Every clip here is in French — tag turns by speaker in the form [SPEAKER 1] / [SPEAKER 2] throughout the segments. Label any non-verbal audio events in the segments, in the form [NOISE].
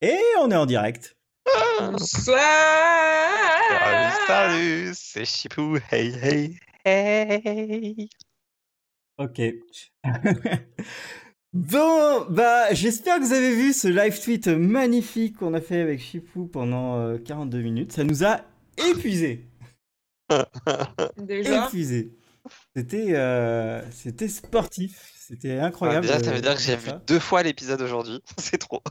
[SPEAKER 1] Et on est en direct.
[SPEAKER 2] Salut,
[SPEAKER 3] Salut
[SPEAKER 2] salut, c'est Chipou, hey, hey, hey.
[SPEAKER 1] Ok. [LAUGHS] bon, bah j'espère que vous avez vu ce live tweet magnifique qu'on a fait avec Chipou pendant euh, 42 minutes. Ça nous a épuisés.
[SPEAKER 3] Déjà
[SPEAKER 1] Épuisés. C'était euh, c'était sportif. C'était
[SPEAKER 2] Ouais,
[SPEAKER 1] incroyable.
[SPEAKER 2] Ah, déjà, ça veut dire que
[SPEAKER 1] euh,
[SPEAKER 2] j'ai
[SPEAKER 1] comme
[SPEAKER 2] vu
[SPEAKER 1] ça.
[SPEAKER 2] deux fois l'épisode aujourd'hui, [LAUGHS] c'est trop.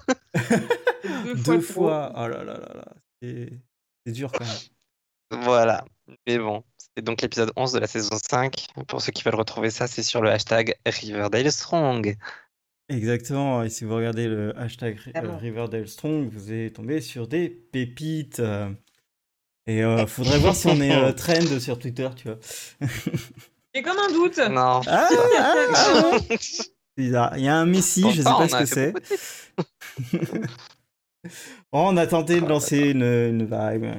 [SPEAKER 3] Deux,
[SPEAKER 1] deux
[SPEAKER 3] trop.
[SPEAKER 1] fois. Oh là là là là. C'est c'est dur quand même.
[SPEAKER 2] Voilà, mais bon, c'est donc l'épisode 11 de la saison 5. Pour ceux qui veulent retrouver ça, c'est sur le hashtag Riverdale [LAUGHS] Strong.
[SPEAKER 1] Exactement, et si vous regardez le hashtag Ri-
[SPEAKER 3] Vraiment.
[SPEAKER 1] euh, Riverdale Strong, vous allez tomber sur des pépites. euh, Et euh,
[SPEAKER 2] Eh,
[SPEAKER 1] faudrait voir si on est
[SPEAKER 2] [LAUGHS]
[SPEAKER 1] euh, trend sur Twitter, tu vois.
[SPEAKER 3] J'ai comme un doute.
[SPEAKER 2] Non.
[SPEAKER 1] Ah, ah, ah, ah.
[SPEAKER 2] Si,
[SPEAKER 1] C'est bizarre. [LAUGHS] Il y a un Messi, je sais pas ce que c'est. [LAUGHS] Oh, on a tenté de lancer une, une vibe. [LAUGHS] euh,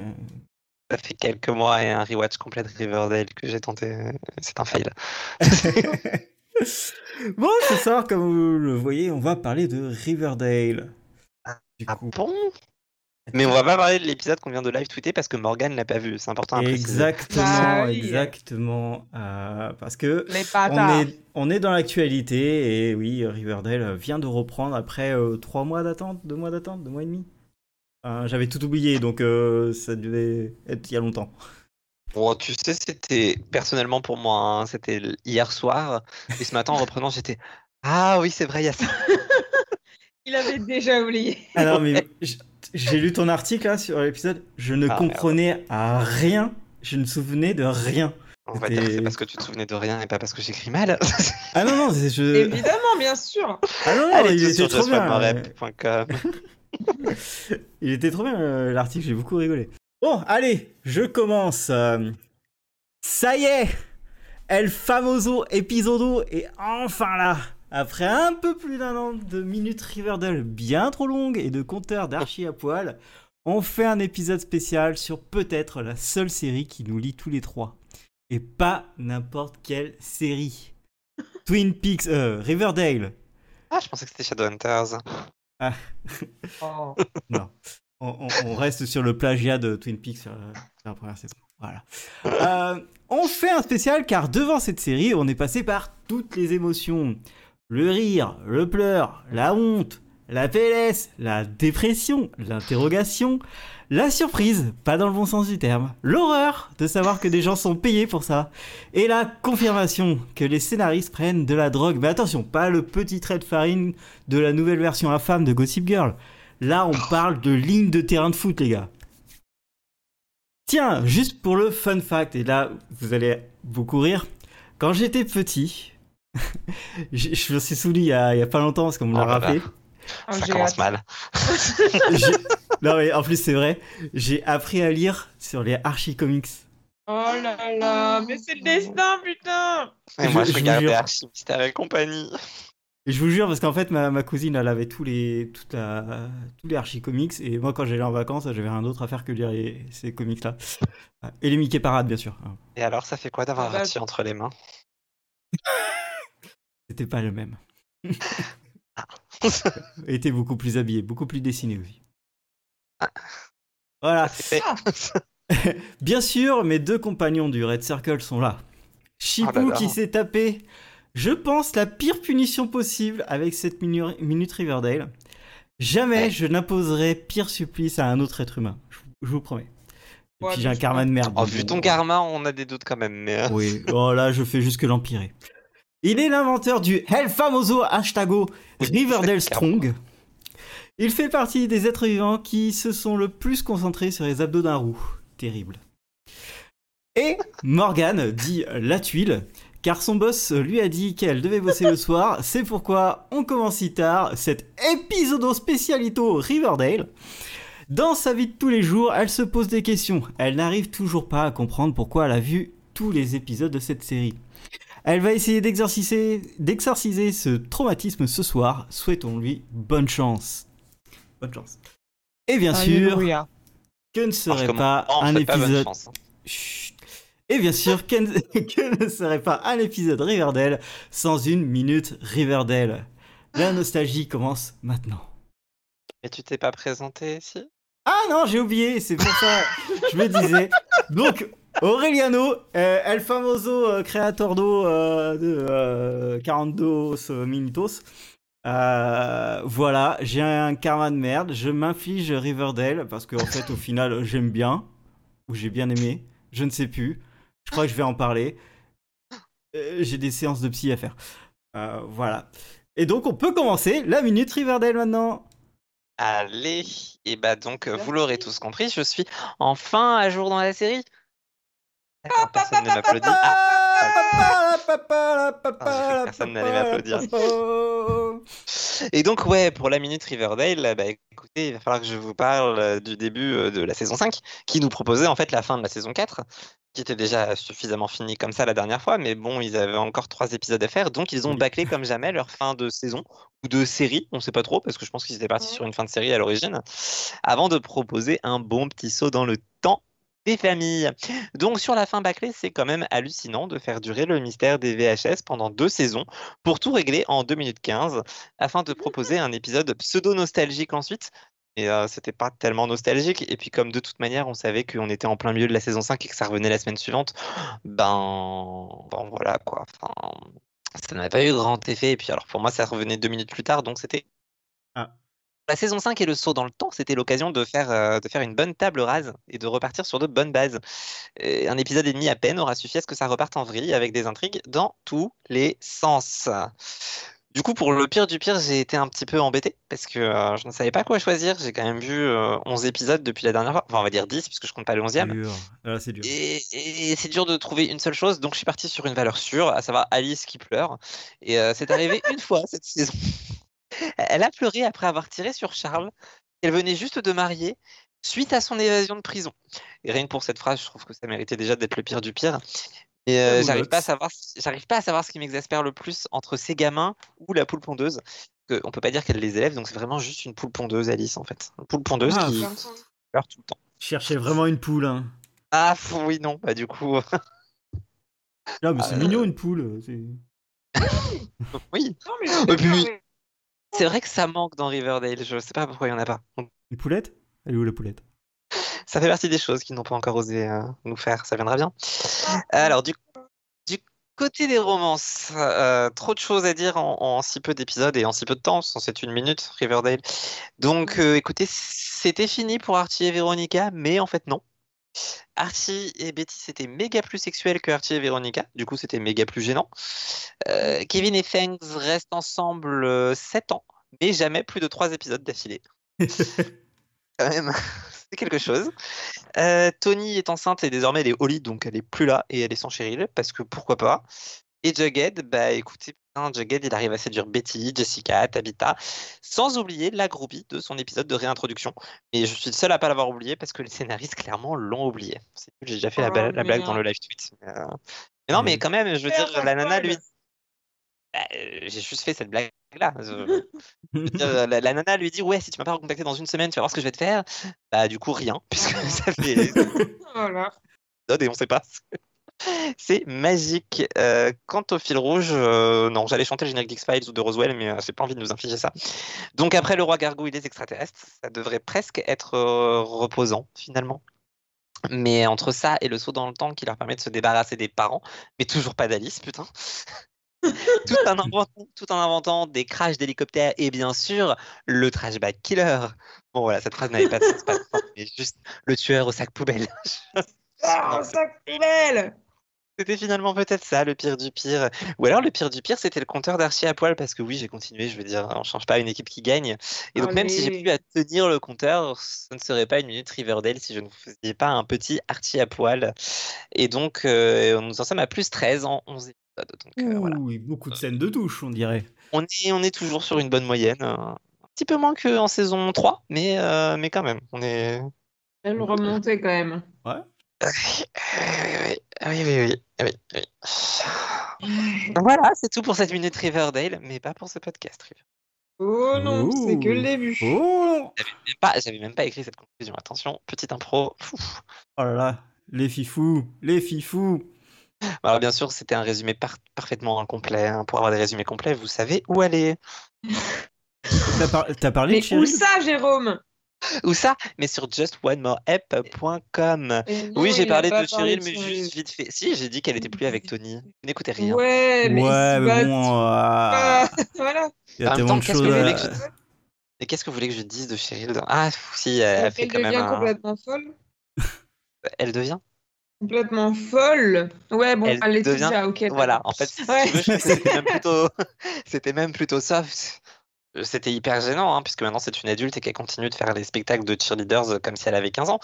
[SPEAKER 2] Ça fait quelques mois et un rewatch complet de Riverdale que j'ai tenté. euh, C'est un fail.
[SPEAKER 1] bon, ce soir, comme vous le voyez, on va parler de Riverdale. Du
[SPEAKER 2] Ah
[SPEAKER 1] coup,
[SPEAKER 2] bon Mais on va pas parler de l'épisode qu'on vient de live tweeter parce que Morgan l'a pas vu, c'est important à préciser.
[SPEAKER 1] exactement,
[SPEAKER 3] Bah oui.
[SPEAKER 1] exactement. euh, parce que
[SPEAKER 3] Les
[SPEAKER 1] on
[SPEAKER 3] bâtards.
[SPEAKER 1] est, on est dans l'actualité et oui, Riverdale vient de reprendre après euh, trois mois d'attente, deux mois d'attente, deux mois et demi. Euh, J'avais tout oublié, donc euh, ça devait être il y a longtemps.
[SPEAKER 2] Bon, tu sais, c'était personnellement pour moi, hein, c'était l- hier soir et ce matin en reprenant, j'étais Ah oui, c'est vrai, il y a ça.
[SPEAKER 3] Il avait déjà oublié.
[SPEAKER 1] Alors, Ah
[SPEAKER 2] [LAUGHS]
[SPEAKER 1] mais j- j'ai lu ton article là sur l'épisode, je ne
[SPEAKER 2] Ah,
[SPEAKER 1] comprenais à rien, je ne souvenais de rien.
[SPEAKER 2] On va dire que c'est
[SPEAKER 1] C'était-
[SPEAKER 2] parce que tu te souvenais de rien et pas parce que j'écris mal. [LAUGHS]
[SPEAKER 1] Ah non, non, c'est- je...
[SPEAKER 3] Évidemment, bien sûr.
[SPEAKER 1] Ah non, non,
[SPEAKER 2] Allez,
[SPEAKER 1] il
[SPEAKER 2] tout
[SPEAKER 1] était
[SPEAKER 2] sur
[SPEAKER 1] trop bien. euh,
[SPEAKER 2] joseph.morep.com.
[SPEAKER 1] Il était trop bien euh, l'article, j'ai beaucoup rigolé. Bon, allez, je commence. euh. Ça y est, El Famoso Episodo est enfin là. Après un peu plus d'un an de minutes Riverdale bien trop longues et de compteurs d'archi à poil, on fait un épisode spécial sur peut-être la seule série qui nous lie tous les trois. Et pas n'importe quelle série. Twin Peaks, euh, Riverdale.
[SPEAKER 2] Ah, je pensais que c'était Shadowhunters.
[SPEAKER 3] Oh.
[SPEAKER 1] On, on- on reste sur le plagiat de Twin Peaks sur la, sur la première saison. Voilà. Euh, on fait un spécial car devant cette série, on est passé par toutes les émotions. Le rire, le pleur, la honte, la PLS, la dépression, l'interrogation, la surprise, pas dans le bon sens du terme, l'horreur de savoir que des gens sont payés pour ça, et la confirmation que les scénaristes prennent de la drogue. Mais attention, pas le petit trait de farine de la nouvelle version infâme de Gossip Girl. Là, on parle de ligne de terrain de foot, les gars. Tiens, juste pour le fun fact, et là, vous allez beaucoup rire. Quand j'étais petit, [LAUGHS] je, je me suis souvenu il y, a, il y a pas longtemps, parce qu'on me l'a
[SPEAKER 2] Oh là là.
[SPEAKER 1] rappelé.
[SPEAKER 3] Ah,
[SPEAKER 2] ça
[SPEAKER 3] j'ai
[SPEAKER 2] commence
[SPEAKER 3] hâte.
[SPEAKER 2] mal.
[SPEAKER 1] J'ai- non mais en plus c'est vrai, j'ai appris à lire sur les Archie Comics.
[SPEAKER 3] Oh là là, mais c'est le destin, putain.
[SPEAKER 2] Et
[SPEAKER 1] Je-
[SPEAKER 2] moi,
[SPEAKER 1] je
[SPEAKER 2] je
[SPEAKER 1] vous
[SPEAKER 2] regardais
[SPEAKER 1] jure.
[SPEAKER 2] Archie Mystère et compagnie.
[SPEAKER 1] Et je vous jure parce qu'en fait ma, ma cousine elle avait tous les toute la- tous les Archie Comics et moi quand j'allais en vacances j'avais rien d'autre à faire que lire les- ces comics là et les Mickey Parade bien sûr.
[SPEAKER 2] Et alors, ça fait quoi
[SPEAKER 3] Ah
[SPEAKER 2] d'avoir
[SPEAKER 3] bah-
[SPEAKER 2] Archie entre les mains
[SPEAKER 1] C'était pas le même.
[SPEAKER 2] [LAUGHS]
[SPEAKER 1] Il était beaucoup plus habillé, beaucoup plus dessiné aussi. Voilà.
[SPEAKER 2] C'était-
[SPEAKER 1] Bien sûr, mes deux compagnons du Red Circle sont là. Chipou
[SPEAKER 2] Oh là là.
[SPEAKER 1] qui s'est tapé, je pense, la pire punition possible avec cette minu- minute Riverdale. Jamais
[SPEAKER 2] Eh.
[SPEAKER 1] je n'imposerai pire supplice à un autre être humain. Je, vous- je vous promets. Et
[SPEAKER 3] Ouais,
[SPEAKER 1] puis j'ai
[SPEAKER 3] mais
[SPEAKER 1] un
[SPEAKER 3] je
[SPEAKER 1] karma de merde.
[SPEAKER 2] Oh,
[SPEAKER 1] donc
[SPEAKER 2] vu
[SPEAKER 1] bon.
[SPEAKER 2] ton karma, on a des doutes quand même. Mais... euh,
[SPEAKER 1] Oui, oh là, je fais juste que l'empirer. Il est l'inventeur du El Famoso Hashtago Riverdale Strong. Il fait partie des êtres vivants qui se sont le plus concentrés sur les abdos d'un roux. Terrible. Et Morgane dit la tuile, car son boss lui a dit qu'elle devait bosser le soir. C'est pourquoi on commence si tard cet épisodo spécialito Riverdale. Dans sa vie de tous les jours, elle se pose des questions. Elle n'arrive toujours pas à comprendre pourquoi elle a vu tous les épisodes de cette série. Elle va essayer d'exorciser, d'exorciser ce traumatisme ce soir. Souhaitons-lui bonne chance. Bonne chance. Et bien sûr,
[SPEAKER 3] Ah, Alléluia.
[SPEAKER 1] que ne serait
[SPEAKER 2] comment-
[SPEAKER 1] pas
[SPEAKER 2] on
[SPEAKER 1] un
[SPEAKER 2] fait pas bonne
[SPEAKER 1] épisode
[SPEAKER 2] chance, hein.
[SPEAKER 1] Chut. Et bien sûr, que que ne serait pas un épisode Riverdale sans une minute Riverdale La nostalgie commence maintenant.
[SPEAKER 2] Mais tu t'es pas présenté, si
[SPEAKER 1] Ah non, j'ai oublié, c'est pour ça, je me disais. Donc, Aureliano, euh, El Famoso euh, Creator do, euh, de euh, 42 Minutos. Euh, voilà, j'ai un karma de merde, je m'inflige Riverdale parce qu'en fait, au final, j'aime bien, ou j'ai bien aimé, je ne sais plus. Je crois que je vais en parler. Euh, j'ai des séances de psy à faire. Euh, voilà. Et donc, on peut commencer la minute Riverdale maintenant.
[SPEAKER 2] Allez Et bah donc, vous l'aurez tous compris, je suis enfin à jour dans la série. D'accord, personne ne m'applaudit. Ah, Personne n'allait m'applaudir. Et donc, ouais, pour la minute Riverdale, bah, écoutez, il va falloir que je vous parle euh, du début euh, de la saison 5, qui nous proposait en fait la fin de la saison 4, qui était déjà suffisamment finie comme ça la dernière fois, mais bon, ils avaient encore trois épisodes à faire, donc ils ont
[SPEAKER 1] Oui.
[SPEAKER 2] bâclé comme jamais leur fin de saison ou de série, on sait pas trop, parce que je pense qu'ils étaient partis
[SPEAKER 3] Ouais.
[SPEAKER 2] sur une fin de série à l'origine, avant de proposer un bon petit saut dans le temps des familles. Donc sur la fin bâclée, c'est quand même hallucinant de faire durer le mystère des VHS pendant deux saisons pour tout régler en 2 minutes 15 afin de proposer un épisode pseudo-nostalgique ensuite. Et euh, c'était pas tellement nostalgique. Et puis comme de toute manière, on savait qu'on était en plein milieu de la saison 5 et que ça revenait la semaine suivante, ben, ben voilà quoi. Enfin, ça n'avait pas eu grand effet. Et puis alors pour moi, ça revenait deux minutes plus tard, donc c'était...
[SPEAKER 1] Ah.
[SPEAKER 2] La saison 5 et le saut dans le temps, c'était l'occasion de faire, euh, de faire une bonne table rase et de repartir sur de bonnes bases. Et un épisode et demi à peine aura suffi à ce que ça reparte en vrille avec des intrigues dans tous les sens. Du coup, pour le pire du pire, j'ai été un petit peu embêté parce que euh, je ne savais pas quoi choisir. J'ai quand même vu euh, 11 épisodes depuis la dernière fois. Enfin, on va dire 10 puisque je compte pas le 11e.
[SPEAKER 1] Dur. Ah, c'est dur.
[SPEAKER 2] Et, et c'est dur de trouver une seule chose, donc je suis parti sur une valeur sûre, à savoir Alice qui pleure. Et euh, c'est arrivé une fois cette saison. Elle a pleuré après avoir tiré sur Charles, qu'elle venait juste de marier, suite à son évasion de prison. Et rien que pour cette phrase, je trouve que ça méritait déjà d'être le pire du pire. Et euh,
[SPEAKER 1] La
[SPEAKER 2] j'arrive
[SPEAKER 1] boulotte.
[SPEAKER 2] pas à savoir, j'arrive pas à savoir ce qui m'exaspère le plus entre ces gamins ou la poule pondeuse. Que- on peut pas dire qu'elle les élève, donc c'est vraiment juste une poule pondeuse, Alice, en fait. Une poule pondeuse
[SPEAKER 1] Ah,
[SPEAKER 2] qui pleure tout le temps.
[SPEAKER 1] Je cherchais vraiment une poule. hein.
[SPEAKER 2] Ah pff, oui, non, bah du coup. [LAUGHS]
[SPEAKER 1] Non, mais c'est
[SPEAKER 2] Euh.
[SPEAKER 1] mignon une poule. c'est-
[SPEAKER 2] Oui,
[SPEAKER 3] Non, mais je
[SPEAKER 2] Et puis-
[SPEAKER 3] sais
[SPEAKER 2] c'est vrai que ça manque dans Riverdale. Je sais pas pourquoi il y en a pas.
[SPEAKER 1] Une poulette Elle est où la
[SPEAKER 2] [LAUGHS]
[SPEAKER 1] poulette
[SPEAKER 2] Ça fait partie des choses qu'ils n'ont pas encore osé euh, nous faire. Ça viendra bien. Alors, du, du côté des romances, euh, trop de choses à dire en, en si peu d'épisodes et en si peu de temps. C'est une minute, Riverdale. Donc, euh, écoutez, c'était fini pour Archie et Véronica, mais en fait, non. Archie et Betty, c'était méga plus sexuel que Archie et Véronica. Du coup, c'était méga plus gênant. Euh, Kevin et Fangs restent ensemble 7 ans, mais jamais plus de 3 épisodes d'affilée. Quand même, [LAUGHS] c'est quelque chose. Euh, Tony est enceinte et désormais elle est au lit, donc elle est plus là et elle est sans Cheryl, parce que pourquoi pas. Et Jughead, bah écoutez, putain, Jughead, il arrive à séduire Betty, Jessica, Tabitha, sans oublier la groupie de son épisode de réintroduction. Et je suis le seul à pas l'avoir oublié parce que les scénaristes clairement l'ont oublié. C'est nul, J'ai déjà fait la,
[SPEAKER 3] Oh,
[SPEAKER 2] bla- la blague
[SPEAKER 3] merde.
[SPEAKER 2] dans le live tweet. mais, euh, mais non, mais quand même, je veux
[SPEAKER 3] Merde,
[SPEAKER 2] dire, la nana,
[SPEAKER 3] spoil.
[SPEAKER 2] lui, bah, euh, j'ai juste fait cette blague-là. Je- je veux dire, euh, la, la nana lui dit Ouais, si tu m'as pas recontacté dans une semaine, tu vas voir ce que je vais te faire. Bah, du coup, rien, [LAUGHS] puisque ça fait des épisodes
[SPEAKER 3] Voilà.
[SPEAKER 2] et on sait pas. C'est magique. Euh, quant au fil rouge, euh, non, j'allais chanter le générique d'X-Files ou de Roswell, mais euh, j'ai pas envie de nous infliger ça. Donc, après le roi gargouille des extraterrestres, ça devrait presque être euh, reposant, finalement. Mais entre ça et le saut dans le temps qui leur permet de se débarrasser des parents, mais toujours pas d'Alice, putain. [LAUGHS] tout, en inventant, tout en inventant des crashs d'hélicoptères et bien sûr le trashback killer. Bon voilà, cette phrase n'avait pas de sens, pas de sens, mais juste le tueur au sac poubelle. [LAUGHS]
[SPEAKER 3] Ah,
[SPEAKER 2] Non.
[SPEAKER 3] ça poubelle
[SPEAKER 2] C'était finalement peut-être ça, le pire du pire. Ou alors le pire du pire, c'était le compteur d'archi à poil, parce que oui, j'ai continué, je veux dire, on change pas une équipe qui gagne. Et donc même si j'ai
[SPEAKER 3] Allez.
[SPEAKER 2] pu à tenir le compteur, ce ne serait pas une minute Riverdale si je ne vous faisais pas un petit archi à poil. Et donc euh, nous en sommes à plus 13 en 11 épisodes. Donc euh, voilà.
[SPEAKER 1] Oui, beaucoup de scènes de touche, on dirait.
[SPEAKER 2] On est, on est toujours sur une bonne moyenne. euh, Un petit peu moins qu'en saison 3, mais, euh, mais quand même, on est,
[SPEAKER 3] Elle remontait quand même.
[SPEAKER 2] Oui, oui, oui, oui, oui, oui, oui, oui. Voilà, c'est tout pour cette minute Riverdale, mais pas pour ce podcast. River.
[SPEAKER 3] Oh non,
[SPEAKER 1] Ouh.
[SPEAKER 3] c'est que le début.
[SPEAKER 1] Oh,
[SPEAKER 2] Même pas- J'avais même pas écrit cette conclusion. Attention, petite impro. Ouf.
[SPEAKER 1] oh là là, les fifous, les fifous.
[SPEAKER 2] Bah, Alors bien sûr, c'était un résumé par- parfaitement incomplet. hein. Pour avoir des résumés complets, vous savez où aller.
[SPEAKER 1] T'as par- t'as parlé de
[SPEAKER 3] Mais où
[SPEAKER 1] Cheryl
[SPEAKER 3] ça, Jérôme
[SPEAKER 2] Ou ça, mais sur justonemoreapp.com.
[SPEAKER 3] Mais Eh non,
[SPEAKER 2] Oui, j'ai
[SPEAKER 3] il a
[SPEAKER 2] parlé
[SPEAKER 3] pas
[SPEAKER 2] de Cheryl, mais
[SPEAKER 3] Cheryl.
[SPEAKER 2] juste vite fait. Si, j'ai dit qu'elle était plus avec Tony. Vous N'écoutez rien.
[SPEAKER 3] Ouais, mais,
[SPEAKER 1] Ouais,
[SPEAKER 3] il se
[SPEAKER 1] mais
[SPEAKER 3] bat-
[SPEAKER 1] bon, euh,
[SPEAKER 3] euh, [LAUGHS] voilà.
[SPEAKER 1] il y a
[SPEAKER 2] En
[SPEAKER 1] tellement
[SPEAKER 2] même temps,
[SPEAKER 1] de
[SPEAKER 2] qu'est-ce que
[SPEAKER 1] choses.
[SPEAKER 2] vous voulez
[SPEAKER 1] à-
[SPEAKER 2] que je- Et qu'est-ce que vous voulez que je dise de Cheryl dans- Ah, pff, si, elle, a fait
[SPEAKER 3] Elle
[SPEAKER 2] quand même
[SPEAKER 3] devient
[SPEAKER 2] un-
[SPEAKER 3] complètement folle.
[SPEAKER 2] Elle devient
[SPEAKER 3] Complètement folle. Ouais, bon,
[SPEAKER 2] Elle
[SPEAKER 3] elle, est
[SPEAKER 2] devient-
[SPEAKER 3] déjà, ok.
[SPEAKER 2] Voilà, en fait, si tu
[SPEAKER 3] Ouais.
[SPEAKER 2] veux, je trouve que c'était même
[SPEAKER 3] [LAUGHS]
[SPEAKER 2] plutôt... c'était même plutôt soft. Euh, C'était hyper gênant, hein, puisque maintenant c'est une adulte et qu'elle continue de faire des spectacles de cheerleaders euh, comme si elle avait 15 ans.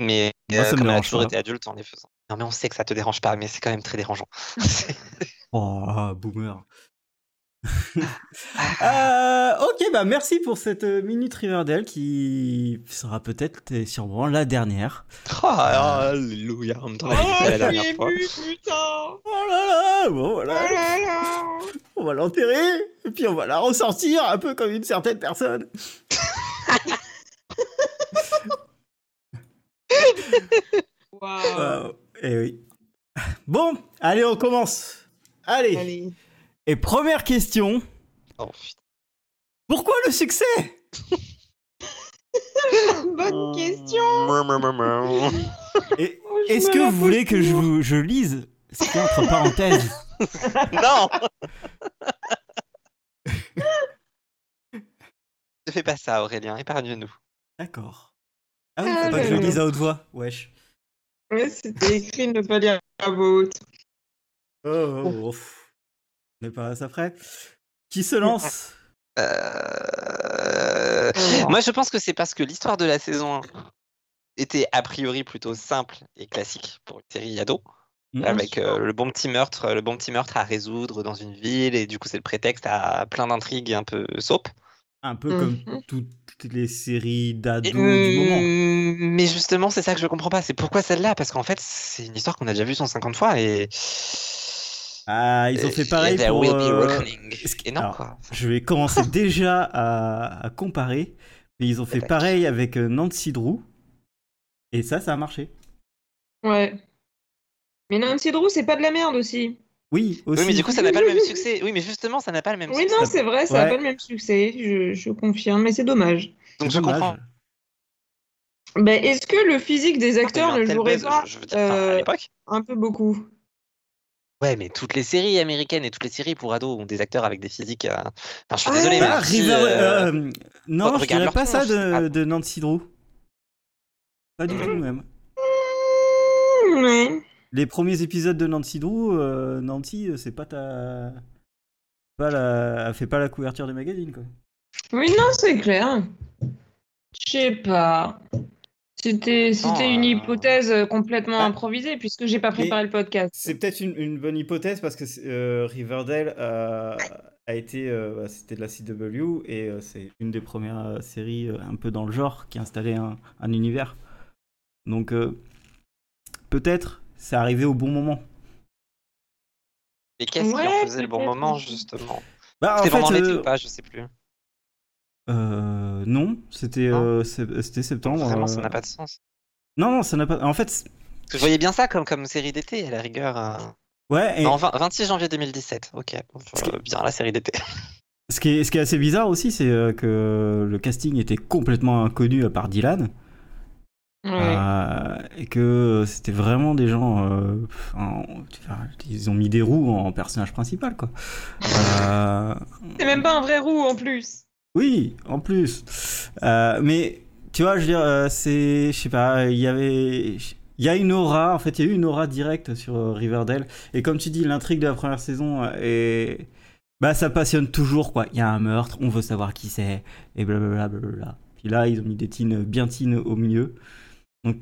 [SPEAKER 2] Mais euh,
[SPEAKER 1] Moi, ça me
[SPEAKER 2] comme elle a
[SPEAKER 1] dérange
[SPEAKER 2] toujours
[SPEAKER 1] pas.
[SPEAKER 2] été adulte en les faisant. Non, mais on sait que ça te dérange pas, mais c'est quand même
[SPEAKER 3] [LAUGHS]
[SPEAKER 2] très dérangeant. [LAUGHS]
[SPEAKER 1] Oh, boomer.
[SPEAKER 3] Ah.
[SPEAKER 1] [LAUGHS] Euh, ok, bah merci pour cette euh, minute Riverdale qui sera peut-être et sûrement la dernière.
[SPEAKER 2] Oh, alléluia, en même temps, elle était
[SPEAKER 3] Oh,
[SPEAKER 2] la
[SPEAKER 3] je
[SPEAKER 2] dernière
[SPEAKER 3] suis
[SPEAKER 2] fois.
[SPEAKER 3] émue, putain
[SPEAKER 1] Oh là là, bon
[SPEAKER 3] Oh
[SPEAKER 1] voilà,
[SPEAKER 3] là là
[SPEAKER 1] on va l'enterrer et puis on va la ressortir un peu comme une certaine personne.
[SPEAKER 3] Waouh.
[SPEAKER 1] et Euh, eh oui. [LAUGHS] Bon, allez, on commence. Allez.
[SPEAKER 3] Allez.
[SPEAKER 1] Et première question.
[SPEAKER 2] Oh, putain.
[SPEAKER 1] Pourquoi le succès Euh,
[SPEAKER 3] Bonne question [LAUGHS]
[SPEAKER 1] Et
[SPEAKER 3] Oh, je
[SPEAKER 1] Est-ce
[SPEAKER 3] me
[SPEAKER 1] que
[SPEAKER 3] la
[SPEAKER 1] vous
[SPEAKER 3] pose
[SPEAKER 1] voulez que je
[SPEAKER 3] toujours.
[SPEAKER 1] vous je lise ce qu'il y a entre parenthèses
[SPEAKER 3] [LAUGHS]
[SPEAKER 2] Non Ne fais pas ça, Aurélien, épargne-nous.
[SPEAKER 1] D'accord. Ah oui, faut pas
[SPEAKER 3] Ah
[SPEAKER 1] que
[SPEAKER 3] là
[SPEAKER 1] je le
[SPEAKER 3] là.
[SPEAKER 1] dise à haute voix. Wesh.
[SPEAKER 3] Ouais, c'était écrit ne pas lire à voix haute.
[SPEAKER 1] Oh, oh, oh, pff. On n'est pas à ça près. Qui
[SPEAKER 2] Mmh, ah.
[SPEAKER 1] se lance
[SPEAKER 2] Euh, Moi, je pense que c'est parce que l'histoire de la saison 1 était a priori plutôt simple et classique pour une série ado,
[SPEAKER 1] Mhm.
[SPEAKER 2] avec euh, le bon petit meurtre, le bon petit meurtre à résoudre dans une ville, et du coup c'est le prétexte à plein d'intrigues un peu soap.
[SPEAKER 1] Un peu
[SPEAKER 2] Mmh.
[SPEAKER 3] Mhm.
[SPEAKER 1] comme toutes les séries d'ados
[SPEAKER 2] Et- mm,
[SPEAKER 1] du moment.
[SPEAKER 2] Mmh. Mais justement, c'est ça que je comprends pas. C'est pourquoi celle-là Parce qu'en fait, c'est une histoire qu'on a déjà vue 150 fois et.
[SPEAKER 1] Ah, ils ont fait
[SPEAKER 2] et
[SPEAKER 1] pareil
[SPEAKER 2] there
[SPEAKER 1] pour...
[SPEAKER 2] will be
[SPEAKER 1] euh,
[SPEAKER 2] reckoning.
[SPEAKER 1] ce qui-
[SPEAKER 2] Et non,
[SPEAKER 1] alors,
[SPEAKER 2] quoi.
[SPEAKER 1] Je vais
[SPEAKER 2] [LAUGHS]
[SPEAKER 1] commencer déjà à, à comparer. Mais ils ont fait
[SPEAKER 2] Attaque.
[SPEAKER 1] pareil avec euh, Nancy Drew. Et ça, ça a marché.
[SPEAKER 3] Ouais. Mais Nancy Drew, c'est pas de la merde aussi.
[SPEAKER 1] Oui, aussi.
[SPEAKER 2] Oui, mais du coup, ça n'a pas
[SPEAKER 1] [LAUGHS]
[SPEAKER 2] le même succès. Oui, mais justement, ça n'a pas le même
[SPEAKER 3] Oui,
[SPEAKER 2] succès.
[SPEAKER 3] non, c'est vrai, ça n'a
[SPEAKER 1] Ouais.
[SPEAKER 3] pas le même succès, je, je confirme, mais c'est dommage.
[SPEAKER 2] Donc je
[SPEAKER 1] Dommage.
[SPEAKER 2] comprends.
[SPEAKER 3] Ben, Est-ce que le physique des
[SPEAKER 2] Il y a eu
[SPEAKER 3] acteurs
[SPEAKER 2] un
[SPEAKER 3] ne
[SPEAKER 2] tel
[SPEAKER 3] jouerait
[SPEAKER 2] buzz,
[SPEAKER 3] pas
[SPEAKER 2] je- je veux dire, enfin, à
[SPEAKER 3] euh,
[SPEAKER 2] l'époque.
[SPEAKER 3] un peu beaucoup
[SPEAKER 2] Ouais, mais toutes les séries américaines et toutes les séries pour ados ont des acteurs avec des physiques. euh, Enfin, je suis
[SPEAKER 3] Ah,
[SPEAKER 2] désolé. mais
[SPEAKER 1] Ah,
[SPEAKER 2] si,
[SPEAKER 1] River-
[SPEAKER 2] euh,
[SPEAKER 1] euh, non, je
[SPEAKER 2] regarde
[SPEAKER 1] dirais
[SPEAKER 2] leur
[SPEAKER 1] pas ça
[SPEAKER 2] tronche, c'est
[SPEAKER 1] de,
[SPEAKER 2] pas-
[SPEAKER 1] de Nancy Drew. Pas du
[SPEAKER 2] Mhm.
[SPEAKER 1] tout, même.
[SPEAKER 3] Mmh, ouais.
[SPEAKER 1] Les premiers épisodes de Nancy Drew, euh, Nancy, euh, c'est pas ta. Pas la... Elle fait pas la couverture des magazines, quoi.
[SPEAKER 3] Oui, non, c'est clair. Je sais pas. C'était c'était
[SPEAKER 2] euh,
[SPEAKER 3] une hypothèse complètement
[SPEAKER 1] ah.
[SPEAKER 3] improvisée puisque j'ai pas préparé le podcast.
[SPEAKER 1] C'est peut-être une, une bonne hypothèse parce que euh, Riverdale euh, a été. euh, bah, C'était de la CW et euh, c'est une des premières euh, séries euh, un peu dans le genre qui a installé un, un univers. Donc, euh, peut-être c'est arrivé au bon moment.
[SPEAKER 2] Mais qu'est-ce qui en
[SPEAKER 3] Ouais,
[SPEAKER 2] faisait le bon
[SPEAKER 3] peut-être.
[SPEAKER 2] moment, justement
[SPEAKER 1] Bah, en
[SPEAKER 2] C'était pendant
[SPEAKER 1] fait,
[SPEAKER 2] l'été
[SPEAKER 1] euh,
[SPEAKER 2] ou pas Je sais plus.
[SPEAKER 1] euh, non, c'était
[SPEAKER 2] Non.
[SPEAKER 1] euh, sep- c'était septembre.
[SPEAKER 2] Vraiment, ça
[SPEAKER 1] euh,
[SPEAKER 2] n'a pas de sens.
[SPEAKER 1] Non, non, ça n'a pas. En fait, c'est-
[SPEAKER 2] Parce que Je voyais bien ça comme, comme série d'été, à la rigueur. euh.
[SPEAKER 1] ouais. Et
[SPEAKER 2] Non, 20 26 janvier 2017. Ok, bon, je
[SPEAKER 1] Ce qui-
[SPEAKER 2] vois bien la série d'été.
[SPEAKER 1] ce, qui est, ce qui est assez bizarre aussi, c'est euh, que le casting était complètement inconnu à part Dylan.
[SPEAKER 3] Ouais.
[SPEAKER 1] Euh, et que c'était vraiment des gens. euh, pff, en- enfin, ils ont mis des roues en personnage principal, quoi. Euh,
[SPEAKER 3] C'est même pas un vrai roux en plus.
[SPEAKER 1] oui, en plus. Euh, mais tu vois, je veux dire, euh, c'est. Je sais pas, il y avait. Il y a une aura, en fait, il y a eu une aura directe sur euh, Riverdale. Et comme tu dis, l'intrigue de la première saison euh, est. Bah, ça passionne toujours, quoi. Il y a un meurtre, on veut savoir qui c'est, et blablabla. blablabla. Puis là, ils ont mis des teens bien teens au milieu. Donc,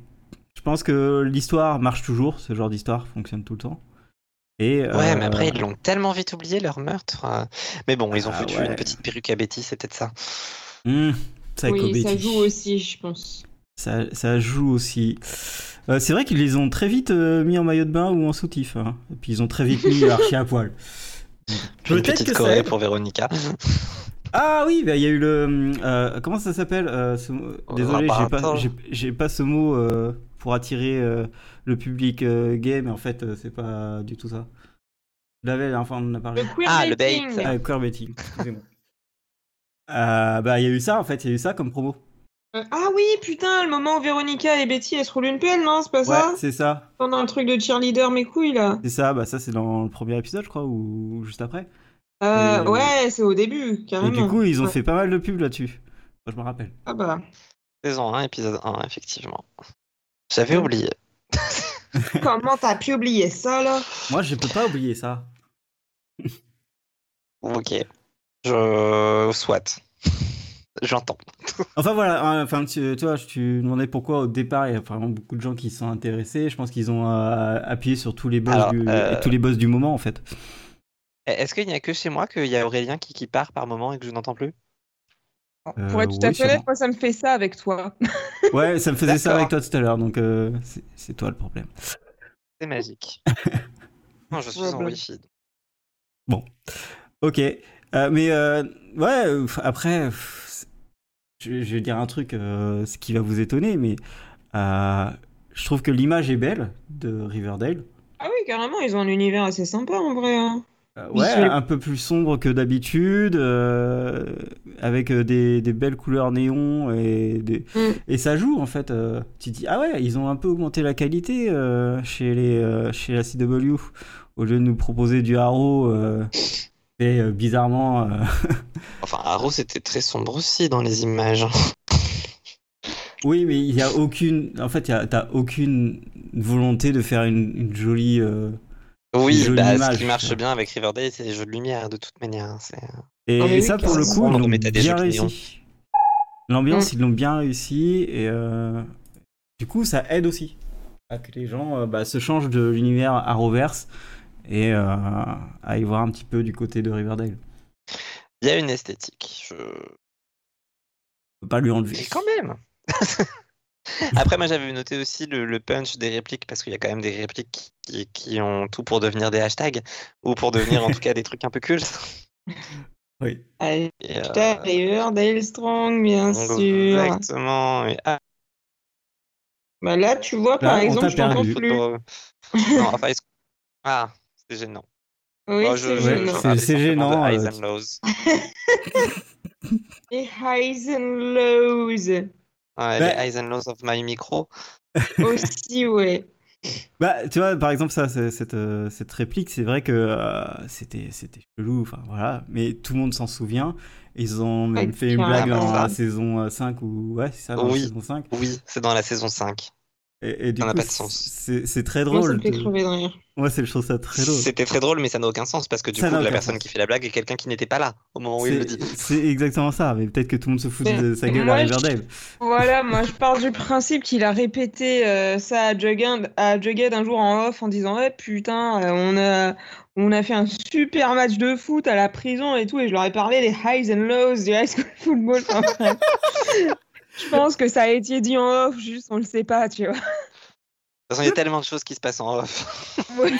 [SPEAKER 1] je pense que l'histoire marche toujours, ce genre d'histoire fonctionne tout le temps. Et,
[SPEAKER 2] Ouais,
[SPEAKER 1] euh,
[SPEAKER 2] mais après, ils l'ont tellement vite oublié, leur meurtre. euh. Mais bon, ils ont
[SPEAKER 1] Ah,
[SPEAKER 2] foutu
[SPEAKER 1] ouais.
[SPEAKER 2] une petite perruque à Betty, c'est peut-être ça.
[SPEAKER 1] hmm, Psycho
[SPEAKER 3] oui, ça
[SPEAKER 1] Betty.
[SPEAKER 3] joue aussi, je pense.
[SPEAKER 1] Ça, ça joue aussi. Euh, c'est vrai qu'ils les ont très vite euh, mis en maillot de bain ou en soutif. hein. Et puis ils ont très vite
[SPEAKER 3] [LAUGHS]
[SPEAKER 1] mis Archie à poil.
[SPEAKER 2] Puis Une
[SPEAKER 1] Peut-être
[SPEAKER 2] petite
[SPEAKER 1] que
[SPEAKER 2] corée
[SPEAKER 1] c'est-
[SPEAKER 2] pour Véronica.
[SPEAKER 1] Ah oui, bah, il y a eu le. euh, comment ça s'appelle euh, ce mot-
[SPEAKER 2] Oh,
[SPEAKER 1] Désolé, j'ai pas,
[SPEAKER 2] apparatin.
[SPEAKER 1] j'ai, j'ai pas ce mot euh, pour attirer euh, le public euh, gay, mais en fait, euh, c'est pas du tout ça. Je l'avais la dernière fois, on en a parlé.
[SPEAKER 3] Le queerbaiting.
[SPEAKER 2] Ah, le bait.
[SPEAKER 1] Ah, queerbaiting, excusez-moi. Euh, bah, il y a eu ça, en fait, il y a eu ça comme promo.
[SPEAKER 3] Euh, ah oui, putain, le moment où Véronica et Betty elles se roulent une pelle, non C'est pas ça
[SPEAKER 1] ouais, c'est ça.
[SPEAKER 3] Pendant un truc de cheerleader, mes couilles là.
[SPEAKER 1] C'est ça, bah, ça, c'est dans le premier épisode, je crois, ou juste après.
[SPEAKER 3] Euh,
[SPEAKER 1] Et-
[SPEAKER 3] Ouais, c'est au début,
[SPEAKER 1] Et
[SPEAKER 2] Ah,
[SPEAKER 3] carrément.
[SPEAKER 1] du coup, ils ont
[SPEAKER 3] Ouais.
[SPEAKER 1] fait pas mal de pubs là-dessus. Moi, je me rappelle.
[SPEAKER 3] Ah bah,
[SPEAKER 2] Saison 1, épisode 1, effectivement. J'avais oublié.
[SPEAKER 3] comment t'as pu oublier ça là
[SPEAKER 1] Moi, je peux pas oublier ça.
[SPEAKER 2] Ok. Je. Soit. [LAUGHS] J'entends.
[SPEAKER 1] Enfin voilà, euh, enfin tu, tu vois, je- tu demandais pourquoi au départ il y a vraiment beaucoup de gens qui sont intéressés. Je pense qu'ils ont euh, appuyé sur tous les boss
[SPEAKER 2] Alors,
[SPEAKER 1] du
[SPEAKER 2] euh,
[SPEAKER 1] tous les boss du moment en fait.
[SPEAKER 2] Eh, Est-ce qu'il n'y a que chez moi qu'il y a Aurélien qui, qui part par moment et que je n'entends plus
[SPEAKER 1] Euh,
[SPEAKER 3] Pour être tout
[SPEAKER 1] oui,
[SPEAKER 3] à fait honnête,
[SPEAKER 1] sûrement.
[SPEAKER 3] moi ça me fait ça avec toi.
[SPEAKER 1] Ouais, ça me faisait ça avec
[SPEAKER 2] D'accord.
[SPEAKER 1] toi tout à l'heure, donc euh, c'est- c'est toi le problème. [LAUGHS]
[SPEAKER 2] C'est magique. non, je suis en
[SPEAKER 1] bah
[SPEAKER 3] Problème.
[SPEAKER 2] Wi-Fi.
[SPEAKER 1] Ok, Euh, mais euh, ouais, euh, après, pff, c'est- je, je vais dire un truc, euh, ce qui va vous étonner, mais euh, je trouve que l'image est belle de Riverdale.
[SPEAKER 3] [LAUGHS] Ah oui, carrément, ils ont un univers assez sympa en vrai. hein.
[SPEAKER 1] Euh,
[SPEAKER 3] Oui,
[SPEAKER 1] ouais,
[SPEAKER 3] c'est-
[SPEAKER 1] un peu plus sombre que d'habitude, euh, avec euh, des, des belles couleurs néon et, des-
[SPEAKER 3] Mm.
[SPEAKER 1] et ça joue en fait. euh, tu te dis, ah ouais, ils ont un peu augmenté la qualité euh, chez, les, euh, chez la CW. Au lieu de nous proposer du Haro, euh, et euh, bizarrement. euh,
[SPEAKER 2] Enfin, Arrow, c'était très sombre aussi dans les
[SPEAKER 1] [LAUGHS]
[SPEAKER 2] images.
[SPEAKER 1] Oui, mais il n'y a aucune. En fait, il y a- t'as aucune volonté de faire une, une jolie. euh,
[SPEAKER 2] Oui,
[SPEAKER 1] Jolie
[SPEAKER 2] bah,
[SPEAKER 1] image,
[SPEAKER 2] ce qui marche
[SPEAKER 1] ouais.
[SPEAKER 2] bien avec Riverdale, c'est les jeux de lumière, de toute manière. hein, C'est...
[SPEAKER 1] Et,
[SPEAKER 3] Ah,
[SPEAKER 1] et
[SPEAKER 3] mais oui,
[SPEAKER 1] ça, pour le coup,
[SPEAKER 2] carrément.
[SPEAKER 1] ils
[SPEAKER 2] On
[SPEAKER 1] l'ont
[SPEAKER 2] mettait des
[SPEAKER 1] bien
[SPEAKER 2] jeux de néon.
[SPEAKER 1] réussi.
[SPEAKER 3] Mm.
[SPEAKER 1] L'ambiance, ils l'ont bien réussi. Et euh, du coup, ça aide aussi à que les gens euh, bah, se changent de l'univers Arrowverse et euh, à y voir un petit peu du côté de Riverdale.
[SPEAKER 2] Il y a une esthétique. Je...
[SPEAKER 1] On peut pas lui enlever.
[SPEAKER 2] Mais quand même [LAUGHS] Après, moi, j'avais noté aussi le, le punch des répliques, parce qu'il y a quand même des répliques qui, qui ont tout pour devenir des hashtags, ou pour
[SPEAKER 1] [LAUGHS]
[SPEAKER 2] devenir en tout cas des trucs un peu cultes.
[SPEAKER 1] Oui.
[SPEAKER 3] Allez,
[SPEAKER 2] Et, euh,
[SPEAKER 3] Riverdale Strong, bien
[SPEAKER 2] donc,
[SPEAKER 3] sûr.
[SPEAKER 2] Exactement. Et, ah,
[SPEAKER 3] Bah là, tu vois, par
[SPEAKER 1] Là, on t'a
[SPEAKER 3] exemple, je t'entends
[SPEAKER 1] perdu. Oh,
[SPEAKER 3] plus. [LAUGHS]
[SPEAKER 2] euh, non, enfin, est-ce- ah, c'est gênant.
[SPEAKER 3] Oui,
[SPEAKER 1] oh,
[SPEAKER 2] Moi,
[SPEAKER 3] c'est
[SPEAKER 2] je-
[SPEAKER 1] Ouais,
[SPEAKER 3] gênant.
[SPEAKER 2] je
[SPEAKER 1] c'est-
[SPEAKER 2] parlais
[SPEAKER 1] c'est
[SPEAKER 2] simplement
[SPEAKER 1] gênant,
[SPEAKER 2] de
[SPEAKER 1] euh,
[SPEAKER 2] highs
[SPEAKER 1] tu-
[SPEAKER 2] and lows.
[SPEAKER 3] Les highs and
[SPEAKER 1] [LAUGHS]
[SPEAKER 3] lows.
[SPEAKER 2] Ouais,
[SPEAKER 1] Bah-
[SPEAKER 2] Les highs and lows of my micro.
[SPEAKER 3] Aussi, ouais.
[SPEAKER 1] Bah, tu vois, par exemple, ça, c'est- cette, euh, cette réplique, c'est vrai que euh, c'était, c'était chelou, enfin voilà, mais tout le monde s'en souvient. Ils ont même
[SPEAKER 3] Ouais,
[SPEAKER 1] fait une blague dans
[SPEAKER 3] carrément.
[SPEAKER 1] la saison euh, 5 ou ouais, c'est ça, dans
[SPEAKER 2] Oui.
[SPEAKER 1] la saison 5.
[SPEAKER 2] Oui, c'est dans la saison 5.
[SPEAKER 1] Et, et du
[SPEAKER 2] Ça n'a
[SPEAKER 1] coup,
[SPEAKER 2] pas de sens.
[SPEAKER 1] c'est c'est très
[SPEAKER 3] Moi, ça
[SPEAKER 1] drôle.
[SPEAKER 3] me fait
[SPEAKER 1] de-
[SPEAKER 3] crever de rire.
[SPEAKER 1] Ouais, c'est je trouve ça très drôle.
[SPEAKER 2] C'était très drôle, mais ça n'a aucun sens, parce que du
[SPEAKER 1] Ça
[SPEAKER 2] coup,
[SPEAKER 1] n'a
[SPEAKER 2] la
[SPEAKER 1] aucun
[SPEAKER 2] personne
[SPEAKER 1] sens.
[SPEAKER 2] qui fait la blague est quelqu'un qui n'était pas là au moment où il le dit.
[SPEAKER 1] C'est c'est exactement ça, mais peut-être que tout le monde se fout
[SPEAKER 3] Mais
[SPEAKER 1] de sa gueule à
[SPEAKER 3] moi, je-
[SPEAKER 1] Riverdale.
[SPEAKER 3] Voilà, moi je pars du principe qu'il a répété euh, ça à Jughead, à Jughead un jour en off en disant Ouais, putain, euh, on a, on a fait un super match de foot à la prison et tout, et je leur ai parlé des highs and lows du high school football. Enfin, [LAUGHS] bref. je pense que ça a été dit en off, juste on le sait pas, tu vois.
[SPEAKER 2] De toute façon, il y a tellement de choses qui se passent en off. [LAUGHS]
[SPEAKER 3] [LAUGHS] Ouais,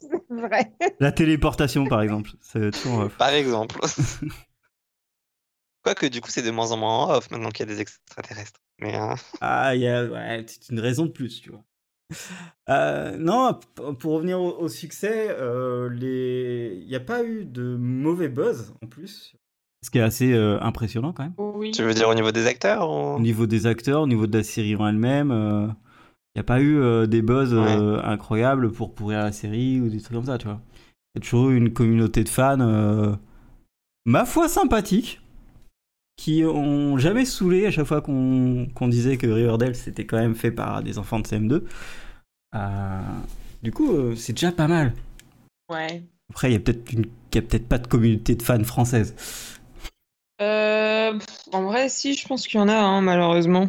[SPEAKER 3] c'est vrai.
[SPEAKER 1] La téléportation, par exemple, c'est toujours. euh,
[SPEAKER 2] Par
[SPEAKER 1] [LAUGHS]
[SPEAKER 2] exemple. Quoique, du coup, c'est de moins en moins en off maintenant qu'il y a des extraterrestres. Mais euh,
[SPEAKER 1] Ah, il y a ouais, c'est une raison de plus, tu vois. Euh, non, p- pour revenir au, au succès, euh, les... il n'y a pas eu de mauvais buzz en plus. Ce qui est assez euh, impressionnant quand même.
[SPEAKER 3] Oui.
[SPEAKER 2] tu veux dire au niveau des acteurs
[SPEAKER 1] Au
[SPEAKER 2] ou...
[SPEAKER 1] niveau des acteurs, au niveau de la série en elle-même, euh, il n'y a pas eu euh, des buzz euh, incroyables pour pourrir la série ou des trucs comme ça, tu vois. Il y a toujours eu une communauté de fans, euh, ma foi sympathique, qui ont jamais saoulé à chaque fois qu'on qu'on disait que Riverdale c'était quand même fait par des enfants de CM2. Euh, du coup, euh, c'est déjà pas mal.
[SPEAKER 3] Ouais.
[SPEAKER 1] Après, il y a peut-être une... il y a peut-être pas de communauté de fans française.
[SPEAKER 3] Euh, pff, en vrai, si, je pense qu'il y en a, hein, malheureusement.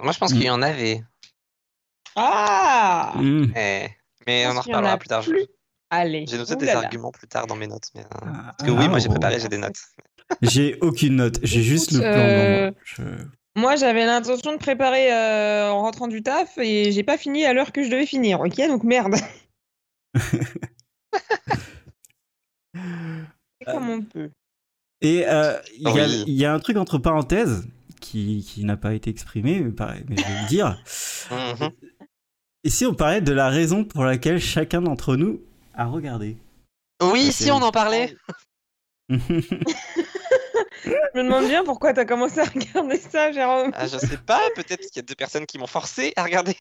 [SPEAKER 2] Moi, je pense
[SPEAKER 1] Mm.
[SPEAKER 2] qu'il y en avait.
[SPEAKER 3] Ah
[SPEAKER 1] Hmm.
[SPEAKER 2] Eh, Mais
[SPEAKER 3] Je
[SPEAKER 2] on
[SPEAKER 3] pense
[SPEAKER 2] en
[SPEAKER 3] qu'il y en
[SPEAKER 2] reparlera
[SPEAKER 3] a
[SPEAKER 2] plus tard.
[SPEAKER 3] plus. Allez.
[SPEAKER 2] J'ai noté
[SPEAKER 3] Ouh
[SPEAKER 2] des
[SPEAKER 3] là là.
[SPEAKER 2] arguments plus tard dans mes notes. Mais, euh,
[SPEAKER 1] Ah,
[SPEAKER 2] Parce que oui, moi, j'ai
[SPEAKER 1] oh.
[SPEAKER 2] préparé, j'ai des notes.
[SPEAKER 1] J'ai aucune note, j'ai juste le plan. dans
[SPEAKER 3] euh,
[SPEAKER 1] moi. Je-
[SPEAKER 3] Moi, j'avais l'intention de préparer euh, en rentrant du taf et j'ai pas fini à l'heure que je devais finir, ok? Donc
[SPEAKER 1] [LAUGHS]
[SPEAKER 3] merde. [LAUGHS] C'est comme on peut.
[SPEAKER 1] Et euh, il y a-
[SPEAKER 2] Oui.
[SPEAKER 1] il y, a un truc entre parenthèses qui, qui n'a pas été exprimé, mais, pareil, mais je vais le dire.
[SPEAKER 2] Mhm.
[SPEAKER 1] Ici, on parlait de la raison pour laquelle chacun d'entre nous a regardé.
[SPEAKER 2] Oui,
[SPEAKER 1] Ah,
[SPEAKER 2] Oh.
[SPEAKER 1] c'est
[SPEAKER 3] Eh
[SPEAKER 2] si, on en parlait.
[SPEAKER 3] Je me demande bien pourquoi t'as commencé à regarder ça, Jérôme.
[SPEAKER 2] Ah, je sais pas, peut-être qu'il y a deux personnes qui m'ont forcé à regarder.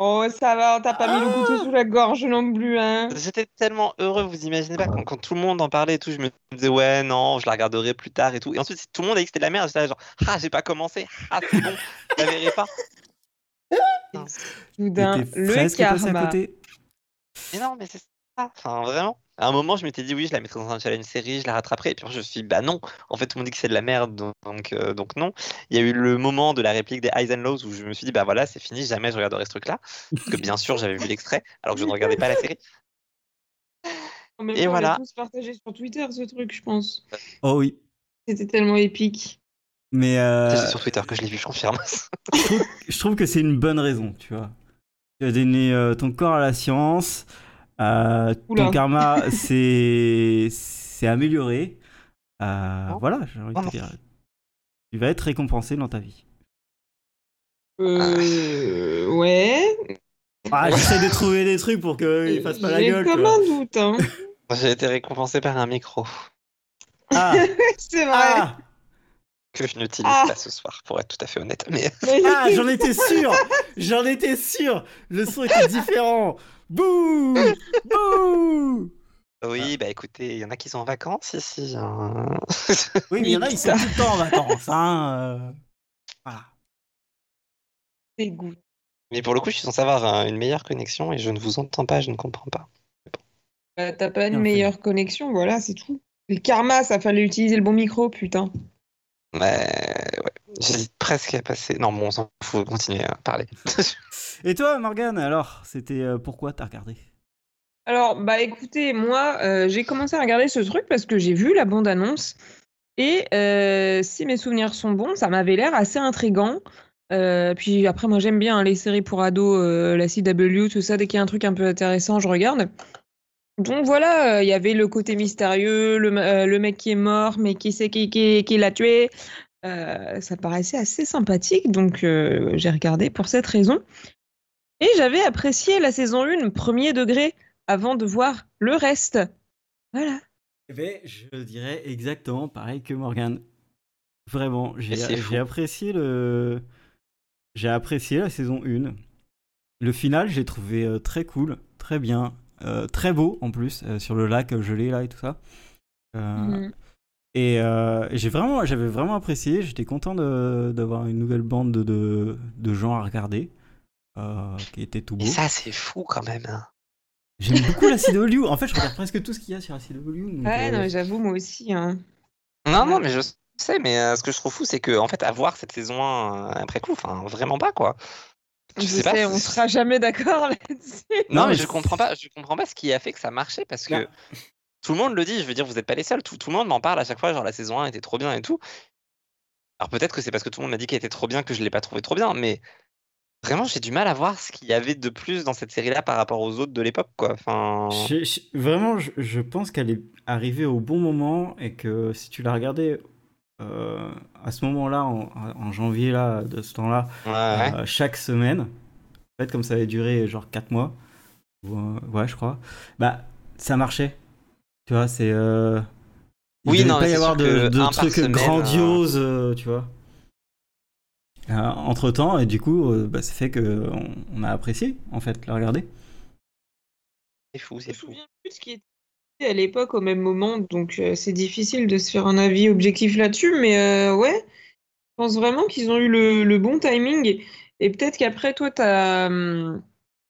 [SPEAKER 3] Oh, ça va, t'as pas mis le
[SPEAKER 2] Ah.
[SPEAKER 3] couteau sous la gorge non plus, hein.
[SPEAKER 2] [LAUGHS] J'étais tellement heureux, vous imaginez
[SPEAKER 1] Ah.
[SPEAKER 2] pas, quand, quand tout le monde en parlait et tout, je me disais, ouais, non, je la regarderai plus tard et tout. Et ensuite, si tout le monde a dit que c'était de la merde, j'étais là, genre, ah, j'ai pas commencé, ah, c'est bon, je la verrai pas.
[SPEAKER 1] [LAUGHS]
[SPEAKER 3] Soudain,
[SPEAKER 1] T'étais
[SPEAKER 3] ben, le
[SPEAKER 1] presque passé à
[SPEAKER 3] karma.
[SPEAKER 1] côté.
[SPEAKER 2] Mais non, mais c'est ça, enfin, vraiment. À un moment, je m'étais dit, oui, je la mettrai dans un challenge série, je la rattraperai. Et puis, je me suis dit, bah non, en fait, tout le monde dit que c'est de la merde, donc, euh, donc non. Il y a eu le moment de la réplique des Highs and Lows où je me suis dit, bah voilà, c'est fini, jamais je regarderai ce truc-là. Parce que bien sûr, j'avais vu l'extrait, alors que je ne regardais pas la série.
[SPEAKER 3] En même temps,
[SPEAKER 2] Et
[SPEAKER 3] Oh, on
[SPEAKER 2] voilà.
[SPEAKER 3] l'a tous partagé sur Twitter, ce truc, je pense.
[SPEAKER 1] Oh oui.
[SPEAKER 3] C'était tellement épique.
[SPEAKER 1] Mais euh,
[SPEAKER 2] C'est sur Twitter que je l'ai vu, je confirme. [LAUGHS]
[SPEAKER 1] je, trouve, je trouve que c'est une bonne raison, tu vois. Tu as donné euh, ton corps à la science, euh, ton
[SPEAKER 3] Oula.
[SPEAKER 2] [LAUGHS]
[SPEAKER 1] karma s'est s'est amélioré. Euh,
[SPEAKER 2] Oh.
[SPEAKER 1] Voilà, j'ai envie de
[SPEAKER 2] Oh non.
[SPEAKER 1] te dire. Tu vas être récompensé dans ta vie.
[SPEAKER 3] Euh... Ouais.
[SPEAKER 1] Ah, j'essaie de trouver des trucs pour qu'il fasse pas la
[SPEAKER 3] J'ai
[SPEAKER 1] gueule. tu
[SPEAKER 3] comme
[SPEAKER 1] vois.
[SPEAKER 3] un doute, hein. [LAUGHS]
[SPEAKER 2] J'ai été récompensé par un micro [LAUGHS]
[SPEAKER 1] Ah,
[SPEAKER 3] C'est vrai.
[SPEAKER 1] ah,
[SPEAKER 2] que je n'utilise
[SPEAKER 3] Ah.
[SPEAKER 2] pas ce soir, pour être tout à fait honnête. Mais [LAUGHS]
[SPEAKER 3] Mais
[SPEAKER 1] ah,
[SPEAKER 3] j'étais-
[SPEAKER 1] j'en étais sûr J'en étais sûr Le son était différent Bouh Bouh
[SPEAKER 2] oui, bah écoutez, il y en a qui sont en vacances ici. hein.
[SPEAKER 1] Oui, mais il y en a, ils sont tout le temps en vacances. Hein. euh. Voilà.
[SPEAKER 3] C'est goût.
[SPEAKER 2] Mais pour le coup, je suis censé avoir euh, une meilleure connexion et je ne vous entends pas, je ne comprends pas.
[SPEAKER 3] Bah, t'as pas
[SPEAKER 1] Bien
[SPEAKER 3] une
[SPEAKER 1] fait.
[SPEAKER 3] meilleure connexion, voilà, c'est tout. Les karma, ça fallait utiliser le bon micro, putain.
[SPEAKER 2] Mais ouais, j'hésite presque à passer. Non, bon, on s'en fout, continuez à parler. [LAUGHS]
[SPEAKER 1] Et toi, Morgane, alors, c'était euh, pourquoi t'as regardé
[SPEAKER 3] Alors, bah écoutez, moi, euh, j'ai commencé à regarder ce truc parce que j'ai vu la bande-annonce. Et euh, si mes souvenirs sont bons, ça m'avait l'air assez intriguant. Euh, puis après, moi, j'aime bien hein, les séries pour ados, euh, la CW, tout ça. Dès qu'il y a un truc un peu intéressant, je regarde. Donc voilà, euh, il y avait le côté mystérieux, le, me- euh, le mec qui est mort, mais qui sait qui, qui, qui l'a tué. Euh, ça paraissait assez sympathique, donc euh, j'ai regardé pour cette raison. Et j'avais apprécié la saison 1, premier degré avant de voir le reste. Voilà.
[SPEAKER 1] Eh ben, je dirais exactement pareil que Morgane. Vraiment, j'ai
[SPEAKER 2] Et c'est fou.
[SPEAKER 1] j'ai apprécié le... J'ai apprécié la saison 1. Le final, j'ai trouvé euh, très cool, très bien, euh, très beau en plus, euh, sur le lac euh, gelé là et tout ça. Euh,
[SPEAKER 2] Ah.
[SPEAKER 3] Mhm.
[SPEAKER 1] Et euh, j'ai vraiment, j'avais vraiment apprécié. J'étais content de- d'avoir une nouvelle bande de, de, de gens à regarder, euh, qui était tout beau.
[SPEAKER 2] Et ça, c'est fou quand même. hein.
[SPEAKER 1] J'aime beaucoup la CW. En fait, je regarde presque tout ce qu'il y a sur la CW. donc,
[SPEAKER 3] Ouais,
[SPEAKER 1] euh,
[SPEAKER 3] non, mais j'avoue, moi aussi. hein.
[SPEAKER 2] Non, non, mais je sais, mais euh, ce que je trouve fou, c'est que, en fait, à voir cette saison 1 après coup, enfin, vraiment pas, quoi. Je sais pas,
[SPEAKER 3] on
[SPEAKER 2] c'est-
[SPEAKER 3] sera jamais d'accord [LAUGHS] là-dessus.
[SPEAKER 1] Non,
[SPEAKER 2] Non, mais
[SPEAKER 1] mais
[SPEAKER 2] je
[SPEAKER 1] c'est-
[SPEAKER 2] comprends pas, je comprends pas ce qui a fait que ça marchait parce que
[SPEAKER 1] Non.
[SPEAKER 2] tout le monde le dit, je veux dire, vous n'êtes pas les seuls, tout, tout le monde m'en parle à chaque fois, genre la saison 1 était trop bien et tout. Alors peut-être que c'est parce que tout le monde m'a dit qu'elle était trop bien que je l'ai pas trouvé trop bien, mais vraiment j'ai du mal à voir ce qu'il y avait de plus dans cette série-là par rapport aux autres de l'époque, quoi. Enfin,
[SPEAKER 1] Je- je- vraiment, je, je pense qu'elle est arrivée au bon moment et que si tu la regardais euh, à ce moment-là, en, en janvier là, de ce temps-là,
[SPEAKER 2] ouais, ouais.
[SPEAKER 1] euh, chaque semaine, en fait, comme ça avait duré euh, genre 4 mois, ou, euh, ouais, je crois, bah ça marchait. Tu vois, c'est. euh, il
[SPEAKER 2] Oui,
[SPEAKER 1] devait
[SPEAKER 2] non, mais
[SPEAKER 1] pas y
[SPEAKER 2] c'est
[SPEAKER 1] avoir
[SPEAKER 2] sûr que
[SPEAKER 1] de, de
[SPEAKER 2] un par
[SPEAKER 1] trucs
[SPEAKER 2] semaine,
[SPEAKER 1] grandioses, euh, tu vois. entre temps, et du coup, euh, bah, ça fait que on, on a apprécié en fait la regarder.
[SPEAKER 2] c'est fou,
[SPEAKER 3] Je
[SPEAKER 2] c'est
[SPEAKER 3] me
[SPEAKER 2] fou.
[SPEAKER 3] souviens plus de ce qui était à l'époque au même moment, donc euh, c'est difficile de se faire un avis objectif là-dessus, mais euh, ouais, je pense vraiment qu'ils ont eu le, le bon timing. Et peut-être qu'après, toi, t'as. hum,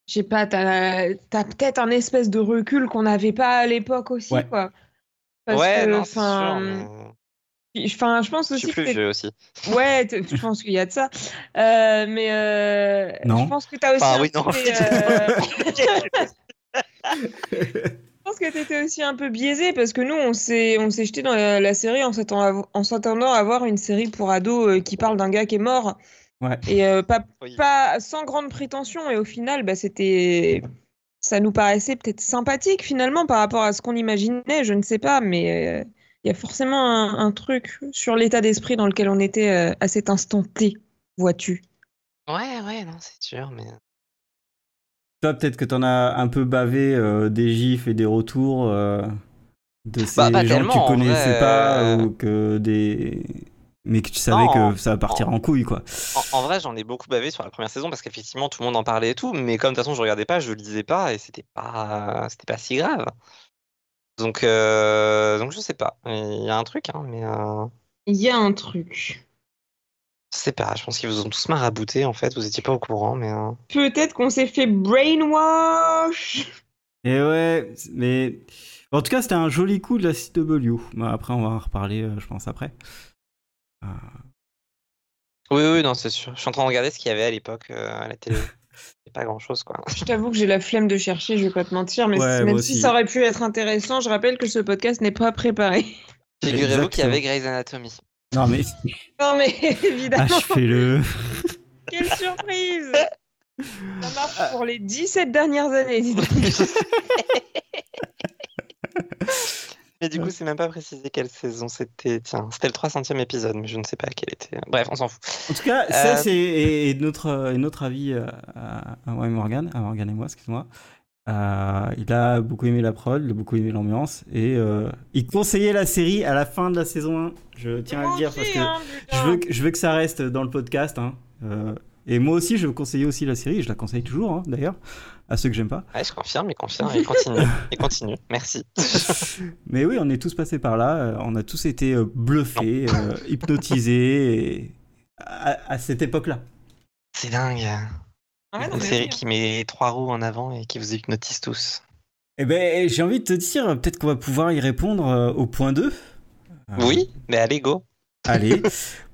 [SPEAKER 3] Je sais pas, t'as as, peut-être un espèce de recul qu'on n'avait pas à l'époque aussi,
[SPEAKER 1] Ouais.
[SPEAKER 3] quoi. Parce
[SPEAKER 2] Ouais,
[SPEAKER 3] que,
[SPEAKER 2] non, c'est sûr,
[SPEAKER 3] enfin, hum,
[SPEAKER 2] mais
[SPEAKER 3] puis- enfin, je pense
[SPEAKER 2] je
[SPEAKER 3] aussi
[SPEAKER 2] suis
[SPEAKER 3] que
[SPEAKER 2] plus
[SPEAKER 3] t'es-
[SPEAKER 2] vieux
[SPEAKER 3] [LAUGHS]
[SPEAKER 2] aussi. [LAUGHS]
[SPEAKER 3] Ouais, t- je pense qu'il y a de ça. Euh, mais euh,
[SPEAKER 1] Non.
[SPEAKER 3] je pense que tu as aussi.
[SPEAKER 2] Enfin,
[SPEAKER 3] un
[SPEAKER 2] oui, non.
[SPEAKER 3] côté, euh, [LAUGHS] je pense que tu étais aussi un peu biaisé parce que nous, on s'est on s'est jeté dans la, la série en s'attend- en s'attendant à, voir une série pour ados euh, qui parle d'un gars qui est mort.
[SPEAKER 1] Ouais.
[SPEAKER 3] Et euh, pas,
[SPEAKER 2] Oui.
[SPEAKER 3] pas sans grande prétention. Et au final, bah, c'était. Ça nous paraissait peut-être sympathique finalement par rapport à ce qu'on imaginait, je ne sais pas, mais euh, il y a forcément un, un truc sur l'état d'esprit dans lequel on était euh, à cet instant T, vois-tu.
[SPEAKER 2] Ouais, ouais, non, c'est sûr, mais
[SPEAKER 1] Toi, peut-être que t'en as un peu bavé euh, des gifs et des retours. euh, de ces
[SPEAKER 2] Bah, pas
[SPEAKER 1] gens que tu
[SPEAKER 2] tellement, en
[SPEAKER 1] connaissais
[SPEAKER 2] vrai,
[SPEAKER 1] pas
[SPEAKER 2] euh.
[SPEAKER 1] ou que des mais que tu savais
[SPEAKER 2] Non,
[SPEAKER 1] que ça va partir
[SPEAKER 2] en-
[SPEAKER 1] en couille quoi.
[SPEAKER 2] En, en vrai, j'en ai beaucoup bavé sur la première saison parce qu'effectivement, tout le monde en parlait et tout, mais comme de toute façon, je regardais pas, je lisais pas et c'était pas, c'était pas si grave. Donc, euh, donc je sais pas. Il y a un truc, hein, mais euh,
[SPEAKER 3] Il y a un truc.
[SPEAKER 2] je sais pas. Je pense qu'ils vous ont tous marabouté en fait. Vous étiez pas au courant, mais euh,
[SPEAKER 3] Peut-être qu'on s'est fait brainwash.
[SPEAKER 1] Et ouais, mais en tout cas, c'était un joli coup de la CW. Bah, après, on va en reparler, euh, je pense après.
[SPEAKER 2] oui, oui, non, c'est sûr. Je suis en train de regarder ce qu'il y avait à l'époque euh, à la télé. [LAUGHS] C'était pas grand chose, quoi.
[SPEAKER 3] Je t'avoue que j'ai la flemme de chercher, je vais pas te mentir, mais
[SPEAKER 1] Ouais,
[SPEAKER 3] même
[SPEAKER 1] moi
[SPEAKER 3] si
[SPEAKER 1] aussi.
[SPEAKER 3] ça aurait pu être intéressant, je rappelle que ce podcast n'est pas préparé. [LAUGHS]
[SPEAKER 2] Figurez-vous qu'il
[SPEAKER 1] Exactement.
[SPEAKER 2] y avait Grey's Anatomy.
[SPEAKER 1] Non [LAUGHS] mais
[SPEAKER 3] Non mais
[SPEAKER 1] Ah,
[SPEAKER 3] évidemment,
[SPEAKER 1] achevez-le.
[SPEAKER 3] quelle surprise Ça marche pour les 17 dernières années. dis donc.
[SPEAKER 2] Mais du coup, c'est même pas précisé quelle saison c'était. Tiens, c'était le 300e épisode, mais je ne sais pas quel était. Bref, on s'en fout.
[SPEAKER 1] [LAUGHS] En tout cas, ça
[SPEAKER 2] Euh,
[SPEAKER 1] c'est et, et notre euh, et notre avis euh, à, à moi et Morgan, à Morgan et moi, excuse-moi. Euh, il a beaucoup aimé la prod, il a beaucoup aimé l'ambiance et euh, il conseillait la série à la fin de la saison 1. Je tiens à le dire parce que
[SPEAKER 3] Hein,
[SPEAKER 1] je
[SPEAKER 3] putain.
[SPEAKER 1] veux que, je veux que ça reste dans le podcast. hein. Euh, et moi aussi, je veux conseiller aussi la série. Je la conseille toujours, hein, d'ailleurs, à ceux que j'aime pas.
[SPEAKER 2] Ouais, Ah, je confirme, il confirme, il continue, il continue. Merci.
[SPEAKER 1] [LAUGHS] Mais oui, on est tous passés par là. euh, On a tous été euh, bluffés, euh, hypnotisés et- à, à cette époque-là.
[SPEAKER 2] [LAUGHS] C'est dingue.
[SPEAKER 3] Ah ouais, non,
[SPEAKER 2] Une
[SPEAKER 3] mais
[SPEAKER 2] série
[SPEAKER 3] oui.
[SPEAKER 2] qui met trois roues en avant et qui vous hypnotise tous.
[SPEAKER 1] Eh ben, j'ai envie de te dire, peut-être qu'on va pouvoir y répondre euh, au point 2. Euh,
[SPEAKER 2] Oui, mais allez, go. [LAUGHS]
[SPEAKER 1] Allez.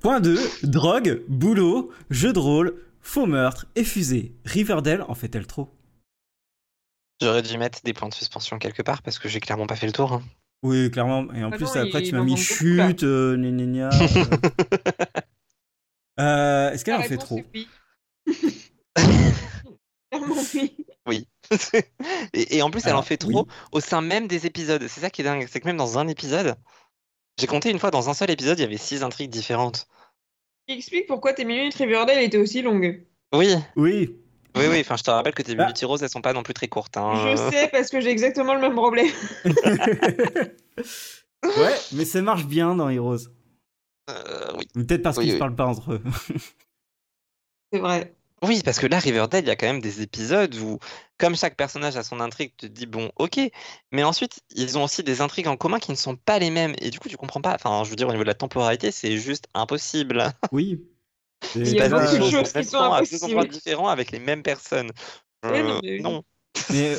[SPEAKER 1] Point 2, drogue, boulot, jeu de rôle, faux meurtre et fusée. Riverdale en fait-elle trop
[SPEAKER 2] J'aurais dû mettre des points de suspension quelque part parce que j'ai clairement pas fait le tour. hein. [LAUGHS]
[SPEAKER 1] Oui, clairement. Et en
[SPEAKER 3] Ah
[SPEAKER 1] plus,
[SPEAKER 3] non,
[SPEAKER 1] après,
[SPEAKER 3] il-
[SPEAKER 1] tu
[SPEAKER 3] il
[SPEAKER 1] m'as
[SPEAKER 3] en
[SPEAKER 1] mis
[SPEAKER 3] manque beaucoup, là.
[SPEAKER 1] chute, euh, gna gna
[SPEAKER 2] [LAUGHS]
[SPEAKER 1] gna, euh. Euh, Est-ce qu'elle
[SPEAKER 3] La
[SPEAKER 1] en fait
[SPEAKER 3] réponse
[SPEAKER 1] trop
[SPEAKER 3] est oui. [LAUGHS] Clairement oui.
[SPEAKER 2] et, et en plus, elle en
[SPEAKER 1] Alors,
[SPEAKER 2] fait
[SPEAKER 1] oui.
[SPEAKER 2] trop au sein même des épisodes. C'est ça qui est dingue, c'est que même dans un épisode, j'ai compté une fois, dans un seul épisode, il y avait six intrigues différentes.
[SPEAKER 3] Qui explique pourquoi tes minutes Riverdale étaient aussi longues.
[SPEAKER 2] Oui,
[SPEAKER 1] Oui.
[SPEAKER 2] oui, oui. Enfin, je te rappelle que tes
[SPEAKER 1] Ah.
[SPEAKER 2] multi roses, elles sont pas non plus très courtes. hein.
[SPEAKER 3] Bah. Je sais parce que j'ai exactement le même problème. [LAUGHS]
[SPEAKER 1] [LAUGHS] ouais, mais ça marche bien dans Heroes.
[SPEAKER 2] Euh, oui.
[SPEAKER 1] Mais Peut-être parce
[SPEAKER 2] Oui,
[SPEAKER 1] qu'ils se
[SPEAKER 2] oui.
[SPEAKER 1] parlent pas entre eux. [LAUGHS]
[SPEAKER 3] C'est vrai.
[SPEAKER 2] Oui, parce que là, Riverdale, il y a quand même des épisodes où, comme chaque personnage a son intrigue, tu te dis, bon, ok, mais ensuite, ils ont aussi des intrigues en commun qui ne sont pas les mêmes. Et du coup, tu comprends pas. Enfin, je veux dire, au niveau de la temporalité, c'est juste impossible.
[SPEAKER 1] Oui.
[SPEAKER 3] Il
[SPEAKER 1] Et
[SPEAKER 3] y a
[SPEAKER 1] pas-
[SPEAKER 2] des
[SPEAKER 3] beaucoup de
[SPEAKER 2] choses
[SPEAKER 3] choses
[SPEAKER 2] en
[SPEAKER 3] qui
[SPEAKER 2] même
[SPEAKER 3] sont
[SPEAKER 2] temps, à deux
[SPEAKER 3] impossibles.
[SPEAKER 2] endroits différents avec les mêmes personnes.
[SPEAKER 3] Oui, non,
[SPEAKER 2] Euh,
[SPEAKER 3] mais oui.
[SPEAKER 2] non.
[SPEAKER 1] Mais, euh,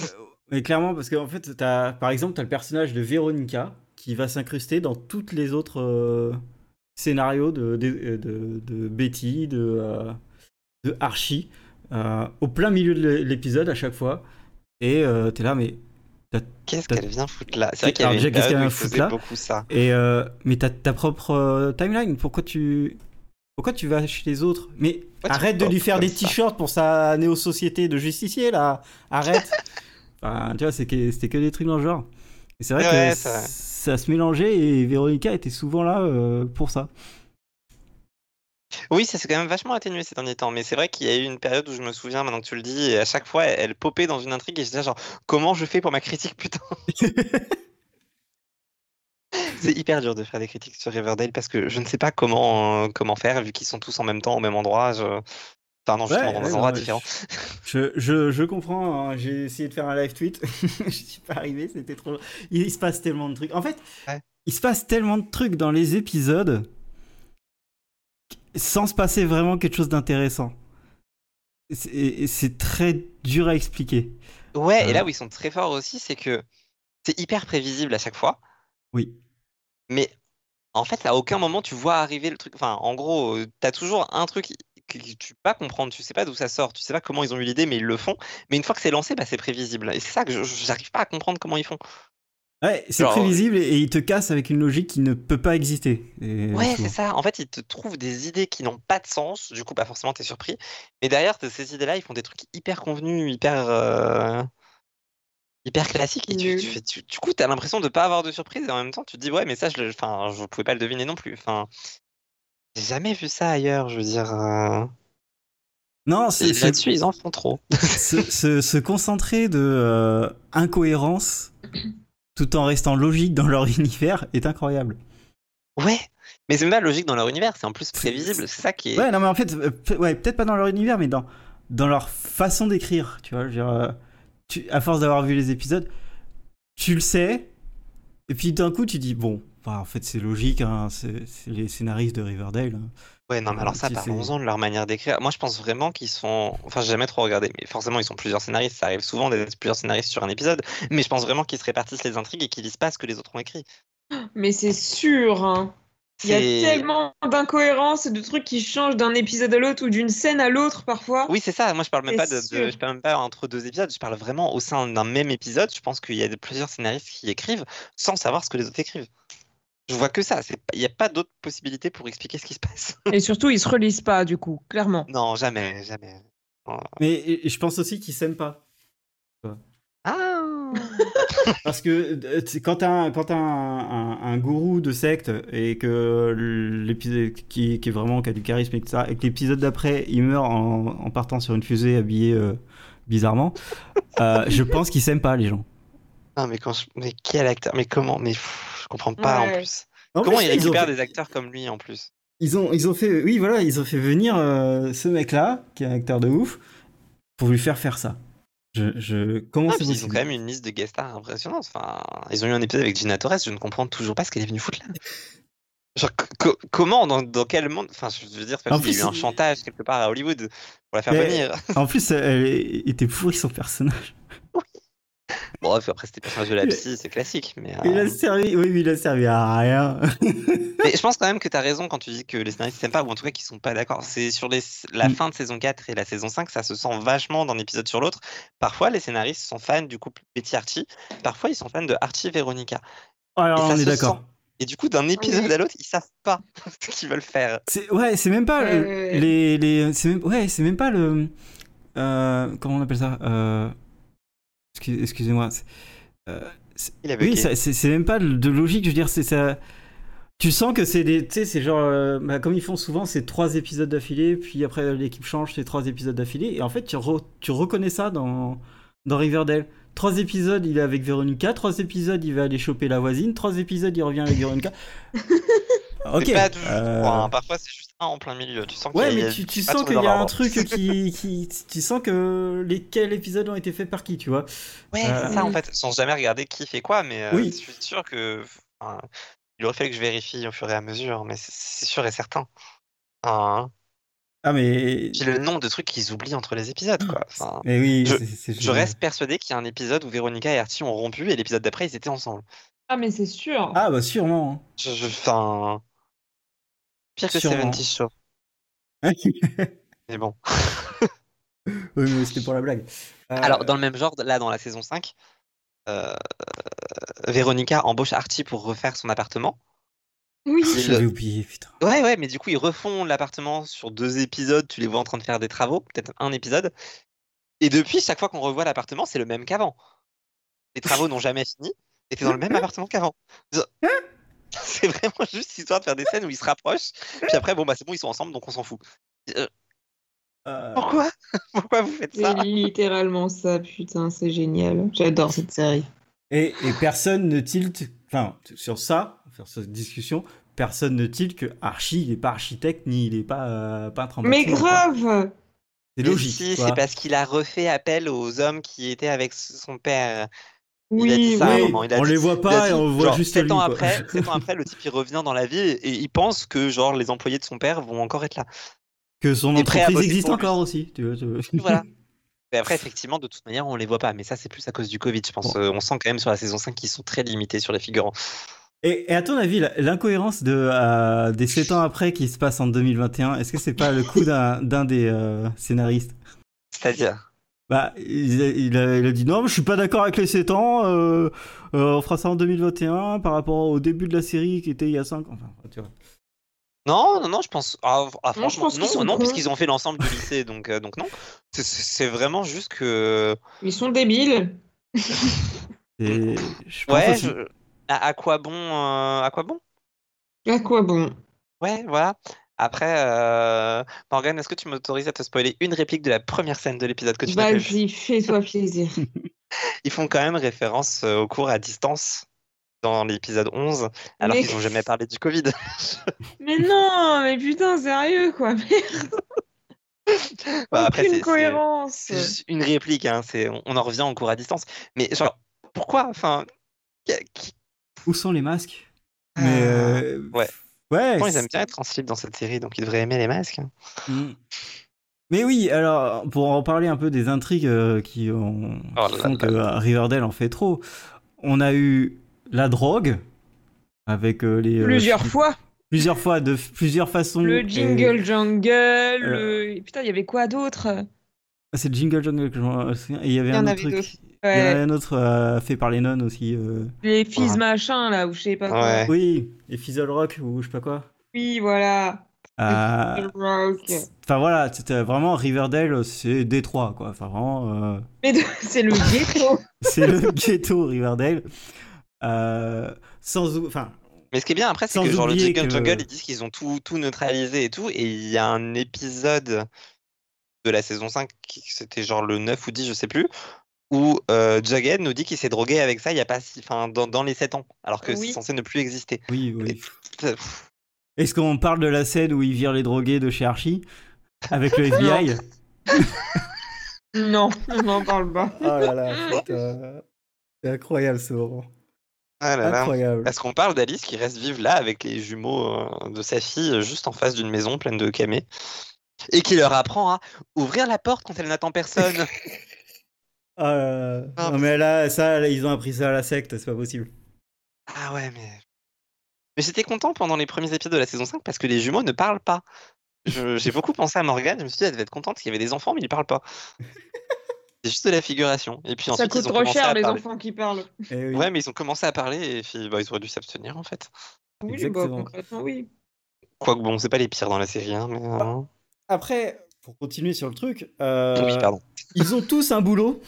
[SPEAKER 1] mais clairement, parce qu'en fait, as, par exemple, tu as le personnage de Véronica qui va s'incruster dans toutes les autres euh, scénarios de, de, de- de Betty, de, euh, de Archie, euh, au plein milieu de l'é- l'épisode à chaque fois. Et euh, t'es là, mais.
[SPEAKER 2] Qu'est-ce
[SPEAKER 1] T'as-
[SPEAKER 2] qu'elle vient foutre là C'est vrai qu'il y
[SPEAKER 1] Alors
[SPEAKER 2] avait
[SPEAKER 1] déjà,
[SPEAKER 2] une
[SPEAKER 1] qu'est-ce
[SPEAKER 2] période
[SPEAKER 1] qu'elle
[SPEAKER 2] où ils
[SPEAKER 1] vient foutre
[SPEAKER 2] faisaient
[SPEAKER 1] là
[SPEAKER 2] beaucoup ça.
[SPEAKER 1] Et euh, mais t'as ta propre euh, timeline. Pourquoi tu pourquoi tu vas chez les autres Mais
[SPEAKER 2] tu
[SPEAKER 1] arrête
[SPEAKER 2] fais
[SPEAKER 1] de
[SPEAKER 2] pas
[SPEAKER 1] lui faire
[SPEAKER 2] comme
[SPEAKER 1] des
[SPEAKER 2] ça
[SPEAKER 1] t-shirts pour sa néo-société de justicier là.
[SPEAKER 2] [LAUGHS]
[SPEAKER 1] Arrête. Enfin, tu vois, c'est que- c'était que des trucs dans le genre. Et c'est vrai que
[SPEAKER 2] Ouais, c'est vrai.
[SPEAKER 1] ça se mélangeait et Véronica était souvent là euh, pour
[SPEAKER 2] [LAUGHS]
[SPEAKER 1] ça.
[SPEAKER 2] Oui, ça s'est quand même vachement atténué ces derniers temps, mais c'est vrai qu'il y a eu une période où je me souviens, maintenant que tu le dis, et à chaque fois, elle, elle popait dans une intrigue et je disais genre, comment je fais pour ma critique, putain C'est hyper dur de faire des critiques sur Riverdale parce que je ne sais pas comment, euh, comment faire, vu qu'ils sont tous en même temps, au même endroit. Je... Enfin, non, justement,
[SPEAKER 1] Ouais,
[SPEAKER 2] dans
[SPEAKER 1] ouais,
[SPEAKER 2] des
[SPEAKER 1] non,
[SPEAKER 2] endroits
[SPEAKER 1] mais
[SPEAKER 2] différents.
[SPEAKER 1] Je, je, je comprends, hein. j'ai essayé de faire un live tweet, [LAUGHS] je suis pas arrivé, c'était trop long. Il, il se passe tellement de trucs. En fait,
[SPEAKER 2] Ouais.
[SPEAKER 1] il se passe tellement de trucs dans les épisodes sans se passer vraiment quelque chose d'intéressant. C'est- et C'est très dur à expliquer.
[SPEAKER 2] Ouais, et
[SPEAKER 1] Euh.
[SPEAKER 2] là où ils sont très forts aussi, c'est que c'est hyper prévisible à chaque fois,
[SPEAKER 1] Oui.
[SPEAKER 2] mais en fait, à aucun moment tu vois arriver le truc. Enfin, en gros, euh, t'as toujours un truc que que tu peux pas comprendre, tu sais pas d'où ça sort, tu sais pas comment ils ont eu l'idée, mais ils le font. Mais une fois que c'est lancé, bah, c'est prévisible. Et c'est ça que je- je- j'arrive pas à comprendre comment ils font.
[SPEAKER 1] Ouais, c'est
[SPEAKER 2] Genre- euh,
[SPEAKER 1] prévisible et, et il te casse avec une logique qui ne peut pas exister. Et,
[SPEAKER 2] Ouais,
[SPEAKER 1] souvent.
[SPEAKER 2] c'est ça. En fait, ils te trouvent des idées qui n'ont pas de sens. Du coup, pas forcément, t'es surpris. Mais derrière de ces idées-là, ils font des trucs hyper convenus, hyper. euh, hyper classiques. Et tu, tu
[SPEAKER 3] Nul.
[SPEAKER 2] fais- tu- du coup, t'as l'impression de pas avoir de surprise. Et en même temps, tu te dis, ouais, mais ça, je, le, enfin, je pouvais pas le deviner non plus. Enfin. J'ai jamais vu ça ailleurs, je veux dire. euh,
[SPEAKER 1] Non,
[SPEAKER 2] et
[SPEAKER 1] c'est c'est-
[SPEAKER 2] Là-dessus, ils en font trop.
[SPEAKER 1] se, se- se concentrer de euh, incohérence tout en restant logique dans leur [LAUGHS] univers est incroyable.
[SPEAKER 2] Ouais, mais c'est même pas logique dans leur univers, c'est en plus prévisible, c'est ça qui est.
[SPEAKER 1] Ouais, non, mais en fait, euh, pe- ouais, peut-être pas dans leur univers, mais dans, dans leur façon d'écrire, tu vois. je veux dire, euh, tu, à force d'avoir vu les épisodes, tu le sais, et puis d'un coup, tu dis, bon, bah, en fait, c'est logique, hein, c'est c'est les scénaristes de Riverdale. hein.
[SPEAKER 2] Ouais, non, mais alors ça,
[SPEAKER 1] Si c'est-
[SPEAKER 2] parlons-en de leur manière d'écrire. Moi, je pense vraiment qu'ils sont. Enfin, j'ai jamais trop regardé, mais forcément, ils sont plusieurs scénaristes. Ça arrive souvent d'être plusieurs scénaristes sur un épisode. Mais je pense vraiment qu'ils se répartissent les intrigues et qu'ils lisent pas ce que les autres ont écrit.
[SPEAKER 3] Mais c'est sûr, hein. Il y a
[SPEAKER 2] C'est-
[SPEAKER 3] tellement d'incohérences et de trucs qui changent d'un épisode à l'autre ou d'une scène à l'autre parfois.
[SPEAKER 2] Oui, c'est ça. Moi, je parle même
[SPEAKER 3] C'est
[SPEAKER 2] pas de, de-
[SPEAKER 3] sûr.
[SPEAKER 2] je parle même pas entre deux épisodes. Je parle vraiment au sein d'un même épisode. Je pense qu'il y a de- plusieurs scénaristes qui écrivent sans savoir ce que les autres écrivent. Je vois que ça. C'est pas- Il n'y a pas d'autre possibilité pour expliquer ce qui se passe. [LAUGHS]
[SPEAKER 3] Et surtout, ils se relisent pas, du coup, clairement.
[SPEAKER 2] non, jamais, jamais.
[SPEAKER 1] Mais et- et je pense aussi qu'ils s'aiment pas.
[SPEAKER 2] Ah.
[SPEAKER 1] Parce que euh, tu sais, quand t'as un, quand t'as un, un- un gourou de secte et que l'épisode qui, qui est vraiment qui a du charisme et que ça, et que l'épisode d'après il meurt en, en partant sur une fusée habillée euh, bizarrement, euh, je pense qu'ils s'aiment pas les gens.
[SPEAKER 2] Non, mais quand je- mais quel acteur Mais comment Mais pff, je comprends pas en
[SPEAKER 3] Ouais.
[SPEAKER 2] plus.
[SPEAKER 1] En
[SPEAKER 2] Comment
[SPEAKER 1] plus, ils
[SPEAKER 2] il
[SPEAKER 1] ont,
[SPEAKER 2] récupère
[SPEAKER 1] fait-
[SPEAKER 2] des acteurs comme lui en plus
[SPEAKER 1] ils ont ils ont fait oui voilà ils ont fait venir euh, ce mec là qui est un acteur de ouf pour lui faire faire ça. Je, je comment
[SPEAKER 2] Ah,
[SPEAKER 1] c'est
[SPEAKER 2] puis Ils ont
[SPEAKER 1] possible
[SPEAKER 2] quand même une liste de guest stars impressionnante. Enfin, ils ont eu un épisode avec Gina Torres, je ne comprends toujours pas ce qu'elle est venue foutre là. Genre, co- co- comment, dans, dans quel monde Enfin, je veux dire, c'est
[SPEAKER 1] En
[SPEAKER 2] pas possible, il y a eu un
[SPEAKER 1] plus,
[SPEAKER 2] chantage quelque part à Hollywood pour la faire
[SPEAKER 1] Mais-
[SPEAKER 2] venir.
[SPEAKER 1] En plus elle était pourrie son personnage.
[SPEAKER 2] Bon, puis après, c'était
[SPEAKER 1] [LAUGHS]
[SPEAKER 2] le personnage de la psy, c'est classique. Mais, euh,
[SPEAKER 1] Il a servi oui mais il a servi à rien.
[SPEAKER 2] mais je pense quand même que tu as raison quand tu dis que les scénaristes s'aiment pas, ou en tout cas qu'ils sont pas d'accord. C'est sur les... la
[SPEAKER 1] Mm.
[SPEAKER 2] fin de saison 4 et la saison 5, ça se sent vachement d'un épisode sur l'autre. Parfois, les scénaristes sont fans du couple Betty-Archie, parfois, ils sont fans de Archie-Véronica.
[SPEAKER 1] Alors
[SPEAKER 2] ça
[SPEAKER 1] on est
[SPEAKER 2] se
[SPEAKER 1] d'accord.
[SPEAKER 2] sent. Et du coup, d'un épisode à l'autre, ils savent pas [LAUGHS] ce qu'ils veulent faire.
[SPEAKER 1] C'est ouais, c'est même pas
[SPEAKER 3] Ouais,
[SPEAKER 1] le-
[SPEAKER 3] ouais, ouais.
[SPEAKER 1] les les c'est même ouais, c'est même pas le euh, comment on appelle ça euh, excuse- excusez-moi. c'est- euh, c'est-
[SPEAKER 2] Il a
[SPEAKER 1] oui,
[SPEAKER 2] bugué.
[SPEAKER 1] ça- c'est c'est même pas de logique, je veux dire, c'est ça tu sens que c'est des tu sais c'est genre euh, bah, comme ils font souvent, c'est trois épisodes d'affilée puis après l'équipe change, c'est trois épisodes d'affilée et en fait tu re- tu reconnais ça dans dans Riverdale. Trois épisodes, il est avec Veronica. Trois épisodes, il va aller choper la voisine. Trois épisodes, il revient avec
[SPEAKER 2] [LAUGHS]
[SPEAKER 1] Veronica.
[SPEAKER 2] C'est
[SPEAKER 1] ok.
[SPEAKER 2] pas toujours
[SPEAKER 1] euh,
[SPEAKER 2] trois, hein. Parfois, c'est juste un en plein milieu. Tu sens qu'il y a-
[SPEAKER 1] Ouais,
[SPEAKER 2] il y a
[SPEAKER 1] mais tu, tu
[SPEAKER 2] pas
[SPEAKER 1] sens
[SPEAKER 2] tout
[SPEAKER 1] qu'il
[SPEAKER 2] dans
[SPEAKER 1] y a un
[SPEAKER 2] l'ordre.
[SPEAKER 1] truc qui, qui. Tu sens que les, quels épisodes ont été faits par qui, tu vois.
[SPEAKER 2] Ouais,
[SPEAKER 1] Euh,
[SPEAKER 2] c'est ça en fait. Sans jamais regarder qui fait quoi, mais euh,
[SPEAKER 1] Oui.
[SPEAKER 2] je suis sûr que. enfin, il aurait fallu que je vérifie au fur et à mesure, mais c'est- c'est sûr et certain. Hein.
[SPEAKER 1] Ah, mais.
[SPEAKER 2] Puis le nombre de trucs qu'ils oublient entre les épisodes, quoi. Enfin,
[SPEAKER 1] Mais oui,
[SPEAKER 2] Je-
[SPEAKER 1] c'est- c'est
[SPEAKER 2] je
[SPEAKER 1] génial.
[SPEAKER 2] reste persuadé qu'il y a un épisode où Véronica et Artie ont rompu et l'épisode d'après, ils étaient ensemble.
[SPEAKER 3] Ah, mais c'est sûr.
[SPEAKER 1] Ah, bah sûrement.
[SPEAKER 2] Je, je- enfin, Pire que
[SPEAKER 1] Sûrement.
[SPEAKER 2] 70 Show.
[SPEAKER 1] hein. [LAUGHS]
[SPEAKER 2] Mais bon.
[SPEAKER 1] oui, mais c'était pour la blague. Euh,
[SPEAKER 2] Alors, dans le même genre, là, dans la saison 5, euh, Véronica embauche Archie pour refaire son appartement.
[SPEAKER 3] Oui.
[SPEAKER 1] J'avais oublié, putain.
[SPEAKER 2] Ouais, ouais, mais du coup, ils refont l'appartement sur deux épisodes. Tu les vois en train de faire des travaux, peut-être un épisode. Et depuis, chaque fois qu'on revoit l'appartement, c'est le même qu'avant. Les travaux n'ont jamais fini, et t'es dans le même appartement qu'avant. [LAUGHS] C'est vraiment juste histoire de faire des scènes où ils se rapprochent, puis après, bon, bah c'est bon, ils sont ensemble, donc on s'en fout.
[SPEAKER 1] Euh,
[SPEAKER 2] Pourquoi [LAUGHS] Pourquoi vous faites ça
[SPEAKER 3] C'est littéralement ça, putain, c'est génial. J'adore cette série.
[SPEAKER 1] Et, et personne ne tilte. Enfin, sur ça, sur cette discussion, personne ne tilte que Archie, il est pas architecte ni il est pas euh, peintre en
[SPEAKER 3] Mais
[SPEAKER 1] bâtiment, quoi.
[SPEAKER 3] grave
[SPEAKER 1] C'est
[SPEAKER 2] Mais
[SPEAKER 1] logique.
[SPEAKER 2] si,
[SPEAKER 1] quoi.
[SPEAKER 2] c'est parce qu'il a refait appel aux hommes qui étaient avec son père. Il a dit
[SPEAKER 3] Oui,
[SPEAKER 2] ça à un
[SPEAKER 3] oui.
[SPEAKER 2] moment, il a
[SPEAKER 1] on
[SPEAKER 2] dit-
[SPEAKER 1] les voit pas et on voit juste
[SPEAKER 2] sept
[SPEAKER 1] lui,
[SPEAKER 2] ans
[SPEAKER 1] quoi.
[SPEAKER 2] après,
[SPEAKER 1] [LAUGHS]
[SPEAKER 2] sept ans après, le type il revient dans la ville et il pense que genre les employés de son père vont encore être là.
[SPEAKER 1] Que son
[SPEAKER 2] est prêt à
[SPEAKER 1] entreprise
[SPEAKER 2] bosser
[SPEAKER 1] existe
[SPEAKER 2] pour lui.
[SPEAKER 1] encore aussi. Tu vois, tu vois. [LAUGHS]
[SPEAKER 2] Voilà. Mais après, effectivement, de toute manière, on les voit pas. Mais ça, c'est plus à cause du Covid, je pense.
[SPEAKER 1] Bon.
[SPEAKER 2] Euh, on sent quand même sur la saison 5 qu'ils sont très limités sur les figurants.
[SPEAKER 1] Et, et à ton avis, la- l'incohérence de, euh, des 7 ans après qui se passe en 2021, est-ce que c'est pas le coup d'un d'un des euh, scénaristes
[SPEAKER 2] C'est-à-dire.
[SPEAKER 1] bah, il, a- il a, il a dit non, mais je suis pas d'accord avec les 7 ans, euh, euh, on fera ça en 2021 par rapport au début de la série qui était il y a 5 ans. Enfin, tu vois.
[SPEAKER 2] Non, non, non, je pense. Ah, ah,
[SPEAKER 3] Non, je
[SPEAKER 2] franchement,
[SPEAKER 3] pense qu'ils
[SPEAKER 2] non,
[SPEAKER 3] sont
[SPEAKER 2] non,
[SPEAKER 3] cons.
[SPEAKER 2] puisqu'ils ont fait l'ensemble du lycée, donc, euh, donc non. C'est- C'est c'est vraiment juste que.
[SPEAKER 3] Ils sont débiles.
[SPEAKER 1] Et je pense
[SPEAKER 2] Ouais,
[SPEAKER 1] aussi-
[SPEAKER 2] je- à, à quoi bon euh, À quoi bon
[SPEAKER 3] À quoi bon
[SPEAKER 2] Ouais, voilà. Après, euh... Morgane,
[SPEAKER 3] Bah,
[SPEAKER 2] est-ce que tu m'autorises à te spoiler une réplique de la première scène de l'épisode que tu n'as pas vu
[SPEAKER 3] Vas-y, fais-toi plaisir.
[SPEAKER 2] ils font quand même référence euh, aux cours à distance dans l'épisode 11, alors
[SPEAKER 3] Mais-
[SPEAKER 2] qu'ils n'ont jamais parlé du Covid. [LAUGHS]
[SPEAKER 3] Mais non, mais putain, sérieux quoi. [LAUGHS] Merde,
[SPEAKER 2] Bah, après, c'est-
[SPEAKER 3] aucune
[SPEAKER 2] c'est-
[SPEAKER 3] cohérence.
[SPEAKER 2] C'est juste une réplique, hein, c'est, on, on en revient en cours à distance. Mais genre, pourquoi enfin, qu'est- qu'est-
[SPEAKER 1] Où sont les masques Mais euh,
[SPEAKER 2] ouais.
[SPEAKER 1] Ouais.
[SPEAKER 2] Pourtant, ils aiment bien être en slip dans cette série, donc ils devraient aimer les masques. hein.
[SPEAKER 1] Mm. Mais oui, alors pour en parler un peu des intrigues euh, qui, ont,
[SPEAKER 2] Oh
[SPEAKER 1] qui
[SPEAKER 2] là
[SPEAKER 1] font
[SPEAKER 2] là
[SPEAKER 1] que euh, Riverdale en fait trop, on a eu la drogue avec euh, les euh,
[SPEAKER 3] Plusieurs fois.
[SPEAKER 1] plusieurs fois de f- plusieurs façons.
[SPEAKER 3] Le
[SPEAKER 1] et- Euh,
[SPEAKER 3] jingle jungle, le... putain, il y avait quoi d'autre
[SPEAKER 1] Ah, C'est le jingle jungle que je m'en souviens. Et il y avait
[SPEAKER 3] Il y en
[SPEAKER 1] un autre
[SPEAKER 3] avait
[SPEAKER 1] truc.
[SPEAKER 3] d'autres.
[SPEAKER 1] Il y en
[SPEAKER 3] Ouais,
[SPEAKER 1] avait un autre euh, fait par les nonnes aussi. euh.
[SPEAKER 3] Les fils
[SPEAKER 2] Ouais.
[SPEAKER 3] machin là, ou je sais pas quoi.
[SPEAKER 2] Ouais.
[SPEAKER 1] Oui, les Fizzle Rock ou je sais pas quoi.
[SPEAKER 3] Oui, voilà.
[SPEAKER 1] Euh,
[SPEAKER 3] Le rock.
[SPEAKER 1] Enfin voilà, c'était vraiment Riverdale, c'est Détroit quoi. Enfin vraiment, euh,
[SPEAKER 3] Mais de- [LAUGHS] c'est le
[SPEAKER 2] [LAUGHS]
[SPEAKER 3] ghetto.
[SPEAKER 1] [LAUGHS] c'est le ghetto Riverdale. Euh, sans ou- enfin
[SPEAKER 2] Mais ce qui est bien après, c'est
[SPEAKER 1] Sans
[SPEAKER 2] que genre le
[SPEAKER 1] oublier
[SPEAKER 2] Jingle
[SPEAKER 1] que-
[SPEAKER 2] Jungle, ils disent qu'ils ont tout, tout neutralisé et tout, et il y a un épisode de la saison 5, qui- c'était genre le 9 ou 10, je sais plus, où euh, Jughead nous dit qu'il s'est drogué avec ça il y a pas si, enfin, dans, dans les 7 ans, alors que
[SPEAKER 3] Oui.
[SPEAKER 2] c'est censé ne plus exister.
[SPEAKER 1] oui oui.
[SPEAKER 2] Pff,
[SPEAKER 1] Est-ce qu'on parle de la scène où ils virent les drogués de chez Archie avec [LAUGHS] le FBI
[SPEAKER 3] non, on n'en parle pas.
[SPEAKER 1] Oh là là, putain. C'est incroyable ce moment. Bah,
[SPEAKER 2] ah là là.
[SPEAKER 1] Incroyable.
[SPEAKER 2] Parce qu'on parle d'Alice qui reste vive là avec les jumeaux euh, de sa fille euh, juste en face d'une maison pleine de camés et qui leur apprend à ouvrir la porte quand elle n'attend personne.
[SPEAKER 1] Oh là là.
[SPEAKER 2] Ah,
[SPEAKER 1] Non mais là, ça, là, ils ont appris ça à la secte, c'est pas possible.
[SPEAKER 2] ah ouais, mais. Mais j'étais content pendant les premiers épisodes de la saison 5 parce que les jumeaux ne parlent pas. Je- J'ai beaucoup pensé à Morgane, je me suis dit, elle devait être contente parce qu'il y avait des enfants, mais ils parlent pas. C'est juste de la figuration. Et puis
[SPEAKER 3] Ça
[SPEAKER 2] ensuite,
[SPEAKER 3] coûte
[SPEAKER 2] ils ont
[SPEAKER 3] trop
[SPEAKER 2] commencé
[SPEAKER 3] cher
[SPEAKER 2] à
[SPEAKER 3] les
[SPEAKER 2] parler.
[SPEAKER 3] enfants qui parlent.
[SPEAKER 1] Eh oui.
[SPEAKER 2] Ouais, mais ils ont commencé à parler et puis bah, ils auraient dû s'abstenir en fait.
[SPEAKER 3] Oui, bah,
[SPEAKER 1] Exactement.
[SPEAKER 3] concrètement, oui.
[SPEAKER 2] Quoique, bon, c'est pas les pires dans la série, hein, mais. euh,
[SPEAKER 1] Après, pour continuer sur le truc, euh,
[SPEAKER 2] Oui, pardon.
[SPEAKER 1] ils ont tous un boulot.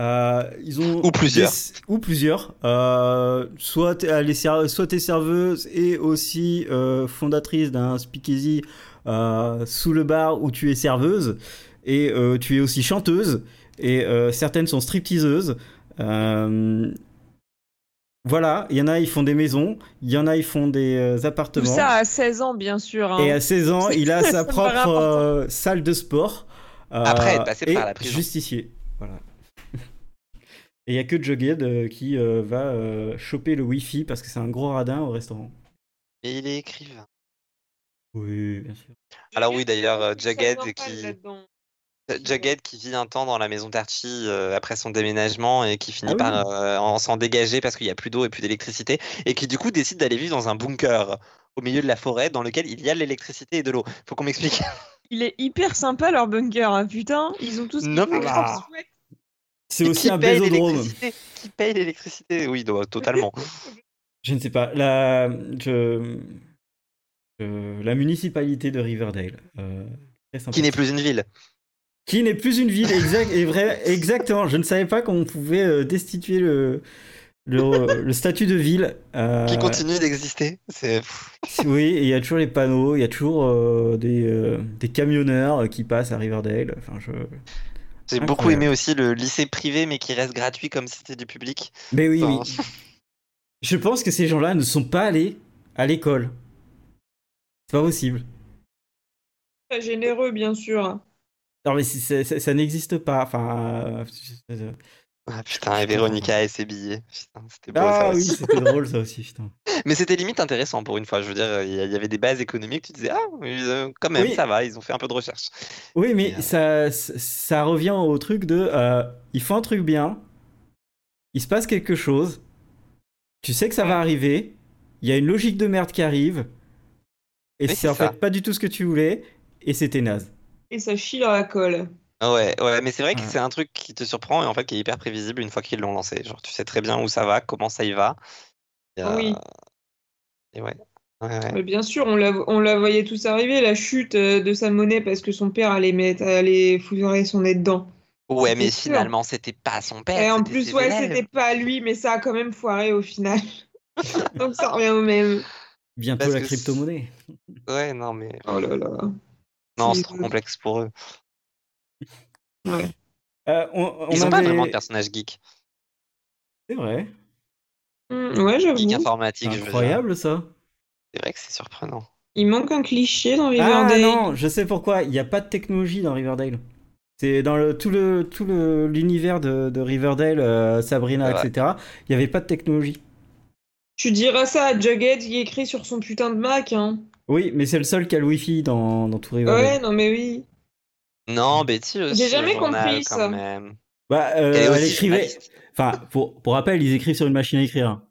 [SPEAKER 1] Euh, ils ont
[SPEAKER 2] Ou plusieurs.
[SPEAKER 1] ou plusieurs. Euh, soit t'es- elle est ser- soit t'es serveuse et aussi euh, fondatrice d'un speakeasy euh, sous le bar où tu es serveuse et euh, tu es aussi chanteuse et euh, certaines sont stripteaseuses. Euh, voilà, il y en a ils font des maisons, il y en a ils font des euh,
[SPEAKER 3] Tout
[SPEAKER 1] appartements.
[SPEAKER 3] ça à 16 ans, bien sûr. hein.
[SPEAKER 1] Et à 16 ans, il a
[SPEAKER 3] Ça
[SPEAKER 1] sa
[SPEAKER 3] me paraît
[SPEAKER 1] propre
[SPEAKER 3] important.
[SPEAKER 1] euh, salle de sport. euh,
[SPEAKER 2] Après être passé
[SPEAKER 1] et
[SPEAKER 2] par la prison.
[SPEAKER 1] Justicier. Voilà. [LAUGHS] Et il n'y a que Jughead euh, qui euh, va euh, choper le wifi parce que c'est un gros radin au restaurant.
[SPEAKER 2] Et il est écrivain.
[SPEAKER 1] Oui, bien sûr.
[SPEAKER 2] Alors oui, d'ailleurs, euh,
[SPEAKER 3] Ça
[SPEAKER 2] Jughead
[SPEAKER 3] doit pas
[SPEAKER 2] qui-
[SPEAKER 3] être là-dedans.
[SPEAKER 2] Jughead qui vit un temps dans la maison d'Archie euh, après son déménagement et qui finit
[SPEAKER 1] Ah oui.
[SPEAKER 2] par euh, en s'en dégager parce qu'il n'y a plus d'eau et plus d'électricité et qui du coup décide d'aller vivre dans un bunker au milieu de la forêt dans lequel il y a de l'électricité et de l'eau. Faut qu'on m'explique.
[SPEAKER 3] Il est hyper sympa leur bunker, hein, putain. Ils ont tous.
[SPEAKER 2] Non, mais-
[SPEAKER 3] ils ont leur sweat.
[SPEAKER 1] C'est aussi
[SPEAKER 2] qui
[SPEAKER 1] un
[SPEAKER 2] paye
[SPEAKER 1] bésodrome.
[SPEAKER 2] l'électricité Qui paye l'électricité Oui,
[SPEAKER 1] [LAUGHS]
[SPEAKER 2] donc, totalement.
[SPEAKER 1] Je ne sais pas. La, je- je- la municipalité de Riverdale. euh, très sympa.
[SPEAKER 2] qui n'est plus une ville.
[SPEAKER 1] Qui n'est plus une ville, exact, et
[SPEAKER 2] [LAUGHS]
[SPEAKER 1] vrai, exactement. Je ne savais pas qu'on pouvait euh, destituer le, le, le statut de ville. euh,
[SPEAKER 2] Qui continue d'exister. C'est pff,
[SPEAKER 1] Oui, et il y a toujours les panneaux, il y a toujours euh, des, euh, des camionneurs euh, qui passent à Riverdale. Enfin, je...
[SPEAKER 2] j'ai
[SPEAKER 1] Incroyable.
[SPEAKER 2] beaucoup aimé aussi le lycée privé mais qui reste gratuit comme si c'était du public.
[SPEAKER 1] Mais oui,
[SPEAKER 2] Enfin,
[SPEAKER 1] oui. Je pense que ces gens-là ne sont pas allés à l'école. C'est pas possible.
[SPEAKER 3] Très généreux, bien sûr. hein.
[SPEAKER 1] Non, mais c'est- c'est- ça, ça n'existe pas. Enfin, euh, je-
[SPEAKER 2] ah, putain, et Véronica et ses billets. Putain, c'était beau ça
[SPEAKER 1] Ah oui,
[SPEAKER 2] aussi.
[SPEAKER 1] c'était drôle ça aussi, putain.
[SPEAKER 2] Mais c'était limite intéressant pour une fois. Je veux dire, euh, il y a- il y avait des bases économiques. Tu disais, ah, mais, euh, quand même,
[SPEAKER 1] Oui.
[SPEAKER 2] ça va, ils ont fait un peu de recherche.
[SPEAKER 1] Oui, mais
[SPEAKER 2] Et,
[SPEAKER 1] ça,
[SPEAKER 2] euh,
[SPEAKER 1] ça- ça revient au truc de. euh, il faut un truc bien, il se passe quelque chose, tu sais que ça va arriver, il y a une logique de merde qui arrive, et
[SPEAKER 2] Oui,
[SPEAKER 1] c'est
[SPEAKER 2] c'est
[SPEAKER 1] en
[SPEAKER 2] ça.
[SPEAKER 1] fait pas du tout ce que tu voulais, et c'était naze.
[SPEAKER 3] Et ça chie dans la colle.
[SPEAKER 2] Ah Ouais, ouais, mais c'est vrai que
[SPEAKER 1] Ouais.
[SPEAKER 2] c'est un truc qui te surprend et en fait qui est hyper prévisible une fois qu'ils l'ont lancé. Genre, tu sais très bien où ça va, comment ça y va. Et, euh,
[SPEAKER 3] Oui.
[SPEAKER 2] Et ouais. Ouais, ouais.
[SPEAKER 3] Mais bien sûr, on la, on la voyait tous arriver, la chute euh, de sa monnaie parce que son père allait mettre, allait fourrer son nez dedans.
[SPEAKER 2] Ouais, mais
[SPEAKER 3] sûr.
[SPEAKER 2] finalement, c'était pas son père.
[SPEAKER 3] Et en
[SPEAKER 2] c'était
[SPEAKER 3] plus,
[SPEAKER 2] ses
[SPEAKER 3] ouais,
[SPEAKER 2] élèves.
[SPEAKER 3] c'était pas lui, mais ça a quand même foiré au final. [LAUGHS] Donc ça revient au même.
[SPEAKER 1] Bientôt
[SPEAKER 2] Parce
[SPEAKER 1] la
[SPEAKER 2] que
[SPEAKER 1] crypto-monnaie.
[SPEAKER 2] Ouais, non, mais.
[SPEAKER 3] Oh là là.
[SPEAKER 2] Non,
[SPEAKER 3] c'est
[SPEAKER 2] c'est trop
[SPEAKER 3] rigolo.
[SPEAKER 2] complexe pour eux.
[SPEAKER 3] Ouais.
[SPEAKER 1] Euh, on,
[SPEAKER 2] Ils
[SPEAKER 1] on
[SPEAKER 2] n'ont pas
[SPEAKER 1] avait-
[SPEAKER 2] vraiment de personnage geek.
[SPEAKER 1] C'est vrai.
[SPEAKER 3] Mm, ouais, j'avoue.
[SPEAKER 2] Geek informatique, je veux dire.
[SPEAKER 1] Incroyable ça.
[SPEAKER 2] C'est vrai que c'est surprenant.
[SPEAKER 3] Il manque un cliché dans
[SPEAKER 1] Ah
[SPEAKER 3] Riverdale.
[SPEAKER 1] non, je sais pourquoi. Il n'y a pas de technologie dans Riverdale. C'est dans le, tout le tout le l'univers de, de Riverdale, euh, Sabrina,
[SPEAKER 2] C'est vrai.
[SPEAKER 1] etc. Il n'y avait pas de technologie.
[SPEAKER 3] Tu diras ça à Jughead, il écrit sur son putain de Mac. Hein.
[SPEAKER 1] Oui, mais c'est le seul qui a le Wi-Fi dans, dans tout Riverdale.
[SPEAKER 3] Ouais, non mais oui.
[SPEAKER 2] Non, Betty aussi.
[SPEAKER 3] J'ai jamais
[SPEAKER 2] le journal,
[SPEAKER 3] compris
[SPEAKER 2] quand
[SPEAKER 3] ça.
[SPEAKER 2] même.
[SPEAKER 1] Bah, euh,
[SPEAKER 2] Elle est
[SPEAKER 1] elle
[SPEAKER 2] aussi
[SPEAKER 1] écrivait.
[SPEAKER 2] journaliste.
[SPEAKER 1] Enfin, pour, pour rappel, ils écrivent sur une machine à écrire. hein.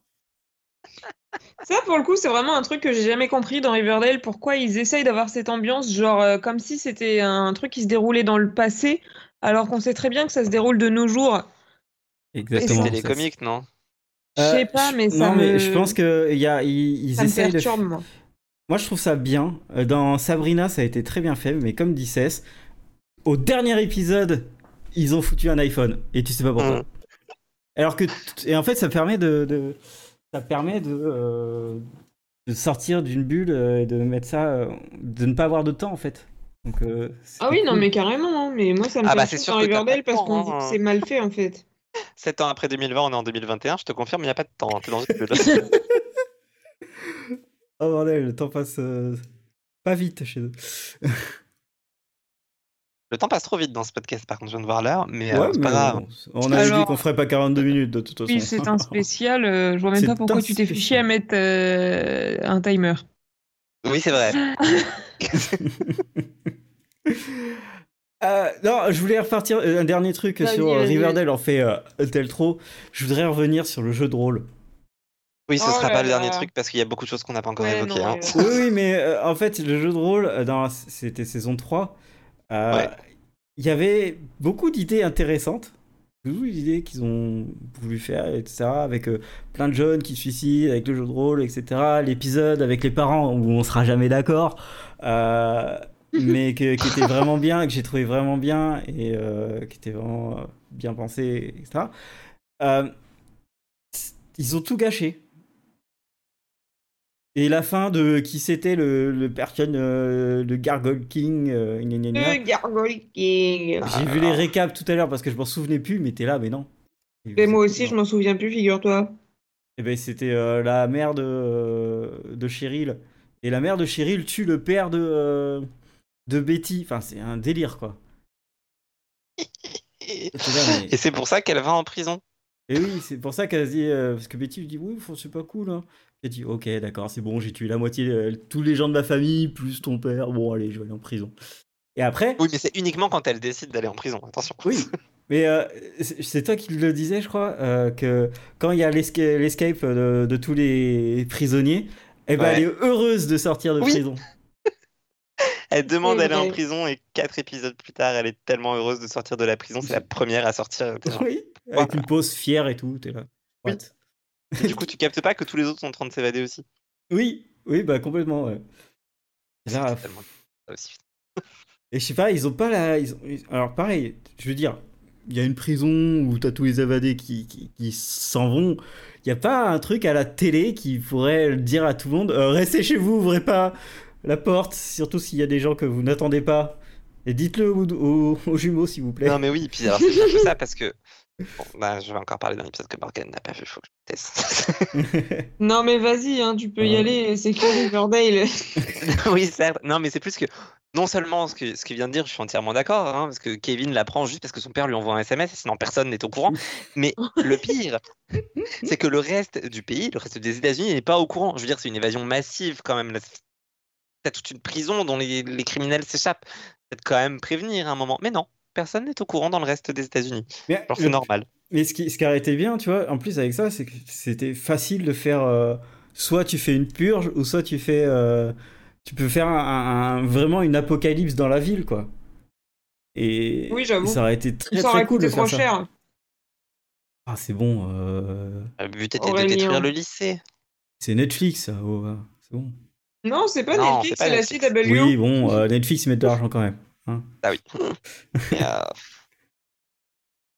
[SPEAKER 3] Ça, pour le coup, c'est vraiment un truc que j'ai jamais compris dans Riverdale. Pourquoi ils essayent d'avoir cette ambiance, genre euh, comme si c'était un truc qui se déroulait dans le passé, alors qu'on sait très bien que ça se déroule de nos jours.
[SPEAKER 1] Exactement.
[SPEAKER 2] C'était les comics, non
[SPEAKER 3] Je sais pas, mais ça
[SPEAKER 1] Non, mais
[SPEAKER 3] me-
[SPEAKER 1] Euh, je pense que y a, ils, ils
[SPEAKER 3] Ça me
[SPEAKER 1] essayent de.
[SPEAKER 3] perturbe, moi.
[SPEAKER 1] Moi, je trouve ça bien. Euh, Dans Sabrina, ça a été très bien fait, mais comme dit Cess, au dernier épisode, ils ont foutu un iPhone et tu sais pas pourquoi.
[SPEAKER 2] Mm.
[SPEAKER 1] Alors que, t- et en fait, ça permet de, de- ça permet de, euh, de sortir d'une bulle euh, et de mettre ça, euh, de ne pas avoir de temps en fait. Donc, euh,
[SPEAKER 3] Ah oui,
[SPEAKER 1] c'était
[SPEAKER 3] non
[SPEAKER 1] cool.
[SPEAKER 3] mais carrément, hein. mais moi ça me
[SPEAKER 2] Ah bah, c'est
[SPEAKER 3] perturbe dans
[SPEAKER 2] sûr que t'as pas
[SPEAKER 3] Riverdale
[SPEAKER 2] le
[SPEAKER 3] parce
[SPEAKER 2] temps,
[SPEAKER 3] qu'on dit que
[SPEAKER 2] hein.
[SPEAKER 3] c'est mal fait en fait.
[SPEAKER 2] 7 ans après 2020, on est en 2021, je te confirme, il n'y a pas de temps. hein,
[SPEAKER 1] [LAUGHS]
[SPEAKER 2] T'es dans une bulle.
[SPEAKER 1] Oh bordel, le temps passe euh, pas vite chez eux.
[SPEAKER 2] le temps passe trop vite dans ce podcast, par contre, je viens de voir l'heure, mais, euh,
[SPEAKER 1] Ouais,
[SPEAKER 2] c'est
[SPEAKER 1] mais
[SPEAKER 2] pas grave.
[SPEAKER 1] bon, on avait dit
[SPEAKER 3] Alors-
[SPEAKER 1] qu'on ferait pas 42 minutes de toute façon.
[SPEAKER 3] Oui, c'est un spécial, euh, je vois même
[SPEAKER 1] C'est
[SPEAKER 3] pas pourquoi
[SPEAKER 1] un
[SPEAKER 3] tu t'es fait
[SPEAKER 1] spécial.
[SPEAKER 3] chier à mettre euh, un timer.
[SPEAKER 2] Oui, c'est vrai.
[SPEAKER 1] Euh, non, je voulais repartir euh, un dernier truc
[SPEAKER 3] Vas-y,
[SPEAKER 1] sur euh,
[SPEAKER 3] vas-y,
[SPEAKER 1] Riverdale. On fait euh, un tel trop. Je voudrais revenir sur le jeu de
[SPEAKER 3] [LAUGHS]
[SPEAKER 1] rôle.
[SPEAKER 2] Oui, ce
[SPEAKER 3] Oh
[SPEAKER 2] sera
[SPEAKER 3] là
[SPEAKER 2] pas le
[SPEAKER 3] là.
[SPEAKER 2] dernier truc parce qu'il y a beaucoup de choses qu'on n'a pas encore
[SPEAKER 3] Ouais,
[SPEAKER 2] évoquées.
[SPEAKER 3] non,
[SPEAKER 2] hein.
[SPEAKER 3] mais-
[SPEAKER 1] oui, oui, mais euh, en fait, le jeu de rôle, euh, dans la- c'était saison 3, euh,
[SPEAKER 2] Ouais.
[SPEAKER 1] il y avait beaucoup d'idées intéressantes. Beaucoup d'idées qu'ils ont voulu faire, etc. Avec euh, plein de jeunes qui se suicident, avec le jeu de rôle, etc. L'épisode avec les parents où on sera jamais d'accord. euh, mais que- qui était vraiment bien, que j'ai trouvé vraiment bien et euh, qui était vraiment euh, bien pensé, etc. Euh, ils ont tout gâché. Et la fin de qui c'était le, le personne, euh, le Gargoyle King, euh, gna gna gna.
[SPEAKER 3] Le Gargoyle King.
[SPEAKER 1] J'ai vu les récaps tout à l'heure parce que je m'en souvenais plus, mais t'es là, mais non.
[SPEAKER 3] Mais moi aussi, je m'en souviens plus, figure-toi.
[SPEAKER 1] Eh ben, c'était euh, la mère de, euh, de Cheryl. Et la mère de Cheryl tue le père de, euh, de Betty. Enfin, c'est un délire,
[SPEAKER 2] [LAUGHS]
[SPEAKER 1] quoi.
[SPEAKER 2] Et
[SPEAKER 1] J'étais là, mais-
[SPEAKER 2] c'est pour ça qu'elle va en prison.
[SPEAKER 1] Et oui, c'est pour ça qu'elle se dit. euh, parce que Betty lui dit Oui, faut- c'est pas cool. Hein. Elle dit Ok, d'accord, c'est bon, j'ai tué la moitié, euh, tous les gens de ma famille, plus ton père. Bon, allez, je vais aller en prison. Et après,
[SPEAKER 2] Oui, mais c'est uniquement quand elle décide d'aller en prison, attention.
[SPEAKER 1] oui, mais euh, c'est c'est toi qui le disais, je crois, euh, que quand il y a l'esca- l'escape de, de tous les prisonniers, eh ben,
[SPEAKER 2] Ouais.
[SPEAKER 1] elle est heureuse de sortir de
[SPEAKER 2] Oui.
[SPEAKER 1] prison.
[SPEAKER 2] [LAUGHS] Elle demande
[SPEAKER 3] C'est
[SPEAKER 2] d'aller en
[SPEAKER 3] vrai.
[SPEAKER 2] prison et quatre épisodes plus tard, elle est tellement heureuse de sortir de la prison, c'est la première à sortir. [LAUGHS] euh, T'es
[SPEAKER 1] [LAUGHS]
[SPEAKER 2] genre-
[SPEAKER 1] Oui, avec une pose fière et tout, t'es là.
[SPEAKER 2] Oui.
[SPEAKER 1] What
[SPEAKER 2] Et du coup, tu captes pas que tous les autres sont en train de s'évader aussi.
[SPEAKER 1] Oui, oui, bah complètement. ouais. Et là,
[SPEAKER 2] C'est tellement- ça aussi.
[SPEAKER 1] Et je sais pas, ils ont pas la. ils ont- ils- Alors pareil, je veux dire, il y a une prison où t'as tous les évadés qui, qui, qui s'en vont. Il y a pas un truc à la télé qui pourrait dire à tout le monde euh, restez chez vous, ouvrez pas la porte, surtout s'il y a des gens que vous n'attendez pas. Et dites-le aux, aux- aux jumeaux, s'il vous plaît.
[SPEAKER 2] Non, mais oui, puis alors c'est un peu ça parce que. Bon, bah, je vais encore parler d'un épisode que Morgan n'a pas vu, faut que je teste.
[SPEAKER 3] Non mais vas-y, hein, tu peux y
[SPEAKER 1] Ouais.
[SPEAKER 3] aller, c'est que Riverdale.
[SPEAKER 2] [LAUGHS] oui, certes. Non, mais c'est plus que. Non seulement ce qu'il ce qu'il vient de dire, je suis entièrement d'accord, hein, parce que Kevin l'apprend juste parce que son père lui envoie un SMS, et sinon personne n'est au courant. Mais le pire, c'est que le reste du pays, le reste des États-Unis, n'est pas au courant. Je veux dire, c'est une évasion massive quand même. là. T'as toute une prison dont les, les criminels s'échappent. Peut-être quand même prévenir à un moment. Mais non, personne n'est au courant dans le reste des États-Unis.
[SPEAKER 1] Mais,
[SPEAKER 2] Genre,
[SPEAKER 1] le-
[SPEAKER 2] c'est normal.
[SPEAKER 1] mais ce, qui, ce qui a été bien, tu vois, en plus avec ça, c'est que c'était facile de faire. euh, soit tu fais une purge, ou soit tu fais. euh, tu peux faire un- un- un- vraiment une apocalypse dans la ville, quoi. Et,
[SPEAKER 3] Oui, j'avoue.
[SPEAKER 1] et ça aurait été très
[SPEAKER 3] Ça aurait
[SPEAKER 1] très cool de
[SPEAKER 3] coûté
[SPEAKER 1] faire
[SPEAKER 3] trop
[SPEAKER 1] ça.
[SPEAKER 3] cher.
[SPEAKER 1] Ah, c'est bon, euh,
[SPEAKER 2] Le but était de
[SPEAKER 3] Aurélien.
[SPEAKER 2] détruire le lycée.
[SPEAKER 1] c'est Netflix, ça, oh, euh, c'est bon.
[SPEAKER 3] Non, c'est pas
[SPEAKER 2] Non,
[SPEAKER 3] Netflix,
[SPEAKER 2] c'est pas
[SPEAKER 3] c'est la
[SPEAKER 2] Netflix.
[SPEAKER 3] CW.
[SPEAKER 1] Oui, bon, euh, Netflix, ils mettent de l'argent quand même.
[SPEAKER 2] Ah oui. Mais, euh,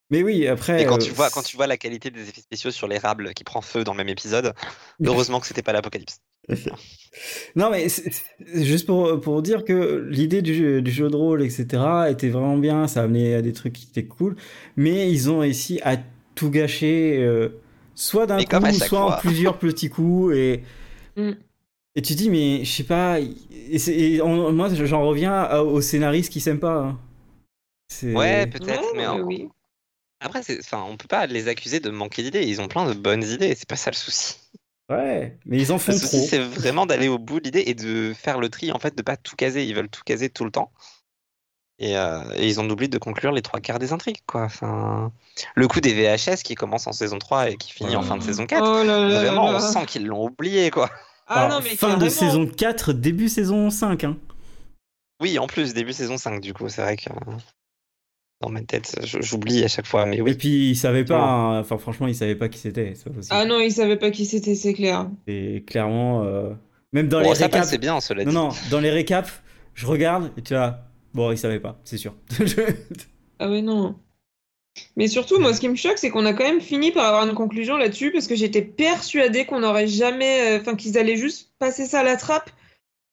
[SPEAKER 1] Mais oui, après.
[SPEAKER 2] Et quand
[SPEAKER 1] euh,
[SPEAKER 2] tu,
[SPEAKER 1] [LAUGHS]
[SPEAKER 2] vois, quand tu vois la qualité des effets spéciaux sur l'érable qui prend feu dans le même épisode, heureusement que c'était pas l'apocalypse.
[SPEAKER 1] Non, mais c'est- c'est- juste pour, pour dire que l'idée du, jeu- du jeu de rôle, etc., était vraiment bien. Ça a amené à des trucs qui étaient cool. Mais ils ont réussi à tout gâcher, euh, soit d'un
[SPEAKER 2] Mais
[SPEAKER 1] coup,
[SPEAKER 2] comme à chaque
[SPEAKER 1] soit en
[SPEAKER 2] fois.
[SPEAKER 1] plusieurs petits coups. Et,
[SPEAKER 3] [LAUGHS] Mm.
[SPEAKER 1] et tu dis, mais je sais pas. et c'est- et on- moi, j'en reviens à- aux scénaristes qui s'aiment pas. hein. C'est-
[SPEAKER 2] Ouais, peut-être, mais en-
[SPEAKER 3] oui.
[SPEAKER 2] après, c'est- enfin, on peut pas les accuser de manquer d'idées. Ils ont plein de bonnes idées, c'est pas ça le souci.
[SPEAKER 1] ouais, mais ils en font
[SPEAKER 2] Le souci,
[SPEAKER 1] trop.
[SPEAKER 2] c'est vraiment d'aller au bout de l'idée et de faire le tri, en fait, de pas tout caser. Ils veulent tout caser tout le temps. Et, euh, et ils ont oublié de conclure les trois quarts des intrigues, quoi. Enfin, le coup des VHS qui commence en saison 3 et qui finit en fin de saison 4,
[SPEAKER 3] Oh là là
[SPEAKER 2] vraiment,
[SPEAKER 3] là
[SPEAKER 2] on
[SPEAKER 3] là.
[SPEAKER 2] sent qu'ils l'ont oublié, quoi.
[SPEAKER 3] Ah
[SPEAKER 1] Alors,
[SPEAKER 3] non, mais
[SPEAKER 1] fin
[SPEAKER 3] carrément.
[SPEAKER 1] de saison 4, début saison 5. Hein.
[SPEAKER 2] Oui, en plus, début saison 5, du coup, c'est vrai que euh, dans ma tête, je- j'oublie à chaque fois, mais
[SPEAKER 1] Et
[SPEAKER 2] oui.
[SPEAKER 1] puis, ils savaient pas. hein. Enfin, franchement, ils savaient pas qui c'était. C'est pas possible.
[SPEAKER 3] Ah non, ils savaient pas qui c'était, c'est clair.
[SPEAKER 1] Et clairement, euh, même dans
[SPEAKER 2] Bon,
[SPEAKER 1] les
[SPEAKER 2] ça
[SPEAKER 1] récaps.
[SPEAKER 2] passait bien, cela
[SPEAKER 1] non,
[SPEAKER 2] dit.
[SPEAKER 1] non, dans les récaps, je regarde et tu vois, bon, ils savaient pas, c'est sûr. [LAUGHS] Je-
[SPEAKER 3] Ah ouais, non. Mais surtout, moi, ce qui me choque, c'est qu'on a quand même fini par avoir une conclusion là-dessus parce que j'étais persuadée qu'on n'aurait jamais. euh, Enfin, qu'ils allaient juste passer ça à la trappe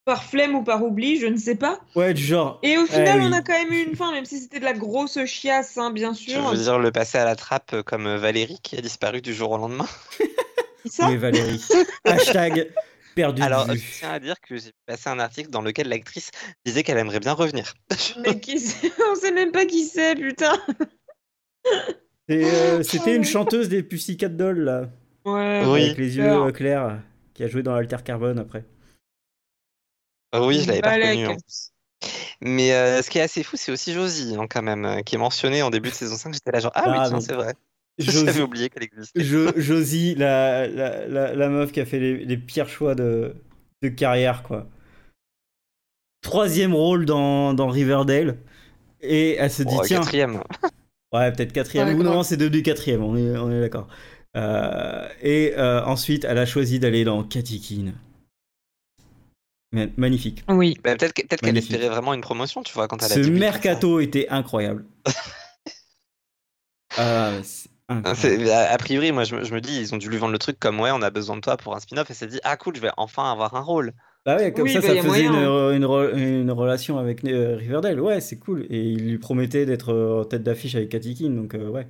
[SPEAKER 3] par flemme ou par oubli, je ne sais pas.
[SPEAKER 1] ouais, du genre.
[SPEAKER 3] Et au final,
[SPEAKER 1] Eh oui.
[SPEAKER 3] on a quand même eu une fin, même si c'était de la grosse chiasse, hein, bien
[SPEAKER 2] Je
[SPEAKER 3] sûr.
[SPEAKER 2] veux dire, le passer à la trappe euh, comme Valérie qui a disparu du jour au lendemain.
[SPEAKER 3] Ça,
[SPEAKER 1] Mais
[SPEAKER 3] [LAUGHS]
[SPEAKER 1] Valérie. Hashtag perdu
[SPEAKER 2] Alors,
[SPEAKER 1] de
[SPEAKER 2] je
[SPEAKER 1] vue.
[SPEAKER 2] tiens à dire que j'ai passé un article dans lequel l'actrice disait qu'elle aimerait bien revenir. [LAUGHS]
[SPEAKER 3] mais qui [LAUGHS] c'est On sait même pas qui c'est, putain.
[SPEAKER 1] Et,
[SPEAKER 3] Oh,
[SPEAKER 1] euh, C'était une chanteuse des Pussycat Dolls, là,
[SPEAKER 3] Ouais.
[SPEAKER 2] Oui.
[SPEAKER 1] avec les yeux
[SPEAKER 3] Alors.
[SPEAKER 1] euh, clairs, qui a joué dans Alter Carbone
[SPEAKER 2] [LAUGHS]
[SPEAKER 1] après.
[SPEAKER 2] Ah oui, je l'avais pas hein.
[SPEAKER 3] Balek.
[SPEAKER 2] reconnue. en plus. Mais euh, ce qui est assez fou, c'est aussi Josie, hein, quand même, euh, qui est mentionnée en début de saison 5. J'étais là genre, ah,
[SPEAKER 1] Ah,
[SPEAKER 2] oui, tiens,
[SPEAKER 1] mais-
[SPEAKER 2] c'est vrai. [LAUGHS] J'avais
[SPEAKER 1] Josie,
[SPEAKER 2] oublié qu'elle existait.
[SPEAKER 1] Jo- Josie, la, la, la, la meuf qui a fait les, les pires choix de, de carrière, quoi. Troisième rôle dans, dans Riverdale. Et elle se dit,
[SPEAKER 2] Bon,
[SPEAKER 1] tiens,
[SPEAKER 2] quatrième.
[SPEAKER 1] Ouais, peut-être quatrième.
[SPEAKER 3] Ouais,
[SPEAKER 1] Ou non,
[SPEAKER 3] grave.
[SPEAKER 1] c'est devenu quatrième, on est, on est d'accord. Euh, et euh, ensuite, elle a choisi d'aller dans Katikin. Magnifique.
[SPEAKER 3] Oui.
[SPEAKER 2] Bah, peut-être que- peut-être qu'elle
[SPEAKER 1] Magnifique.
[SPEAKER 2] espérait vraiment une promotion, tu vois, quand elle a
[SPEAKER 1] Ce
[SPEAKER 2] publié ça.
[SPEAKER 1] mercato était
[SPEAKER 2] [LAUGHS]
[SPEAKER 1] incroyable. Euh, c'est
[SPEAKER 2] Hein,
[SPEAKER 1] incroyable.
[SPEAKER 2] c'est- A a priori, moi je me, je me dis, ils ont dû lui vendre le truc comme ouais, on a besoin de toi pour un spin-off. Et s'est dit, ah cool, je vais enfin avoir un rôle.
[SPEAKER 1] Bah ouais, comme
[SPEAKER 3] Oui,
[SPEAKER 1] ça,
[SPEAKER 3] bah,
[SPEAKER 1] ça
[SPEAKER 3] y a
[SPEAKER 1] faisait une,
[SPEAKER 3] moyen.
[SPEAKER 1] une re- une relation avec euh, Riverdale. Ouais, c'est cool. Et il lui promettait d'être euh, en tête d'affiche avec Katikin, donc euh, ouais.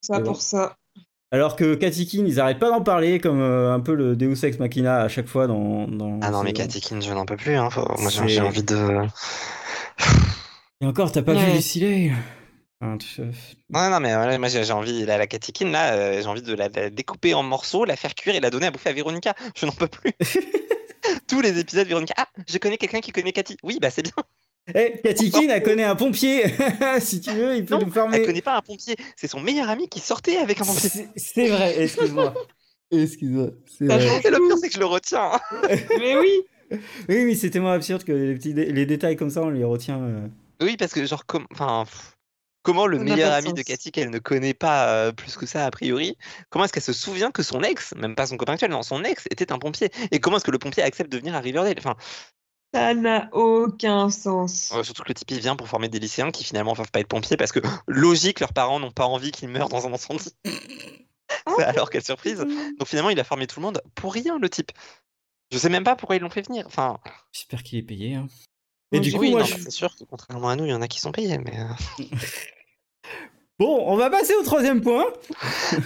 [SPEAKER 3] Ça
[SPEAKER 1] Mais bon.
[SPEAKER 3] pour ça.
[SPEAKER 1] Alors que Katikin, ils arrêtent pas d'en parler comme euh, un peu le Deus Ex Machina à chaque fois dans. dans
[SPEAKER 2] Ah non,
[SPEAKER 1] ces-
[SPEAKER 2] mais Cathy Kin, je n'en peux plus. hein, faut- Moi j'ai
[SPEAKER 1] Mmh. C'est-
[SPEAKER 2] j'ai envie de.
[SPEAKER 1] Et encore, t'as pas vu
[SPEAKER 3] Ouais.
[SPEAKER 1] Lucy Lay Enfin, tu-
[SPEAKER 2] Non, non, mais voilà, moi j'ai j'ai envie, la, la Cathy Kin, là, euh, j'ai envie de la, la découper en morceaux, la faire cuire et la donner à bouffer à Véronica. Je n'en peux plus.
[SPEAKER 1] [LAUGHS]
[SPEAKER 2] Tous les épisodes, Véronica. Ah, je connais quelqu'un qui connaît Cathy. Oui, bah c'est bien.
[SPEAKER 1] Eh, Cathy Keane, elle connaît un pompier. [LAUGHS] si tu veux, il peut
[SPEAKER 2] Non,
[SPEAKER 1] nous fermer.
[SPEAKER 2] Elle connaît pas un pompier. C'est son meilleur ami qui sortait avec un pompier.
[SPEAKER 1] C'est- C'est vrai, excuse-moi. Excuse-moi. c'est
[SPEAKER 3] Ça
[SPEAKER 1] vrai.
[SPEAKER 3] change
[SPEAKER 2] Et le pire,
[SPEAKER 3] tout.
[SPEAKER 2] c'est que je le retiens. hein.
[SPEAKER 3] Mais oui.
[SPEAKER 1] Oui, mais c'est tellement absurde que les, petits dé- les détails comme ça, on les retient. euh.
[SPEAKER 2] Oui, parce que, genre, com- enfin, pff, comment le
[SPEAKER 3] Ça n'a
[SPEAKER 2] meilleur
[SPEAKER 3] pas de
[SPEAKER 2] ami de
[SPEAKER 3] sens.
[SPEAKER 2] Cathy qu'elle ne connaît pas euh, plus que ça, a priori, comment est-ce qu'elle se souvient que son ex, même pas son copain actuel, non, son ex était un pompier Et comment est-ce que le pompier accepte de venir à Riverdale Enfin,
[SPEAKER 3] Ça n'a aucun sens.
[SPEAKER 2] euh, surtout que le type, il vient pour former des lycéens qui finalement peuvent pas être pompiers parce que, logique, leurs parents n'ont pas envie qu'ils meurent dans un
[SPEAKER 3] [LAUGHS]
[SPEAKER 2] incendie. [LAUGHS] Alors, quelle surprise Donc, finalement, il a formé tout le monde pour rien, le type. Je sais même pas pourquoi ils l'ont fait venir. Enfin,
[SPEAKER 1] J'espère qu'il est payé. hein. Et
[SPEAKER 3] Moi,
[SPEAKER 1] du
[SPEAKER 3] j'ai-
[SPEAKER 1] coup,
[SPEAKER 2] oui,
[SPEAKER 1] moi,
[SPEAKER 2] non,
[SPEAKER 1] je-
[SPEAKER 2] mais c'est sûr que contrairement à nous, il y en a qui sont payés, mais. euh,
[SPEAKER 1] Bon, on va passer au troisième point.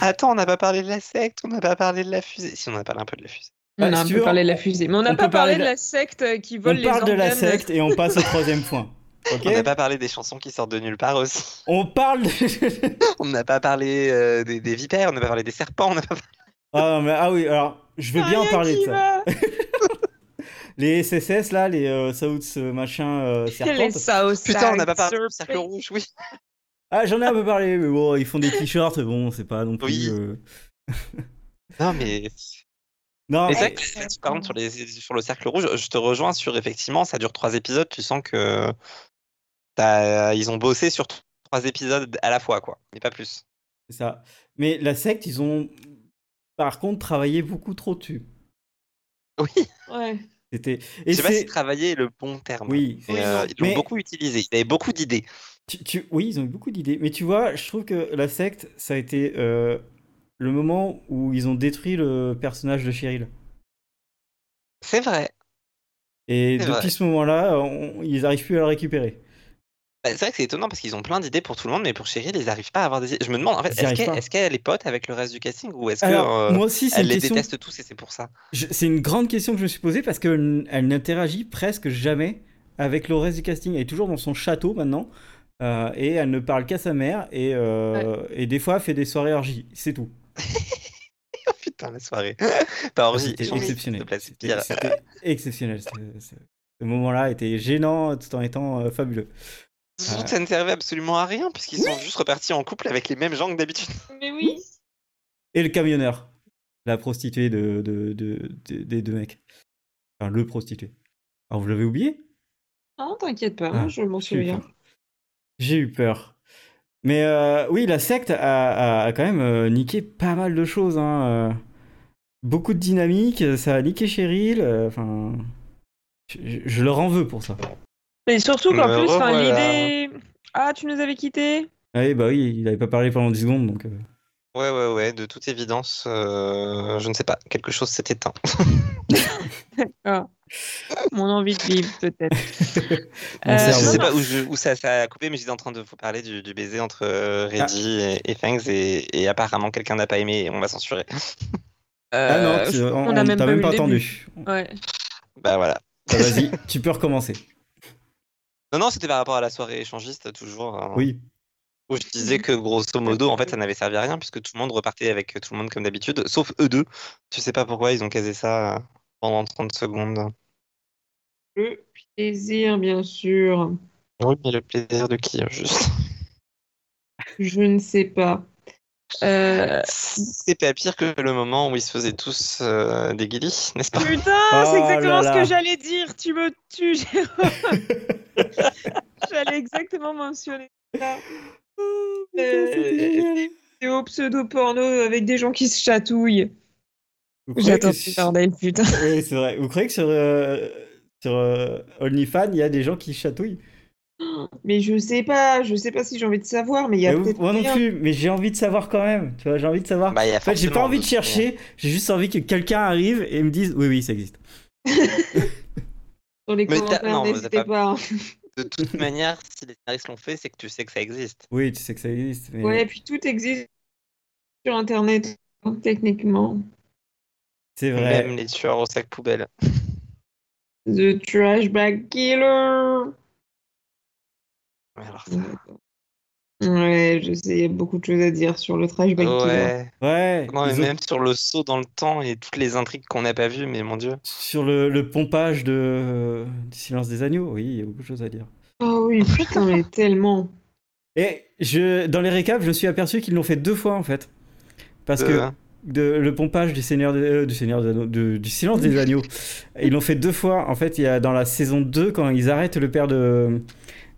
[SPEAKER 2] Attends, on n'a pas parlé de la secte, on n'a pas parlé de la fusée. Si, on a parlé un peu de la fusée.
[SPEAKER 1] Ah,
[SPEAKER 3] On a
[SPEAKER 1] si
[SPEAKER 3] un
[SPEAKER 1] tu
[SPEAKER 3] peu
[SPEAKER 1] veux,
[SPEAKER 3] parlé de
[SPEAKER 1] on-
[SPEAKER 3] la fusée, mais on
[SPEAKER 1] on
[SPEAKER 3] n'a
[SPEAKER 1] peut
[SPEAKER 3] pas
[SPEAKER 1] parle
[SPEAKER 3] parlé de
[SPEAKER 1] de-
[SPEAKER 3] la secte qui vole
[SPEAKER 1] On
[SPEAKER 3] les
[SPEAKER 1] parle de la
[SPEAKER 3] organes.
[SPEAKER 1] secte et on passe au troisième
[SPEAKER 2] [LAUGHS]
[SPEAKER 1] point. Ok
[SPEAKER 2] On n'a pas parlé des chansons qui sortent de nulle part aussi. [LAUGHS]
[SPEAKER 1] On parle. de- [LAUGHS]
[SPEAKER 2] On n'a pas parlé euh, des, des vipères, on n'a pas parlé des serpents, on n'a pas parlé...
[SPEAKER 1] ah, non, mais- ah oui, alors, je veux bien en
[SPEAKER 3] Rien
[SPEAKER 1] parler de
[SPEAKER 3] qui
[SPEAKER 1] ça.
[SPEAKER 3] va.
[SPEAKER 1] Les SSS, là, les euh, Souths euh, machin
[SPEAKER 3] [LAUGHS]
[SPEAKER 1] euh,
[SPEAKER 3] Quel est
[SPEAKER 1] serpentes.
[SPEAKER 3] ça au
[SPEAKER 2] Putain, on n'a pas
[SPEAKER 3] sac,
[SPEAKER 2] parlé du
[SPEAKER 3] surprise.
[SPEAKER 2] cercle rouge, oui.
[SPEAKER 1] Ah, j'en ai un peu parlé, mais bon, ils font des t-shirts, bon, c'est pas non plus.
[SPEAKER 2] Oui.
[SPEAKER 1] euh,
[SPEAKER 2] Non, mais.
[SPEAKER 1] Non,
[SPEAKER 2] mais
[SPEAKER 1] mais-
[SPEAKER 2] c'est vrai que c'est- tu parles sur, les- sur le cercle rouge, je te rejoins sur effectivement, ça dure trois épisodes, tu sens que. t'as- euh, Ils ont bossé sur t- trois épisodes à la fois, quoi, mais pas plus.
[SPEAKER 1] c'est ça. Mais la secte, ils ont par contre travaillé beaucoup trop dessus.
[SPEAKER 2] Oui,
[SPEAKER 3] Ouais.
[SPEAKER 1] C'était.
[SPEAKER 2] je
[SPEAKER 1] Et
[SPEAKER 2] sais pas
[SPEAKER 1] c'est.
[SPEAKER 2] si travailler est le bon terme.
[SPEAKER 1] Oui.
[SPEAKER 2] Mais,
[SPEAKER 3] Oui,
[SPEAKER 2] euh,
[SPEAKER 3] non.
[SPEAKER 2] ils l'ont
[SPEAKER 1] Mais-
[SPEAKER 2] beaucoup utilisé, ils avaient beaucoup d'idées.
[SPEAKER 1] Tu- tu- Oui, ils ont eu beaucoup d'idées. Mais tu vois, je trouve que la secte, ça a été euh, le moment où ils ont détruit le personnage de Cheryl.
[SPEAKER 2] C'est vrai.
[SPEAKER 1] Et
[SPEAKER 2] C'est
[SPEAKER 1] depuis
[SPEAKER 2] vrai.
[SPEAKER 1] ce moment-là, on- ils n'arrivent plus à le récupérer.
[SPEAKER 2] Bah, c'est vrai que c'est étonnant parce qu'ils ont plein d'idées pour tout le monde, mais pour Chérie, ils n'arrivent pas à avoir des idées. Je me demande, en
[SPEAKER 1] Ils
[SPEAKER 2] fait,
[SPEAKER 1] y
[SPEAKER 2] est-ce
[SPEAKER 1] arrivent
[SPEAKER 2] qu'elle
[SPEAKER 1] pas.
[SPEAKER 2] est-ce qu'elle est pote avec le reste du casting ou est-ce
[SPEAKER 1] Alors,
[SPEAKER 2] qu'elle
[SPEAKER 1] moi aussi, c'est une
[SPEAKER 2] euh, les
[SPEAKER 1] question.
[SPEAKER 2] déteste tous et c'est pour ça [LAUGHS]
[SPEAKER 1] je- C'est une grande question que je me suis posée parce qu'elle elle n'interagit presque jamais avec le reste du casting. Elle est toujours dans son château maintenant. euh, et elle ne parle qu'à sa mère. Et, euh, et des fois, elle fait des soirées orgies. C'est tout.
[SPEAKER 2] Oh putain, la soirée. [LAUGHS] Pas orgie,
[SPEAKER 1] C'était
[SPEAKER 2] j'en ai, Ah, s'il
[SPEAKER 1] exceptionnel.
[SPEAKER 2] te plaît, c'est
[SPEAKER 1] C'était
[SPEAKER 2] pire.
[SPEAKER 1] c'était exceptionnel. Ce, ce- ce moment-là était gênant tout en étant euh, fabuleux.
[SPEAKER 2] Surtout, Ça ne servait absolument à rien puisqu'ils sont juste repartis en couple avec les mêmes gens que d'habitude.
[SPEAKER 3] Mais oui.
[SPEAKER 1] Et le camionneur, la prostituée de, de- de- de- des deux mecs. Enfin, le prostitué. Alors, vous l'avez oublié
[SPEAKER 3] Non, t'inquiète pas,
[SPEAKER 1] Ah,
[SPEAKER 3] je m'en
[SPEAKER 1] J'ai eu
[SPEAKER 3] souviens.
[SPEAKER 1] peur. J'ai eu peur. Mais euh, oui, la secte a, a- a quand même euh, niqué pas mal de choses. hein, euh. beaucoup de dynamique, ça a niqué Cheryl. euh, Enfin, je- je, je leur en veux pour ça.
[SPEAKER 3] Mais surtout qu'en
[SPEAKER 2] Me
[SPEAKER 3] plus, enfin,
[SPEAKER 2] revoilà.
[SPEAKER 3] l'idée. Ah, tu nous avais quittés
[SPEAKER 1] Oui, bah oui, il n'avait pas parlé pendant 10 secondes, donc. euh,
[SPEAKER 2] Ouais, ouais, ouais, de toute évidence, euh, je ne sais pas, quelque chose s'est éteint.
[SPEAKER 3] Mon envie de vivre, peut-être.
[SPEAKER 1] mon
[SPEAKER 3] Euh,
[SPEAKER 2] je
[SPEAKER 1] cerveau.
[SPEAKER 2] ne
[SPEAKER 3] non, non.
[SPEAKER 2] sais pas où, je- où ça, ça a coupé, mais j'étais en train de vous parler du, du baiser entre euh,
[SPEAKER 1] Ah.
[SPEAKER 2] Reddy et, et Fangs, et, et apparemment quelqu'un n'a pas aimé et on va censurer.
[SPEAKER 1] Ah non,
[SPEAKER 3] Euh,
[SPEAKER 1] tu-
[SPEAKER 3] je
[SPEAKER 1] on,
[SPEAKER 3] crois qu'on
[SPEAKER 1] on
[SPEAKER 3] a
[SPEAKER 1] t'a
[SPEAKER 3] même
[SPEAKER 1] même
[SPEAKER 3] pas
[SPEAKER 1] pas,
[SPEAKER 3] eu le [LAUGHS]
[SPEAKER 1] entendu.
[SPEAKER 3] Ouais.
[SPEAKER 2] Bah voilà.
[SPEAKER 1] Bah, Vas-y, tu peux recommencer.
[SPEAKER 2] Non, non, c'était par rapport à la soirée échangiste, toujours. hein,
[SPEAKER 1] Oui.
[SPEAKER 2] Où je disais que grosso modo, en fait, ça n'avait servi à rien, puisque tout le monde repartait avec tout le monde comme d'habitude, sauf eux deux. Tu sais pas pourquoi ils ont casé ça euh, pendant 30 secondes.
[SPEAKER 3] Le plaisir, bien sûr.
[SPEAKER 2] Oui, mais le plaisir de qui, euh, [LAUGHS] juste
[SPEAKER 3] Je ne sais pas. Euh,
[SPEAKER 2] C'est pas pire que le moment où ils se faisaient tous euh, des guilis, n'est-ce pas
[SPEAKER 3] Putain,
[SPEAKER 1] Oh
[SPEAKER 3] c'est exactement
[SPEAKER 1] là
[SPEAKER 3] ce
[SPEAKER 1] là.
[SPEAKER 3] que j'allais dire. Tu me tues,
[SPEAKER 1] [LAUGHS]
[SPEAKER 3] Jérôme. j'allais exactement mentionner ça.
[SPEAKER 1] Oh,
[SPEAKER 3] Euh, les vidéos pseudo-porno avec des gens qui se chatouillent.
[SPEAKER 1] Vous croyez
[SPEAKER 3] J'attends
[SPEAKER 1] que
[SPEAKER 3] ce
[SPEAKER 1] sur-
[SPEAKER 3] bordel, putain.
[SPEAKER 1] [LAUGHS] Oui, c'est vrai. Vous croyez que sur, euh, sur euh, OnlyFans, il y a des gens qui chatouillent
[SPEAKER 3] Mais je sais pas, je sais pas si j'ai envie de savoir, mais il y a
[SPEAKER 1] Mais vous-
[SPEAKER 3] peut-être
[SPEAKER 1] Moi non
[SPEAKER 3] rien.
[SPEAKER 1] plus, mais j'ai envie de savoir quand même. Tu vois, j'ai envie de savoir.
[SPEAKER 2] Bah, il y a
[SPEAKER 1] Ah, en fait, j'ai pas
[SPEAKER 2] forcément
[SPEAKER 1] envie de
[SPEAKER 2] un-
[SPEAKER 1] chercher, j'ai juste envie que quelqu'un arrive et me dise oui, oui, ça existe.
[SPEAKER 3] Dans les
[SPEAKER 2] Mais t'as- non,
[SPEAKER 3] commentaires,
[SPEAKER 2] mais
[SPEAKER 3] n'hésitez
[SPEAKER 2] t'as
[SPEAKER 3] pas.
[SPEAKER 2] De toute manière, si les scénaristes l'ont fait, c'est que tu sais que ça existe.
[SPEAKER 1] Oui, tu sais que ça existe. Mais...
[SPEAKER 3] Ouais, puis tout existe sur Internet, techniquement.
[SPEAKER 1] c'est vrai.
[SPEAKER 2] Même les tueurs au sac poubelle.
[SPEAKER 3] The Trash Bag Killer.
[SPEAKER 2] Mais alors ça-
[SPEAKER 3] Ouais, je sais, il y a beaucoup de choses à dire sur le Trash Bag Killer.
[SPEAKER 2] Ouais.
[SPEAKER 1] Ouais.
[SPEAKER 2] Non, mais
[SPEAKER 1] ils ont-
[SPEAKER 2] même sur le saut dans le temps et toutes les intrigues qu'on n'a pas vues, mais mon dieu.
[SPEAKER 1] Sur le, le pompage de, euh, du silence des agneaux, oui, il y a beaucoup de choses à dire.
[SPEAKER 3] Ah oui, putain, mais tellement.
[SPEAKER 1] Et je, dans les récaps, je me suis aperçu qu'ils l'ont fait deux fois en fait. Parce que
[SPEAKER 2] Euh,
[SPEAKER 1] de- le pompage du Seigneur, des- euh, du, Seigneur des Anneaux- de- du Silence des Agneaux, ils l'ont fait deux fois. En fait, il y a dans la saison 2, quand ils arrêtent le père de,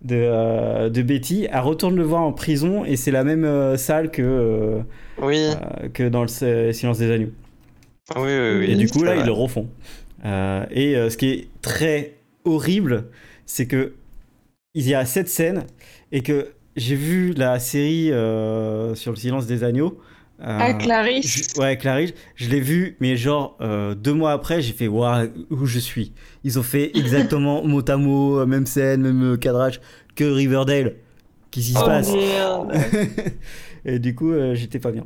[SPEAKER 1] de, euh, de Betty, elle retourne le voir en prison et c'est la même euh, salle que, euh,
[SPEAKER 2] Oui,
[SPEAKER 1] euh, que dans le Se- Silence des Agneaux.
[SPEAKER 2] oui, oui, oui.
[SPEAKER 1] Et du coup,
[SPEAKER 2] c'est
[SPEAKER 1] là,
[SPEAKER 2] vrai.
[SPEAKER 1] ils le refont. Euh, et euh, ce qui est très horrible, c'est que il y a cette scène et que j'ai vu la série euh, sur le silence des agneaux. euh,
[SPEAKER 3] Ah, Clarisse.
[SPEAKER 1] je- ouais, Clarisse, je l'ai vu, mais genre euh, deux mois après, j'ai fait waouh où je suis. Ils ont fait exactement mot à mot, euh, même scène, même euh, cadrage que Riverdale. Qu'est-ce qui se
[SPEAKER 3] Oh,
[SPEAKER 1] passe
[SPEAKER 2] Bah
[SPEAKER 3] merde.
[SPEAKER 1] [LAUGHS] Et du coup, euh, j'étais pas bien.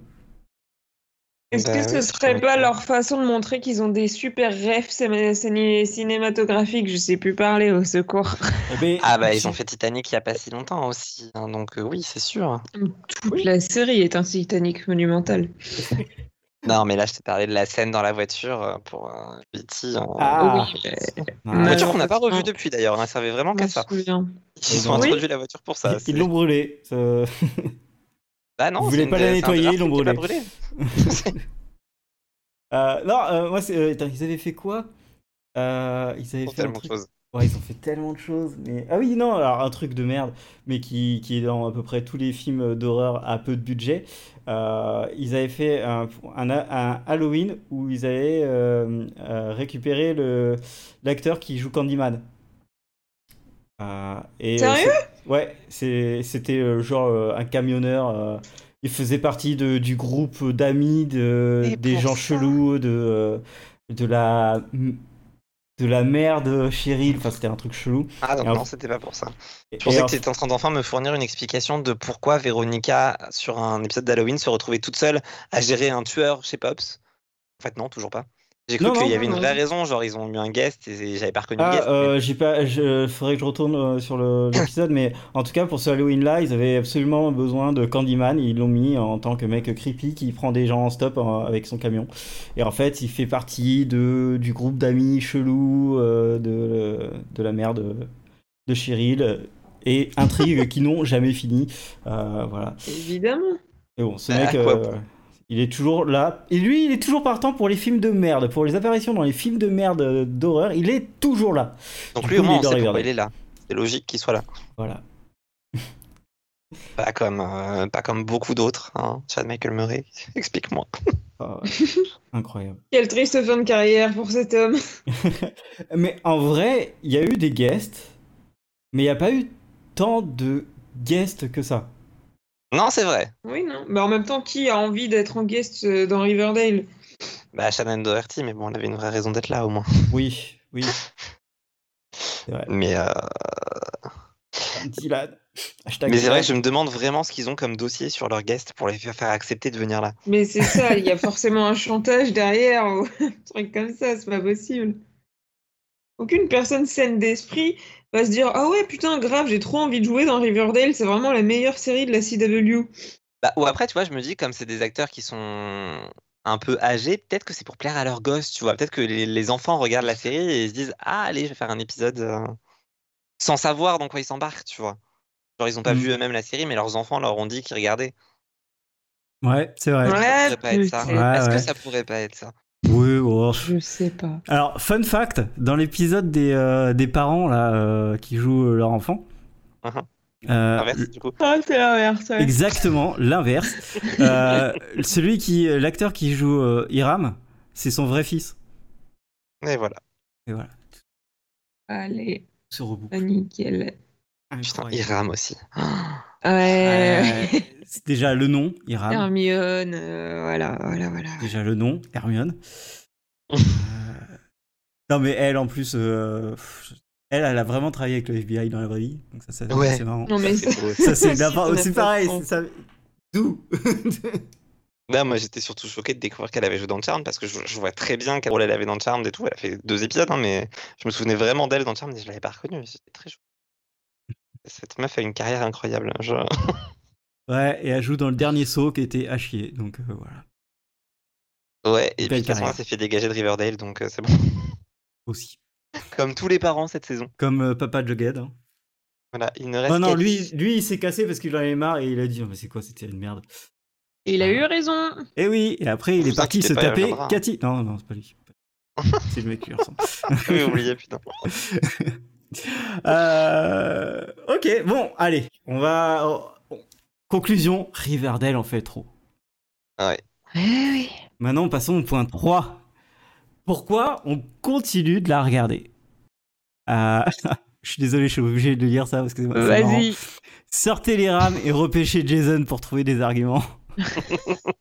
[SPEAKER 3] Est-ce
[SPEAKER 2] Bah
[SPEAKER 3] que ce
[SPEAKER 2] oui,
[SPEAKER 3] serait
[SPEAKER 2] c'est
[SPEAKER 3] pas
[SPEAKER 2] vrai.
[SPEAKER 3] leur façon de montrer qu'ils ont des super rêves cin- ciné- cinématographiques Je sais plus parler, au [LAUGHS] secours.
[SPEAKER 1] Eh ben,
[SPEAKER 2] Ah bah ils ont fait Titanic il y a pas si longtemps aussi, hein, donc euh, oui c'est sûr.
[SPEAKER 3] Toute la série est un Titanic monumental.
[SPEAKER 2] Non mais là je t'ai parlé de la scène dans la voiture euh, pour euh, Betty. en-
[SPEAKER 1] Ah.
[SPEAKER 2] Oui, mais-
[SPEAKER 3] euh,
[SPEAKER 1] Ah.
[SPEAKER 2] voiture qu'on n'a pas
[SPEAKER 3] Malheureusement.
[SPEAKER 2] revue depuis d'ailleurs, hein, elle servait vraiment
[SPEAKER 3] Je me
[SPEAKER 2] qu'à ça.
[SPEAKER 3] souviens.
[SPEAKER 2] Ils ont
[SPEAKER 1] Oui.
[SPEAKER 2] introduit la voiture pour ça.
[SPEAKER 1] Ils-
[SPEAKER 2] c'est-
[SPEAKER 1] Ils l'ont brûlé. ça-
[SPEAKER 2] Bah non,
[SPEAKER 1] Ils
[SPEAKER 2] c'est
[SPEAKER 1] voulaient
[SPEAKER 2] une
[SPEAKER 1] pas la
[SPEAKER 2] des- c'est un
[SPEAKER 1] nettoyer,
[SPEAKER 2] des
[SPEAKER 1] ils l'ont
[SPEAKER 2] rares trucs
[SPEAKER 1] brûlée.
[SPEAKER 2] qui est
[SPEAKER 1] [LAUGHS]
[SPEAKER 2] pas brûlé.
[SPEAKER 1] Euh, non, euh, moi, c'est, euh, attends, ils avaient fait quoi Euh, Ils avaient
[SPEAKER 2] Pour
[SPEAKER 1] fait un
[SPEAKER 2] tellement de
[SPEAKER 1] truc.
[SPEAKER 2] choses.
[SPEAKER 1] Ouais, ils ont fait tellement de choses. Mais... Ah oui, non, alors un truc de merde, mais qui, qui est dans à peu près tous les films euh, d'horreur à peu de budget. Euh, ils avaient fait un, un- un Halloween où ils avaient euh, euh, récupéré le, l'acteur qui joue Candyman. Euh, et, euh,
[SPEAKER 3] Sérieux
[SPEAKER 1] c'est- Ouais, c'est, c'était euh, genre euh, un camionneur. euh, il faisait partie de- du groupe d'amis de-
[SPEAKER 2] Et
[SPEAKER 1] des
[SPEAKER 2] pour
[SPEAKER 1] gens
[SPEAKER 2] ça.
[SPEAKER 1] chelous de, de euh, la de la merde, Cheryl. Enfin, c'était un truc chelou.
[SPEAKER 2] Ah non,
[SPEAKER 1] Alors-
[SPEAKER 2] non, c'était pas pour ça.
[SPEAKER 1] Et-
[SPEAKER 2] Je pensais
[SPEAKER 1] et
[SPEAKER 2] que tu étais en train d'enfin me fournir une explication de pourquoi Véronica, sur un épisode d'Halloween, se retrouvait toute seule à gérer un tueur chez Pops. En fait, non, toujours pas. J'ai cru
[SPEAKER 1] Non,
[SPEAKER 2] qu'il
[SPEAKER 1] non,
[SPEAKER 2] y avait
[SPEAKER 3] non,
[SPEAKER 2] une
[SPEAKER 3] non.
[SPEAKER 2] vraie raison, genre ils ont eu un guest et j'avais pas reconnu le guest.
[SPEAKER 1] Ah,
[SPEAKER 2] mais-
[SPEAKER 1] euh, j'ai pas. Je faudrait que je retourne euh, sur
[SPEAKER 2] [LAUGHS]
[SPEAKER 1] le- l'épisode, mais en tout cas pour ce Halloween là, ils avaient absolument besoin de Candyman. Ils l'ont mis en tant que mec creepy qui prend des gens en stop euh, avec son camion. Et en fait, il fait partie de du groupe d'amis chelous euh, de de la mère de de Cheryl et
[SPEAKER 2] [LAUGHS]
[SPEAKER 1] intrigue qui n'ont jamais fini. Euh, voilà.
[SPEAKER 3] Évidemment.
[SPEAKER 1] Et bon, ce
[SPEAKER 2] Ah,
[SPEAKER 1] mec,
[SPEAKER 2] quoi,
[SPEAKER 1] euh, il est toujours là. Et lui, il est toujours partant pour les films de merde, pour les apparitions dans les films de merde euh, d'horreur. Il est toujours là.
[SPEAKER 2] Donc
[SPEAKER 1] du
[SPEAKER 2] lui
[SPEAKER 1] coup,
[SPEAKER 2] au moins
[SPEAKER 1] il
[SPEAKER 2] on
[SPEAKER 1] doit
[SPEAKER 2] sait pourquoi
[SPEAKER 1] regarder.
[SPEAKER 2] il est là. C'est logique qu'il soit là.
[SPEAKER 1] Voilà.
[SPEAKER 2] Pas comme, euh, pas comme beaucoup d'autres. Hein. Chad Michael Murray, [LAUGHS] explique-moi.
[SPEAKER 1] Ah, incroyable.
[SPEAKER 3] Quelle triste fin de carrière pour cet homme. [LAUGHS]
[SPEAKER 1] Mais en vrai, il y a eu des guests, mais il n'y a pas eu tant de guests que ça.
[SPEAKER 2] Non, c'est vrai.
[SPEAKER 3] Oui, non. Mais en même temps, qui a envie d'être en guest euh, dans Riverdale
[SPEAKER 2] Bah, Shannon Doherty, mais bon, elle avait une vraie raison d'être là au moins.
[SPEAKER 1] Oui, oui.
[SPEAKER 2] Mais, euh,
[SPEAKER 1] Dylan. Hashtag
[SPEAKER 2] mais c'est
[SPEAKER 1] Dylan.
[SPEAKER 2] vrai que je me demande vraiment ce qu'ils ont comme dossier sur leurs guests pour les faire faire accepter de venir là.
[SPEAKER 3] Mais c'est ça, il y a forcément un chantage derrière ou [LAUGHS] un truc comme ça, c'est pas possible. Aucune personne saine d'esprit va se dire Ah ouais, putain, grave, j'ai trop envie de jouer dans Riverdale, c'est vraiment la meilleure série de la CW.
[SPEAKER 2] Bah, ou après, tu vois, je me dis, comme c'est des acteurs qui sont un peu âgés, peut-être que c'est pour plaire à leurs gosses, tu vois. Peut-être que les, les enfants regardent la série et ils se disent Ah, allez, je vais faire un épisode euh, sans savoir dans quoi ils s'embarquent, tu vois. Genre, ils n'ont pas
[SPEAKER 1] Mm.
[SPEAKER 2] vu eux-mêmes la série, mais leurs enfants leur ont dit qu'ils regardaient.
[SPEAKER 1] Ouais, c'est vrai.
[SPEAKER 3] Ouais,
[SPEAKER 2] Ça pourrait pas être ça.
[SPEAKER 3] peut-être.
[SPEAKER 1] Ouais,
[SPEAKER 2] Est-ce
[SPEAKER 1] ouais.
[SPEAKER 2] que ça pourrait pas être ça
[SPEAKER 1] Oui, bon.
[SPEAKER 3] Je sais pas.
[SPEAKER 1] Alors, fun fact, dans l'épisode des, euh, des parents là, euh, qui jouent euh, leur enfant,
[SPEAKER 2] Mhm.
[SPEAKER 1] euh,
[SPEAKER 2] Inverse, du coup.
[SPEAKER 3] Ah, c'est l'inverse, ouais.
[SPEAKER 1] Exactement, l'inverse.
[SPEAKER 2] [LAUGHS]
[SPEAKER 1] Euh, celui qui, l'acteur qui joue euh, Hiram, c'est son vrai fils.
[SPEAKER 2] Et voilà.
[SPEAKER 1] Et voilà.
[SPEAKER 3] Allez,
[SPEAKER 1] Ce rebou.
[SPEAKER 3] bah, nickel.
[SPEAKER 2] Putain, Hiram aussi.
[SPEAKER 3] Ouais.
[SPEAKER 1] Euh,
[SPEAKER 3] [LAUGHS]
[SPEAKER 1] c'est déjà le nom,
[SPEAKER 2] Ah.
[SPEAKER 1] Hiram.
[SPEAKER 3] Hermione, euh, voilà, voilà, voilà.
[SPEAKER 1] Déjà le nom, Hermione. Euh, Non mais elle en plus, euh, pff, elle, elle a vraiment travaillé avec le FBI dans la vraie vie, donc ça, ça,
[SPEAKER 2] Ouais.
[SPEAKER 1] c'est marrant.
[SPEAKER 3] Non, mais
[SPEAKER 2] C'est beau,
[SPEAKER 1] Ça
[SPEAKER 3] [LAUGHS]
[SPEAKER 2] ça.
[SPEAKER 1] c'est
[SPEAKER 3] Si,
[SPEAKER 1] n'importe-
[SPEAKER 3] ça
[SPEAKER 1] c'est
[SPEAKER 3] n'a pas
[SPEAKER 1] pareil,
[SPEAKER 3] de
[SPEAKER 1] c'est
[SPEAKER 3] sens.
[SPEAKER 1] ça. D'où [LAUGHS]
[SPEAKER 2] Là, Bah, moi, j'étais surtout choqué de découvrir qu'elle avait joué dans Charmed parce que je, je vois très bien quel rôle elle avait dans Charmed et tout. Elle a fait deux épisodes, hein, mais je me souvenais vraiment d'elle dans Charmed et je l'avais pas reconnue. C'était très chaud. Cette meuf a une carrière incroyable. hein, je-
[SPEAKER 1] Ouais, et elle joue dans le dernier saut qui était à chier, donc euh, voilà.
[SPEAKER 2] Ouais, et
[SPEAKER 1] Belle
[SPEAKER 2] puis de toute façon,
[SPEAKER 1] carrière.
[SPEAKER 2] elle s'est fait dégager de Riverdale, donc euh, c'est bon.
[SPEAKER 1] Aussi.
[SPEAKER 2] Comme tous les parents cette saison.
[SPEAKER 1] Comme euh, Papa Jughead. hein. Oh
[SPEAKER 2] Voilà, il ne reste
[SPEAKER 1] Non, non,
[SPEAKER 2] qu'elle.
[SPEAKER 1] lui, lui il s'est cassé parce qu'il en avait marre et il a dit Oh, Mais c'est quoi, c'était une merde.
[SPEAKER 3] Il a eu raison.
[SPEAKER 1] Et oui, et après il
[SPEAKER 2] Vous
[SPEAKER 1] est parti se
[SPEAKER 2] inquiétez pas, il
[SPEAKER 1] taper
[SPEAKER 2] reviendra.
[SPEAKER 1] Cathy. Non, non, c'est pas
[SPEAKER 2] [LAUGHS]
[SPEAKER 1] lui. C'est le mec qui lui ressemble.
[SPEAKER 2] J'avais oublié, putain.
[SPEAKER 1] Euh, ok, bon, allez, on va. oh, Conclusion Riverdale en fait trop.
[SPEAKER 3] oui.
[SPEAKER 1] Maintenant, passons au point 3. Pourquoi on continue de la regarder Euh, [LAUGHS] Je suis désolé, je suis obligé de lire ça parce que c'est
[SPEAKER 2] Euh,
[SPEAKER 1] c'est marrant.
[SPEAKER 3] Vas-y.
[SPEAKER 1] Sortez les rames et repêchez Jason pour trouver des arguments. [LAUGHS]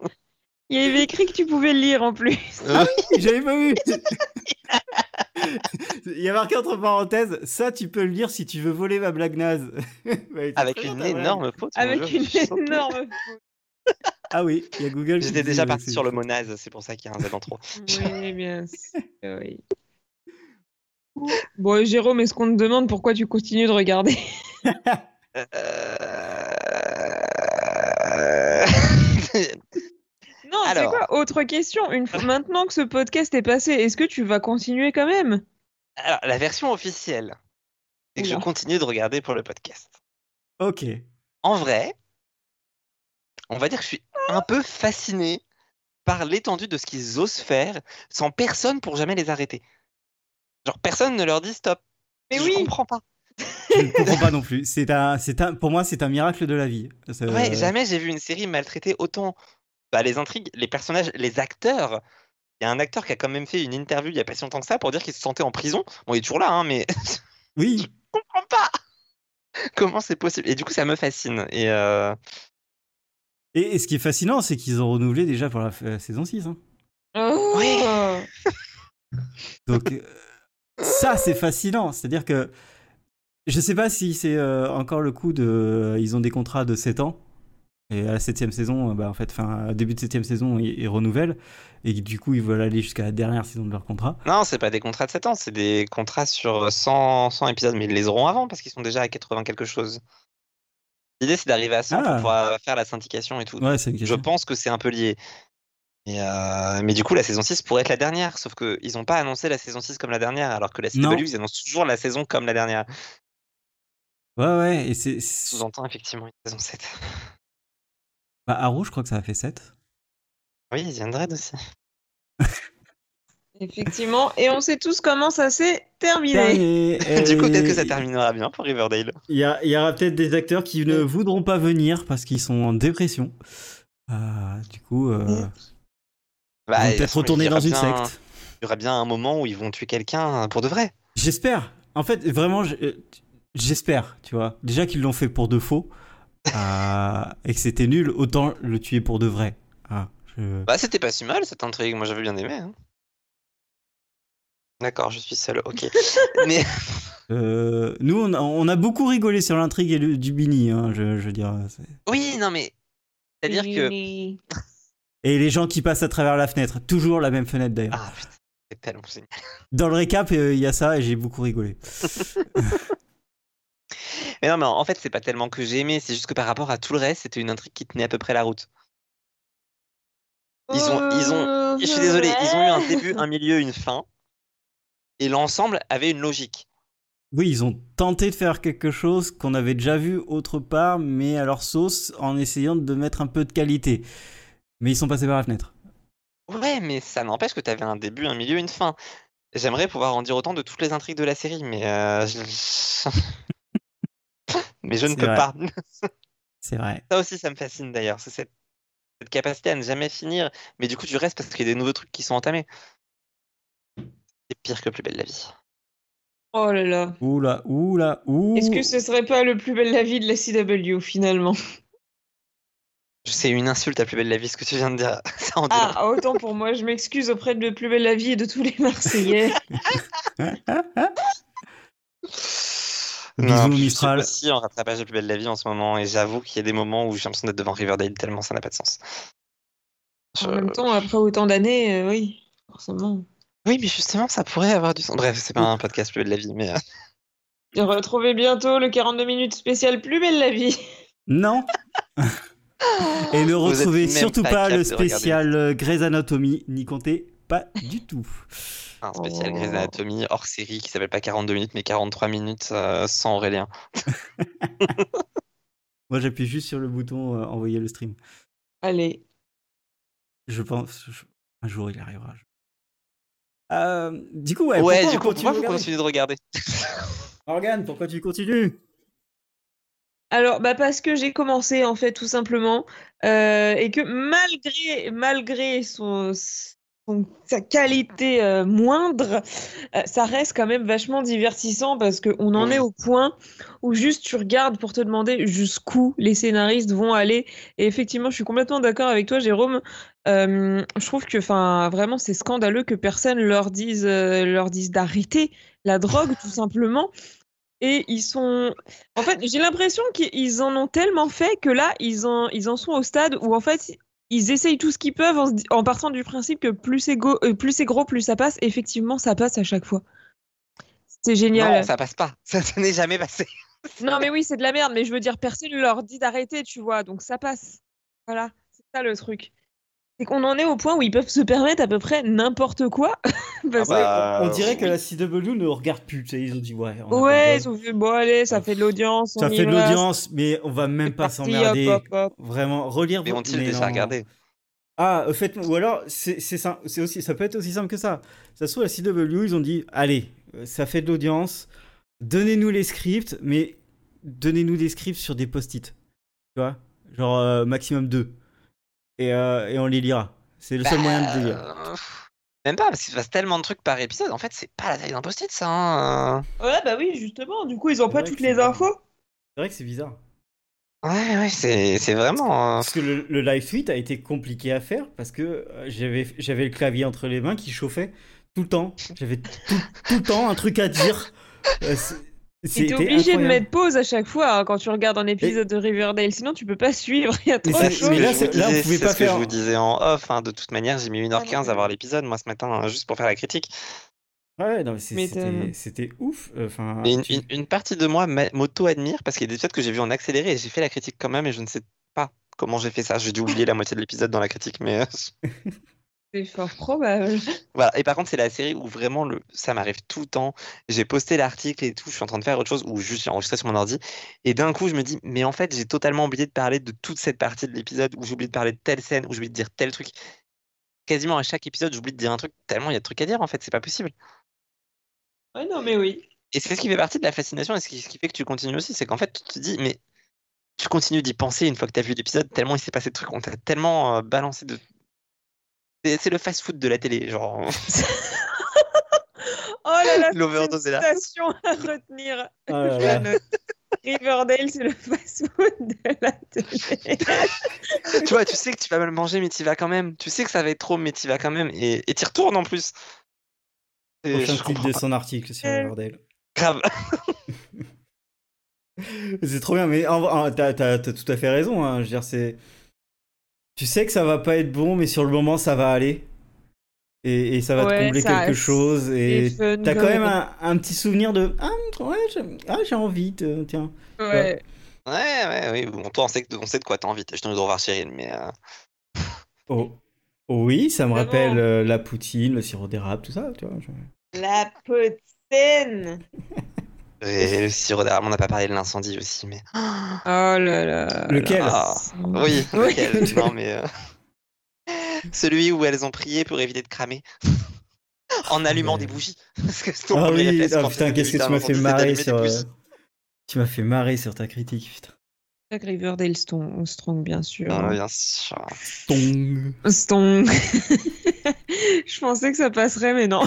[SPEAKER 3] Il y avait écrit que tu pouvais le lire en plus.
[SPEAKER 1] J'avais pas vu. [LAUGHS] Il y a marqué entre parenthèses, ça tu peux le lire si tu veux voler ma blague naze. [LAUGHS] Bah, c'est
[SPEAKER 2] Avec
[SPEAKER 1] très
[SPEAKER 2] une
[SPEAKER 1] bien, ta blague.
[SPEAKER 2] énorme faute. mon
[SPEAKER 3] Avec
[SPEAKER 2] jeu,
[SPEAKER 3] une
[SPEAKER 2] Ah, je suis choqué.
[SPEAKER 3] énorme.
[SPEAKER 1] Ah oui, il y a Google. qui
[SPEAKER 2] J'étais
[SPEAKER 1] dit,
[SPEAKER 2] déjà
[SPEAKER 1] euh,
[SPEAKER 2] parti
[SPEAKER 1] c'est-
[SPEAKER 2] sur le mot naze, c'est pour ça qu'il y a un Z en trop.
[SPEAKER 3] oui, bien sûr. [LAUGHS] Oui. Bon, et Jérôme, est-ce qu'on te demande pourquoi tu continues de regarder
[SPEAKER 2] Euh,
[SPEAKER 3] [LAUGHS] Non, c'est
[SPEAKER 2] Alors.
[SPEAKER 3] quoi Autre question. Une fois maintenant que ce podcast est passé, est-ce que tu vas continuer quand même
[SPEAKER 2] Alors, la version officielle, c'est que je
[SPEAKER 3] Oula.
[SPEAKER 2] continue de regarder pour le podcast.
[SPEAKER 1] Ok.
[SPEAKER 2] En vrai, on va dire que je suis un peu fasciné par l'étendue de ce qu'ils osent faire sans personne pour jamais les arrêter. Genre, personne ne leur dit stop.
[SPEAKER 3] Mais
[SPEAKER 2] je
[SPEAKER 3] oui.
[SPEAKER 2] comprends pas.
[SPEAKER 1] Je ne comprends pas non plus. C'est un, c'est un, pour moi, c'est un miracle de la vie. Ça- euh,
[SPEAKER 2] Ouais, jamais j'ai vu une série maltraiter autant bah, les intrigues, les personnages, les acteurs. Il y a un acteur qui a quand même fait une interview il y a pas si longtemps que ça pour dire qu'il se sentait en prison. Bon, il est toujours là, hein, mais [LAUGHS] je
[SPEAKER 1] Oui.
[SPEAKER 2] comprends pas comment c'est possible. Et du coup, ça me fascine. Et euh,
[SPEAKER 1] Et, et ce qui est fascinant, c'est qu'ils ont renouvelé déjà pour la, euh, f- la saison 6. hein.
[SPEAKER 3] Oh
[SPEAKER 2] Oui.
[SPEAKER 1] Donc, euh, ça, c'est fascinant. C'est-à-dire que je sais pas si c'est euh, encore le coup de. euh, Ils ont des contrats de 7 ans. Et à la septième saison, euh, bah, en fait, fin, début de septième saison, ils, ils renouvellent. Et du coup, ils veulent aller jusqu'à la dernière saison de leur contrat.
[SPEAKER 2] Non, c'est pas des contrats de 7 ans, c'est des contrats sur 100, 100 épisodes, mais ils les auront avant parce qu'ils sont déjà à 80 quelque chose. L'idée, c'est d'arriver à 100
[SPEAKER 1] Ah.
[SPEAKER 2] pour pouvoir euh, faire la syndication et tout.
[SPEAKER 1] Ouais, c'est une
[SPEAKER 2] Je
[SPEAKER 1] question.
[SPEAKER 2] pense que c'est un peu lié. Et, euh, mais du coup, la saison 6 pourrait être la dernière, sauf qu'ils n'ont pas annoncé la saison 6 comme la dernière, alors que la CW,
[SPEAKER 1] Non.
[SPEAKER 2] ils annoncent toujours la saison comme la dernière.
[SPEAKER 1] Ouais, ouais. Et c'est.
[SPEAKER 2] Sous-entend effectivement une saison 7.
[SPEAKER 1] Bah, Arrow, je crois que ça a fait 7.
[SPEAKER 2] [LAUGHS] Oui, ils viendraient aussi.
[SPEAKER 3] Effectivement. Et on sait tous comment ça s'est terminé.
[SPEAKER 1] Terminé.
[SPEAKER 2] [LAUGHS] du coup, peut-être que ça
[SPEAKER 1] Et-
[SPEAKER 2] terminera bien pour Riverdale.
[SPEAKER 1] Il y, a- il y aura peut-être des acteurs qui ne voudront pas venir parce qu'ils sont en dépression. Euh, du coup, euh,
[SPEAKER 3] Ouais.
[SPEAKER 2] Bah,
[SPEAKER 1] ils
[SPEAKER 2] de
[SPEAKER 1] vont
[SPEAKER 2] toute
[SPEAKER 1] peut-être
[SPEAKER 2] façon,
[SPEAKER 1] retourner
[SPEAKER 2] il y
[SPEAKER 1] dans
[SPEAKER 2] aura
[SPEAKER 1] une
[SPEAKER 2] bien-
[SPEAKER 1] secte.
[SPEAKER 2] Il y aura bien un moment où ils vont tuer quelqu'un euh, pour de vrai.
[SPEAKER 1] J'espère. En fait, vraiment, je- euh, j'espère, tu vois. Déjà qu'ils l'ont fait pour de faux euh, et que c'était nul, autant le tuer pour de vrai. Ah, je-
[SPEAKER 2] Bah, c'était pas si mal cette intrigue, moi j'avais bien aimé. hein. D'accord, je suis seul,
[SPEAKER 1] [LAUGHS]
[SPEAKER 2] ok. mais
[SPEAKER 1] Euh, nous, on a, on a beaucoup rigolé sur l'intrigue et le- du Bini, hein, je, je veux dire. c'est-
[SPEAKER 2] oui, non, mais c'est-à-dire que.
[SPEAKER 3] que.
[SPEAKER 1] Et les gens qui passent à travers la fenêtre, toujours la même fenêtre d'ailleurs.
[SPEAKER 2] Ah putain, c'est tellement génial.
[SPEAKER 1] Dans le récap, euh, il y a ça et j'ai beaucoup rigolé.
[SPEAKER 2] Mais non, mais en fait, c'est pas tellement que j'ai aimé, c'est juste que par rapport à tout le reste, c'était une intrigue qui tenait à peu près la route. Ils ont- ils ont- Je suis désolé, ils ont eu un début, un milieu, une fin. Et l'ensemble avait une logique.
[SPEAKER 1] Oui, ils ont tenté de faire quelque chose qu'on avait déjà vu autre part, mais à leur sauce, en essayant de mettre un peu de qualité. Mais ils sont passés par la fenêtre.
[SPEAKER 2] Ouais, mais ça n'empêche que t'avais un début, un milieu, une fin. J'aimerais pouvoir en dire autant de toutes les intrigues de la série, mais. euh, je- [LAUGHS] mais je ne
[SPEAKER 1] C'est
[SPEAKER 2] peux
[SPEAKER 1] vrai.
[SPEAKER 2] pas.
[SPEAKER 1] C'est vrai.
[SPEAKER 2] Ça aussi, ça me fascine d'ailleurs. C'est cette, cette capacité à ne jamais finir, mais du coup, tu restes parce qu'il y a des nouveaux trucs qui sont entamés. C'est pire que Plus Belle la Vie.
[SPEAKER 3] Oh là là.
[SPEAKER 1] Oula, oula, oula.
[SPEAKER 3] Est-ce que ce serait pas le plus bel la vie de la CW finalement
[SPEAKER 2] C'est une insulte à Plus Belle la Vie, ce que tu viens de dire. [LAUGHS] Ça en dit long.
[SPEAKER 3] Ah, autant pour moi, je m'excuse auprès de le plus bel la vie et de tous les [LAUGHS] Marseillais.
[SPEAKER 1] [LAUGHS] Bisous,
[SPEAKER 2] puis je suis
[SPEAKER 1] Mistral.
[SPEAKER 2] aussi en rattrapage de plus belle la vie en ce moment et j'avoue qu'il y a des moments où j'ai l'impression d'être devant Riverdale tellement ça n'a pas de sens. Je-
[SPEAKER 3] En
[SPEAKER 2] Euh,
[SPEAKER 3] même temps, après autant d'années, euh, oui, forcément.
[SPEAKER 2] Oui, mais justement, ça pourrait avoir du sens. Bref, c'est pas un podcast plus belle la vie, mais euh,
[SPEAKER 3] Retrouvez bientôt le 42 minutes spécial plus belle la vie. [LAUGHS]
[SPEAKER 1] Non Et ne
[SPEAKER 2] Vous êtes
[SPEAKER 1] retrouvez
[SPEAKER 2] même
[SPEAKER 1] surtout
[SPEAKER 2] pas
[SPEAKER 1] pas, le
[SPEAKER 2] capable de regarder.
[SPEAKER 1] spécial euh, Grey's Anatomy, n'y comptez pas du tout.
[SPEAKER 2] un spécial
[SPEAKER 3] Oh.
[SPEAKER 2] Grey's Anatomy hors série qui s'appelle pas 42 minutes mais 43 minutes euh, sans Aurélien.
[SPEAKER 1] Moi, j'appuie juste sur le bouton euh, envoyer le stream.
[SPEAKER 3] Allez,
[SPEAKER 1] Je pense je- un jour il arrivera. je- Euh, du coup, ouais, pourquoi
[SPEAKER 2] Ouais, du
[SPEAKER 1] on
[SPEAKER 2] coup,
[SPEAKER 1] continue
[SPEAKER 2] pourquoi
[SPEAKER 1] de
[SPEAKER 2] vous
[SPEAKER 1] regarder
[SPEAKER 2] continuez de regarder
[SPEAKER 1] Morgane, pourquoi tu continues
[SPEAKER 3] Alors, bah parce que j'ai commencé en fait tout simplement euh, et que malgré malgré son, son- sa qualité euh, moindre, euh, ça reste quand même vachement divertissant parce que on en
[SPEAKER 2] Oui.
[SPEAKER 3] est au point où juste tu regardes pour te demander jusqu'où les scénaristes vont aller. Et effectivement, je suis complètement d'accord avec toi, Jérôme. Euh, je trouve que, enfin, vraiment, c'est scandaleux que personne leur dise euh, leur dise d'arrêter la drogue tout simplement. Et ils sont. En fait, j'ai l'impression qu'ils en ont tellement fait que là, ils en, ils en sont au stade où, en fait, ils essayent tout ce qu'ils peuvent en, se di- en partant du principe que plus c'est go- euh, plus c'est gros, plus ça passe. Effectivement, ça passe à chaque fois. C'est génial.
[SPEAKER 2] Non, ça passe pas. [LAUGHS] Ça, ça n'est jamais passé.
[SPEAKER 3] Non, mais oui, c'est de la merde, mais je veux dire, personne ne leur dit d'arrêter, tu vois, donc ça passe. Voilà, c'est ça le truc. C'est qu'on en est au point où ils peuvent se permettre à peu près n'importe quoi. [LAUGHS] parce que-
[SPEAKER 2] Ah bah,
[SPEAKER 1] On dirait que
[SPEAKER 2] oui.
[SPEAKER 1] la CW ne regarde plus. tu sais, Ils ont dit ouais. on a pas
[SPEAKER 3] Ouais,
[SPEAKER 1] besoin.
[SPEAKER 3] ils ont fait, bon, allez, ça fait de l'audience.
[SPEAKER 1] ça
[SPEAKER 3] on y
[SPEAKER 1] fait de
[SPEAKER 3] va,
[SPEAKER 1] l'audience, mais on va même
[SPEAKER 3] c'est
[SPEAKER 1] pas
[SPEAKER 3] parti,
[SPEAKER 1] s'emmerder.
[SPEAKER 3] hop, hop, hop.
[SPEAKER 1] Vraiment, relire.
[SPEAKER 2] Mais
[SPEAKER 1] vos-
[SPEAKER 2] ont-ils
[SPEAKER 1] mais
[SPEAKER 2] déjà
[SPEAKER 1] non.
[SPEAKER 2] regardé
[SPEAKER 1] Ah, euh, faites ou alors c'est c'est sim- c'est aussi ça peut être aussi simple que ça. Ça se trouve la CW ils ont dit allez euh, ça fait de l'audience, donnez-nous les scripts mais donnez-nous des scripts sur des post-it, tu vois, genre euh, maximum deux et, euh, et on les lira. C'est le seul
[SPEAKER 2] Bah,
[SPEAKER 1] moyen de les lire.
[SPEAKER 2] euh, Même pas, parce qu'il se passe tellement de trucs par épisode. En fait, c'est pas la taille d'un post-it, ça. hein.
[SPEAKER 3] Ouais, bah oui, justement, du coup, ils ont
[SPEAKER 1] C'est
[SPEAKER 3] pas
[SPEAKER 1] vrai
[SPEAKER 3] toutes
[SPEAKER 1] que c'est
[SPEAKER 3] les
[SPEAKER 1] pas-
[SPEAKER 3] infos.
[SPEAKER 1] C'est vrai que c'est bizarre.
[SPEAKER 2] Ouais, ouais, c'est c'est vraiment. euh,
[SPEAKER 1] Parce que le, le live tweet a été compliqué à faire parce que euh, j'avais j'avais le clavier entre les mains qui chauffait. Tout le temps. J'avais tout, tout le temps un truc à dire. Euh, c'est-
[SPEAKER 3] T'es
[SPEAKER 1] c'était
[SPEAKER 3] obligé de
[SPEAKER 1] incroyable.
[SPEAKER 3] mettre pause à chaque fois hein, quand tu regardes un épisode de Riverdale, sinon tu peux pas suivre. Il y a
[SPEAKER 1] Mais
[SPEAKER 3] trop
[SPEAKER 1] ça-
[SPEAKER 3] de
[SPEAKER 2] C'est ce
[SPEAKER 3] choses.
[SPEAKER 1] mais
[SPEAKER 2] que
[SPEAKER 1] là,
[SPEAKER 2] je
[SPEAKER 1] c'est-
[SPEAKER 2] vous
[SPEAKER 1] là, on
[SPEAKER 2] disais,
[SPEAKER 1] pouvait
[SPEAKER 2] c'est
[SPEAKER 1] pas
[SPEAKER 2] ce que je
[SPEAKER 1] faire-
[SPEAKER 2] vous disais en off. hein. De toute manière, j'ai mis 1h15 à voir l'épisode, moi, ce matin, hein, juste pour faire la critique.
[SPEAKER 1] Ouais, non, mais c'est-
[SPEAKER 3] Mais
[SPEAKER 1] c'était
[SPEAKER 3] t'as-
[SPEAKER 1] c'était ouf. Enfin,
[SPEAKER 2] Mais une,
[SPEAKER 1] Ah, tu-
[SPEAKER 2] une- une partie de moi m'a- m'auto-admire parce qu'il y a des épisodes que j'ai vus en accéléré et j'ai fait la critique quand même et je ne sais pas comment j'ai fait ça. J'ai dû oublier la moitié de l'épisode dans la critique, mais euh,
[SPEAKER 3] C'est fort probable.
[SPEAKER 2] voilà. Et par contre, c'est la série où vraiment le... ça m'arrive tout le temps. J'ai posté l'article et tout, je suis en train de faire autre chose ou juste j'ai enregistré sur mon ordi et d'un coup, je me dis, mais en fait, j'ai totalement oublié de parler de toute cette partie de l'épisode où j'ai oublié de parler de telle scène, où j'ai oublié de dire tel truc. Quasiment à chaque épisode, j'oublie de dire un truc tellement il y a de trucs à dire en fait, c'est pas possible.
[SPEAKER 3] Ouais, non, mais oui.
[SPEAKER 2] Et c'est ce qui fait partie de la fascination et ce qui, ce qui fait que tu continues aussi, c'est qu'en fait, tu te dis, mais tu continues d'y penser une fois que tu as vu l'épisode, tellement il s'est passé de trucs, on t'a tellement euh, balancé de. C'est c'est le fast-food de la télé, genre
[SPEAKER 3] Oh là là,
[SPEAKER 2] l'overdose est là.
[SPEAKER 3] station à retenir.
[SPEAKER 1] Ah là
[SPEAKER 3] Je la
[SPEAKER 1] là.
[SPEAKER 3] note. Riverdale, c'est le fast-food de la télé.
[SPEAKER 2] tu vois, tu sais que tu vas mal manger, mais tu vas quand même. Tu sais que ça va être trop, mais tu vas quand même. Et tu retournes en plus. Et
[SPEAKER 1] Prochain
[SPEAKER 2] je
[SPEAKER 1] titre
[SPEAKER 2] comprends
[SPEAKER 1] de
[SPEAKER 2] pas.
[SPEAKER 1] son article sur
[SPEAKER 3] Euh.
[SPEAKER 1] Riverdale.
[SPEAKER 2] Grave. [LAUGHS]
[SPEAKER 1] C'est trop bien, mais en- en- t'as t'as- t'as tout à fait raison. hein, Je veux dire, c'est. Tu sais que ça va pas être bon, mais sur le moment, ça va aller. Et, et ça va te
[SPEAKER 3] Ouais,
[SPEAKER 1] combler
[SPEAKER 3] ça-
[SPEAKER 1] quelque chose. Et
[SPEAKER 3] C'est fun
[SPEAKER 1] t'as quand
[SPEAKER 2] euh,
[SPEAKER 1] même un, un petit souvenir de. Ah, ouais, j'ai- ah, j'ai envie, de- tiens.
[SPEAKER 3] Ouais.
[SPEAKER 2] Ouais, ouais, oui. Bon, toi, on sait, que- on sait de quoi t'as envie. Je t'en ai de revoir Cheryl, mais. euh,
[SPEAKER 1] Oh. Oui, ça me
[SPEAKER 3] Vraiment.
[SPEAKER 1] rappelle euh, la poutine, le sirop d'érable, tout ça, tu vois. je-
[SPEAKER 3] La potaine.
[SPEAKER 1] [LAUGHS]
[SPEAKER 2] et le sirop d'érable, on n'a pas parlé de l'incendie aussi, mais.
[SPEAKER 3] Oh là là.
[SPEAKER 1] Lequel
[SPEAKER 2] Ah.
[SPEAKER 3] Oh,
[SPEAKER 2] Oui,
[SPEAKER 1] [LAUGHS] Oui.
[SPEAKER 2] lequel non mais euh, [LAUGHS] celui où elles ont prié pour éviter de cramer [LAUGHS] en allumant des bougies. [LAUGHS] Parce que ton
[SPEAKER 1] Ah
[SPEAKER 2] premier
[SPEAKER 1] oui,
[SPEAKER 2] réflexe
[SPEAKER 1] ah,
[SPEAKER 2] quand
[SPEAKER 1] putain,
[SPEAKER 2] t'es
[SPEAKER 1] qu'est-ce que
[SPEAKER 2] putain,
[SPEAKER 1] tu m'as
[SPEAKER 2] dans
[SPEAKER 1] fait
[SPEAKER 2] ton
[SPEAKER 1] marrer
[SPEAKER 2] lit, c'est d'allumer des
[SPEAKER 1] sur. euh,
[SPEAKER 2] bougies.
[SPEAKER 1] Tu m'as fait marrer sur ta critique, putain.
[SPEAKER 3] Avec Riverdale Strong, Strong, bien sûr.
[SPEAKER 2] Ah, bien sûr.
[SPEAKER 1] Tong.
[SPEAKER 3] Strong. [LAUGHS] je pensais que ça passerait, mais non.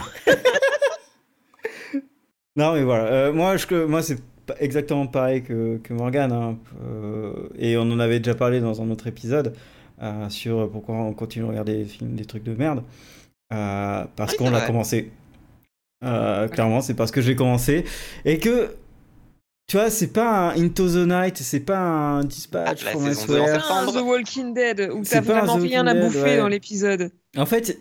[SPEAKER 1] Non, mais voilà. Euh, moi, je, moi c'est pas- exactement pareil que, que Morgane. hein. Euh, et on en avait déjà parlé dans un autre épisode euh, sur pourquoi on continue à regarder des films, des trucs de merde. Euh, parce
[SPEAKER 2] Oui,
[SPEAKER 1] qu'on
[SPEAKER 2] c'est
[SPEAKER 1] l'a
[SPEAKER 2] vrai.
[SPEAKER 1] commencé. Euh, clairement, c'est parce que j'ai commencé. Et que, tu vois, c'est pas un Into the Night, c'est pas un Dispatch
[SPEAKER 2] Ah, la
[SPEAKER 1] from
[SPEAKER 2] saison
[SPEAKER 1] Elsewhere.
[SPEAKER 2] deux, en fait.
[SPEAKER 3] Un The Walking Dead, où
[SPEAKER 1] C'est
[SPEAKER 3] t'as
[SPEAKER 1] pas un
[SPEAKER 3] vraiment
[SPEAKER 1] The
[SPEAKER 3] rien à
[SPEAKER 1] Walking Dead,
[SPEAKER 3] bouffer
[SPEAKER 1] ouais.
[SPEAKER 3] dans l'épisode.
[SPEAKER 1] En fait,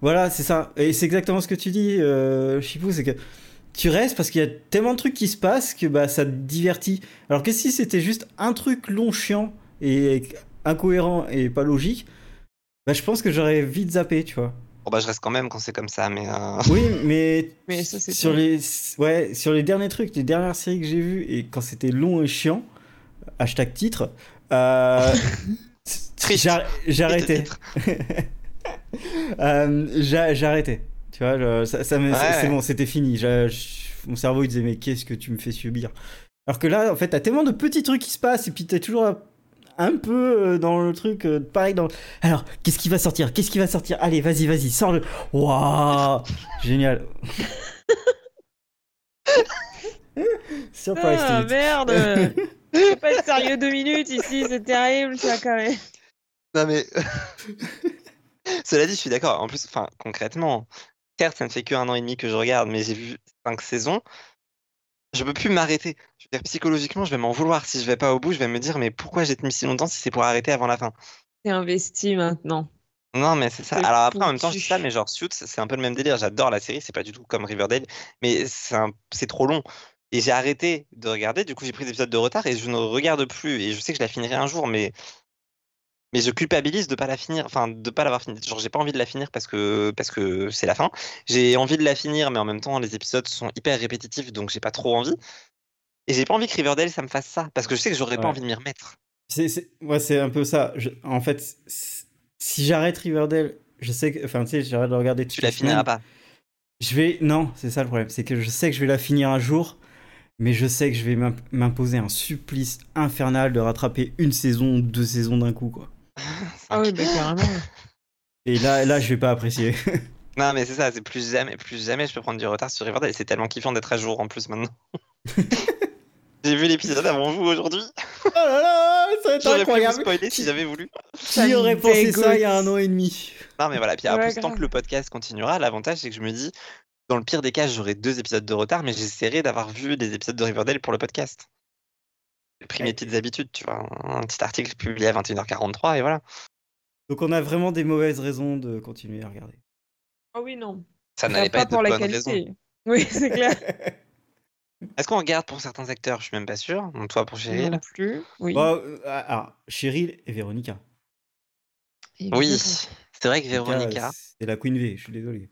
[SPEAKER 1] voilà, c'est ça. Et c'est exactement ce que tu dis, euh, Chipou, c'est que tu restes parce qu'il y a tellement de trucs qui se passent que bah, ça te divertit. Alors que si c'était juste un truc long, chiant et incohérent et pas logique, bah, je pense que j'aurais vite zappé, tu vois.
[SPEAKER 2] Bon bah je reste quand même quand c'est comme ça, mais euh,
[SPEAKER 1] [LAUGHS] Oui, mais,
[SPEAKER 3] Mais ça, c'est
[SPEAKER 1] sur
[SPEAKER 3] pas-
[SPEAKER 1] les ouais sur les derniers trucs, les dernières séries que j'ai vues et quand c'était long et chiant, hashtag titre, euh,
[SPEAKER 3] [LAUGHS]
[SPEAKER 2] Triste.
[SPEAKER 1] j'ar-
[SPEAKER 2] [LAUGHS] Et de
[SPEAKER 1] j'arrêtais.
[SPEAKER 2] titre.
[SPEAKER 1] Euh, j'a- J'arrêtais. Tu vois, je- ça, ça me-
[SPEAKER 2] Ouais.
[SPEAKER 1] c'est bon, c'était fini. J'a- je- mon cerveau il disait mais qu'est-ce que tu me fais subir Alors que là, en fait, t'as tellement de petits trucs qui se passent et puis t'es toujours un- un peu euh, dans le truc, euh, pareil dans. Alors, qu'est-ce qui va sortir Qu'est-ce qui va sortir Allez, vas-y, vas-y, sors-le. Waouh, génial. [LAUGHS] Surprise
[SPEAKER 3] Ah,
[SPEAKER 1] to it.
[SPEAKER 3] merde
[SPEAKER 1] [LAUGHS]
[SPEAKER 3] Faut pas être sérieux deux minutes ici, c'est terrible ça quand même.
[SPEAKER 2] Non mais [LAUGHS] cela dit, je suis d'accord. En plus, enfin concrètement, certes, ça ne fait que un an et demi que je regarde, mais j'ai vu cinq saisons. Je peux plus m'arrêter. Je veux dire, psychologiquement, je vais m'en vouloir. Si je vais pas au bout, je vais me dire, mais pourquoi j'ai mis si longtemps si c'est pour arrêter avant la fin
[SPEAKER 3] T'es investi maintenant.
[SPEAKER 2] Non, mais c'est ça.
[SPEAKER 3] C'est
[SPEAKER 2] Alors après, en même temps, je dis ça,
[SPEAKER 3] foutu.
[SPEAKER 2] mais genre Suits, c'est un peu le même délire. J'adore la série, c'est pas du tout comme Riverdale, mais c'est un- c'est trop long. Et j'ai arrêté de regarder, du coup, j'ai pris des épisodes de retard et je ne regarde plus. Et je sais que je la finirai un jour, mais, mais je culpabilise de pas la finir, enfin, de pas l'avoir finie. Genre, j'ai pas envie de la finir parce que parce que c'est la fin. J'ai envie de la finir, mais en même temps, les épisodes sont hyper répétitifs, donc j'ai pas trop envie. Et j'ai pas envie que Riverdale, ça me fasse ça, parce que je sais que j'aurais
[SPEAKER 1] Ouais.
[SPEAKER 2] pas envie de m'y remettre.
[SPEAKER 1] C'est, c'est, ouais, c'est un peu ça. Je- en fait, c'est- si j'arrête Riverdale, je sais que. Enfin, tu sais, j'arrête de regarder
[SPEAKER 2] Tu
[SPEAKER 1] toutes
[SPEAKER 2] la
[SPEAKER 1] les
[SPEAKER 2] finiras
[SPEAKER 1] semaines.
[SPEAKER 2] pas.
[SPEAKER 1] Je vais. Non, c'est ça le problème. C'est que je sais que je vais la finir un jour, mais je sais que je vais m'imp- m'imposer un supplice infernal de rattraper une saison ou deux saisons d'un coup, quoi.
[SPEAKER 3] Ah oui, bah carrément.
[SPEAKER 1] Et là, là je vais pas apprécier.
[SPEAKER 2] Non, mais c'est ça, c'est plus jamais, plus jamais je peux prendre du retard sur Riverdale. C'est tellement kiffant d'être à jour en
[SPEAKER 3] [LAUGHS]
[SPEAKER 2] plus maintenant. J'ai vu l'épisode avant vous aujourd'hui.
[SPEAKER 1] [LAUGHS] oh là là, ça va être
[SPEAKER 2] J'aurais pu vous
[SPEAKER 1] incroyable.
[SPEAKER 2] spoiler si j'avais voulu.
[SPEAKER 1] Qui aurait pensé ça il y a un an et demi
[SPEAKER 2] Non, mais voilà. Puis en
[SPEAKER 3] Ouais,
[SPEAKER 2] plus, tant
[SPEAKER 3] grave.
[SPEAKER 2] que le podcast continuera, l'avantage, c'est que je me dis, dans le pire des cas, j'aurai deux épisodes de retard, mais j'essaierai d'avoir vu des épisodes de Riverdale pour le podcast. J'ai pris mes petites habitudes, tu vois. Un petit article publié à 21h43, et voilà.
[SPEAKER 1] Donc on a vraiment des mauvaises raisons de continuer à [LAUGHS] regarder.
[SPEAKER 3] Ah oui, non.
[SPEAKER 2] Ça
[SPEAKER 3] Enfin,
[SPEAKER 2] n'allait pas,
[SPEAKER 3] pas
[SPEAKER 2] être de
[SPEAKER 3] pour la
[SPEAKER 2] bonnes raisons.
[SPEAKER 3] qualité. Oui, [LAUGHS] c'est clair.
[SPEAKER 2] Est-ce qu'on regarde pour certains acteurs Je suis même pas sûr. Donc, Toi, pour Cheryl
[SPEAKER 3] Non plus. Oui.
[SPEAKER 1] Bon, euh, alors, Cheryl et Véronica.
[SPEAKER 2] Oui. C'est vrai que Véronica.
[SPEAKER 1] C'est la Queen V, je suis désolé.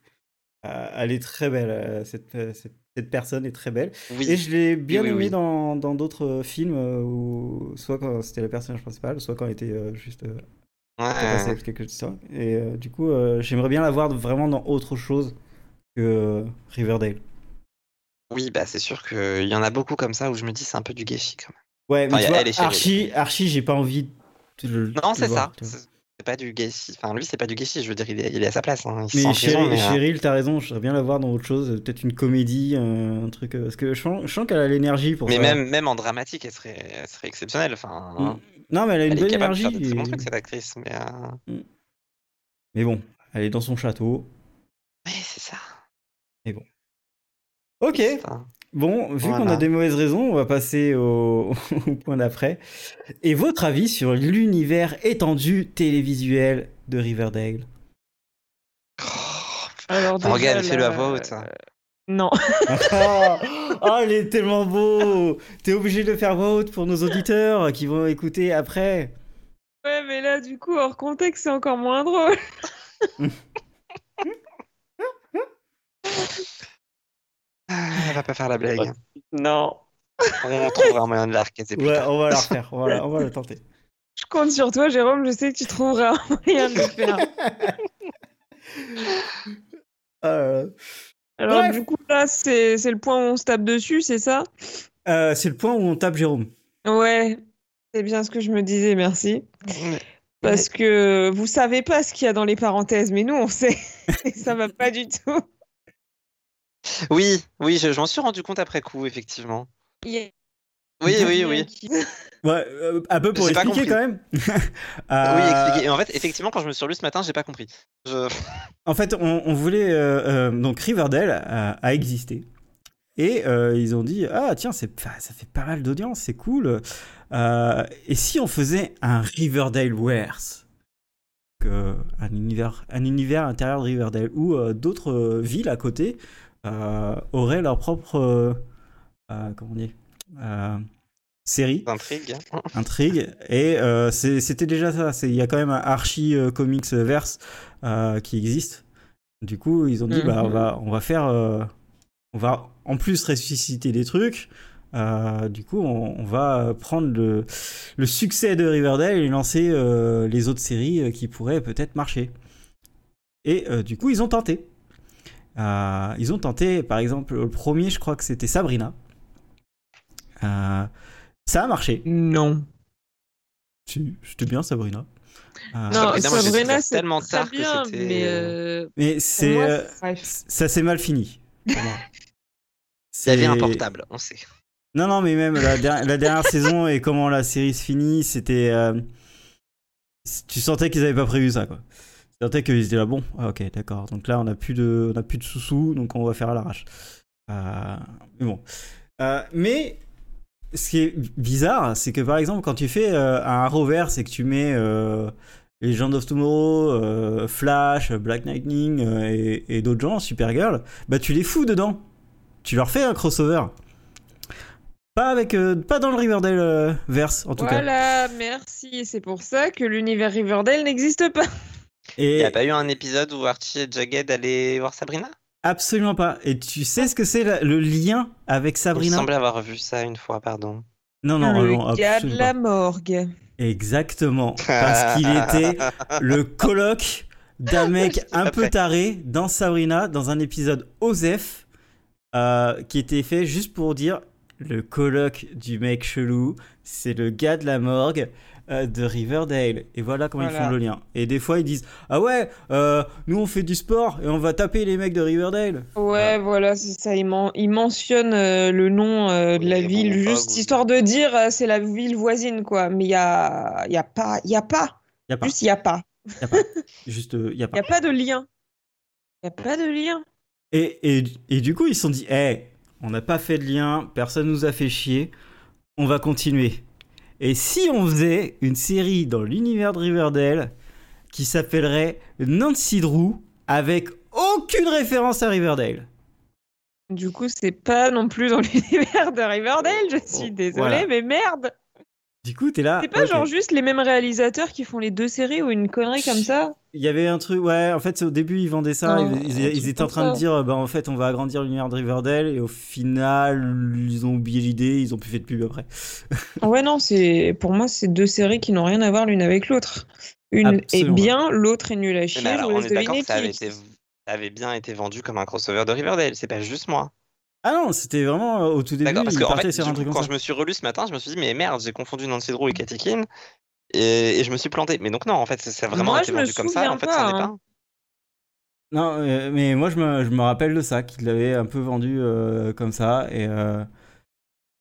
[SPEAKER 1] Euh, elle est très belle, euh, cette, euh, cette, cette personne est très belle. Et
[SPEAKER 2] Oui.
[SPEAKER 1] je l'ai bien
[SPEAKER 2] oui,
[SPEAKER 1] aimée
[SPEAKER 2] oui.
[SPEAKER 1] dans dans d'autres euh, films, euh, où soit quand c'était le personnage principal, soit quand elle était euh, juste euh,
[SPEAKER 2] Ouais.
[SPEAKER 1] intéressée avec quelque chose. comme ça. Et euh, du coup, euh, j'aimerais bien la voir vraiment dans autre chose que euh, Riverdale.
[SPEAKER 2] Oui, bah c'est sûr qu'il y en a beaucoup comme ça où je me dis c'est un peu du gâchis quand même.
[SPEAKER 1] Ouais, mais tu
[SPEAKER 2] Enfin, y a-
[SPEAKER 1] vois,
[SPEAKER 2] Ah, elle est Cheryl.
[SPEAKER 1] Archie, Archie j'ai pas envie de le de
[SPEAKER 2] Non,
[SPEAKER 1] le
[SPEAKER 2] c'est ça.
[SPEAKER 1] voir, tu vois.
[SPEAKER 2] C'est c'est pas du gâchis. Enfin, lui, c'est pas du gâchis. Je veux dire, il est, il est à sa place. hein. Il se sent
[SPEAKER 1] Mais
[SPEAKER 2] en prison,
[SPEAKER 1] Cheryl,
[SPEAKER 2] mais, euh,
[SPEAKER 1] Cheryl, t'as raison, j'aimerais bien la voir dans autre chose, euh, peut-être une comédie, euh, un truc. euh, Parce que je sens, je sens qu'elle a l'énergie pour
[SPEAKER 2] mais
[SPEAKER 1] ça.
[SPEAKER 2] même, même en dramatique, elle serait, elle serait exceptionnelle. Enfin, hein.
[SPEAKER 1] Mm. Non, mais elle a une
[SPEAKER 2] elle est
[SPEAKER 1] bonne
[SPEAKER 2] capable
[SPEAKER 1] énergie.
[SPEAKER 2] de faire de très bons
[SPEAKER 1] et-
[SPEAKER 2] trucs, cette actrice. Mais, euh,
[SPEAKER 1] Mais bon, elle est dans son château.
[SPEAKER 2] ouais, c'est ça.
[SPEAKER 1] Ok,
[SPEAKER 2] C'est ça.
[SPEAKER 1] bon, vu qu'on a
[SPEAKER 2] Voilà.
[SPEAKER 1] des mauvaises raisons, on va passer au, [LAUGHS] au point d'après. Et votre avis sur l'univers étendu télévisuel de
[SPEAKER 2] [LAUGHS]
[SPEAKER 1] Riverdale
[SPEAKER 2] Oh,
[SPEAKER 3] Alors, déjà,
[SPEAKER 2] Morgane,
[SPEAKER 3] là,
[SPEAKER 2] fais-le à voix haute. hein.
[SPEAKER 3] euh, Non. [LAUGHS]
[SPEAKER 1] Ah, oh, il est tellement beau T'es obligé de le faire voix haute pour nos auditeurs qui vont écouter après.
[SPEAKER 3] Ouais, mais là, du coup, hors contexte, c'est encore moins drôle.
[SPEAKER 2] Ah, Elle va pas faire la blague.
[SPEAKER 3] Non.
[SPEAKER 2] On trouvera un moyen de l'arcaser plus
[SPEAKER 1] Ouais,
[SPEAKER 2] tard.
[SPEAKER 1] on va la refaire, on va la- on va la
[SPEAKER 2] [LAUGHS]
[SPEAKER 1] tenter.
[SPEAKER 3] Je compte sur toi, Jérôme. Je sais que tu trouveras un moyen de le faire.
[SPEAKER 2] Ah
[SPEAKER 1] Euh,
[SPEAKER 3] Alors,
[SPEAKER 1] Bref.
[SPEAKER 3] du coup, là, c'est c'est le point où on se tape dessus, c'est ça
[SPEAKER 1] euh, c'est le point où on tape Jérôme.
[SPEAKER 3] Ouais. C'est bien ce que je me disais, merci. Parce que vous savez pas ce qu'il y a dans les parenthèses, mais nous, on sait. [LAUGHS] Et ça va pas du tout.
[SPEAKER 2] Oui, oui, je, je m'en suis rendu compte après coup, effectivement.
[SPEAKER 3] Il y a
[SPEAKER 2] Oui, oui,
[SPEAKER 3] rien
[SPEAKER 2] oui.
[SPEAKER 3] qui-
[SPEAKER 1] Ouais, euh, un peu pour
[SPEAKER 2] J'ai pas
[SPEAKER 1] expliquer
[SPEAKER 2] compris.
[SPEAKER 1] quand même. [LAUGHS]
[SPEAKER 2] Oui,
[SPEAKER 1] Euh,
[SPEAKER 2] expliquer. Et en fait, effectivement, quand je me suis relu ce matin, j'ai pas compris. Je...
[SPEAKER 1] En fait, on, on voulait. euh, euh, donc, Riverdale a, a existé. Et euh, ils ont dit Ah, tiens, c'est, enfin, ça fait pas mal d'audience, c'est cool. Euh, et si on faisait un Riverdale Wears Donc, euh, un, univers, un univers intérieur de Riverdale où euh, d'autres euh, villes à côté euh, auraient leur propre. euh, euh, comment dire euh, Série
[SPEAKER 2] Intrigue.
[SPEAKER 1] intrigue. Et euh, c'est- c'était déjà ça. C'est- Il y a quand même un Archie euh, Comics verse euh, qui existe. Du coup, ils ont dit
[SPEAKER 3] Mhm.
[SPEAKER 1] bah, on, va, on va faire. euh, on va en plus ressusciter des trucs. Euh, du coup, on, on va prendre le, le succès de Riverdale et lancer euh, les autres séries euh, qui pourraient peut-être marcher. Et euh, du coup, ils ont tenté. Euh, ils ont tenté, par exemple, le premier, je crois que c'était Sabrina. Euh, ça a marché.
[SPEAKER 3] Non.
[SPEAKER 1] Si, c'était bien Sabrina. Euh,
[SPEAKER 3] Non,
[SPEAKER 2] Sabrina, moi, j'ai
[SPEAKER 3] Sabrina,
[SPEAKER 2] découvert
[SPEAKER 3] c'est
[SPEAKER 2] tellement
[SPEAKER 3] Très
[SPEAKER 2] tard que
[SPEAKER 3] bien,
[SPEAKER 2] c'était.
[SPEAKER 3] mais... euh, pour
[SPEAKER 1] mais c'est
[SPEAKER 3] moi,
[SPEAKER 1] euh,
[SPEAKER 3] bref.
[SPEAKER 1] ça s'est mal fini. pour moi.
[SPEAKER 2] Il y avait un
[SPEAKER 1] C'est-
[SPEAKER 2] portable, on sait.
[SPEAKER 1] Non non mais même la, der- la dernière [LAUGHS] saison et comment la série se finit, c'était euh, c- tu sentais qu'ils avaient pas prévu ça quoi. Tu sentais qu'ils étaient là bon, ah, ok d'accord. Donc là on a plus de on a plus de sous-sous donc on va faire à l'arrache. Euh, mais bon. Euh, mais ce qui est bizarre, c'est que par exemple, quand tu fais euh, un reverse et que tu mets euh, Legend of Tomorrow, euh, Flash, Black Lightning euh, et, et d'autres gens, Supergirl, bah tu les fous dedans. Tu leur fais un crossover. Pas, avec, euh, pas dans le Riverdale euh, verse, en tout cas.
[SPEAKER 3] Voilà, merci. C'est pour ça que l'univers Riverdale n'existe pas.
[SPEAKER 2] Il
[SPEAKER 1] Et
[SPEAKER 2] n'y a pas eu un épisode où Archie et Jagged allaient voir Sabrina
[SPEAKER 1] absolument pas. Et tu sais ce que c'est la- le lien avec
[SPEAKER 2] Il me
[SPEAKER 1] Sabrina
[SPEAKER 2] semblait avoir vu ça une fois, pardon.
[SPEAKER 1] Non, non,
[SPEAKER 3] le
[SPEAKER 1] non,
[SPEAKER 3] gars de
[SPEAKER 1] absolument
[SPEAKER 3] la
[SPEAKER 1] pas.
[SPEAKER 3] morgue.
[SPEAKER 1] Exactement. Parce
[SPEAKER 3] [LAUGHS]
[SPEAKER 1] qu'il était le colloque d'un mec un peu
[SPEAKER 2] Après.
[SPEAKER 1] taré dans Sabrina, dans un épisode OSEF, euh, qui était fait juste pour dire le colloque du mec chelou, c'est le gars de la morgue euh, de Riverdale. Et voilà comment ils
[SPEAKER 3] Voilà.
[SPEAKER 1] font le lien. Et des fois, ils disent Ah ouais, euh, nous on fait du sport et on va taper les mecs de Riverdale.
[SPEAKER 3] Ouais,
[SPEAKER 2] Bah.
[SPEAKER 3] voilà, c'est ça. Il, men- il mentionne euh, le nom euh, de
[SPEAKER 2] Oui,
[SPEAKER 3] la
[SPEAKER 2] bon,
[SPEAKER 3] ville,
[SPEAKER 2] pas
[SPEAKER 3] juste
[SPEAKER 2] good.
[SPEAKER 3] histoire de dire euh, c'est la ville voisine, quoi. Mais il y a, il y a pas, il y a pas.
[SPEAKER 1] Y a pas.
[SPEAKER 2] Ah.
[SPEAKER 3] Juste, il y a pas.
[SPEAKER 1] Y a pas. Juste, euh, il y a
[SPEAKER 3] Il
[SPEAKER 1] pas.
[SPEAKER 3] n'y a pas de lien. Il n'y a pas de lien.
[SPEAKER 1] Et, et, et du coup, ils se sont dit, Eh, on n'a pas fait de lien, personne nous a fait chier, on va continuer. Et si on faisait une série dans l'univers de Riverdale qui s'appellerait Nancy Drew avec aucune référence à Riverdale
[SPEAKER 3] Du coup, c'est pas non plus dans [LAUGHS] l'univers de Riverdale, je suis
[SPEAKER 1] Oh,
[SPEAKER 3] désolée,
[SPEAKER 1] voilà.
[SPEAKER 3] mais merde
[SPEAKER 1] Du coup, t'es là.
[SPEAKER 2] Ah,
[SPEAKER 3] C'est pas
[SPEAKER 1] ok.
[SPEAKER 3] genre juste les mêmes réalisateurs qui font les deux séries ou une connerie comme ça
[SPEAKER 1] Il y avait un truc, ouais, en fait, c'est au début, ils vendaient ça.
[SPEAKER 3] Non,
[SPEAKER 1] ils, ils-
[SPEAKER 3] un
[SPEAKER 1] ils
[SPEAKER 3] truc
[SPEAKER 1] étaient en
[SPEAKER 3] comme
[SPEAKER 1] train de
[SPEAKER 3] ça.
[SPEAKER 1] dire, euh, bah, en fait, on va agrandir l'univers de Riverdale, et au final, ils ont oublié l'idée, ils ont plus fait de pub après.
[SPEAKER 3] Ouais, non, c'est pour moi, c'est deux séries qui n'ont rien à voir l'une avec l'autre. Une
[SPEAKER 1] Absolument.
[SPEAKER 3] est bien, l'autre est nulle à chier.
[SPEAKER 2] Mais alors,
[SPEAKER 3] je vous
[SPEAKER 2] on
[SPEAKER 3] laisse
[SPEAKER 2] est d'accord
[SPEAKER 3] deviner
[SPEAKER 2] que ça avait,
[SPEAKER 3] qui-
[SPEAKER 2] été- ça avait bien été vendu comme un crossover de Riverdale, c'est pas juste moi.
[SPEAKER 1] Ah non, c'était vraiment euh, au tout début,
[SPEAKER 2] D'accord, parce
[SPEAKER 1] ils
[SPEAKER 2] que en
[SPEAKER 1] partaient
[SPEAKER 2] fait,
[SPEAKER 1] sur
[SPEAKER 2] du
[SPEAKER 1] un
[SPEAKER 2] coup,
[SPEAKER 1] truc
[SPEAKER 2] quand
[SPEAKER 1] comme ça.
[SPEAKER 2] je me suis relu ce matin, je me suis dit, mais merde, j'ai confondu Nancy Drew et Cathy Keane, et, et je me suis planté. Mais donc, non, en fait, ça- ça a vraiment
[SPEAKER 3] Moi,
[SPEAKER 2] été
[SPEAKER 3] je me
[SPEAKER 2] vendu comme ça, et en
[SPEAKER 3] souviens
[SPEAKER 2] fait, ça
[SPEAKER 3] pas,
[SPEAKER 2] n'est
[SPEAKER 3] hein.
[SPEAKER 2] pas.
[SPEAKER 1] Non, euh, mais moi je me, je me rappelle de ça, qu'il l'avait un peu vendu euh, comme ça, et, euh,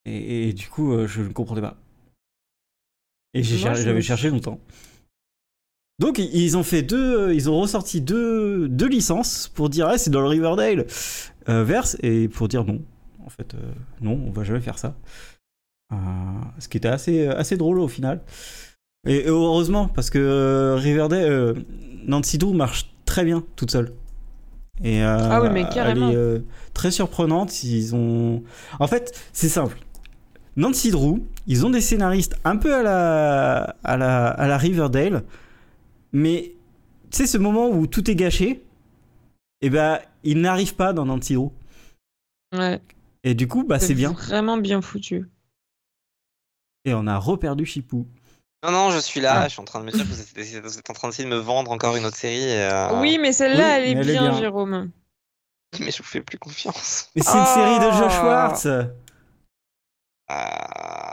[SPEAKER 1] et, et du coup euh, je ne comprenais pas. Et j'ai
[SPEAKER 3] Moi,
[SPEAKER 1] cher-
[SPEAKER 3] je-
[SPEAKER 1] j'avais cherché longtemps. Donc i- ils ont fait deux, euh, ils ont ressorti deux, deux licences pour dire ah, c'est dans le Riverdale euh, verse et pour dire non, en fait euh, non on va jamais faire ça. Euh, ce qui était assez assez drôle au final. Et et heureusement, parce que euh, Riverdale, euh, Nancy Drew marche très bien toute seule. Et, euh,
[SPEAKER 3] Ah oui, mais carrément.
[SPEAKER 1] Elle est euh, très surprenante. Ils ont. En fait, c'est simple. Nancy Drew, ils ont des scénaristes un peu à la, à la, à la Riverdale, mais tu sais, ce moment où tout est gâché, et ben, ils n'arrivent pas dans Nancy Drew.
[SPEAKER 3] Ouais,
[SPEAKER 1] Et du coup, bah, c'est bien.
[SPEAKER 3] Vraiment bien foutu.
[SPEAKER 1] Et on a reperdu Chipou.
[SPEAKER 2] Non, non, je suis là,
[SPEAKER 1] Ah.
[SPEAKER 2] je suis en train de me dire que vous êtes, vous êtes en train d'essayer de me vendre encore une autre série. et, euh,
[SPEAKER 3] Ah. Oui, mais celle-là,
[SPEAKER 1] Oui,
[SPEAKER 3] elle,
[SPEAKER 1] mais
[SPEAKER 3] est bien, Jérôme.
[SPEAKER 2] [LAUGHS] Mais je vous fais plus confiance.
[SPEAKER 1] Mais c'est une
[SPEAKER 3] Ah.
[SPEAKER 1] série de Josh Schwartz.
[SPEAKER 2] Ah,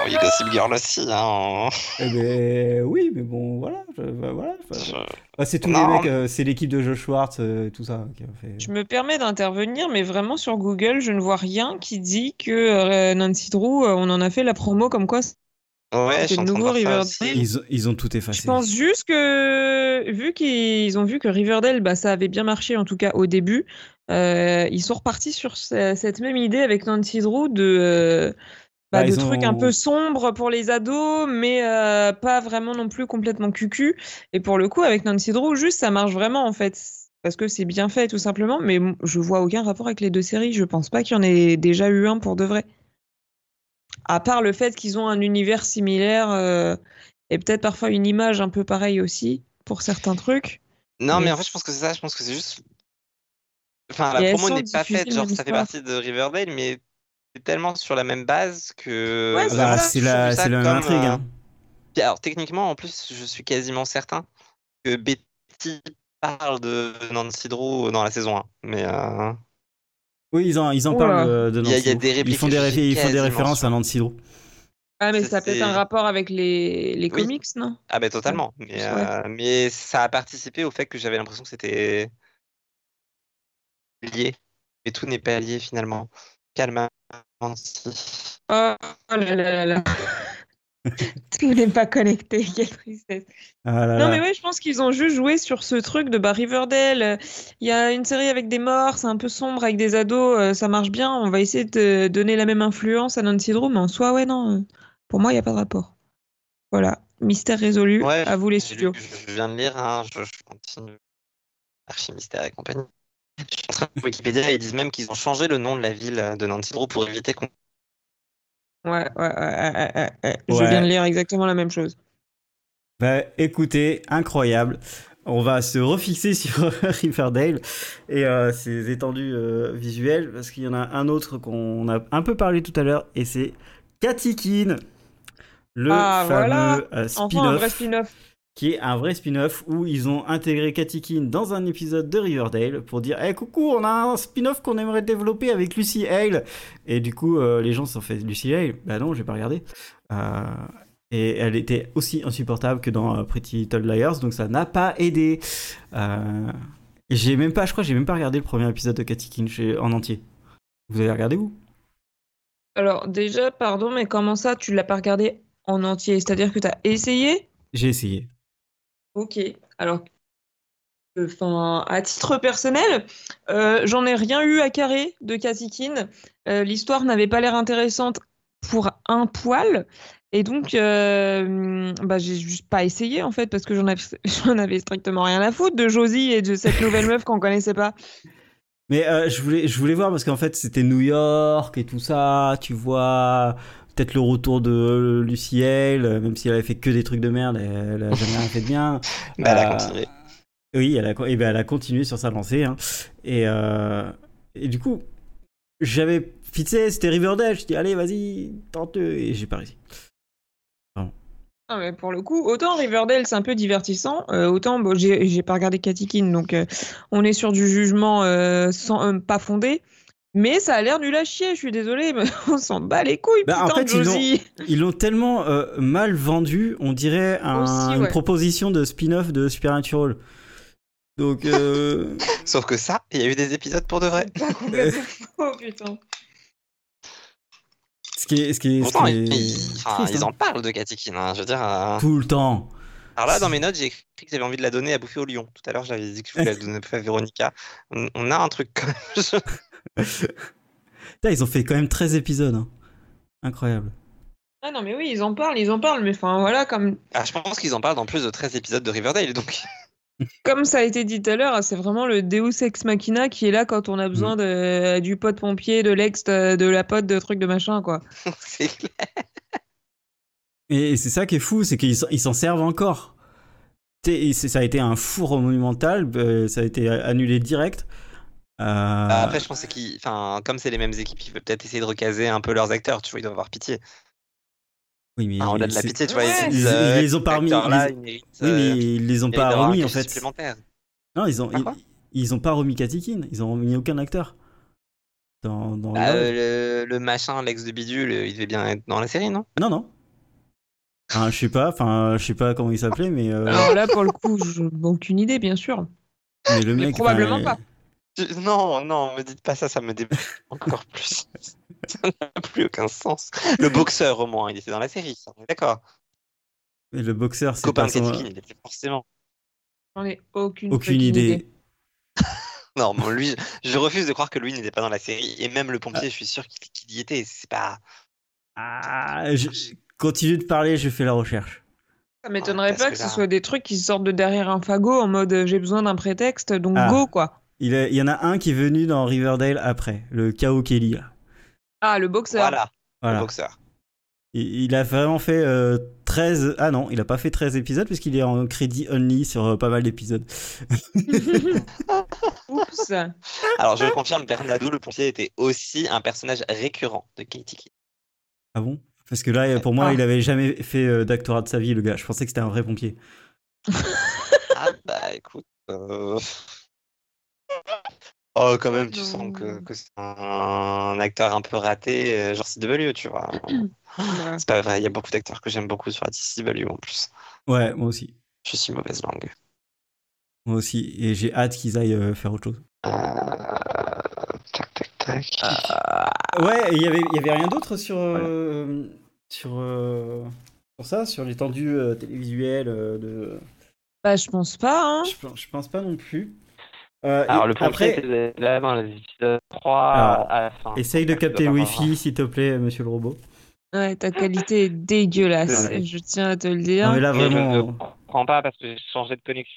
[SPEAKER 1] Oh,
[SPEAKER 2] oui, Gossip Girl aussi, hein.
[SPEAKER 1] Eh ben, oui, mais bon, voilà. je- bah, voilà je-
[SPEAKER 2] Je-
[SPEAKER 1] Bah, c'est tous les
[SPEAKER 2] Non.
[SPEAKER 1] mecs, euh, c'est l'équipe de Josh Schwartz, euh, tout ça. Qui a fait...
[SPEAKER 3] Je me permets d'intervenir, mais vraiment sur Google, je ne vois rien qui dit que euh, Nancy Drew, euh, on en a fait la promo comme quoi.
[SPEAKER 2] Ouais, je suis
[SPEAKER 3] de
[SPEAKER 2] en train de
[SPEAKER 3] nouveau
[SPEAKER 2] voir ça
[SPEAKER 3] Riverdale.
[SPEAKER 2] aussi.
[SPEAKER 1] Ils, ont- ils ont tout effacé.
[SPEAKER 3] Je pense juste que, vu qu'ils ont vu que Riverdale, bah, ça avait bien marché, en tout cas au début, euh, ils sont repartis sur ce- cette même idée avec Nancy Drew de. euh, bah,
[SPEAKER 1] Bah,
[SPEAKER 3] de
[SPEAKER 1] ils
[SPEAKER 3] trucs
[SPEAKER 1] ont-
[SPEAKER 3] un peu sombres pour les ados, mais euh, pas vraiment non plus complètement cucu. Et pour le coup, avec Nancy Drew, juste ça marche vraiment en fait. Parce que c'est bien fait tout simplement, mais m- je vois aucun rapport avec les deux séries. Je pense pas qu'il y en ait déjà eu un pour de vrai. À part le fait qu'ils ont un univers similaire euh, et peut-être parfois une image un peu pareille aussi pour certains trucs.
[SPEAKER 2] Non, mais
[SPEAKER 3] Mais-
[SPEAKER 2] en fait, je pense que c'est ça, je pense que c'est juste. Enfin, la
[SPEAKER 3] Et elles
[SPEAKER 2] promo
[SPEAKER 3] sont
[SPEAKER 2] n'est pas
[SPEAKER 3] diffusées
[SPEAKER 2] faite,
[SPEAKER 3] le
[SPEAKER 2] genre,
[SPEAKER 3] même
[SPEAKER 2] ça fait
[SPEAKER 3] soir.
[SPEAKER 2] partie de Riverdale, mais c'est tellement sur la même base que.
[SPEAKER 3] Ouais,
[SPEAKER 1] Ah
[SPEAKER 2] vraiment,
[SPEAKER 1] bah,
[SPEAKER 3] ça.
[SPEAKER 1] c'est
[SPEAKER 2] je trouve
[SPEAKER 1] la,
[SPEAKER 2] ça
[SPEAKER 1] c'est la même
[SPEAKER 2] comme,
[SPEAKER 1] intrigue.
[SPEAKER 2] euh,
[SPEAKER 1] hein.
[SPEAKER 2] Puis, Alors, techniquement, en plus, je suis quasiment certain que Betty parle de Nancy Drew dans la saison 1. Mais euh,
[SPEAKER 1] Oui, ils en, ils en
[SPEAKER 3] Oula.
[SPEAKER 1] parlent euh, de
[SPEAKER 2] Il y
[SPEAKER 1] Nancy.
[SPEAKER 2] a- il y a
[SPEAKER 1] Drew.
[SPEAKER 2] des répliques
[SPEAKER 1] ils font des,
[SPEAKER 2] que je
[SPEAKER 1] réfi-
[SPEAKER 2] suis
[SPEAKER 1] ils font des
[SPEAKER 2] quasiment
[SPEAKER 1] références
[SPEAKER 2] sûr.
[SPEAKER 1] à Nancy Drew.
[SPEAKER 3] Ah, mais
[SPEAKER 2] Ça,
[SPEAKER 3] ça, peut
[SPEAKER 2] c'est-
[SPEAKER 3] être un rapport avec les, les
[SPEAKER 2] Oui.
[SPEAKER 3] comics, non
[SPEAKER 2] ah ben totalement. Mais,
[SPEAKER 3] Ouais.
[SPEAKER 2] euh, mais ça a participé au fait que j'avais l'impression que c'était lié. Mais tout n'est pas lié finalement. Calme. Nancy.
[SPEAKER 3] Oh là là là là. [LAUGHS] Tout n'est pas connecté, [LAUGHS] quelle tristesse.
[SPEAKER 1] Ah là
[SPEAKER 3] Non
[SPEAKER 1] là.
[SPEAKER 3] mais ouais, je pense qu'ils ont juste joué sur ce truc de bah, Riverdale, euh, il y a une série avec des morts, c'est un peu sombre avec des ados, euh, ça marche bien, on va essayer de donner la même influence à Nancy Drew, mais en soi, ouais, non, euh, pour moi, il n'y a pas de rapport. Voilà, mystère résolu,
[SPEAKER 2] Ouais,
[SPEAKER 3] à vous les
[SPEAKER 2] j'ai
[SPEAKER 3] studios.
[SPEAKER 2] lu- Je viens de lire, hein, je, je continue. Archimystère et compagnie. Je suis en train de Wikipédia, ils disent même qu'ils ont changé le nom de la ville de Nancy Drew pour éviter qu'on.
[SPEAKER 3] Ouais, ouais, ouais, ouais, ouais, ouais. je
[SPEAKER 1] Ouais.
[SPEAKER 3] viens de lire exactement la même chose.
[SPEAKER 1] Bah, écoutez, incroyable. On va se refixer [LAUGHS] sur Riverdale et euh, ses étendues euh, visuelles parce qu'il y en a un autre qu'on a un peu parlé tout à l'heure et c'est Cathy Keane, le
[SPEAKER 3] Ah,
[SPEAKER 1] fameux
[SPEAKER 3] voilà.
[SPEAKER 1] euh,
[SPEAKER 3] Enfin, un
[SPEAKER 1] spin-off
[SPEAKER 3] vrai spin-off.
[SPEAKER 1] qui est un vrai spin-off où ils ont intégré Cathy Keane dans un épisode de Riverdale pour dire Eh coucou, on a un spin-off qu'on aimerait développer avec Lucy Hale. Et du coup, euh, les gens s'en fait Lucy Hale. Bah non, j'ai pas regardé. Euh, et elle était aussi insupportable que dans euh, Pretty Little Liars, donc ça n'a pas aidé. Euh, et j'ai même pas, je crois, que j'ai même pas regardé le premier épisode de Cathy Keane chez- en entier. Vous avez regardé vous
[SPEAKER 3] Alors déjà, pardon, mais comment ça, tu l'as pas regardé en entier? C'est-à-dire que tu as essayé?
[SPEAKER 1] J'ai essayé.
[SPEAKER 3] Ok. Alors, euh, enfin, à titre personnel, euh, j'en ai rien eu à carrer de Kazikin. Euh, L'histoire n'avait pas l'air intéressante pour un poil. Et donc, euh, bah, j'ai juste pas essayé en fait, parce que j'en avais, [LAUGHS] j'en avais strictement rien à foutre de Josie et de cette nouvelle meuf qu'on connaissait pas.
[SPEAKER 1] Mais euh, je, voulais, je voulais voir parce qu'en fait c'était New York et tout ça, tu vois, peut-être le retour de euh, Luciel, euh, même si elle avait fait que des trucs de merde, elle, elle a jamais rien fait de
[SPEAKER 2] [LAUGHS]
[SPEAKER 1] bien.
[SPEAKER 2] Bah, elle a
[SPEAKER 1] Euh,
[SPEAKER 2] continué.
[SPEAKER 1] Oui, elle a, co- eh ben, elle a continué sur sa lancée. hein. Et, euh, et du coup, j'avais fixé, c'était Riverdale, je dis allez vas-y, tente et j'ai pas réussi.
[SPEAKER 3] Non, mais pour le coup, autant Riverdale c'est un peu divertissant, euh, autant bon, j'ai j'ai pas regardé Katikin, donc euh, on est sur du jugement euh, sans, euh, pas fondé. Mais ça a l'air nul à chier, je suis désolée, mais [LAUGHS] on s'en bat les couilles,
[SPEAKER 1] Bah, en
[SPEAKER 3] putain,
[SPEAKER 1] fait,
[SPEAKER 3] de
[SPEAKER 1] ils ont-
[SPEAKER 3] Josie.
[SPEAKER 1] Ils l'ont tellement euh, mal vendu, on dirait un-
[SPEAKER 3] Aussi,
[SPEAKER 1] une
[SPEAKER 3] ouais.
[SPEAKER 1] proposition de spin-off de Supernatural. Donc, euh,
[SPEAKER 2] Sauf que ça, il y a eu des épisodes pour de vrai.
[SPEAKER 3] Pas complètement faux, putain.
[SPEAKER 1] ce qui est, ce qui est, ce
[SPEAKER 2] Pourtant,
[SPEAKER 1] qui
[SPEAKER 2] ils,
[SPEAKER 1] est
[SPEAKER 2] ils- enfin,
[SPEAKER 1] triste,
[SPEAKER 2] ils
[SPEAKER 1] hein.
[SPEAKER 2] en parlent de Katikin. hein, je veux dire. euh,
[SPEAKER 1] tout le temps.
[SPEAKER 2] Alors là, dans mes notes, j'ai écrit que j'avais envie de la donner à bouffer au lion. Tout à l'heure, j'avais dit que je voulais la donner à bouffer à Véronica. On, on a un truc quand même. Je-
[SPEAKER 1] Putain, ils ont fait quand même 13 épisodes. hein. Incroyable.
[SPEAKER 3] Ah non, mais oui, ils en parlent, ils en parlent, mais enfin voilà, comme,
[SPEAKER 2] Ah, je pense qu'ils en parlent dans plus de 13 épisodes de Riverdale. Donc, [LAUGHS]
[SPEAKER 3] comme ça a été dit tout à l'heure, c'est vraiment le Deus Ex Machina qui est là quand on a besoin
[SPEAKER 1] Mm.
[SPEAKER 3] de, euh, du pote pompier, de l'ex, euh, de, de la pote, de trucs, de machin, quoi.
[SPEAKER 2] c'est clair.
[SPEAKER 1] Et, et c'est ça qui est fou, c'est qu'ils s'en- ils s'en servent encore. Tu sais, et c'est- ça a été un four monumental, euh, ça a été annulé direct. Euh,
[SPEAKER 2] Bah, Après, je pense qu'ils. Enfin, comme c'est les mêmes équipes, ils veulent peut-être essayer de recaser un peu leurs acteurs. Tu vois, ils doivent avoir pitié.
[SPEAKER 1] oui, mais
[SPEAKER 2] Enfin, au-delà ah, de la
[SPEAKER 1] c'est-
[SPEAKER 2] pitié, tu vois.
[SPEAKER 3] Ouais,
[SPEAKER 2] ils, se disent,
[SPEAKER 1] ils-
[SPEAKER 2] euh,
[SPEAKER 1] ils les ont parmi-
[SPEAKER 2] acteurs-là,
[SPEAKER 1] ils-
[SPEAKER 2] ils méritent,
[SPEAKER 1] Oui,
[SPEAKER 2] euh,
[SPEAKER 1] mais ils les ont
[SPEAKER 2] méritent
[SPEAKER 1] pas
[SPEAKER 2] d'avoir un
[SPEAKER 1] remis en
[SPEAKER 2] cachet
[SPEAKER 1] fait.
[SPEAKER 2] supplémentaire.
[SPEAKER 1] Non, ils ont,
[SPEAKER 2] Ah,
[SPEAKER 1] ils,
[SPEAKER 2] quoi
[SPEAKER 1] ils ont pas remis Katikin, ils ont remis aucun acteur. Dans, dans
[SPEAKER 2] Bah,
[SPEAKER 1] Riverdale.
[SPEAKER 2] euh, le, le machin, l'ex de Bidule, il devait bien être dans la série, non
[SPEAKER 1] Non,
[SPEAKER 2] [LAUGHS]
[SPEAKER 1] non. Enfin, je sais pas, enfin, je sais pas comment il s'appelait, mais, euh,
[SPEAKER 3] Alors là, pour le coup, je aucune idée, bien sûr.
[SPEAKER 1] mais le
[SPEAKER 3] mais
[SPEAKER 1] mec.
[SPEAKER 3] probablement
[SPEAKER 1] enfin,
[SPEAKER 3] pas.
[SPEAKER 2] Je- Non, non, me dites pas ça, ça me débute [LAUGHS] encore plus. [LAUGHS] Ça n'a plus aucun sens. Le boxeur, au moins, il était dans la série, ça, on est d'accord.
[SPEAKER 1] mais Le boxeur, c'est
[SPEAKER 2] Copain
[SPEAKER 1] pas
[SPEAKER 2] de
[SPEAKER 1] son-
[SPEAKER 2] Katikin, il était forcément.
[SPEAKER 3] J'en ai aucune,
[SPEAKER 1] aucune
[SPEAKER 3] fucking
[SPEAKER 1] idée.
[SPEAKER 2] Non, bon, lui, je refuse de croire que lui n'était pas dans la série. Et même le pompier, je suis sûr qu'il qu'il y était. C'est pas.
[SPEAKER 1] Ah, je- continue de parler, je fais la recherche.
[SPEAKER 3] Ça m'étonnerait
[SPEAKER 2] Ah, parce
[SPEAKER 3] pas
[SPEAKER 2] que
[SPEAKER 3] que
[SPEAKER 2] là-
[SPEAKER 3] ce soit des trucs qui sortent de derrière un fagot en mode euh, j'ai besoin d'un prétexte, donc
[SPEAKER 1] Ah.
[SPEAKER 3] go quoi.
[SPEAKER 1] Il, est- il y en a un qui est venu dans Riverdale après, le K.O. Kelly. là.
[SPEAKER 3] Ah, le boxeur.
[SPEAKER 2] Voilà, le
[SPEAKER 1] Voilà.
[SPEAKER 2] boxeur.
[SPEAKER 1] Il, il a vraiment fait euh, 13. Ah non, il a pas fait 13 épisodes puisqu'il est en crédit only sur euh, pas mal d'épisodes.
[SPEAKER 3] [LAUGHS] Oups.
[SPEAKER 2] Alors, je le confirme, Bernadou, le pompier, était aussi un personnage récurrent de Katikin.
[SPEAKER 1] Ah bon Parce que là, pour moi,
[SPEAKER 3] Ah.
[SPEAKER 1] il avait jamais fait euh, d'actorat de sa vie, le gars. Je pensais que c'était un vrai pompier.
[SPEAKER 2] Ah, bah écoute. euh, Oh, quand même, tu sens que,
[SPEAKER 3] Non.
[SPEAKER 2] que c'est un acteur un peu raté, euh, genre CW, tu vois.
[SPEAKER 3] Ouais.
[SPEAKER 2] C'est pas vrai, il y a beaucoup d'acteurs que j'aime beaucoup sur la CW en plus.
[SPEAKER 1] Ouais, moi aussi.
[SPEAKER 2] Je suis mauvaise langue.
[SPEAKER 1] Moi aussi. Et j'ai hâte qu'ils aillent euh, faire autre chose.
[SPEAKER 2] Euh, Tac, tac, tac. Euh,
[SPEAKER 1] Ouais, et il y avait, il y avait rien d'autre sur. euh, sur. euh, sur ça, sur l'étendue euh, télévisuelle euh, de.
[SPEAKER 3] Bah, je pense pas, hein.
[SPEAKER 1] Je, pense- je pense pas non plus. Euh,
[SPEAKER 2] Alors,
[SPEAKER 1] et-
[SPEAKER 2] le pompier,
[SPEAKER 1] après,
[SPEAKER 2] était là dans les épisodes 3
[SPEAKER 1] Alors,
[SPEAKER 2] à la fin.
[SPEAKER 1] essaye de
[SPEAKER 2] Je dois
[SPEAKER 1] capter le
[SPEAKER 2] pas
[SPEAKER 1] Wi-Fi, s'il te plaît, monsieur le robot.
[SPEAKER 3] Ouais, ta qualité est dégueulasse,
[SPEAKER 1] Ouais.
[SPEAKER 3] je tiens à te le
[SPEAKER 1] Non,
[SPEAKER 3] dire.
[SPEAKER 1] mais là,
[SPEAKER 2] Et Je
[SPEAKER 1] vraiment.
[SPEAKER 2] ne comprends pas parce que j'ai changé de connexion.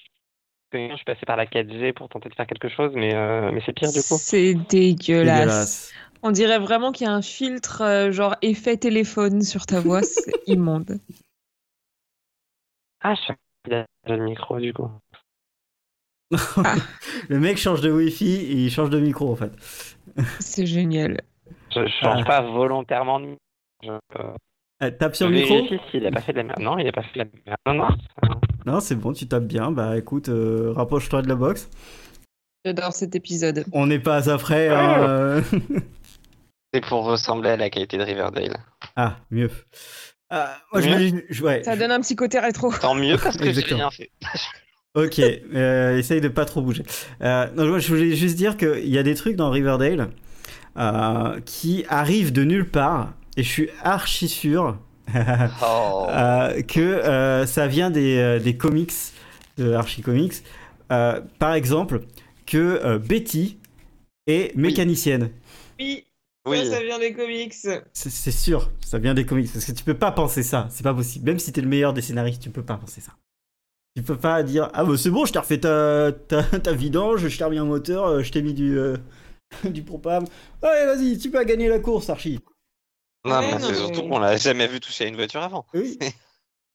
[SPEAKER 2] Je suis passé par la 4G pour tenter de faire quelque chose, mais, euh, mais c'est pire du coup.
[SPEAKER 3] C'est dégueulasse.
[SPEAKER 1] dégueulasse.
[SPEAKER 3] On dirait vraiment qu'il y a un filtre euh, genre effet téléphone sur ta
[SPEAKER 2] [LAUGHS]
[SPEAKER 3] voix, c'est immonde.
[SPEAKER 2] Ah, je suis j'ai le micro du coup.
[SPEAKER 1] Le mec change de Wi-Fi et il change de micro, en fait.
[SPEAKER 3] C'est génial.
[SPEAKER 2] Je je change pas volontairement de micro. Je, euh,
[SPEAKER 1] Euh, tape sur
[SPEAKER 2] je
[SPEAKER 1] le micro
[SPEAKER 2] vérifie s'il a pas fait de la merde. Non, il a pas fait de la merde. Non, non.
[SPEAKER 1] Non, c'est bon, tu tapes bien. Bah écoute, euh, rapproche-toi de la box.
[SPEAKER 3] J'adore cet épisode.
[SPEAKER 1] On n'est pas à ça près. hein,
[SPEAKER 2] Ah.
[SPEAKER 1] euh.
[SPEAKER 2] C'est pour ressembler à la qualité de Riverdale.
[SPEAKER 1] [LAUGHS] Ah, mieux. Ah, moi,
[SPEAKER 2] Mieux
[SPEAKER 1] j'imagine. je- Ouais.
[SPEAKER 3] Ça donne un petit côté rétro.
[SPEAKER 2] Tant mieux parce que j'ai
[SPEAKER 1] Exactement.
[SPEAKER 2] rien fait.
[SPEAKER 1] Ok, euh, essaye de pas trop bouger. Euh, non, moi, je voulais juste dire qu'il y a des trucs dans Riverdale euh, qui arrivent de nulle part, et je suis archi sûr [LAUGHS]
[SPEAKER 2] Oh.
[SPEAKER 3] Euh,
[SPEAKER 1] euh, que euh, ça vient des, euh, des comics de Archie Comics, euh, par exemple, que euh, Betty est mécanicienne.
[SPEAKER 3] Oui,
[SPEAKER 2] Oui.
[SPEAKER 3] ça, ça vient des comics.
[SPEAKER 1] C'est- C'est sûr, ça vient des comics, parce que tu peux pas penser ça, c'est pas possible. Même si t'es le meilleur des scénaristes, tu peux pas penser ça. Tu peux pas dire Ah, bah c'est bon, je t'ai refait ta, ta, ta vidange, je t'ai remis un moteur, euh, je t'ai mis du, euh, [LAUGHS] du propane. Allez, vas-y, tu peux gagner la course, Archie.
[SPEAKER 2] Non,
[SPEAKER 3] Ouais,
[SPEAKER 2] mais
[SPEAKER 3] non,
[SPEAKER 2] c'est
[SPEAKER 3] mais-
[SPEAKER 2] surtout qu'on l'a jamais vu toucher à une voiture avant.
[SPEAKER 1] Oui. Et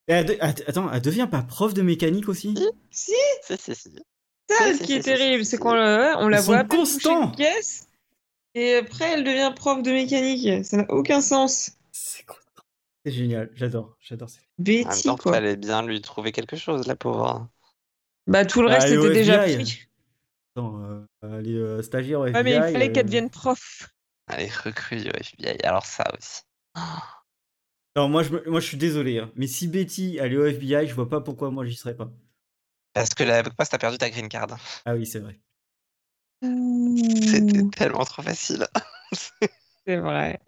[SPEAKER 1] elle de- att- attends, elle devient pas prof de mécanique aussi
[SPEAKER 3] Si,
[SPEAKER 2] [LAUGHS] Si, si, si.
[SPEAKER 3] ça,
[SPEAKER 2] Si,
[SPEAKER 3] ce
[SPEAKER 2] si,
[SPEAKER 3] qui
[SPEAKER 2] si,
[SPEAKER 3] est
[SPEAKER 2] si,
[SPEAKER 3] terrible,
[SPEAKER 2] si,
[SPEAKER 3] c'est
[SPEAKER 2] si.
[SPEAKER 3] qu'on la- ouais, on la
[SPEAKER 1] Ils
[SPEAKER 3] voit
[SPEAKER 1] sont
[SPEAKER 3] pas toucher
[SPEAKER 1] constants.
[SPEAKER 3] une pièce, et après elle devient prof de mécanique. Ça n'a aucun sens.
[SPEAKER 1] C'est con- c'est génial, j'adore, j'adore. ça.
[SPEAKER 2] En même
[SPEAKER 3] Betty,
[SPEAKER 2] temps,
[SPEAKER 3] quoi.
[SPEAKER 2] fallait bien lui trouver quelque chose, la pauvre.
[SPEAKER 3] Bah tout le
[SPEAKER 1] Bah,
[SPEAKER 3] reste
[SPEAKER 1] elle est au
[SPEAKER 3] était déjà
[SPEAKER 1] FBI.
[SPEAKER 3] pris.
[SPEAKER 1] Attends, euh, elle est euh, stagiaire au
[SPEAKER 3] Ouais, mais il
[SPEAKER 1] FBI,
[SPEAKER 3] fallait
[SPEAKER 1] euh,
[SPEAKER 3] qu'elle devienne prof.
[SPEAKER 2] Elle est recrue du FBI, alors ça aussi.
[SPEAKER 1] Alors moi je, me- moi je suis désolé, hein, mais si Betty allait au FBI, je vois pas pourquoi moi j'y serais pas.
[SPEAKER 2] Parce que la poste t'as perdu ta green card. [LAUGHS]
[SPEAKER 1] Ah oui, c'est vrai.
[SPEAKER 3] Mm.
[SPEAKER 2] C'était tellement trop facile.
[SPEAKER 3] C'est vrai.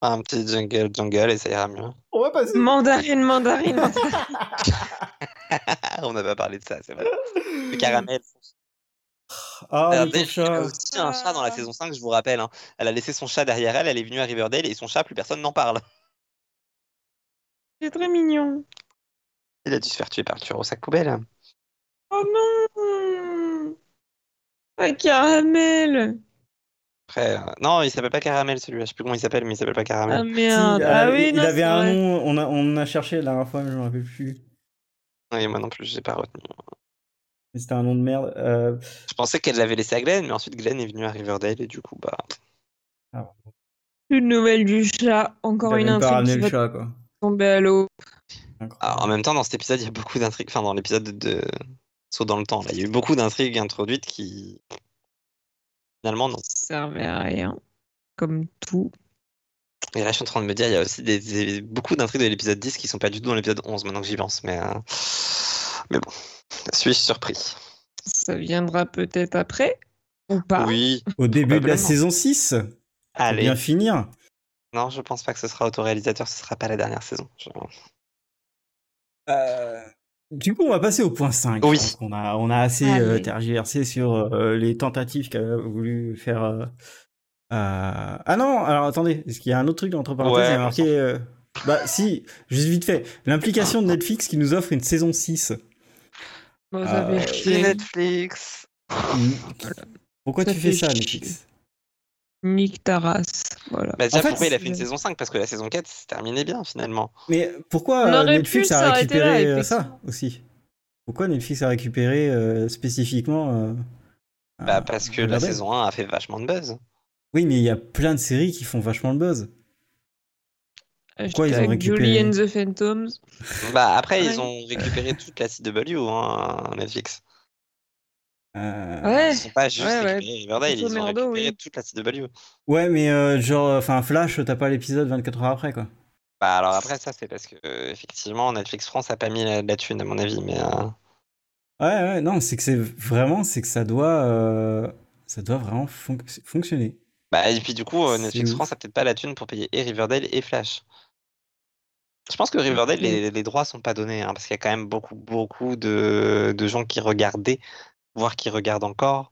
[SPEAKER 2] Un petit jungle, jungle, et ça ira mieux.
[SPEAKER 1] On va passer.
[SPEAKER 3] Mandarine,
[SPEAKER 2] [LAUGHS]
[SPEAKER 3] mandarine. mandarine.
[SPEAKER 2] Ah, On n'a pas parlé de ça,
[SPEAKER 3] [LAUGHS]
[SPEAKER 2] c'est vrai. Le caramel.
[SPEAKER 1] Ah,
[SPEAKER 2] Alors,
[SPEAKER 1] oui,
[SPEAKER 2] Dave,
[SPEAKER 1] ton
[SPEAKER 2] elle a
[SPEAKER 1] chat.
[SPEAKER 2] aussi un chat dans la
[SPEAKER 3] Ah.
[SPEAKER 2] saison 5, je vous rappelle. hein. Elle a laissé son chat derrière elle, elle est venue à Riverdale et son chat, plus personne n'en parle.
[SPEAKER 3] C'est très mignon.
[SPEAKER 2] Il a dû se faire tuer par le tueur au sac poubelle.
[SPEAKER 3] Oh non Un caramel
[SPEAKER 2] Après, euh, non, il s'appelle pas Caramel celui-là, je sais plus comment il s'appelle, mais il s'appelle pas
[SPEAKER 3] Ah
[SPEAKER 2] Caramel.
[SPEAKER 1] Si,
[SPEAKER 3] merde
[SPEAKER 1] euh,
[SPEAKER 3] Ah oui,
[SPEAKER 1] il,
[SPEAKER 3] non,
[SPEAKER 1] il avait
[SPEAKER 3] c'est
[SPEAKER 1] un
[SPEAKER 3] vrai.
[SPEAKER 1] nom, on a, on a cherché la dernière fois, mais je me rappelle plus.
[SPEAKER 2] Oui, moi non plus, j'ai pas retenu.
[SPEAKER 1] Mais C'était un nom de merde. euh,
[SPEAKER 2] Je pensais qu'elle l'avait laissé à Glenn, mais ensuite Glenn est venu à Riverdale et du coup, bah.
[SPEAKER 3] Plus de nouvelles du chat. Encore
[SPEAKER 1] il a
[SPEAKER 3] une
[SPEAKER 1] même pas
[SPEAKER 3] intrigue
[SPEAKER 1] ramené
[SPEAKER 3] qui
[SPEAKER 1] le
[SPEAKER 3] va
[SPEAKER 1] chat, quoi.
[SPEAKER 3] tomber à l'eau.
[SPEAKER 1] Incroyable.
[SPEAKER 2] Alors, ah, en même temps, dans cet épisode, il y a beaucoup d'intrigues. Enfin, dans l'épisode de Saut dans le temps, là, il y a eu beaucoup d'intrigues introduites qui. Finalement, non.
[SPEAKER 3] Ça servait à rien. Comme tout.
[SPEAKER 2] Et là, je suis en train de me dire, il y a aussi des, des- beaucoup d'intrigues de l'épisode 10 qui sont pas du tout dans l'épisode 11, maintenant que j'y pense. Mais, euh, mais bon, suis-je surpris
[SPEAKER 3] Ça viendra peut-être après. Ou
[SPEAKER 1] [LAUGHS]
[SPEAKER 3] pas.
[SPEAKER 2] Oui,
[SPEAKER 1] Au début de la
[SPEAKER 2] probablement.
[SPEAKER 1] saison 6, pour
[SPEAKER 2] allez.
[SPEAKER 1] Bah. bien finir.
[SPEAKER 2] Non, je pense pas que ce sera autoréalisateur, ce sera pas la dernière saison. Je-
[SPEAKER 1] Euh, Du coup, on va passer au point 5.
[SPEAKER 2] Oui.
[SPEAKER 1] Parce qu'on a, on a assez
[SPEAKER 3] Allez.
[SPEAKER 1] euh, tergiversé sur euh, les tentatives qu'a voulu faire. euh, euh, Ah non, alors attendez, est-ce qu'il y a un autre truc entre parenthèses
[SPEAKER 2] Ouais,
[SPEAKER 1] il y a
[SPEAKER 2] bon
[SPEAKER 1] marqué. euh, Bah si, juste vite fait. L'implication de Netflix qui nous offre une saison 6.
[SPEAKER 3] Bon, ça
[SPEAKER 1] Euh,
[SPEAKER 3] fait chier.
[SPEAKER 2] Netflix.
[SPEAKER 1] Mm. Pourquoi
[SPEAKER 3] Ça
[SPEAKER 1] tu fais
[SPEAKER 3] fait
[SPEAKER 1] ça,
[SPEAKER 3] chier.
[SPEAKER 1] Netflix
[SPEAKER 3] Nique ta race. Voilà.
[SPEAKER 2] Bah, déjà,
[SPEAKER 1] En fait,
[SPEAKER 2] pourquoi il a fait une
[SPEAKER 3] c'est-
[SPEAKER 2] saison 5 Parce que la saison 4 c'est terminé bien finalement.
[SPEAKER 1] Mais pourquoi
[SPEAKER 3] On
[SPEAKER 1] euh,
[SPEAKER 3] aurait
[SPEAKER 1] Netflix
[SPEAKER 3] pu
[SPEAKER 1] a
[SPEAKER 3] s'arrêter là,
[SPEAKER 1] récupéré euh, ça
[SPEAKER 3] effectivement.
[SPEAKER 1] aussi Pourquoi Netflix a récupéré euh, spécifiquement euh,
[SPEAKER 2] Bah,
[SPEAKER 1] euh,
[SPEAKER 2] parce que la
[SPEAKER 1] Riverdale
[SPEAKER 2] saison 1 a fait vachement de buzz.
[SPEAKER 1] Oui, mais il y a plein de séries qui font vachement le buzz. Pourquoi ils ont
[SPEAKER 3] Hashtag
[SPEAKER 1] récupéré-
[SPEAKER 3] Julie and the Phantoms.
[SPEAKER 2] Bah, après, ils
[SPEAKER 3] Ouais.
[SPEAKER 2] ont récupéré toute la CW, hein, Netflix.
[SPEAKER 1] Euh,
[SPEAKER 3] Ouais.
[SPEAKER 2] Ils sont pas juste
[SPEAKER 3] Ouais, ouais.
[SPEAKER 2] récupéré Riverdale, ils
[SPEAKER 3] Plutôt
[SPEAKER 2] ont
[SPEAKER 3] merdo,
[SPEAKER 2] récupéré
[SPEAKER 3] oui.
[SPEAKER 2] toute la CW.
[SPEAKER 1] Ouais, mais euh, genre, enfin, Flash, t'as pas l'épisode 24 heures après, quoi.
[SPEAKER 2] Bah alors après ça c'est parce que euh, effectivement Netflix France a pas mis la, la thune à mon avis mais euh,
[SPEAKER 1] Ouais, ouais, non, c'est que c'est vraiment, c'est que ça doit, euh, ça doit vraiment fonc- fonctionner.
[SPEAKER 2] bah et puis du coup euh,
[SPEAKER 1] C'est
[SPEAKER 2] Netflix
[SPEAKER 1] ouf.
[SPEAKER 2] France a peut-être pas la thune pour payer et Riverdale et Flash. Je pense que Riverdale les, les droits sont pas donnés hein, parce qu'il y a quand même beaucoup beaucoup de, de gens qui regardaient voire qui regardent encore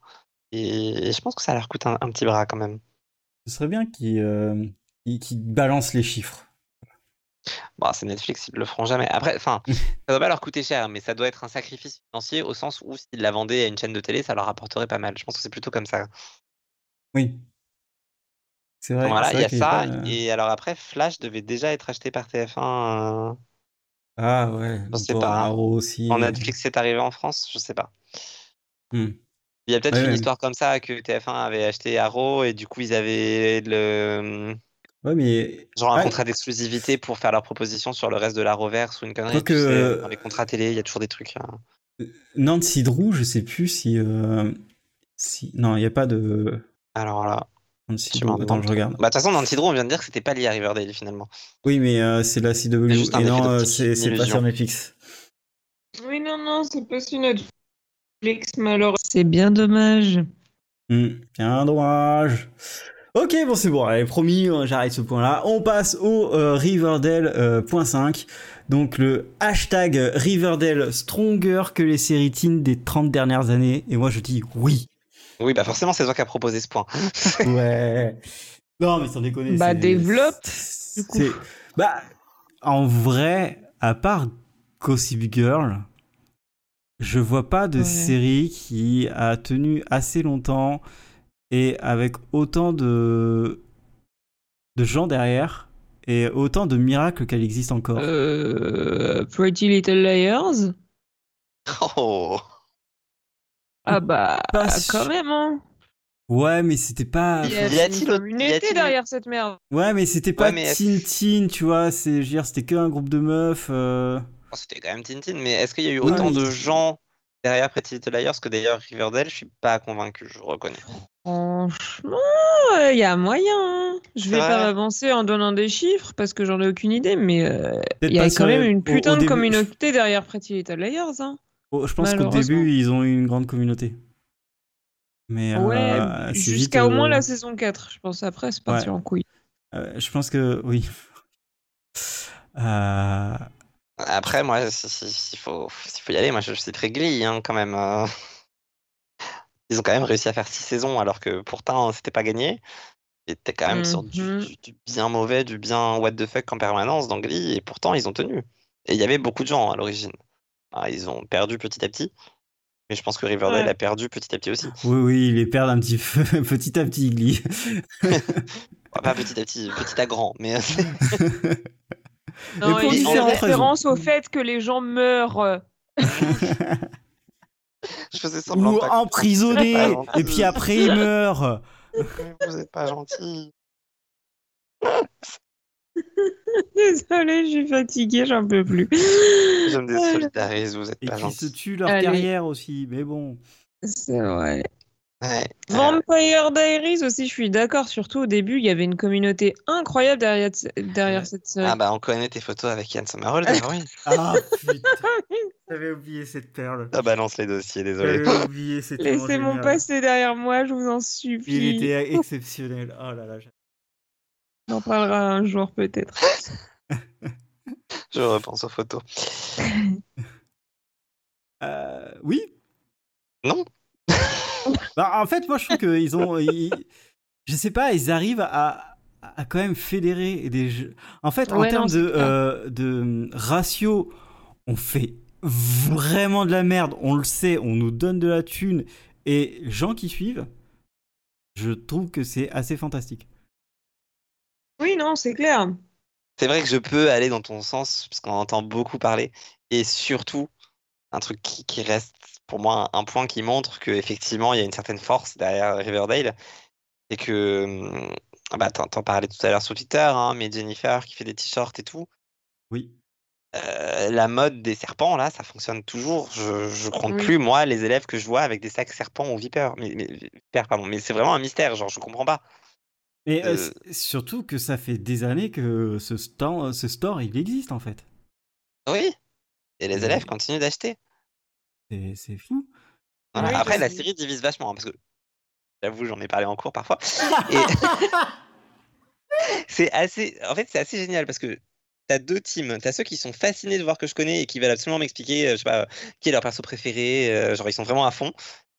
[SPEAKER 2] et, et je pense que ça leur coûte un, un petit bras quand même.
[SPEAKER 1] Ce serait bien qu'ils euh, qu'ils- qu'ils balancent les chiffres.
[SPEAKER 2] Bon Bah, c'est Netflix ils le feront jamais. Après
[SPEAKER 1] [LAUGHS]
[SPEAKER 2] enfin ça doit pas leur coûter cher mais ça doit être un sacrifice financier au sens où s'ils la vendaient à une chaîne de télé ça leur rapporterait pas mal. Je pense que c'est plutôt comme ça.
[SPEAKER 1] Oui. C'est vrai.
[SPEAKER 2] voilà,
[SPEAKER 1] c'est
[SPEAKER 2] il
[SPEAKER 1] vrai
[SPEAKER 2] y a
[SPEAKER 1] qu'il est
[SPEAKER 2] ça.
[SPEAKER 1] pas, euh,
[SPEAKER 2] Et alors après, Flash devait déjà être acheté par TF1. euh,
[SPEAKER 1] Ah ouais.
[SPEAKER 2] Je sais
[SPEAKER 1] bon,
[SPEAKER 2] pas, hein.
[SPEAKER 1] Arrow aussi.
[SPEAKER 2] En
[SPEAKER 1] euh,
[SPEAKER 2] Netflix, c'est arrivé en France, je sais pas.
[SPEAKER 1] Hmm.
[SPEAKER 2] Il y a peut-être
[SPEAKER 1] Ouais,
[SPEAKER 2] une
[SPEAKER 1] ouais.
[SPEAKER 2] histoire comme ça que TF1 avait acheté Arrow et du coup ils avaient le euh,
[SPEAKER 1] Ouais, mais
[SPEAKER 2] genre un
[SPEAKER 1] Ouais.
[SPEAKER 2] contrat d'exclusivité pour faire leur proposition sur le reste de la reverse ou une connerie.
[SPEAKER 1] Quoique,
[SPEAKER 2] tu sais,
[SPEAKER 1] euh,
[SPEAKER 2] Dans les contrats télé, il y a toujours des trucs. hein.
[SPEAKER 1] Nancy Drew, je sais plus si, euh, si, non, il y a pas de
[SPEAKER 2] Alors là,
[SPEAKER 1] Nancy
[SPEAKER 2] Tu
[SPEAKER 1] Drew.
[SPEAKER 2] m'en
[SPEAKER 1] Attends,
[SPEAKER 2] demandes.
[SPEAKER 1] je regarde.
[SPEAKER 2] bah de toute façon, Nancy Drew, on vient de dire que c'était pas lié à Riverdale finalement.
[SPEAKER 1] Oui, mais euh, c'est la CW.
[SPEAKER 2] C'est juste un
[SPEAKER 1] Et
[SPEAKER 2] effet
[SPEAKER 1] non, euh,
[SPEAKER 2] d'optique,
[SPEAKER 1] c'est
[SPEAKER 2] une
[SPEAKER 1] c'est pas
[SPEAKER 2] illusion.
[SPEAKER 1] sur Netflix.
[SPEAKER 3] Oui, non, non, c'est pas sur Netflix, malheureusement. C'est bien dommage.
[SPEAKER 1] Hmm, Bien dommage. Ok, bon, c'est bon. Allez, promis, euh, j'arrête ce point-là. On passe au euh, Riverdale euh, point .5. Donc, le hashtag Riverdale stronger que les séries teen des 30 dernières années. Et moi, je dis oui.
[SPEAKER 2] Oui, bah forcément, c'est toi qui as proposé ce point. [LAUGHS]
[SPEAKER 1] Ouais. non, mais sans déconner.
[SPEAKER 3] Bah,
[SPEAKER 1] c'est-
[SPEAKER 3] développe,
[SPEAKER 1] c'est-
[SPEAKER 3] du coup.
[SPEAKER 1] c'est- Bah, en vrai, à part Gossip Girl, je vois pas de
[SPEAKER 3] Ouais.
[SPEAKER 1] série qui a tenu assez longtemps et avec autant de, de gens derrière et autant de miracles qu'elle existe encore.
[SPEAKER 3] Euh, Pretty Little Liars
[SPEAKER 2] Oh.
[SPEAKER 1] Hmm.
[SPEAKER 3] Ah bah,
[SPEAKER 1] Pas
[SPEAKER 3] quand
[SPEAKER 1] sûr.
[SPEAKER 3] même, hein
[SPEAKER 1] Ouais, mais c'était pas.
[SPEAKER 3] Il y a,
[SPEAKER 2] Y a-t-il
[SPEAKER 3] une
[SPEAKER 2] autre- y
[SPEAKER 3] communauté
[SPEAKER 2] a-t-il-
[SPEAKER 3] derrière cette merde.
[SPEAKER 1] Ouais, mais c'était pas
[SPEAKER 2] Ouais, mais-
[SPEAKER 1] Teen Teen, tu vois. C'est, je veux dire, c'était qu'un groupe de meufs. euh.
[SPEAKER 2] Oh, C'était quand même Tintin, mais est-ce qu'il y a eu
[SPEAKER 1] Ouais,
[SPEAKER 2] autant
[SPEAKER 1] mais-
[SPEAKER 2] de gens derrière Pretty Little Liars que d'ailleurs Riverdale Je suis pas convaincu, je reconnais.
[SPEAKER 3] Franchement, il y a moyen. hein. Je vais
[SPEAKER 2] Ouais.
[SPEAKER 3] pas avancer en donnant des chiffres parce que j'en ai aucune idée, mais euh,
[SPEAKER 1] Peut-être
[SPEAKER 3] il y a
[SPEAKER 1] pas
[SPEAKER 3] quand
[SPEAKER 1] sur les-
[SPEAKER 3] même
[SPEAKER 1] au-
[SPEAKER 3] une
[SPEAKER 1] au
[SPEAKER 3] putain de
[SPEAKER 1] début-
[SPEAKER 3] communauté derrière Pretty Little Liars. Hein.
[SPEAKER 1] Oh, je pense qu'au
[SPEAKER 3] Malheureusement.
[SPEAKER 1] début, ils ont eu une grande communauté. Mais euh,
[SPEAKER 3] ouais,
[SPEAKER 1] c'est
[SPEAKER 3] jusqu'à
[SPEAKER 1] vite,
[SPEAKER 3] au moins
[SPEAKER 1] euh,
[SPEAKER 3] la saison 4, je pense. Après, c'est parti
[SPEAKER 1] Ouais.
[SPEAKER 3] en couille.
[SPEAKER 1] euh, je pense que oui. Euh,
[SPEAKER 2] Après, moi, si- si- s'il faut, s'il faut y aller, moi, je citerai Glee, hein, quand même. euh. [LAUGHS] Ils ont quand même réussi à faire six saisons, alors que pourtant, c'était pas gagné. Ils étaient quand même sur
[SPEAKER 3] Mhm.
[SPEAKER 1] Mmh
[SPEAKER 2] du, du- du bien mauvais, du bien what the fuck en permanence dans Glee, et pourtant, ils ont tenu. Et il y avait beaucoup de gens hein, à l'origine. Ah, ils ont perdu petit à petit, mais je pense que Riverdale
[SPEAKER 3] Ouais.
[SPEAKER 2] a perdu petit à petit aussi.
[SPEAKER 1] oui, oui, ils les perdent un petit peu, [LAUGHS] petit à petit, Glee.
[SPEAKER 2] Enfin, pas petit à petit, petit à grand, mais. [LAUGHS]
[SPEAKER 3] Non,
[SPEAKER 1] pour
[SPEAKER 3] il fait
[SPEAKER 2] différentes raisons.
[SPEAKER 3] référence au fait que les gens meurent. [LAUGHS]
[SPEAKER 2] Je faisais semblant de
[SPEAKER 1] Ou
[SPEAKER 2] pas
[SPEAKER 1] emprisonnés,
[SPEAKER 2] Ouais.
[SPEAKER 1] et puis après ils meurent.
[SPEAKER 2] Mais Vous êtes pas gentil.
[SPEAKER 3] Désolée, je suis fatiguée, j'en peux plus.
[SPEAKER 2] Je
[SPEAKER 1] [LAUGHS]
[SPEAKER 2] me désolidarise, vous êtes
[SPEAKER 1] Et
[SPEAKER 2] pas
[SPEAKER 1] qui se
[SPEAKER 2] gentil.
[SPEAKER 1] tuent leur
[SPEAKER 3] Allez.
[SPEAKER 1] carrière aussi, mais bon.
[SPEAKER 3] C'est vrai.
[SPEAKER 2] Ouais. Euh,
[SPEAKER 3] Vampire Diaries aussi, je suis d'accord. Surtout au début, il y avait une communauté incroyable derrière, derrière cette série.
[SPEAKER 2] Ah bah on connaît tes photos avec Yann Sommerhold, d'ailleurs, oui.
[SPEAKER 1] Ah
[SPEAKER 3] [LAUGHS]
[SPEAKER 1] putain, j'avais oublié cette perle.
[SPEAKER 2] Ah balance les dossiers, désolé.
[SPEAKER 1] J'avais oublié, c'était
[SPEAKER 3] Laissez mon
[SPEAKER 1] génial.
[SPEAKER 3] passé derrière moi, je vous en
[SPEAKER 1] Il
[SPEAKER 3] supplie.
[SPEAKER 1] était exceptionnel. Oh là là, j'adore.
[SPEAKER 3] On en parlera un jour peut-être.
[SPEAKER 2] Je repense aux photos.
[SPEAKER 1] Euh, oui.
[SPEAKER 2] Non.
[SPEAKER 1] [LAUGHS] Bah, en fait, moi, je trouve qu'ils ont. ils- je sais pas, ils arrivent à, à quand même fédérer des jeux. En fait, en
[SPEAKER 3] Ouais,
[SPEAKER 1] termes
[SPEAKER 3] non,
[SPEAKER 1] de,
[SPEAKER 3] c'est clair.
[SPEAKER 1] euh, de ratio, on fait vraiment de la merde. On le sait, on nous donne de la thune. Et gens qui suivent, je trouve que c'est assez fantastique.
[SPEAKER 3] Oui, non, c'est clair.
[SPEAKER 2] C'est vrai que je peux aller dans ton sens, parce qu'on entend beaucoup parler. Et surtout, un truc qui, qui reste pour moi un, un point qui montre qu'effectivement, il y a une certaine force derrière Riverdale. Et que, hum, ah bah, t'en t'en parlais tout à l'heure sur Twitter, hein, mais Jennifer qui fait des t-shirts et tout.
[SPEAKER 1] Oui.
[SPEAKER 2] Euh, la mode des serpents, là, ça fonctionne toujours. Je, je compte
[SPEAKER 3] Oui.
[SPEAKER 2] plus, moi, les élèves que je vois avec des sacs serpents ou vipères. Mais, mais, vipères, pardon. Mais c'est vraiment un mystère, genre, je comprends pas.
[SPEAKER 1] Et euh,
[SPEAKER 2] Euh.
[SPEAKER 1] c- surtout que ça fait des années que ce, stand, ce store, il existe, en fait.
[SPEAKER 2] Oui. Et les
[SPEAKER 1] Oui.
[SPEAKER 2] élèves continuent d'acheter.
[SPEAKER 1] C'est- C'est fou.
[SPEAKER 2] Voilà.
[SPEAKER 3] Oui,
[SPEAKER 2] Après,
[SPEAKER 3] parce
[SPEAKER 2] la
[SPEAKER 3] que-
[SPEAKER 2] série divise vachement, hein, parce que j'avoue, j'en ai parlé en cours
[SPEAKER 3] [LAUGHS]
[SPEAKER 2] parfois. Et [LAUGHS] c'est assez, en fait, c'est assez génial parce que t'as deux teams. T'as ceux qui sont fascinés de voir que je connais et qui veulent absolument m'expliquer, euh, je sais pas, euh, qui est leur perso préféré. euh, genre, ils sont vraiment à fond.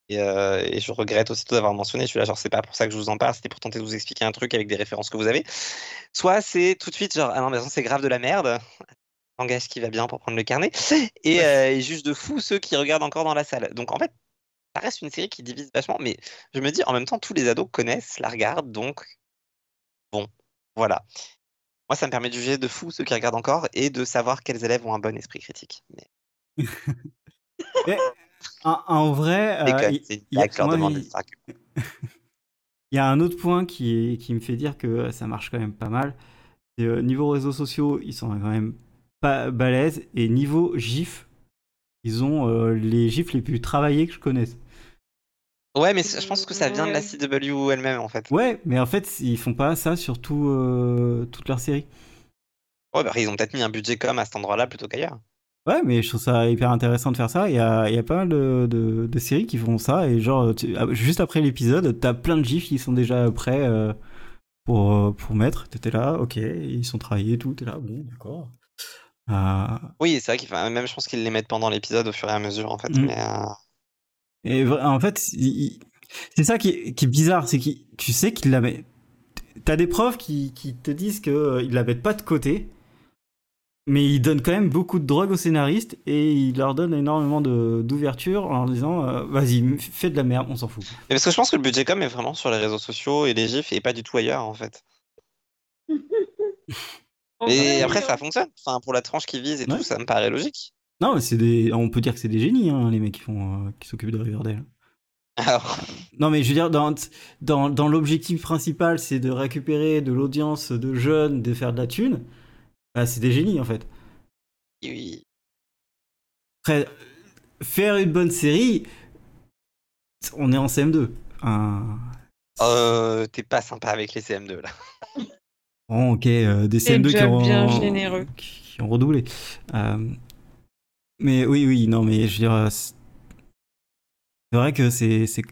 [SPEAKER 2] Et, euh, et je regrette aussitôt d'avoir mentionné. Je suis là, genre, c'est pas pour ça que je vous en parle. C'était pour tenter de vous expliquer un truc avec des références que vous avez. Soit c'est tout de suite, genre, ah non, mais attends, c'est grave de la merde. Langage qui va bien pour prendre le carnet. Et, euh, et juste de fou ceux qui regardent encore dans la salle. Donc, en fait, ça reste une série qui divise vachement, mais je me dis en même temps, tous les ados connaissent, la regardent, donc bon, voilà. Moi, ça me permet de juger de fou ceux qui regardent encore et de savoir quels élèves ont un bon esprit critique. Mais
[SPEAKER 1] En, en vrai, euh,
[SPEAKER 2] déconne,
[SPEAKER 1] il-
[SPEAKER 2] c'est une
[SPEAKER 1] il y a-
[SPEAKER 2] blague, je leur
[SPEAKER 1] moi,
[SPEAKER 2] demande
[SPEAKER 1] il-
[SPEAKER 2] des arguments.
[SPEAKER 1] Il y a un autre point qui, qui me fait dire que euh, ça marche quand même pas mal. C'est, euh, niveau réseaux sociaux, ils sont quand même pas balèzes. Et niveau GIF, ils ont euh, les GIFs les plus travaillés que je connaisse.
[SPEAKER 2] Ouais, mais je pense que ça vient de la
[SPEAKER 3] Ouais.
[SPEAKER 2] CW elle-même E, en fait.
[SPEAKER 1] Ouais, mais en fait, ils font pas ça sur tout, euh, toute leur série.
[SPEAKER 2] Ouais, bah, ils ont peut-être mis un budget comme à cet endroit-là plutôt qu'ailleurs.
[SPEAKER 1] Ouais, mais je trouve ça hyper intéressant de faire ça. Il y a, il y a pas mal de, de- de séries qui font ça. Et genre, tu- ah, juste après l'épisode, t'as plein de GIFs qui sont déjà prêts. euh, pour, euh, pour mettre. T'étais là, ok, ils sont travaillés et tout, t'es là, bon, d'accord. Euh,
[SPEAKER 2] Oui, c'est vrai qu'il enfin, même je pense qu'ils les mettent pendant l'épisode au fur et à mesure en fait.
[SPEAKER 1] Mm.
[SPEAKER 2] Mais euh,
[SPEAKER 1] Et vra- en fait, il- il- c'est ça qui est, qui est bizarre, c'est que tu sais qu'il la met. T'as des profs qui, qui te disent qu'ils la mettent pas de côté, mais ils donnent quand même beaucoup de drogue aux scénaristes et ils leur donnent énormément de- d'ouverture en leur disant euh, vas-y, fais de la merde, on s'en fout.
[SPEAKER 2] mais parce que je pense que le budget com est vraiment sur les réseaux sociaux et les gifs et pas du tout ailleurs en fait.
[SPEAKER 3] Oh, bah,
[SPEAKER 2] Et
[SPEAKER 3] hein.
[SPEAKER 2] après ça fonctionne. Enfin pour la tranche qui vise et
[SPEAKER 1] Ouais.
[SPEAKER 2] tout, ça me paraît logique.
[SPEAKER 1] Non, mais c'est des. On peut dire que c'est des génies, hein, les mecs qui font, euh, qui s'occupent de Riverdale.
[SPEAKER 2] [LAUGHS] Alors
[SPEAKER 1] Non, mais je veux dire, dans, dans, dans l'objectif principal, c'est de récupérer de l'audience de jeunes, de faire de la thune. Bah, c'est des génies en fait.
[SPEAKER 2] oui,
[SPEAKER 1] Après, faire une bonne série, on est en CM2. Hein.
[SPEAKER 2] euh, t'es pas sympa avec les CM2 là.
[SPEAKER 1] Bon, ok, euh, des
[SPEAKER 3] C'est
[SPEAKER 1] CM2 qui
[SPEAKER 3] déjà
[SPEAKER 1] ont,
[SPEAKER 3] bien généreux.
[SPEAKER 1] qui ont redoublé. Euh, mais oui, oui, non, mais je veux dire, euh, c'est c'est vrai que c'est. c'est-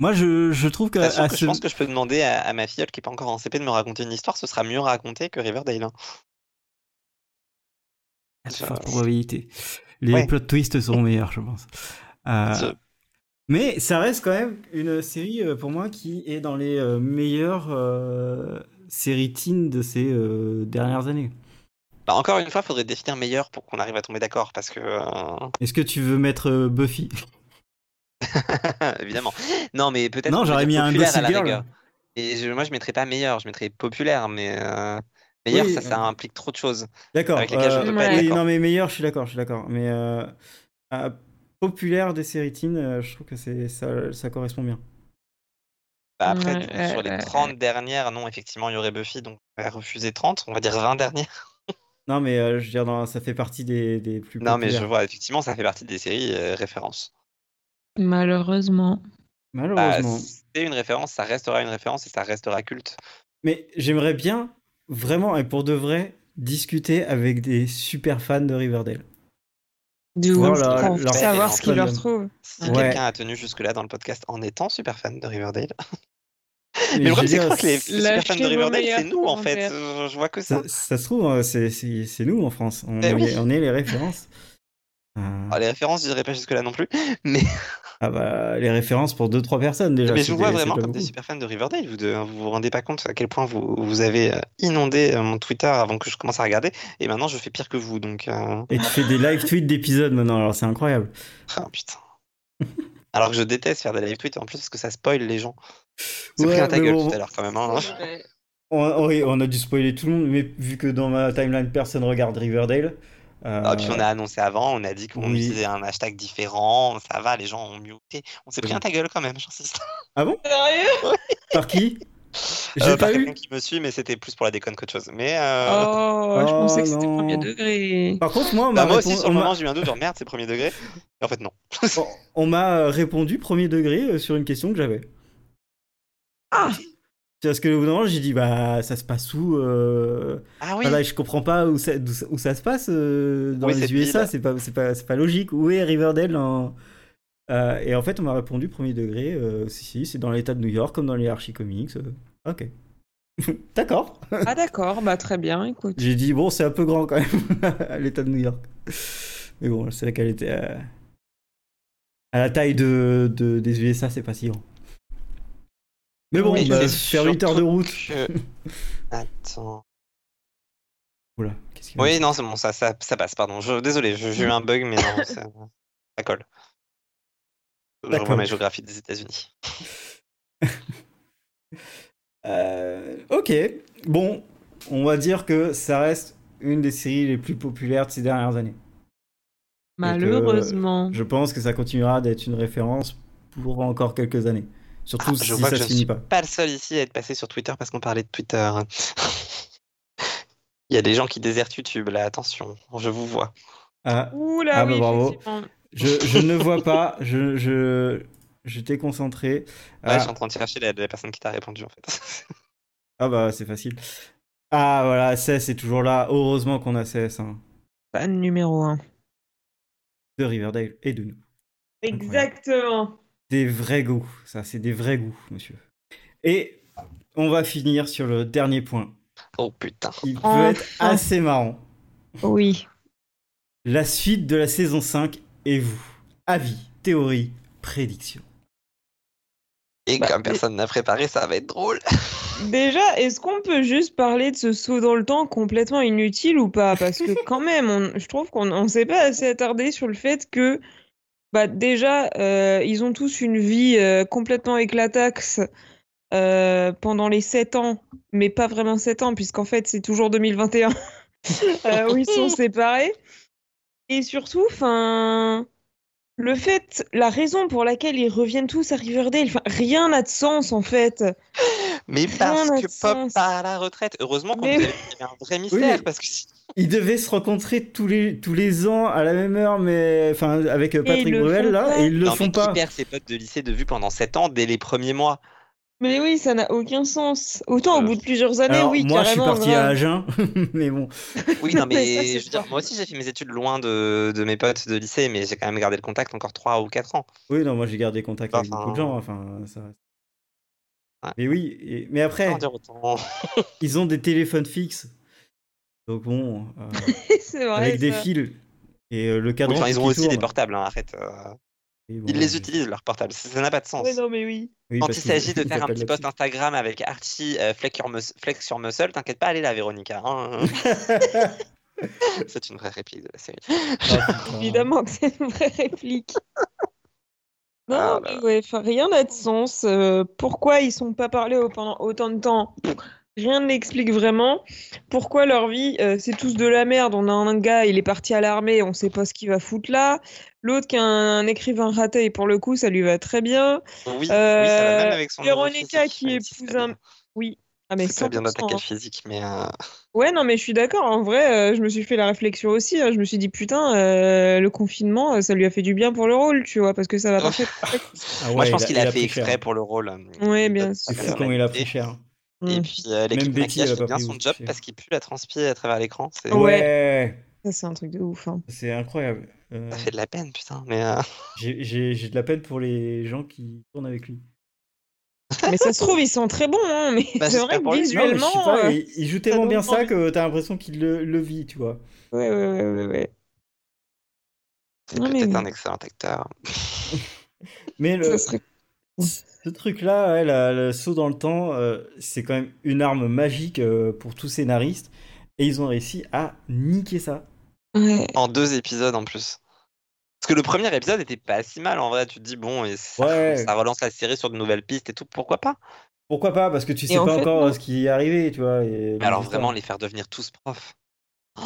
[SPEAKER 1] Moi, je, je trouve que.
[SPEAKER 2] T'as sûr
[SPEAKER 1] à
[SPEAKER 2] que
[SPEAKER 1] ce-
[SPEAKER 2] Je pense que je peux demander à, à ma filleule qui est pas encore en CP de me raconter une histoire, ce sera mieux raconté que Riverdale. hein.
[SPEAKER 1] à de
[SPEAKER 2] je-
[SPEAKER 1] fortes probabilités. Les
[SPEAKER 2] Ouais.
[SPEAKER 1] plot twists seront meilleurs, je pense. Euh,
[SPEAKER 2] Je-
[SPEAKER 1] Mais ça reste quand même une série euh, pour moi qui est dans les euh, meilleures euh, séries teen de ces euh, dernières années.
[SPEAKER 2] Bah, encore une fois, faudrait définir meilleur pour qu'on arrive à tomber d'accord, parce que euh, [LAUGHS]
[SPEAKER 1] Est-ce que tu veux mettre euh, Buffy
[SPEAKER 2] évidemment. Non, mais peut-être.
[SPEAKER 1] Non,
[SPEAKER 2] qu'on peut
[SPEAKER 1] j'aurais
[SPEAKER 2] dire
[SPEAKER 1] mis un
[SPEAKER 2] populaire à
[SPEAKER 1] Gossip
[SPEAKER 2] la
[SPEAKER 1] Girl.
[SPEAKER 2] rigueur. Et je- moi, je mettrais pas meilleur, je mettrais populaire, mais euh, meilleur,
[SPEAKER 1] Oui,
[SPEAKER 2] ça, ça
[SPEAKER 1] euh.
[SPEAKER 2] implique trop de choses.
[SPEAKER 1] D'accord. euh,
[SPEAKER 2] Avec lesquels je
[SPEAKER 3] peux pas être
[SPEAKER 1] oui,
[SPEAKER 2] d'accord.
[SPEAKER 1] non, mais meilleur, je suis d'accord, je suis d'accord. Mais euh, euh, populaire des séries teen, euh, je trouve que c'est ça, ça correspond bien.
[SPEAKER 2] Bah, après,
[SPEAKER 3] Ouais,
[SPEAKER 2] du coup,
[SPEAKER 3] ouais,
[SPEAKER 2] sur les
[SPEAKER 3] ouais,
[SPEAKER 2] 30 dernières, non, effectivement, il y aurait Buffy, donc on va refuser 30, on va dire 20 dernières.
[SPEAKER 1] Non, mais euh, je veux dire, dans- ça fait partie des, des plus
[SPEAKER 2] Non, mais je
[SPEAKER 1] populaires.
[SPEAKER 2] vois, effectivement, ça fait partie des séries euh, références.
[SPEAKER 3] Malheureusement.
[SPEAKER 2] Bah,
[SPEAKER 1] Malheureusement.
[SPEAKER 2] c'est une référence, ça restera une référence et ça restera culte.
[SPEAKER 1] Mais j'aimerais bien, vraiment et pour de vrai, discuter avec des super fans de Riverdale.
[SPEAKER 3] Du
[SPEAKER 1] Voilà,
[SPEAKER 3] pour
[SPEAKER 1] leur-
[SPEAKER 3] savoir
[SPEAKER 2] leur
[SPEAKER 3] ce qu'ils leur
[SPEAKER 1] fandom.
[SPEAKER 3] trouvent.
[SPEAKER 2] Si
[SPEAKER 1] Ouais.
[SPEAKER 2] quelqu'un a tenu jusque-là dans le podcast en étant super fan de Riverdale.
[SPEAKER 1] je
[SPEAKER 2] Mais, le problème,
[SPEAKER 1] veux
[SPEAKER 2] c'est
[SPEAKER 1] dire,
[SPEAKER 2] quoi que les les super
[SPEAKER 3] lâchez
[SPEAKER 2] fans de
[SPEAKER 3] vos
[SPEAKER 2] Riverdale,
[SPEAKER 3] meilleurs
[SPEAKER 2] c'est nous en fait.
[SPEAKER 3] commentaires.
[SPEAKER 2] Euh, Je vois que ça.
[SPEAKER 1] Ça, ça se trouve, euh, c'est- c'est c'est nous en France. On,
[SPEAKER 2] Eh
[SPEAKER 1] est,
[SPEAKER 2] oui.
[SPEAKER 1] on est les références. Euh,
[SPEAKER 2] Ah, les références, je dirais pas jusque-là non plus.
[SPEAKER 1] ah bah, les références pour 2-3 personnes déjà.
[SPEAKER 2] mais
[SPEAKER 1] c'est
[SPEAKER 2] je vous vois
[SPEAKER 1] des- c'est
[SPEAKER 2] vraiment
[SPEAKER 1] pas
[SPEAKER 2] comme des
[SPEAKER 1] beaucoup.
[SPEAKER 2] super fans de Riverdale. Vous deux, hein, vous vous rendez pas compte à quel point vous, vous avez euh, inondé euh, mon Twitter avant que je commence à regarder. Et maintenant, je fais pire que vous. Donc, euh,
[SPEAKER 1] Et tu fais des live tweets d'épisodes maintenant, alors c'est incroyable.
[SPEAKER 2] ah,
[SPEAKER 1] [LAUGHS]
[SPEAKER 2] putain. Alors que je déteste faire des live tweets en plus parce que ça spoil les gens. C'est pris ta
[SPEAKER 1] mais
[SPEAKER 2] gueule
[SPEAKER 1] bon,
[SPEAKER 2] tout à l'heure quand même. hein.
[SPEAKER 1] on, oui, on a dû spoiler tout le monde, mais vu que dans ma timeline personne regarde Riverdale. euh,
[SPEAKER 2] Ah, puis on a annoncé avant, on a dit qu'on
[SPEAKER 1] oui.
[SPEAKER 2] utilisait un hashtag différent, ça va, les gens ont muté. On s'est pris
[SPEAKER 1] Oui.
[SPEAKER 2] un ta gueule quand même, j'insiste.
[SPEAKER 3] Sérieux
[SPEAKER 1] Par
[SPEAKER 2] [LAUGHS]
[SPEAKER 1] qui [LAUGHS] J'ai
[SPEAKER 2] Euh, par
[SPEAKER 1] pas eu.
[SPEAKER 2] quelqu'un qui me suit, mais c'était plus pour la déconne qu'autre chose. Mais euh,
[SPEAKER 3] Oh, je pensais que c'était
[SPEAKER 1] non. [LAUGHS]
[SPEAKER 3] premier degré.
[SPEAKER 1] Par contre, moi, on
[SPEAKER 2] bah,
[SPEAKER 1] m'a
[SPEAKER 2] moi aussi,
[SPEAKER 1] répon-
[SPEAKER 2] sur
[SPEAKER 1] on
[SPEAKER 2] le
[SPEAKER 1] m'a-
[SPEAKER 2] moment, j'ai eu un doute, genre merde, c'est premier degré. Mais en fait, non.
[SPEAKER 1] on- on m'a euh, répondu premier degré euh, sur une question que j'avais.
[SPEAKER 3] Ah
[SPEAKER 1] C'est Parce que au bout d'un moment, j'ai dit, bah, ça se passe où euh,
[SPEAKER 2] [LAUGHS] Ah oui,
[SPEAKER 1] Voilà, je comprends pas où ça, d'où ça- où ça se passe euh, dans
[SPEAKER 2] Oui, cette
[SPEAKER 1] les USA,
[SPEAKER 2] ville.
[SPEAKER 1] c'est pas, c'est pas, c'est pas logique. Où est Riverdale en- Euh, Et en fait, on m'a répondu premier degré, euh, si, si, c'est dans l'état de New York, comme dans les Archie Comics. euh, ok. [LAUGHS] D'accord.
[SPEAKER 3] Ah d'accord, bah très bien, écoute.
[SPEAKER 1] J'ai dit, bon, c'est un peu grand quand même, [LAUGHS] l'état de New York. Mais bon, c'est vrai qu'elle était. euh, À la taille de, de- des USA, c'est pas si grand. Mais bon,
[SPEAKER 3] Oui,
[SPEAKER 1] bah,
[SPEAKER 2] mais
[SPEAKER 1] faire 8 heures de
[SPEAKER 2] surtout [LAUGHS]
[SPEAKER 1] route.
[SPEAKER 2] que-
[SPEAKER 1] [LAUGHS]
[SPEAKER 2] Attends.
[SPEAKER 1] Oula, qu'est-ce qu'il y a
[SPEAKER 2] Oui, non, c'est bon, ça, ça, ça passe, pardon. Je- Désolé, je- j'ai eu un bug, mais non, ça, ça colle. Je
[SPEAKER 1] Ça
[SPEAKER 2] revois
[SPEAKER 1] colle.
[SPEAKER 2] ma géographie des États-Unis.
[SPEAKER 1] Euh, ok, bon, on va dire que ça reste une des séries les plus populaires de ces dernières années.
[SPEAKER 3] Malheureusement.
[SPEAKER 1] Je pense que ça continuera d'être une référence pour encore quelques années. Surtout
[SPEAKER 2] Ah, je
[SPEAKER 1] si
[SPEAKER 2] vois
[SPEAKER 1] ça
[SPEAKER 2] que
[SPEAKER 1] se
[SPEAKER 2] je ne
[SPEAKER 1] finit
[SPEAKER 2] suis
[SPEAKER 1] pas.
[SPEAKER 2] pas le seul ici à être passé sur Twitter parce qu'on parlait de Twitter. [LAUGHS] Il y a des gens qui désertent YouTube, là, attention, je vous vois.
[SPEAKER 1] Ah,
[SPEAKER 3] Ouh là
[SPEAKER 1] Ah, bah,
[SPEAKER 3] oui,
[SPEAKER 1] bravo.
[SPEAKER 3] effectivement.
[SPEAKER 1] je, je ne vois pas, je, je, j'étais concentré.
[SPEAKER 2] Ouais, je
[SPEAKER 1] Ah,
[SPEAKER 2] suis en train de chercher la, la personne qui t'a répondu, en fait. [LAUGHS]
[SPEAKER 1] ah bah c'est facile. Ah voilà, CS est toujours là. Heureusement qu'on a CS hein,
[SPEAKER 3] Fan numéro 1.
[SPEAKER 1] de Riverdale et de nous.
[SPEAKER 3] Exactement.
[SPEAKER 1] Des vrais goûts, ça c'est des vrais goûts, monsieur. Et on va finir sur le dernier point,
[SPEAKER 2] Oh putain.
[SPEAKER 1] qui peut
[SPEAKER 3] Enfin.
[SPEAKER 1] être assez marrant.
[SPEAKER 3] Oui.
[SPEAKER 1] La suite de la saison 5 et vous. Avis, théorie, prédiction.
[SPEAKER 2] Et
[SPEAKER 3] Bah,
[SPEAKER 2] comme
[SPEAKER 3] mais-
[SPEAKER 2] personne n'a préparé, ça va être drôle.
[SPEAKER 3] Déjà, est-ce qu'on peut juste parler de ce saut dans le temps complètement inutile ou pas? Parce que quand même, on- je trouve qu'on ne s'est pas assez attardé sur le fait que, bah déjà, euh, ils ont tous une vie euh, complètement éclataxe euh, pendant les 7 ans, mais pas vraiment 7 ans, puisqu'en fait, c'est toujours 2021 [LAUGHS] euh, où ils sont séparés. Et surtout, enfin, le fait, la raison pour laquelle ils reviennent tous à Riverdale, enfin, rien n'a de sens en fait.
[SPEAKER 2] Mais
[SPEAKER 3] Rien
[SPEAKER 2] parce
[SPEAKER 3] n'a
[SPEAKER 2] que
[SPEAKER 3] de
[SPEAKER 2] Pop
[SPEAKER 3] sens.
[SPEAKER 2] part à la retraite. Heureusement qu'on
[SPEAKER 3] Mais
[SPEAKER 2] nous avait dit qu'il y avait un vrai mystère.
[SPEAKER 1] mais-
[SPEAKER 2] Parce que si-
[SPEAKER 1] Ils devaient se rencontrer tous les, tous les ans à la même heure, mais enfin avec euh,
[SPEAKER 3] ils
[SPEAKER 1] Patrick
[SPEAKER 3] le
[SPEAKER 1] Bruel
[SPEAKER 3] font
[SPEAKER 1] là,
[SPEAKER 3] pas.
[SPEAKER 1] et ils le
[SPEAKER 2] Non, mais
[SPEAKER 1] font
[SPEAKER 2] qui
[SPEAKER 1] pas.
[SPEAKER 2] perd ses potes de lycée de vue pendant 7 ans dès les premiers mois.
[SPEAKER 3] Mais oui, ça n'a aucun sens. Autant
[SPEAKER 2] Euh,
[SPEAKER 3] au bout de plusieurs années,
[SPEAKER 1] Alors,
[SPEAKER 3] oui,
[SPEAKER 1] moi je suis
[SPEAKER 3] carrément.
[SPEAKER 1] parti
[SPEAKER 3] grave.
[SPEAKER 1] à Agen, [LAUGHS] mais bon. [LAUGHS]
[SPEAKER 2] Oui, non,
[SPEAKER 3] Mais ça,
[SPEAKER 2] mais
[SPEAKER 3] c'est
[SPEAKER 2] je veux dire,
[SPEAKER 3] pas-
[SPEAKER 2] moi aussi j'ai fait mes études loin de, de mes potes de lycée, mais j'ai quand même gardé le contact encore 3 ou 4 ans.
[SPEAKER 1] Oui, non, moi j'ai gardé contact avec
[SPEAKER 2] Enfin.
[SPEAKER 1] beaucoup de gens, enfin ça.
[SPEAKER 2] Ouais.
[SPEAKER 1] Mais oui, et- mais après,
[SPEAKER 2] Comment dire autant
[SPEAKER 1] ils ont des téléphones fixes. Donc bon, euh,
[SPEAKER 3] [LAUGHS] C'est vrai.
[SPEAKER 1] avec des
[SPEAKER 3] ça.
[SPEAKER 1] fils et euh, le cadran.
[SPEAKER 2] Oui, enfin,
[SPEAKER 1] qui
[SPEAKER 2] ils ont aussi
[SPEAKER 1] tourne.
[SPEAKER 2] des portables, hein, arrête. euh,
[SPEAKER 1] Oui, bon,
[SPEAKER 2] Ils
[SPEAKER 1] oui,
[SPEAKER 2] les utilisent, leurs portables. Ça ça n'a pas de sens.
[SPEAKER 3] Ouais, non, mais oui.
[SPEAKER 1] oui,
[SPEAKER 2] Quand
[SPEAKER 1] parce
[SPEAKER 2] il
[SPEAKER 1] qu'ils-
[SPEAKER 2] s'agit de
[SPEAKER 1] ils
[SPEAKER 2] faire un
[SPEAKER 1] s'appellent
[SPEAKER 2] petit post
[SPEAKER 1] là-dessus.
[SPEAKER 2] Instagram avec Archie euh, Fleck, sur Mus- Fleck sur Muscle, t'inquiète pas, allez la Véronica.
[SPEAKER 1] [LAUGHS]
[SPEAKER 2] hein. C'est une vraie réplique de la série.
[SPEAKER 1] Ah, putain.
[SPEAKER 3] [LAUGHS] Évidemment que c'est une vraie
[SPEAKER 1] [LAUGHS]
[SPEAKER 3] réplique. Non,
[SPEAKER 2] Ah,
[SPEAKER 3] mais ouais, enfin, rien n'a de sens. Euh, pourquoi ils sont pas parlés au- pendant autant de temps Rien ne l'explique vraiment. Pourquoi leur vie, euh, c'est tous de la merde. On a un gars, il est parti à l'armée, on sait pas ce qu'il va foutre là. L'autre qui est un écrivain raté, et pour le coup, ça lui va très bien.
[SPEAKER 2] Oui, oui, ça va
[SPEAKER 3] Euh,
[SPEAKER 2] même avec son nouveau
[SPEAKER 3] Véronica
[SPEAKER 2] physique,
[SPEAKER 3] qui
[SPEAKER 2] même si c'est
[SPEAKER 3] épouse
[SPEAKER 2] pas
[SPEAKER 3] un...
[SPEAKER 2] bien.
[SPEAKER 3] Oui. Ah mais
[SPEAKER 2] C'est pas bien
[SPEAKER 3] 100%,
[SPEAKER 2] d'attaquer
[SPEAKER 3] hein.
[SPEAKER 2] le physique, mais euh,
[SPEAKER 3] Ouais, non, mais je suis d'accord. En vrai, euh, je me suis fait la réflexion aussi. hein. Je me suis dit, putain, euh, le confinement, euh, ça lui a fait du bien pour le rôle, tu vois, parce que ça va
[SPEAKER 1] Oh.
[SPEAKER 3] pas faire.
[SPEAKER 1] Ah
[SPEAKER 2] moi
[SPEAKER 1] ouais,
[SPEAKER 2] je pense
[SPEAKER 1] il
[SPEAKER 2] qu'il a,
[SPEAKER 1] il
[SPEAKER 2] fait
[SPEAKER 1] pris cher.
[SPEAKER 2] exprès pour le rôle. euh,
[SPEAKER 3] Ouais,
[SPEAKER 2] de-
[SPEAKER 3] bien
[SPEAKER 2] de-
[SPEAKER 1] C'est
[SPEAKER 3] sûr.
[SPEAKER 1] fou comment il a pris cher.
[SPEAKER 2] Et puis euh, l'équipe
[SPEAKER 1] Betty, elle
[SPEAKER 2] maquillage
[SPEAKER 1] a
[SPEAKER 2] fait
[SPEAKER 1] pas
[SPEAKER 2] bien
[SPEAKER 1] pris
[SPEAKER 2] son
[SPEAKER 1] aussi
[SPEAKER 2] job
[SPEAKER 1] cher.
[SPEAKER 2] parce qu'il pue la transpirer à travers l'écran. C'est...
[SPEAKER 3] Ouais.
[SPEAKER 1] Ouais,
[SPEAKER 3] Ça, c'est un truc de ouf. hein.
[SPEAKER 1] c'est incroyable. Euh,
[SPEAKER 2] Ça fait de la peine, putain. Mais euh,
[SPEAKER 1] j'ai- J'ai j'ai de la peine pour les gens qui tournent avec lui.
[SPEAKER 3] Mais ça se trouve, ils sont très bons, hein, mais [LAUGHS]
[SPEAKER 2] Bah,
[SPEAKER 3] c'est
[SPEAKER 2] j'espère
[SPEAKER 3] vrai
[SPEAKER 2] pour
[SPEAKER 3] que
[SPEAKER 2] lui.
[SPEAKER 1] Non, mais je sais
[SPEAKER 3] visuellement.
[SPEAKER 1] pas,
[SPEAKER 3] euh,
[SPEAKER 1] il, il joue tellement
[SPEAKER 3] donne
[SPEAKER 1] bien ça
[SPEAKER 3] envie.
[SPEAKER 1] que t'as l'impression qu'il le, le vit, tu vois.
[SPEAKER 3] Ouais, ouais, ouais, ouais, ouais.
[SPEAKER 2] c'est
[SPEAKER 3] Non, mais-
[SPEAKER 2] peut-être un excellent acteur.
[SPEAKER 1] Mais le,
[SPEAKER 3] Ça serait-
[SPEAKER 1] ce truc-là, ouais, la- le saut dans le temps, euh, c'est quand même une arme magique euh, pour tout scénariste. Et ils ont réussi à niquer ça.
[SPEAKER 3] Ouais.
[SPEAKER 2] En deux épisodes en plus. Parce que le premier épisode était pas si mal en vrai. Tu te dis, bon, et ça,
[SPEAKER 1] Ouais.
[SPEAKER 2] ça relance la série sur de nouvelles pistes et tout. Pourquoi pas
[SPEAKER 1] Pourquoi pas Parce que tu sais
[SPEAKER 3] en
[SPEAKER 1] pas
[SPEAKER 3] fait,
[SPEAKER 1] encore
[SPEAKER 3] non.
[SPEAKER 1] euh, ce qui est arrivé, tu vois. et-
[SPEAKER 2] Mais alors
[SPEAKER 1] c'est ça.
[SPEAKER 2] vraiment les faire devenir tous profs. Oh,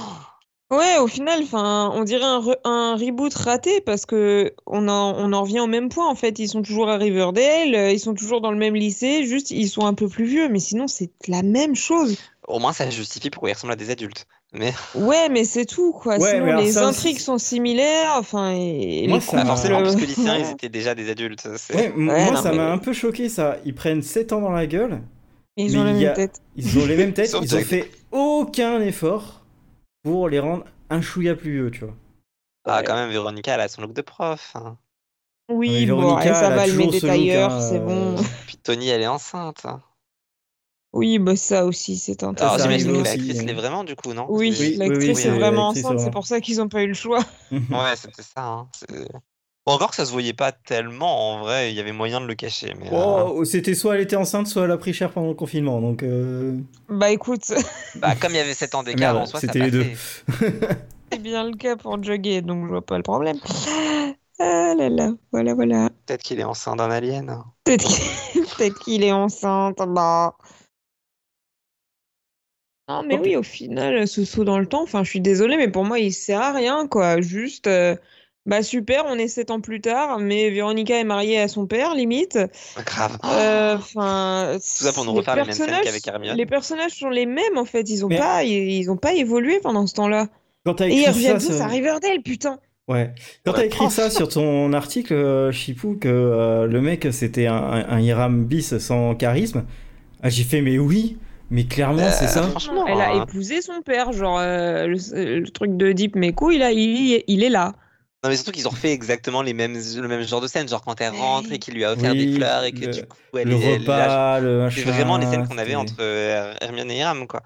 [SPEAKER 3] Ouais, au final, enfin, on dirait un, re- un reboot raté parce que on en, on en revient au même point en fait. Ils sont toujours à Riverdale, euh, ils sont toujours dans le même lycée, juste ils sont un peu plus vieux, mais sinon c'est la même chose.
[SPEAKER 2] Au moins ça justifie pourquoi ils ressemblent à des adultes. Mais
[SPEAKER 3] Ouais, mais c'est tout quoi.
[SPEAKER 1] Ouais, mais
[SPEAKER 3] Sinon
[SPEAKER 1] alors
[SPEAKER 3] les
[SPEAKER 1] ça aussi,
[SPEAKER 3] intrigues
[SPEAKER 1] c'est-
[SPEAKER 3] sont similaires, enfin et, et
[SPEAKER 1] Moi,
[SPEAKER 3] les
[SPEAKER 1] ça-
[SPEAKER 2] pas
[SPEAKER 1] Euh,
[SPEAKER 2] forcément, parce que
[SPEAKER 3] couples,
[SPEAKER 2] lycéens ils
[SPEAKER 3] ouais.
[SPEAKER 2] étaient déjà des adultes. c'est-
[SPEAKER 1] Ouais, m-
[SPEAKER 3] Ouais,
[SPEAKER 1] moi,
[SPEAKER 3] non,
[SPEAKER 1] ça
[SPEAKER 3] mais-
[SPEAKER 1] m'a un peu choqué, ça. Ils prennent 7 ans dans la gueule.
[SPEAKER 3] [LAUGHS] Ils ont
[SPEAKER 1] mais
[SPEAKER 3] la
[SPEAKER 1] il y
[SPEAKER 3] même
[SPEAKER 1] a-
[SPEAKER 3] tête.
[SPEAKER 1] Ils ont les mêmes têtes,
[SPEAKER 2] Sauf
[SPEAKER 1] ils ont
[SPEAKER 2] Jack.
[SPEAKER 1] fait aucun effort pour les rendre un chouïa plus vieux, tu vois.
[SPEAKER 2] Ah
[SPEAKER 3] Ouais.
[SPEAKER 2] quand même, Véronica elle a son look de prof. hein.
[SPEAKER 3] Oui,
[SPEAKER 1] Mais
[SPEAKER 3] bon,
[SPEAKER 1] Véronica,
[SPEAKER 3] ouais, ça
[SPEAKER 1] elle a
[SPEAKER 3] va, le
[SPEAKER 1] toujours
[SPEAKER 3] met des
[SPEAKER 1] ce look,
[SPEAKER 3] tailleurs,
[SPEAKER 1] hein,
[SPEAKER 3] c'est bon.
[SPEAKER 1] euh,
[SPEAKER 2] Puis Tony elle est enceinte. hein.
[SPEAKER 3] Oui, bah ça aussi, c'est un
[SPEAKER 1] Ça,
[SPEAKER 2] Alors
[SPEAKER 1] ça
[SPEAKER 2] j'imagine
[SPEAKER 1] arrive
[SPEAKER 2] que
[SPEAKER 1] aussi,
[SPEAKER 2] l'actrice
[SPEAKER 1] hein.
[SPEAKER 2] l'est vraiment du coup, non
[SPEAKER 3] Oui,
[SPEAKER 2] C'est-
[SPEAKER 1] oui,
[SPEAKER 3] l'actrice
[SPEAKER 1] oui,
[SPEAKER 3] est
[SPEAKER 2] oui,
[SPEAKER 3] vraiment
[SPEAKER 1] l'actrice est
[SPEAKER 3] enceinte, c'est
[SPEAKER 1] vraiment-
[SPEAKER 3] pour ça qu'ils n'ont pas eu le choix.
[SPEAKER 1] euh,
[SPEAKER 2] Ouais, c'était ça. hein. C'est- Bon, encore que ça se voyait pas tellement en vrai, il y avait moyen de le cacher. Mais, euh,
[SPEAKER 1] [LAUGHS] Oh, c'était soit elle était enceinte, soit elle a pris cher pendant le confinement. Donc, euh,
[SPEAKER 3] Bah écoute, [LAUGHS]
[SPEAKER 2] bah, comme il y avait 7 ans d'écart
[SPEAKER 1] Ah, Merde,
[SPEAKER 2] en soi, ça
[SPEAKER 1] c'était les deux. [LAUGHS]
[SPEAKER 2] passait.
[SPEAKER 3] C'est bien le cas pour Jughead, donc je vois pas le problème. Ah là là, voilà, voilà.
[SPEAKER 2] Peut-être qu'il est enceinte d'un alien.
[SPEAKER 3] Peut-être qu'il [LAUGHS] peut-être qu'il est enceinte, bah. Non, mais
[SPEAKER 1] Ok.
[SPEAKER 3] oui, au final, ce saut dans le temps, enfin, je suis désolée, mais pour moi, il sert à rien, quoi. Juste, euh, bah super, on est sept ans plus tard, mais Véronica est mariée à son père, limite.
[SPEAKER 2] Grave.
[SPEAKER 3] Euh, Enfin,
[SPEAKER 2] Ah Tout ça pour nous refaire les mêmes scènes qu'avec Hermione.
[SPEAKER 3] Les personnages sont les mêmes, en fait. Ils ont
[SPEAKER 1] Mais-
[SPEAKER 3] pas, ils, ils ont pas évolué pendant ce temps-là.
[SPEAKER 1] quand t'as
[SPEAKER 3] Et
[SPEAKER 1] écrit
[SPEAKER 3] ils reviennent
[SPEAKER 1] ça,
[SPEAKER 3] tous
[SPEAKER 1] ça-
[SPEAKER 3] à Riverdale, putain.
[SPEAKER 1] ouais. Quand
[SPEAKER 2] Ouais.
[SPEAKER 1] t'as écrit ça sur ton article, euh, Chipou, que euh, le mec c'était un, un, un Hiram bis sans charisme, ah, j'ai fait mais oui, mais clairement c'est ça.
[SPEAKER 2] Euh, Ah, Franchement,
[SPEAKER 3] Elle a
[SPEAKER 1] Ah.
[SPEAKER 2] hein.
[SPEAKER 3] épousé son père, genre euh, le, le truc de Deep Meko, il, a, il, y- il est là.
[SPEAKER 2] Non, mais surtout qu'ils ont refait exactement les mêmes, le même genre de scène, genre quand elle rentre et qu'il lui a offert
[SPEAKER 1] Oui,
[SPEAKER 2] des fleurs et que
[SPEAKER 1] le-
[SPEAKER 2] du coup elle
[SPEAKER 1] le
[SPEAKER 2] est- elle lâche.
[SPEAKER 1] repas, le machin.
[SPEAKER 2] C'est vraiment les scènes qu'on avait
[SPEAKER 1] c'était-
[SPEAKER 2] entre euh, Hermione et Hiram, quoi.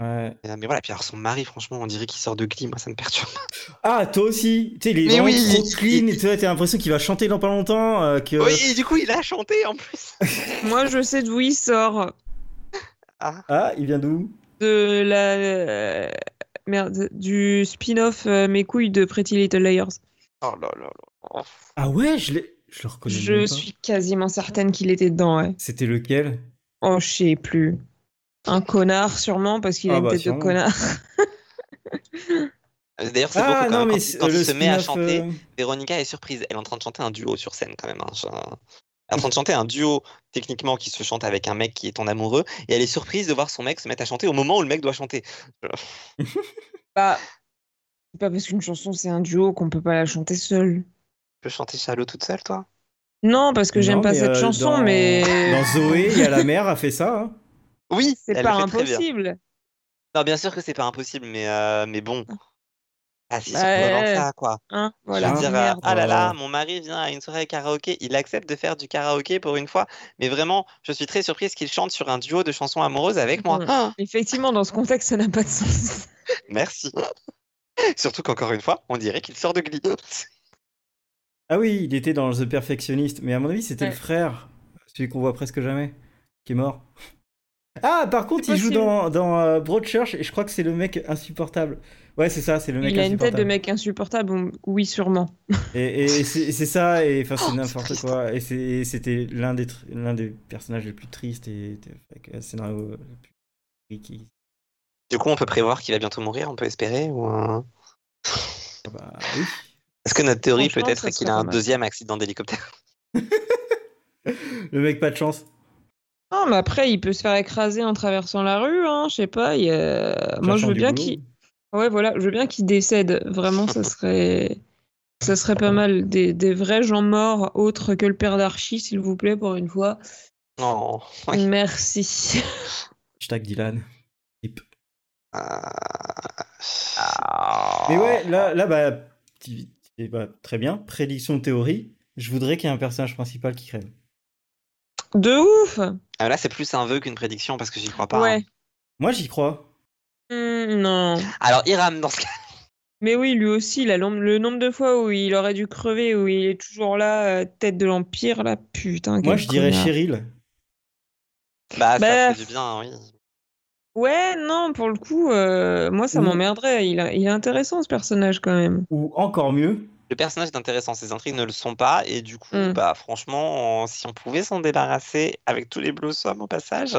[SPEAKER 1] Ouais.
[SPEAKER 2] Euh, Mais voilà, puis alors son mari, franchement, on dirait qu'il sort de Glee, moi ça me perturbe.
[SPEAKER 1] Ah, toi aussi Tu sais, il est
[SPEAKER 2] Mais
[SPEAKER 1] vraiment
[SPEAKER 2] oui,
[SPEAKER 1] trop
[SPEAKER 2] il-
[SPEAKER 1] clean et toi, t'as l'impression qu'il va chanter dans pas longtemps. euh, que...
[SPEAKER 2] Oui, et du coup, il a chanté en plus.
[SPEAKER 3] Moi, je sais d'où il sort.
[SPEAKER 1] Ah, il vient d'où
[SPEAKER 3] De la. euh, Merde, du spin-off euh, Mes couilles de Pretty Little Liars.
[SPEAKER 2] Oh là là là. Oh.
[SPEAKER 1] Ah ouais, je, l'ai- je le reconnais.
[SPEAKER 3] Je
[SPEAKER 1] même pas.
[SPEAKER 3] suis quasiment certaine qu'il était dedans, ouais.
[SPEAKER 1] C'était lequel
[SPEAKER 3] Oh, je sais plus. Un connard, sûrement, parce qu'il
[SPEAKER 1] Ah
[SPEAKER 3] a une
[SPEAKER 1] bah,
[SPEAKER 3] tête
[SPEAKER 1] sûrement.
[SPEAKER 3] de connard.
[SPEAKER 1] [LAUGHS]
[SPEAKER 2] D'ailleurs, c'est
[SPEAKER 1] Ah
[SPEAKER 2] beaucoup quand,
[SPEAKER 1] non,
[SPEAKER 2] même,
[SPEAKER 1] mais
[SPEAKER 2] quand il- quand
[SPEAKER 1] le
[SPEAKER 2] il se met à
[SPEAKER 1] spin-off,
[SPEAKER 2] chanter.
[SPEAKER 1] euh,
[SPEAKER 2] Véronica est surprise. Elle est en train de chanter un duo sur scène quand même. hein. Genre, Elle est en train de chanter un duo techniquement qui se chante avec un mec qui est ton amoureux et elle est surprise de voir son mec se mettre à chanter au moment où le mec doit chanter.
[SPEAKER 3] Bah, c'est pas parce qu'une chanson c'est un duo qu'on peut pas la chanter seule.
[SPEAKER 2] Tu peux chanter Charlot toute seule, toi
[SPEAKER 3] Non, parce que j'aime
[SPEAKER 1] non,
[SPEAKER 3] pas
[SPEAKER 1] mais,
[SPEAKER 3] cette
[SPEAKER 1] euh,
[SPEAKER 3] chanson,
[SPEAKER 1] dans-
[SPEAKER 3] mais [LAUGHS]
[SPEAKER 1] Dans Zoé, il y a la mère a fait ça. hein.
[SPEAKER 2] Oui,
[SPEAKER 3] c'est
[SPEAKER 2] elle
[SPEAKER 3] pas
[SPEAKER 2] le fait très bien.
[SPEAKER 3] impossible.
[SPEAKER 2] Non, bien sûr que c'est pas impossible, mais, euh, mais bon. Ah, c'est
[SPEAKER 3] Bah,
[SPEAKER 2] surprenant
[SPEAKER 3] ouais.
[SPEAKER 2] ça, quoi.
[SPEAKER 3] Hein
[SPEAKER 2] Je
[SPEAKER 3] voilà.
[SPEAKER 2] veux dire, euh,
[SPEAKER 3] Merde.
[SPEAKER 2] ah là là,
[SPEAKER 1] Ouais.
[SPEAKER 2] mon mari vient à une soirée karaoké, il accepte de faire du karaoké pour une fois, mais vraiment, je suis très surprise qu'il chante sur un duo de chansons amoureuses avec moi.
[SPEAKER 3] Ouais.
[SPEAKER 2] Ah
[SPEAKER 3] Effectivement, dans ce contexte, ça n'a pas de sens.
[SPEAKER 2] Merci. [LAUGHS] Surtout qu'encore une fois, on dirait qu'il sort de Glee.
[SPEAKER 1] Ah oui, il était dans The Perfectionist, mais à mon avis, c'était
[SPEAKER 3] Ouais.
[SPEAKER 1] le frère, celui qu'on voit presque jamais, qui est mort. Ah, par contre,
[SPEAKER 3] C'est
[SPEAKER 1] il joue
[SPEAKER 3] possible.
[SPEAKER 1] dans, dans euh, Broadchurch et je crois que c'est le mec insupportable. Ouais, c'est ça, c'est le mec
[SPEAKER 3] Il a une tête
[SPEAKER 1] insupportable.
[SPEAKER 3] de mec insupportable, on- oui, sûrement.
[SPEAKER 1] Et, et c'est c'est ça, et enfin, c'est
[SPEAKER 2] Oh,
[SPEAKER 1] n'importe
[SPEAKER 2] c'est
[SPEAKER 1] quoi. Et c'est- et c'était l'un des, tr- l'un des personnages les plus tristes et et- avec un scénario le plus- qui-
[SPEAKER 2] [LAUGHS] Du coup, on peut prévoir qu'il va bientôt mourir, on peut espérer ou euh,
[SPEAKER 1] ah bah, oui.
[SPEAKER 2] Est-ce que notre théorie peut
[SPEAKER 3] Franchement,
[SPEAKER 2] être
[SPEAKER 3] ça
[SPEAKER 2] qu'il
[SPEAKER 3] serait
[SPEAKER 2] a
[SPEAKER 3] pas
[SPEAKER 2] un
[SPEAKER 3] mal.
[SPEAKER 2] deuxième accident d'hélicoptère [LAUGHS]
[SPEAKER 1] Le mec, pas de chance.
[SPEAKER 3] Non, mais après, il peut se faire écraser en traversant la rue, hein, je sais pas. il y a- Ah, Moi, je
[SPEAKER 1] Cherchant
[SPEAKER 3] veux
[SPEAKER 1] du
[SPEAKER 3] bien
[SPEAKER 1] boulot.
[SPEAKER 3] qu'il. Ouais, voilà, je veux bien qu'il décède. Vraiment, ça serait. Ça serait pas mal. Des, des vrais gens morts, autres que le père d'Archie, s'il vous plaît, pour une fois.
[SPEAKER 2] Non. Oui.
[SPEAKER 3] Merci.
[SPEAKER 1] Hashtag Dylan. Hip.
[SPEAKER 2] Euh, Ah.
[SPEAKER 1] Mais ouais, là, là bah, tu- tu- bah, très bien. Prédiction de théorie. Je voudrais qu'il y ait un personnage principal qui crève.
[SPEAKER 3] De ouf
[SPEAKER 2] Ah, là, c'est plus un vœu qu'une prédiction parce que j'y crois pas. hein.
[SPEAKER 3] Ouais.
[SPEAKER 1] Moi, j'y crois.
[SPEAKER 3] Hmm, non.
[SPEAKER 2] Alors, Iram, dans ce cas. [LAUGHS]
[SPEAKER 3] Mais oui, lui aussi, la lom- le nombre de fois où il aurait dû crever, où il est toujours là, euh, tête de l'Empire, là, putain.
[SPEAKER 1] Moi,
[SPEAKER 3] quel
[SPEAKER 1] je dirais
[SPEAKER 3] connard.
[SPEAKER 1] Cheryl.
[SPEAKER 2] Bah, ça
[SPEAKER 3] Bah,
[SPEAKER 2] fait du bien, oui.
[SPEAKER 3] Ouais, non, pour le coup, euh, moi, ça
[SPEAKER 1] Ou-
[SPEAKER 3] m'emmerderait. Il, a- il est intéressant, ce personnage, quand même.
[SPEAKER 1] Ou encore mieux.
[SPEAKER 2] Le personnage est intéressant, ses intrigues ne le sont pas, et du coup,
[SPEAKER 3] Mm.
[SPEAKER 2] bah, franchement, on- si on pouvait s'en débarrasser avec tous les blossoms au passage.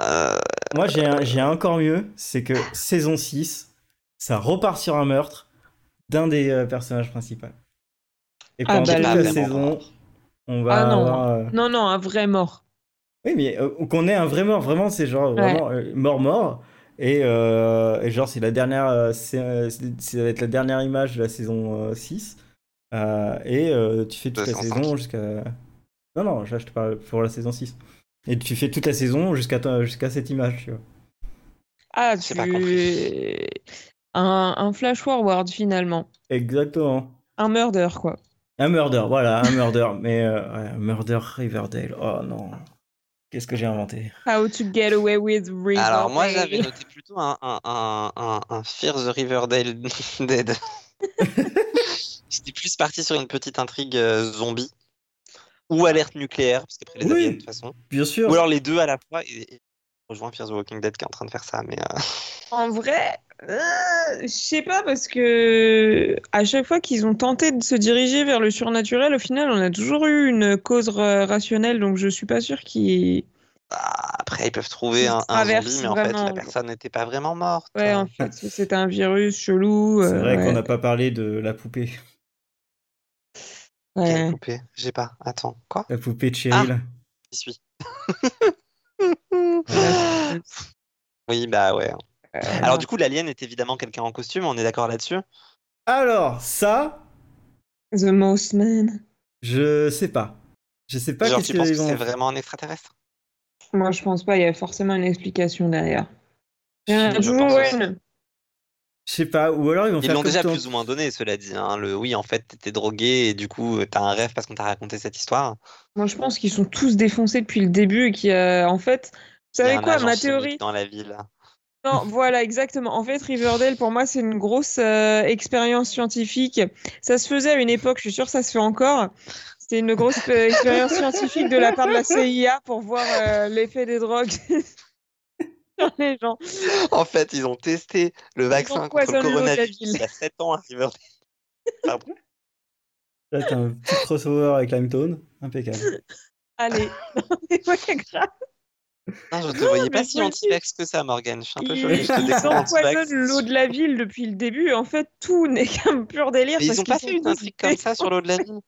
[SPEAKER 2] euh,
[SPEAKER 1] Moi, j'ai un, j'ai un encore mieux. C'est que saison 6, ça repart sur un meurtre d'un des euh, personnages principaux. Et
[SPEAKER 3] Ah,
[SPEAKER 1] pendant
[SPEAKER 3] bah,
[SPEAKER 1] toute
[SPEAKER 3] là,
[SPEAKER 1] la
[SPEAKER 2] vraiment.
[SPEAKER 1] saison, on va
[SPEAKER 3] Ah, non.
[SPEAKER 1] avoir, euh,
[SPEAKER 3] Non, non, un vrai mort.
[SPEAKER 1] Oui, mais euh, qu'on ait un vrai mort, vraiment, c'est genre
[SPEAKER 3] Ouais.
[SPEAKER 1] vraiment euh, mort-mort. Et, euh, et genre, c'est la dernière. euh, c'est, euh, c'est- ça va être la dernière image de la saison euh, 6. Euh, et euh, tu fais toute la
[SPEAKER 2] 205.
[SPEAKER 1] saison jusqu'à. Non, non, là, je te parle pour la saison 6. Et tu fais toute la saison jusqu'à ta- jusqu'à cette image, tu vois.
[SPEAKER 3] Ah,
[SPEAKER 2] J'ai pas
[SPEAKER 3] tu- Un, un flash forward, finalement.
[SPEAKER 1] Exactement.
[SPEAKER 3] Un murder, quoi.
[SPEAKER 1] Un murder, voilà, un murder. mais euh, ouais, un murder Riverdale. Oh non. Qu'est-ce que j'ai inventé
[SPEAKER 3] How to get away with Riverdale.
[SPEAKER 2] Alors moi j'avais noté plutôt un, un, un, un, un Fear the Riverdale [LAUGHS]
[SPEAKER 3] [LAUGHS]
[SPEAKER 2] Dead. J'étais plus parti sur une petite intrigue euh, zombie ou alerte nucléaire, parce qu'après les
[SPEAKER 1] Oui.
[SPEAKER 2] aliens de toute façon.
[SPEAKER 1] Bien sûr.
[SPEAKER 2] Ou alors les deux à la fois. Et, et je rejoins Fear the Walking Dead qui est en train de faire ça, mais euh,
[SPEAKER 3] En vrai, euh, je sais pas parce que à chaque fois qu'ils ont tenté de se diriger vers le surnaturel, au final, on a toujours eu une cause ra- rationnelle, donc je suis pas sûre qu'ils.
[SPEAKER 2] ah, après ils peuvent trouver
[SPEAKER 3] Ils
[SPEAKER 2] un, un
[SPEAKER 3] traversent
[SPEAKER 2] zombie, mais en fait la
[SPEAKER 3] vraiment.
[SPEAKER 2] personne n'était pas vraiment morte. Hein.
[SPEAKER 3] Ouais, en fait, c'était un virus chelou.
[SPEAKER 1] C'est
[SPEAKER 3] euh,
[SPEAKER 1] vrai qu'on
[SPEAKER 3] ouais,
[SPEAKER 1] n'a pas parlé de la poupée.
[SPEAKER 2] Quelle
[SPEAKER 3] ouais.
[SPEAKER 2] poupée J'ai pas. Attends, quoi
[SPEAKER 1] La poupée de Cheryl.
[SPEAKER 2] J'y suis.
[SPEAKER 3] [LAUGHS]
[SPEAKER 1] Ouais.
[SPEAKER 2] oui, bah ouais.
[SPEAKER 3] Euh,
[SPEAKER 2] Alors du coup l'alien est évidemment quelqu'un en costume, on est d'accord là-dessus Ah.
[SPEAKER 1] Alors, ça,
[SPEAKER 3] The Mouse Man.
[SPEAKER 1] je sais pas. Je sais pas
[SPEAKER 2] Genre
[SPEAKER 1] qu'est-ce
[SPEAKER 2] tu penses
[SPEAKER 1] qu'ils
[SPEAKER 2] que
[SPEAKER 1] vont-
[SPEAKER 2] c'est vraiment un extraterrestre
[SPEAKER 3] Moi,
[SPEAKER 2] Euh,
[SPEAKER 3] Euh, je pense pas, il y a forcément une explication derrière. Il y en a
[SPEAKER 1] Je-
[SPEAKER 2] je
[SPEAKER 3] toujours
[SPEAKER 2] pense aussi.
[SPEAKER 3] une.
[SPEAKER 1] Je sais pas, ou alors ils vont
[SPEAKER 2] Ils
[SPEAKER 1] faire
[SPEAKER 2] l'ont
[SPEAKER 1] comme
[SPEAKER 2] déjà
[SPEAKER 1] toi.
[SPEAKER 2] plus ou moins donné, cela dit. hein. Le oui, en fait, t'étais drogué et du coup, t'as un rêve parce qu'on t'a raconté cette histoire.
[SPEAKER 3] Moi, je pense qu'ils sont tous défoncés depuis le début et qui, en fait, vous
[SPEAKER 2] Il y a
[SPEAKER 3] savez
[SPEAKER 2] un
[SPEAKER 3] quoi,
[SPEAKER 2] agent
[SPEAKER 3] ma
[SPEAKER 2] chimique
[SPEAKER 3] théorie.
[SPEAKER 2] Dans la ville. [LAUGHS]
[SPEAKER 3] Non, voilà, exactement. En fait, Riverdale, pour moi, c'est une grosse euh, expérience scientifique. Ça se faisait à une époque, je suis sûre que ça se fait encore. C'est une grosse
[SPEAKER 2] [LAUGHS]
[SPEAKER 3] euh, expérience scientifique de la part de la CIA pour voir euh, l'effet des drogues [LAUGHS] sur les gens.
[SPEAKER 2] En fait, ils ont testé le vaccin contre le
[SPEAKER 3] empoisonné l'eau de la
[SPEAKER 2] coronavirus
[SPEAKER 3] ville.
[SPEAKER 2] il y a 7 ans à Riverdale.
[SPEAKER 3] [LAUGHS]
[SPEAKER 2] Pardon.
[SPEAKER 1] Là, t'as un petit crossover avec Limetown. Impeccable.
[SPEAKER 3] Allez, [LAUGHS] non, mais ouais, grave.
[SPEAKER 2] Non, je te voyais pas
[SPEAKER 3] mais
[SPEAKER 2] si
[SPEAKER 3] oui.
[SPEAKER 2] anti-vax que ça, Morgane. Je suis un peu
[SPEAKER 3] Ils,
[SPEAKER 2] choquée. Je te
[SPEAKER 3] ils
[SPEAKER 2] découvre anti-vax.
[SPEAKER 3] empoisonnent l'eau de la ville depuis le début. En fait, tout [LAUGHS] n'est qu'un pur délire.
[SPEAKER 2] Mais
[SPEAKER 3] parce
[SPEAKER 2] ils ont pas
[SPEAKER 3] qu'ils
[SPEAKER 2] fait
[SPEAKER 3] sont
[SPEAKER 2] une
[SPEAKER 3] tous
[SPEAKER 2] intrigue comme ça sur l'eau de la ville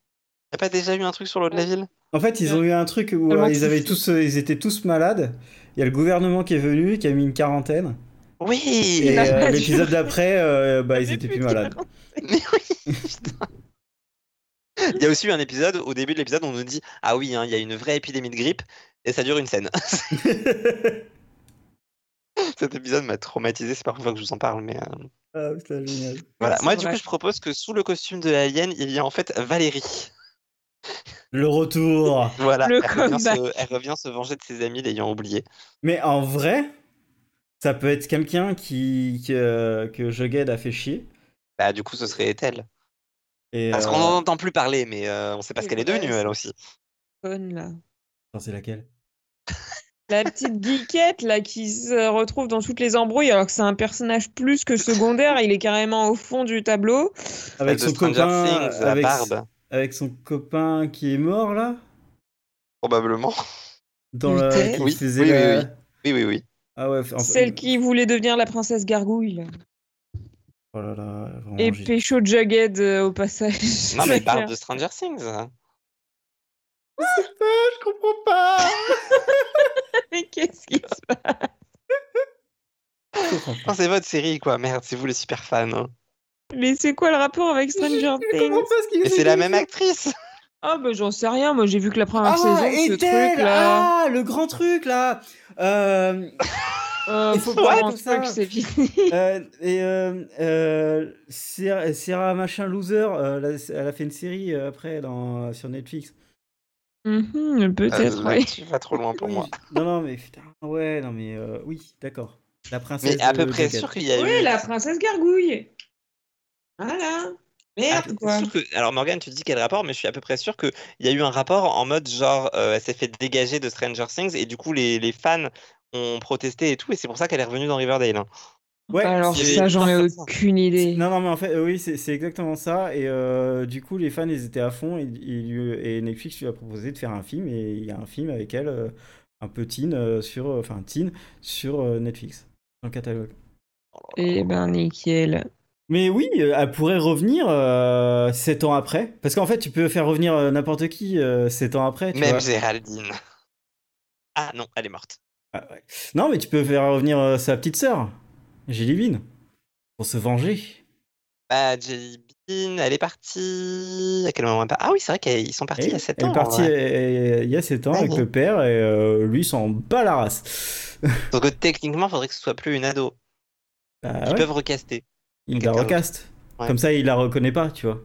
[SPEAKER 2] Y'a pas déjà eu un truc sur l'eau de la ville
[SPEAKER 1] En fait, ils ont eu un truc où euh, ils, avaient tous, euh, ils étaient tous malades. Il y a le gouvernement qui est venu, qui a mis une quarantaine.
[SPEAKER 2] Oui
[SPEAKER 1] Et
[SPEAKER 3] n'a
[SPEAKER 1] euh,
[SPEAKER 3] pas duré.
[SPEAKER 1] l'épisode d'après, euh, bah,
[SPEAKER 3] Ça
[SPEAKER 1] ils
[SPEAKER 3] fait
[SPEAKER 1] étaient
[SPEAKER 3] plus
[SPEAKER 1] plus
[SPEAKER 3] de
[SPEAKER 1] malades.
[SPEAKER 2] Mais oui, putain. Il y a aussi eu un épisode, au début de l'épisode, on nous dit Ah oui, hein, il y a une vraie épidémie de grippe, et ça dure une scène.
[SPEAKER 1] [LAUGHS]
[SPEAKER 2] Cet épisode m'a traumatisé, c'est pas la première fois que je vous en parle, mais. euh,
[SPEAKER 1] ah, putain, génial.
[SPEAKER 2] Voilà.
[SPEAKER 3] c'est
[SPEAKER 2] Moi, du
[SPEAKER 3] vrai.
[SPEAKER 2] coup, je propose que sous le costume de l'alien, il y a en fait Valérie.
[SPEAKER 1] Le retour.
[SPEAKER 2] Voilà.
[SPEAKER 3] Le
[SPEAKER 2] elle, revient
[SPEAKER 3] comeback.
[SPEAKER 2] se, elle revient se venger de ses amis l'ayant oublié.
[SPEAKER 1] Mais en vrai, ça peut être quelqu'un qui, que, que Jughead a fait chier.
[SPEAKER 2] Bah, du coup, ce serait elle.
[SPEAKER 1] Et,
[SPEAKER 2] Parce
[SPEAKER 1] euh,
[SPEAKER 2] qu'on n'en entend plus parler, mais euh, on sait pas ce
[SPEAKER 3] C'est
[SPEAKER 2] qu'elle est
[SPEAKER 3] vrai,
[SPEAKER 2] devenue,
[SPEAKER 3] ça.
[SPEAKER 2] elle aussi.
[SPEAKER 3] Conne, là.
[SPEAKER 1] attends, c'est laquelle
[SPEAKER 3] La petite geekette là qui se retrouve dans toutes les embrouilles alors que c'est un personnage plus que secondaire, il est carrément au fond du tableau.
[SPEAKER 1] Avec
[SPEAKER 2] Celle
[SPEAKER 1] son
[SPEAKER 2] de Stranger
[SPEAKER 1] copain.
[SPEAKER 2] Things, la
[SPEAKER 1] avec,
[SPEAKER 2] barbe,
[SPEAKER 1] avec son copain qui est mort là
[SPEAKER 2] probablement.
[SPEAKER 1] dans la-
[SPEAKER 3] Mickey
[SPEAKER 1] qui
[SPEAKER 2] Oui,
[SPEAKER 1] faisait
[SPEAKER 2] oui,
[SPEAKER 1] la-
[SPEAKER 2] oui, Oui, oui, oui.
[SPEAKER 1] Ah ouais, enfin,
[SPEAKER 3] Celle qui voulait devenir la princesse gargouille. là.
[SPEAKER 1] Oh là là, vraiment,
[SPEAKER 3] Et
[SPEAKER 1] j'ai-
[SPEAKER 3] Pécho Jughead euh, au passage. [LAUGHS]
[SPEAKER 2] Non, mais barbe de Stranger Things.
[SPEAKER 1] je comprends pas.
[SPEAKER 3] Mais qu'est-ce qui se passe
[SPEAKER 1] Je comprends
[SPEAKER 2] Non,
[SPEAKER 1] pas.
[SPEAKER 2] c'est votre série, quoi. Merde, c'est vous les super fans. hein.
[SPEAKER 3] Mais c'est quoi le rapport avec Stranger
[SPEAKER 1] Je
[SPEAKER 3] Things
[SPEAKER 1] comprends pas ce qu'il
[SPEAKER 2] Et c'est la même actrice.
[SPEAKER 3] Ah bah j'en sais rien, moi j'ai vu que la première
[SPEAKER 1] Ah,
[SPEAKER 3] saison ce
[SPEAKER 1] Ethel,
[SPEAKER 3] truc là.
[SPEAKER 1] Ah, le grand truc là. Euh,
[SPEAKER 3] Euh,
[SPEAKER 1] il
[SPEAKER 3] faut
[SPEAKER 1] faut
[SPEAKER 3] pas
[SPEAKER 1] pas
[SPEAKER 3] voir
[SPEAKER 1] dire ça.
[SPEAKER 3] truc, c'est fini. [LAUGHS]
[SPEAKER 1] euh, et euh, euh, Sarah, Sarah machin loser, euh, elle a- elle a fait une série euh, après dans, sur Netflix.
[SPEAKER 3] Mhm, Peut-être,
[SPEAKER 2] Euh,
[SPEAKER 3] oui.
[SPEAKER 2] Tu vas trop loin pour
[SPEAKER 1] Oui,
[SPEAKER 2] moi.
[SPEAKER 1] je- Non non mais putain ouais non mais euh, oui d'accord. La princesse.
[SPEAKER 2] Mais à
[SPEAKER 1] de-
[SPEAKER 2] peu près
[SPEAKER 1] de
[SPEAKER 2] sûr qu'il y a eu.
[SPEAKER 3] Oui, la princesse gargouille. Voilà.
[SPEAKER 2] Ah,
[SPEAKER 3] Merde,
[SPEAKER 2] c'est
[SPEAKER 3] quoi.
[SPEAKER 2] sûr que- Alors Morgane, tu dis quel rapport, mais je suis à peu près sûr qu'il y a eu un rapport en mode genre euh, elle s'est fait dégager de Stranger Things et du coup les, les fans ont protesté et tout et c'est pour ça qu'elle est revenue dans Riverdale. hein.
[SPEAKER 1] Ouais,
[SPEAKER 3] Alors
[SPEAKER 2] c'est-
[SPEAKER 3] ça, j'en ai aucune idée.
[SPEAKER 1] Non, non, mais en fait, euh, oui, c'est c'est exactement ça. Et euh, du coup, les fans, ils étaient à fond. Et, il lui- et Netflix lui a proposé de faire un film. Et il y a un film avec elle, euh, un peu teen, euh, sur, euh, enfin, teen, sur euh, Netflix, dans le catalogue.
[SPEAKER 3] Eh ben, nickel.
[SPEAKER 1] Mais oui, euh, elle pourrait revenir euh, 7 ans après. Parce qu'en fait, tu peux faire revenir euh, n'importe qui euh, 7 ans après. Tu
[SPEAKER 2] Même
[SPEAKER 1] vois.
[SPEAKER 2] Géraldine. Ah non, elle est morte.
[SPEAKER 1] Ah, ouais. Non, mais tu peux faire revenir euh, sa petite sœur, Jelly Bean, pour se venger.
[SPEAKER 2] Bah Jelly Bean, elle est partie. À quel moment elle part- Ah oui, c'est vrai qu'ils sont partis
[SPEAKER 1] Et
[SPEAKER 2] il y a 7
[SPEAKER 1] elle
[SPEAKER 2] ans.
[SPEAKER 1] est
[SPEAKER 2] en
[SPEAKER 1] partie
[SPEAKER 2] vrai.
[SPEAKER 1] euh, euh, il y a 7 ans
[SPEAKER 2] Ouais, Bah,
[SPEAKER 1] avec
[SPEAKER 2] ouais.
[SPEAKER 1] le père et euh, lui s'en bat la race. [LAUGHS]
[SPEAKER 2] Donc euh, techniquement, il faudrait que ce soit plus une ado.
[SPEAKER 1] Bah
[SPEAKER 2] Ils
[SPEAKER 1] ouais,
[SPEAKER 2] peuvent recaster.
[SPEAKER 1] il la
[SPEAKER 2] quelqu'un
[SPEAKER 1] recaste.
[SPEAKER 2] Ouais.
[SPEAKER 1] Comme ça, il la reconnaît pas, tu vois.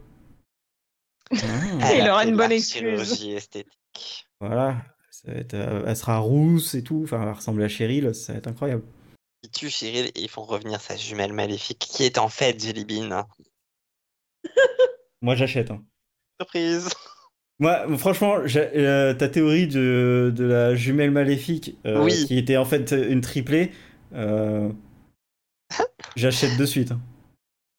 [SPEAKER 1] Ah,
[SPEAKER 3] Il
[SPEAKER 2] Elle a
[SPEAKER 3] aura
[SPEAKER 2] fait
[SPEAKER 3] une
[SPEAKER 2] de
[SPEAKER 3] bonne
[SPEAKER 2] la
[SPEAKER 3] excuse.
[SPEAKER 2] chirurgie esthétique.
[SPEAKER 1] voilà. Ça va être, euh, elle sera rousse et tout. Enfin, elle va ressembler à Cheryl. Ça va être incroyable.
[SPEAKER 2] Ils tuent Cheryl et ils font revenir sa jumelle maléfique qui est en fait Jelly Bean.
[SPEAKER 1] Moi, j'achète. hein.
[SPEAKER 2] Surprise.
[SPEAKER 1] Moi, franchement, j'ai- euh, ta théorie de, de la jumelle maléfique, euh,
[SPEAKER 2] Oui.
[SPEAKER 1] qui était en fait une triplée,
[SPEAKER 2] [LAUGHS]
[SPEAKER 1] euh, j'achète de suite. hein.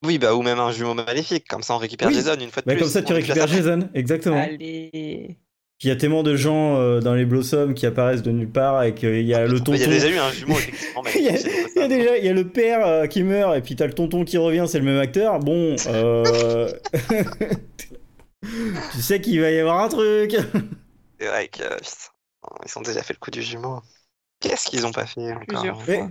[SPEAKER 2] Oui, bah, ou même un jumeau maléfique, comme ça on récupère
[SPEAKER 1] Oui.
[SPEAKER 2] Jason une fois de
[SPEAKER 1] Bah,
[SPEAKER 2] plus.
[SPEAKER 1] comme ça, tu
[SPEAKER 2] On récupère
[SPEAKER 1] récupères
[SPEAKER 2] sa-
[SPEAKER 1] Jason. Exactement.
[SPEAKER 3] Allez.
[SPEAKER 1] Il y a tellement de gens euh, dans les blossoms qui apparaissent de nulle part et qu'il y a le tonton.
[SPEAKER 2] Il y a déjà eu un jumeau, effectivement.
[SPEAKER 1] [LAUGHS] Il y a-
[SPEAKER 2] maléfique, c'est
[SPEAKER 1] Il y a
[SPEAKER 2] pas ça.
[SPEAKER 1] déjà, il y a le père euh, qui meurt et puis t'as le tonton qui revient, c'est le même acteur. Bon, euh... [LAUGHS] tu sais qu'il va y avoir un truc. [LAUGHS]
[SPEAKER 2] C'est vrai que. euh, putain, Ils ont déjà fait le coup du jumeau. Qu'est-ce qu'ils ont pas fait encore
[SPEAKER 3] Plusieurs
[SPEAKER 1] Mais-
[SPEAKER 3] fois.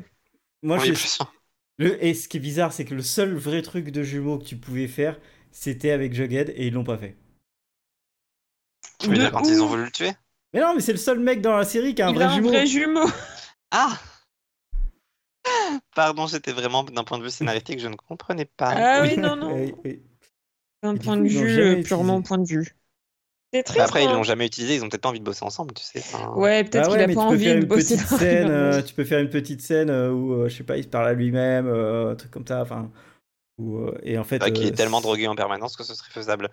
[SPEAKER 1] Moi,
[SPEAKER 2] Oui,
[SPEAKER 1] je-
[SPEAKER 2] plusieurs.
[SPEAKER 1] le... et ce qui est bizarre, c'est que le seul vrai truc de jumeau que tu pouvais faire, c'était avec Jughead et ils l'ont pas fait.
[SPEAKER 2] Tu veux
[SPEAKER 3] De
[SPEAKER 2] dire quand ils ont
[SPEAKER 3] ouf.
[SPEAKER 2] voulu le tuer
[SPEAKER 1] Mais non, mais c'est le seul mec dans la série qui a un
[SPEAKER 3] Il
[SPEAKER 1] vrai
[SPEAKER 3] a un
[SPEAKER 1] jumeau.
[SPEAKER 3] vrai jumeau.
[SPEAKER 2] Ah [LAUGHS] Pardon, c'était vraiment d'un point de vue scénaristique, je ne comprenais pas.
[SPEAKER 3] Ah oui, non, non.
[SPEAKER 1] Et- et-
[SPEAKER 3] D'un
[SPEAKER 1] Et du
[SPEAKER 3] point
[SPEAKER 1] coup,
[SPEAKER 3] de
[SPEAKER 1] ils l'ont
[SPEAKER 3] vue,
[SPEAKER 1] jamais
[SPEAKER 3] euh,
[SPEAKER 1] utilisé.
[SPEAKER 3] purement point de vue. C'est triste.
[SPEAKER 2] Bah, Après, ils
[SPEAKER 3] hein.
[SPEAKER 2] l'ont jamais utilisé, ils ont peut-être pas envie de bosser ensemble, tu sais. enfin.
[SPEAKER 3] Ouais,
[SPEAKER 1] Bah
[SPEAKER 3] peut-être
[SPEAKER 1] ouais,
[SPEAKER 3] qu'il a
[SPEAKER 1] mais
[SPEAKER 3] pas
[SPEAKER 1] tu peux faire
[SPEAKER 3] envie de
[SPEAKER 1] une
[SPEAKER 3] bosser
[SPEAKER 1] petite
[SPEAKER 3] dans la
[SPEAKER 1] scène, euh,
[SPEAKER 3] merde.
[SPEAKER 1] tu peux faire une petite scène euh, où euh, je sais pas, il se parle à lui-même, euh, un truc comme ça, enfin. où, euh, et en fait,
[SPEAKER 2] C'est vrai qu'il
[SPEAKER 1] euh,
[SPEAKER 2] est tellement drogué en permanence que ce serait faisable.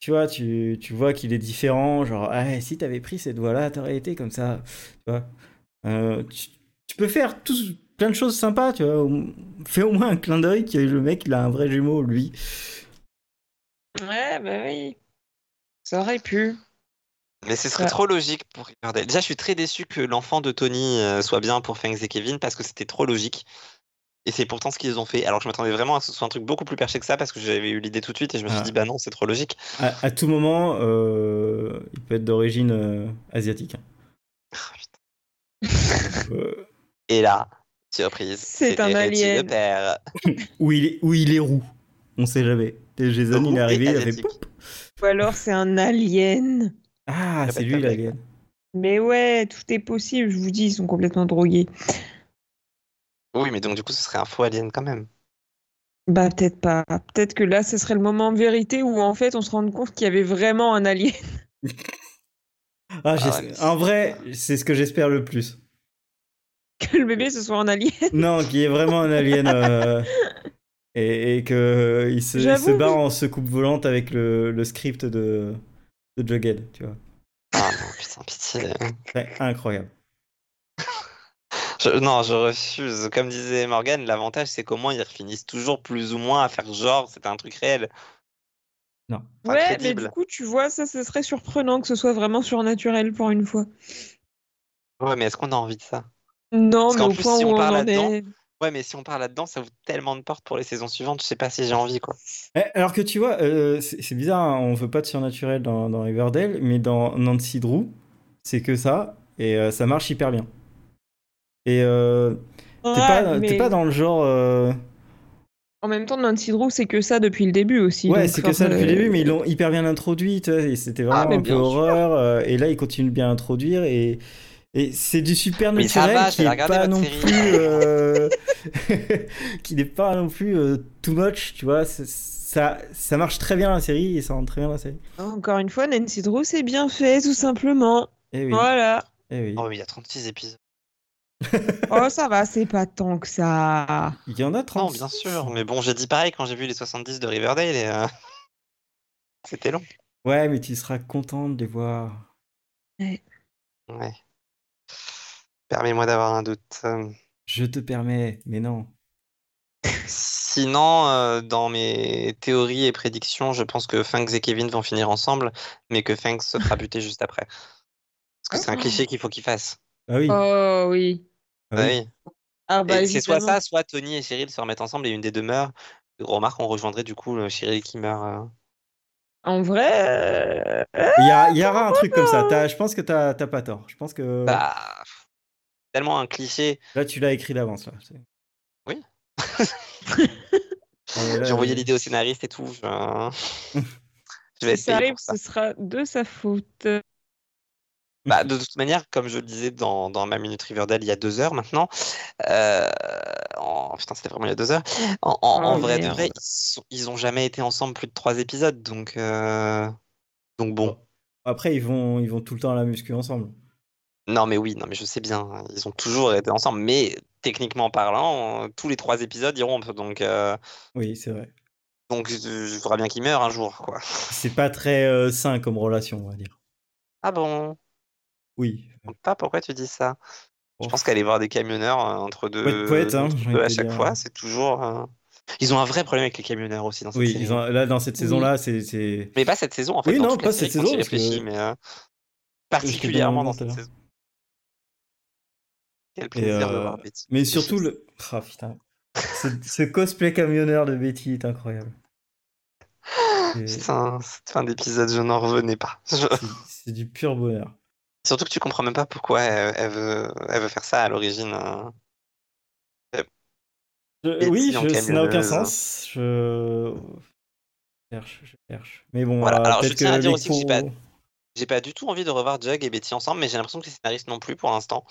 [SPEAKER 1] tu vois, tu, tu vois qu'il est différent, genre ah, si t'avais pris cette voie-là, t'aurais été comme ça, tu vois. Euh, tu, tu peux faire tout, plein de choses sympas, tu vois. au- Fais au moins un clin d'œil que le mec il a un vrai jumeau, lui.
[SPEAKER 3] Ouais, bah oui. Ça aurait pu.
[SPEAKER 2] Mais ce serait
[SPEAKER 3] Ouais.
[SPEAKER 2] trop logique pour regarder. Déjà, je suis très déçu que l'enfant de Tony euh, soit bien pour Fangs et Kevin parce que c'était trop logique. Et c'est pourtant ce qu'ils ont fait. Alors que je m'attendais vraiment à ce que ce soit un truc beaucoup plus perché que ça parce que j'avais eu l'idée tout de suite et je me suis
[SPEAKER 1] Ah.
[SPEAKER 2] dit, bah non, c'est trop logique.
[SPEAKER 1] À, à tout moment, euh, il peut être d'origine euh, asiatique. hein.
[SPEAKER 2] Ah, putain.
[SPEAKER 1] [LAUGHS] Euh,
[SPEAKER 2] Et là, surprise,
[SPEAKER 3] C'est un
[SPEAKER 2] c'était Reggie
[SPEAKER 3] alien.
[SPEAKER 2] le père.
[SPEAKER 1] ou, il est, ou il est roux, on sait jamais. Et Jason, il est
[SPEAKER 2] Roux
[SPEAKER 1] arrivé,
[SPEAKER 2] et
[SPEAKER 1] il a fait
[SPEAKER 2] asiatique.
[SPEAKER 1] poup.
[SPEAKER 3] Ou alors c'est un alien.
[SPEAKER 1] Ah,
[SPEAKER 2] Ah
[SPEAKER 1] c'est
[SPEAKER 2] bah,
[SPEAKER 1] lui
[SPEAKER 2] t'as
[SPEAKER 1] l'alien.
[SPEAKER 3] Mais ouais, tout est possible, je vous dis, ils sont complètement drogués.
[SPEAKER 2] Oui, mais donc du coup, ce serait un faux alien quand même.
[SPEAKER 3] Bah peut-être pas. Peut-être que là, ce serait le moment vérité où en fait on se rende compte qu'il y avait vraiment un alien. [LAUGHS]
[SPEAKER 1] Ah, j'es-
[SPEAKER 2] ouais, mais c'est-
[SPEAKER 1] en vrai, c'est ce que j'espère le plus.
[SPEAKER 3] que le bébé ce soit un alien.
[SPEAKER 1] Non, qui est vraiment un alien
[SPEAKER 3] [LAUGHS]
[SPEAKER 1] euh, et, et que euh, il se, il
[SPEAKER 3] J'avoue,
[SPEAKER 1] se barre
[SPEAKER 3] oui.
[SPEAKER 1] en secoupe volante avec le, le script de, de Jughead, tu vois.
[SPEAKER 2] Ah non, [LAUGHS] putain, pitié.
[SPEAKER 1] C'est incroyable.
[SPEAKER 2] Je- non, je refuse. Comme disait Morgan, l'avantage, c'est qu'au moins, ils finissent toujours plus ou moins à faire genre, c'était un truc réel.
[SPEAKER 1] Non.
[SPEAKER 2] Pas
[SPEAKER 3] ouais, mais
[SPEAKER 2] crédible.
[SPEAKER 3] du coup, tu vois, ça, ce serait surprenant que ce soit vraiment surnaturel pour une fois.
[SPEAKER 2] Ouais, mais est-ce qu'on a envie de ça?
[SPEAKER 3] Non,
[SPEAKER 2] Parce
[SPEAKER 3] mais
[SPEAKER 2] qu'en
[SPEAKER 3] au
[SPEAKER 2] plus,
[SPEAKER 3] point
[SPEAKER 2] si
[SPEAKER 3] où
[SPEAKER 2] on
[SPEAKER 3] on,
[SPEAKER 2] parle
[SPEAKER 3] en
[SPEAKER 2] là-dedans-
[SPEAKER 3] est.
[SPEAKER 2] Ouais, mais si on part là-dedans, ça ouvre tellement de portes pour les saisons suivantes, je sais pas si j'ai envie, quoi.
[SPEAKER 1] Eh, Alors que tu vois, euh, c'est c'est bizarre, hein, on veut pas de surnaturel dans, dans Riverdale, mais dans Nancy Drew, c'est que ça, et euh, ça marche hyper bien. Et euh, t'es pas,
[SPEAKER 3] Ouais,
[SPEAKER 1] t'es
[SPEAKER 3] mais
[SPEAKER 1] pas dans le genre. euh,
[SPEAKER 3] En même temps, Nancy Drew, c'est que ça depuis le début aussi.
[SPEAKER 1] Ouais,
[SPEAKER 3] donc euh,
[SPEAKER 1] c'est que ça depuis le
[SPEAKER 3] forcément,
[SPEAKER 1] début, mais ils l'ont hyper bien introduit, tu vois, et c'était
[SPEAKER 2] Ah,
[SPEAKER 1] vraiment
[SPEAKER 2] mais
[SPEAKER 1] un peu
[SPEAKER 2] bien sûr.
[SPEAKER 1] horreur, euh, et là ils continuent de bien introduire, et, et c'est du super
[SPEAKER 2] Mais ça
[SPEAKER 1] naturel
[SPEAKER 2] va,
[SPEAKER 1] qui
[SPEAKER 2] j'avais
[SPEAKER 1] n'est
[SPEAKER 2] regardé
[SPEAKER 1] pas
[SPEAKER 2] votre
[SPEAKER 1] non
[SPEAKER 2] série.
[SPEAKER 1] plus, euh,
[SPEAKER 2] [LAUGHS]
[SPEAKER 1] [LAUGHS] qui n'est pas non plus euh, too much, tu vois, c'est- ça, ça marche très bien la série, et ça rentre très bien la série.
[SPEAKER 3] hein, Encore une fois, Nancy Drew, c'est bien fait, tout simplement.
[SPEAKER 1] Eh oui,
[SPEAKER 3] Voilà.
[SPEAKER 1] eh oui.
[SPEAKER 2] Oh, mais il y a 36 épisodes.
[SPEAKER 3] Oh, ça va, c'est pas tant que ça.
[SPEAKER 1] Il y en a
[SPEAKER 2] Non,
[SPEAKER 1] 30.
[SPEAKER 2] bien sûr. Mais bon, j'ai dit pareil quand j'ai vu les 70 de Riverdale et. euh, [LAUGHS] C'était long.
[SPEAKER 1] Ouais, mais tu seras content de les voir.
[SPEAKER 2] Ouais. Permets-moi d'avoir un doute. Euh,
[SPEAKER 1] Je te permets, mais non.
[SPEAKER 2] Sinon, euh, dans mes théories et prédictions, je pense que Fangs et Kevin vont finir ensemble, mais que Fangs se fera buter juste après. Parce que c'est un cliché qu'il faut qu'il fasse.
[SPEAKER 1] Ah oui,
[SPEAKER 3] Oh oui.
[SPEAKER 1] ah
[SPEAKER 2] Bah
[SPEAKER 1] oui.
[SPEAKER 2] oui.
[SPEAKER 3] Ah bah
[SPEAKER 2] Et c'est soit
[SPEAKER 3] évidemment.
[SPEAKER 2] ça, soit Tony et Cheryl se remettent ensemble et une des deux meurt. Remarque, on rejoindrait du coup le Cheryl qui meurt. euh.
[SPEAKER 3] En vrai, euh,
[SPEAKER 1] Il y, a- il y aura un truc comme ça. T'as- Je pense que t'as t'as pas tort. Je pense que
[SPEAKER 2] Bah, pff, tellement un cliché.
[SPEAKER 1] là, tu l'as écrit d'avance. là. C'est- [LAUGHS]
[SPEAKER 2] Oui.
[SPEAKER 1] Ouais, là,
[SPEAKER 2] J'ai envoyé
[SPEAKER 1] euh,
[SPEAKER 2] l'idée au scénariste et tout.
[SPEAKER 1] [LAUGHS]
[SPEAKER 2] Je, je vais
[SPEAKER 3] euh, si
[SPEAKER 2] essayer
[SPEAKER 3] ça arrive,
[SPEAKER 2] pour ça.
[SPEAKER 3] ce sera de sa faute.
[SPEAKER 2] Bah, de toute manière, comme je le disais dans, dans ma minute Riverdale il y a deux heures maintenant, euh, en- putain, c'était vraiment il y a deux heures. En, en- en
[SPEAKER 3] Oh,
[SPEAKER 2] vrai, de
[SPEAKER 3] merde.
[SPEAKER 2] vrai, ils, sont- ils ont jamais été ensemble plus de trois épisodes, donc euh, donc bon.
[SPEAKER 1] Après, ils vont, ils vont tout le temps à la muscu ensemble.
[SPEAKER 2] Non, mais oui, non, mais je sais bien, hein, ils ont toujours été ensemble, mais techniquement parlant, euh, tous les trois épisodes ils rompent, donc euh,
[SPEAKER 1] Oui, c'est vrai.
[SPEAKER 2] donc je- je ferai bien qu'ils meurent un jour, quoi.
[SPEAKER 1] C'est pas très euh, sain comme relation, on va dire.
[SPEAKER 2] Ah bon?
[SPEAKER 1] Oui.
[SPEAKER 2] Pas pourquoi tu dis ça? Je
[SPEAKER 1] Bon.
[SPEAKER 2] pense qu'aller voir des camionneurs euh, entre deux,
[SPEAKER 1] Poète, poète, hein,
[SPEAKER 2] entre
[SPEAKER 1] j'ai
[SPEAKER 2] deux
[SPEAKER 1] envie de
[SPEAKER 2] à
[SPEAKER 1] te
[SPEAKER 2] chaque
[SPEAKER 1] dire.
[SPEAKER 2] fois, c'est toujours. euh, Ils ont un vrai problème avec les camionneurs aussi dans cette
[SPEAKER 1] Oui,
[SPEAKER 2] série.
[SPEAKER 1] ils ont- là, dans cette
[SPEAKER 3] Oui.
[SPEAKER 1] saison-là, c'est- c'est.
[SPEAKER 2] Mais pas cette saison en fait.
[SPEAKER 1] Oui,
[SPEAKER 2] dans
[SPEAKER 1] non,
[SPEAKER 2] toute la
[SPEAKER 1] pas cette
[SPEAKER 2] série, quand
[SPEAKER 1] saison,
[SPEAKER 2] j'y
[SPEAKER 1] parce que-
[SPEAKER 2] réfléchis, mais euh,
[SPEAKER 1] donné
[SPEAKER 2] particulièrement dans
[SPEAKER 1] un
[SPEAKER 2] cette
[SPEAKER 1] moment tout à
[SPEAKER 2] saison. Quel plaisir de voir
[SPEAKER 1] euh,
[SPEAKER 2] Betty.
[SPEAKER 1] Mais surtout,
[SPEAKER 2] [LAUGHS]
[SPEAKER 1] le. Ah, putain. Ce, ce cosplay camionneur de Betty est
[SPEAKER 2] [GASPS]
[SPEAKER 1] incroyable. C'est-
[SPEAKER 2] Putain, cette fin d'épisode, je n'en revenais pas. [LAUGHS] Je-
[SPEAKER 1] C'est c'est du pur bonheur.
[SPEAKER 2] Surtout que tu comprends même pas pourquoi elle, elle veut, elle veut faire ça à l'origine. hein.
[SPEAKER 1] Je-
[SPEAKER 2] Et
[SPEAKER 1] oui,
[SPEAKER 2] sinon,
[SPEAKER 1] je- ça n'a aucun
[SPEAKER 2] camionneuse.
[SPEAKER 1] sens. Je je cherche, je cherche. Mais bon,
[SPEAKER 2] Voilà,
[SPEAKER 1] euh,
[SPEAKER 2] alors je
[SPEAKER 1] peut-être
[SPEAKER 2] tiens à
[SPEAKER 1] que
[SPEAKER 2] dire
[SPEAKER 1] les
[SPEAKER 2] aussi que je suis
[SPEAKER 1] cours-
[SPEAKER 2] J'ai pas du tout envie de revoir Jug et Betty ensemble, mais j'ai l'impression que les scénaristes non plus pour l'instant.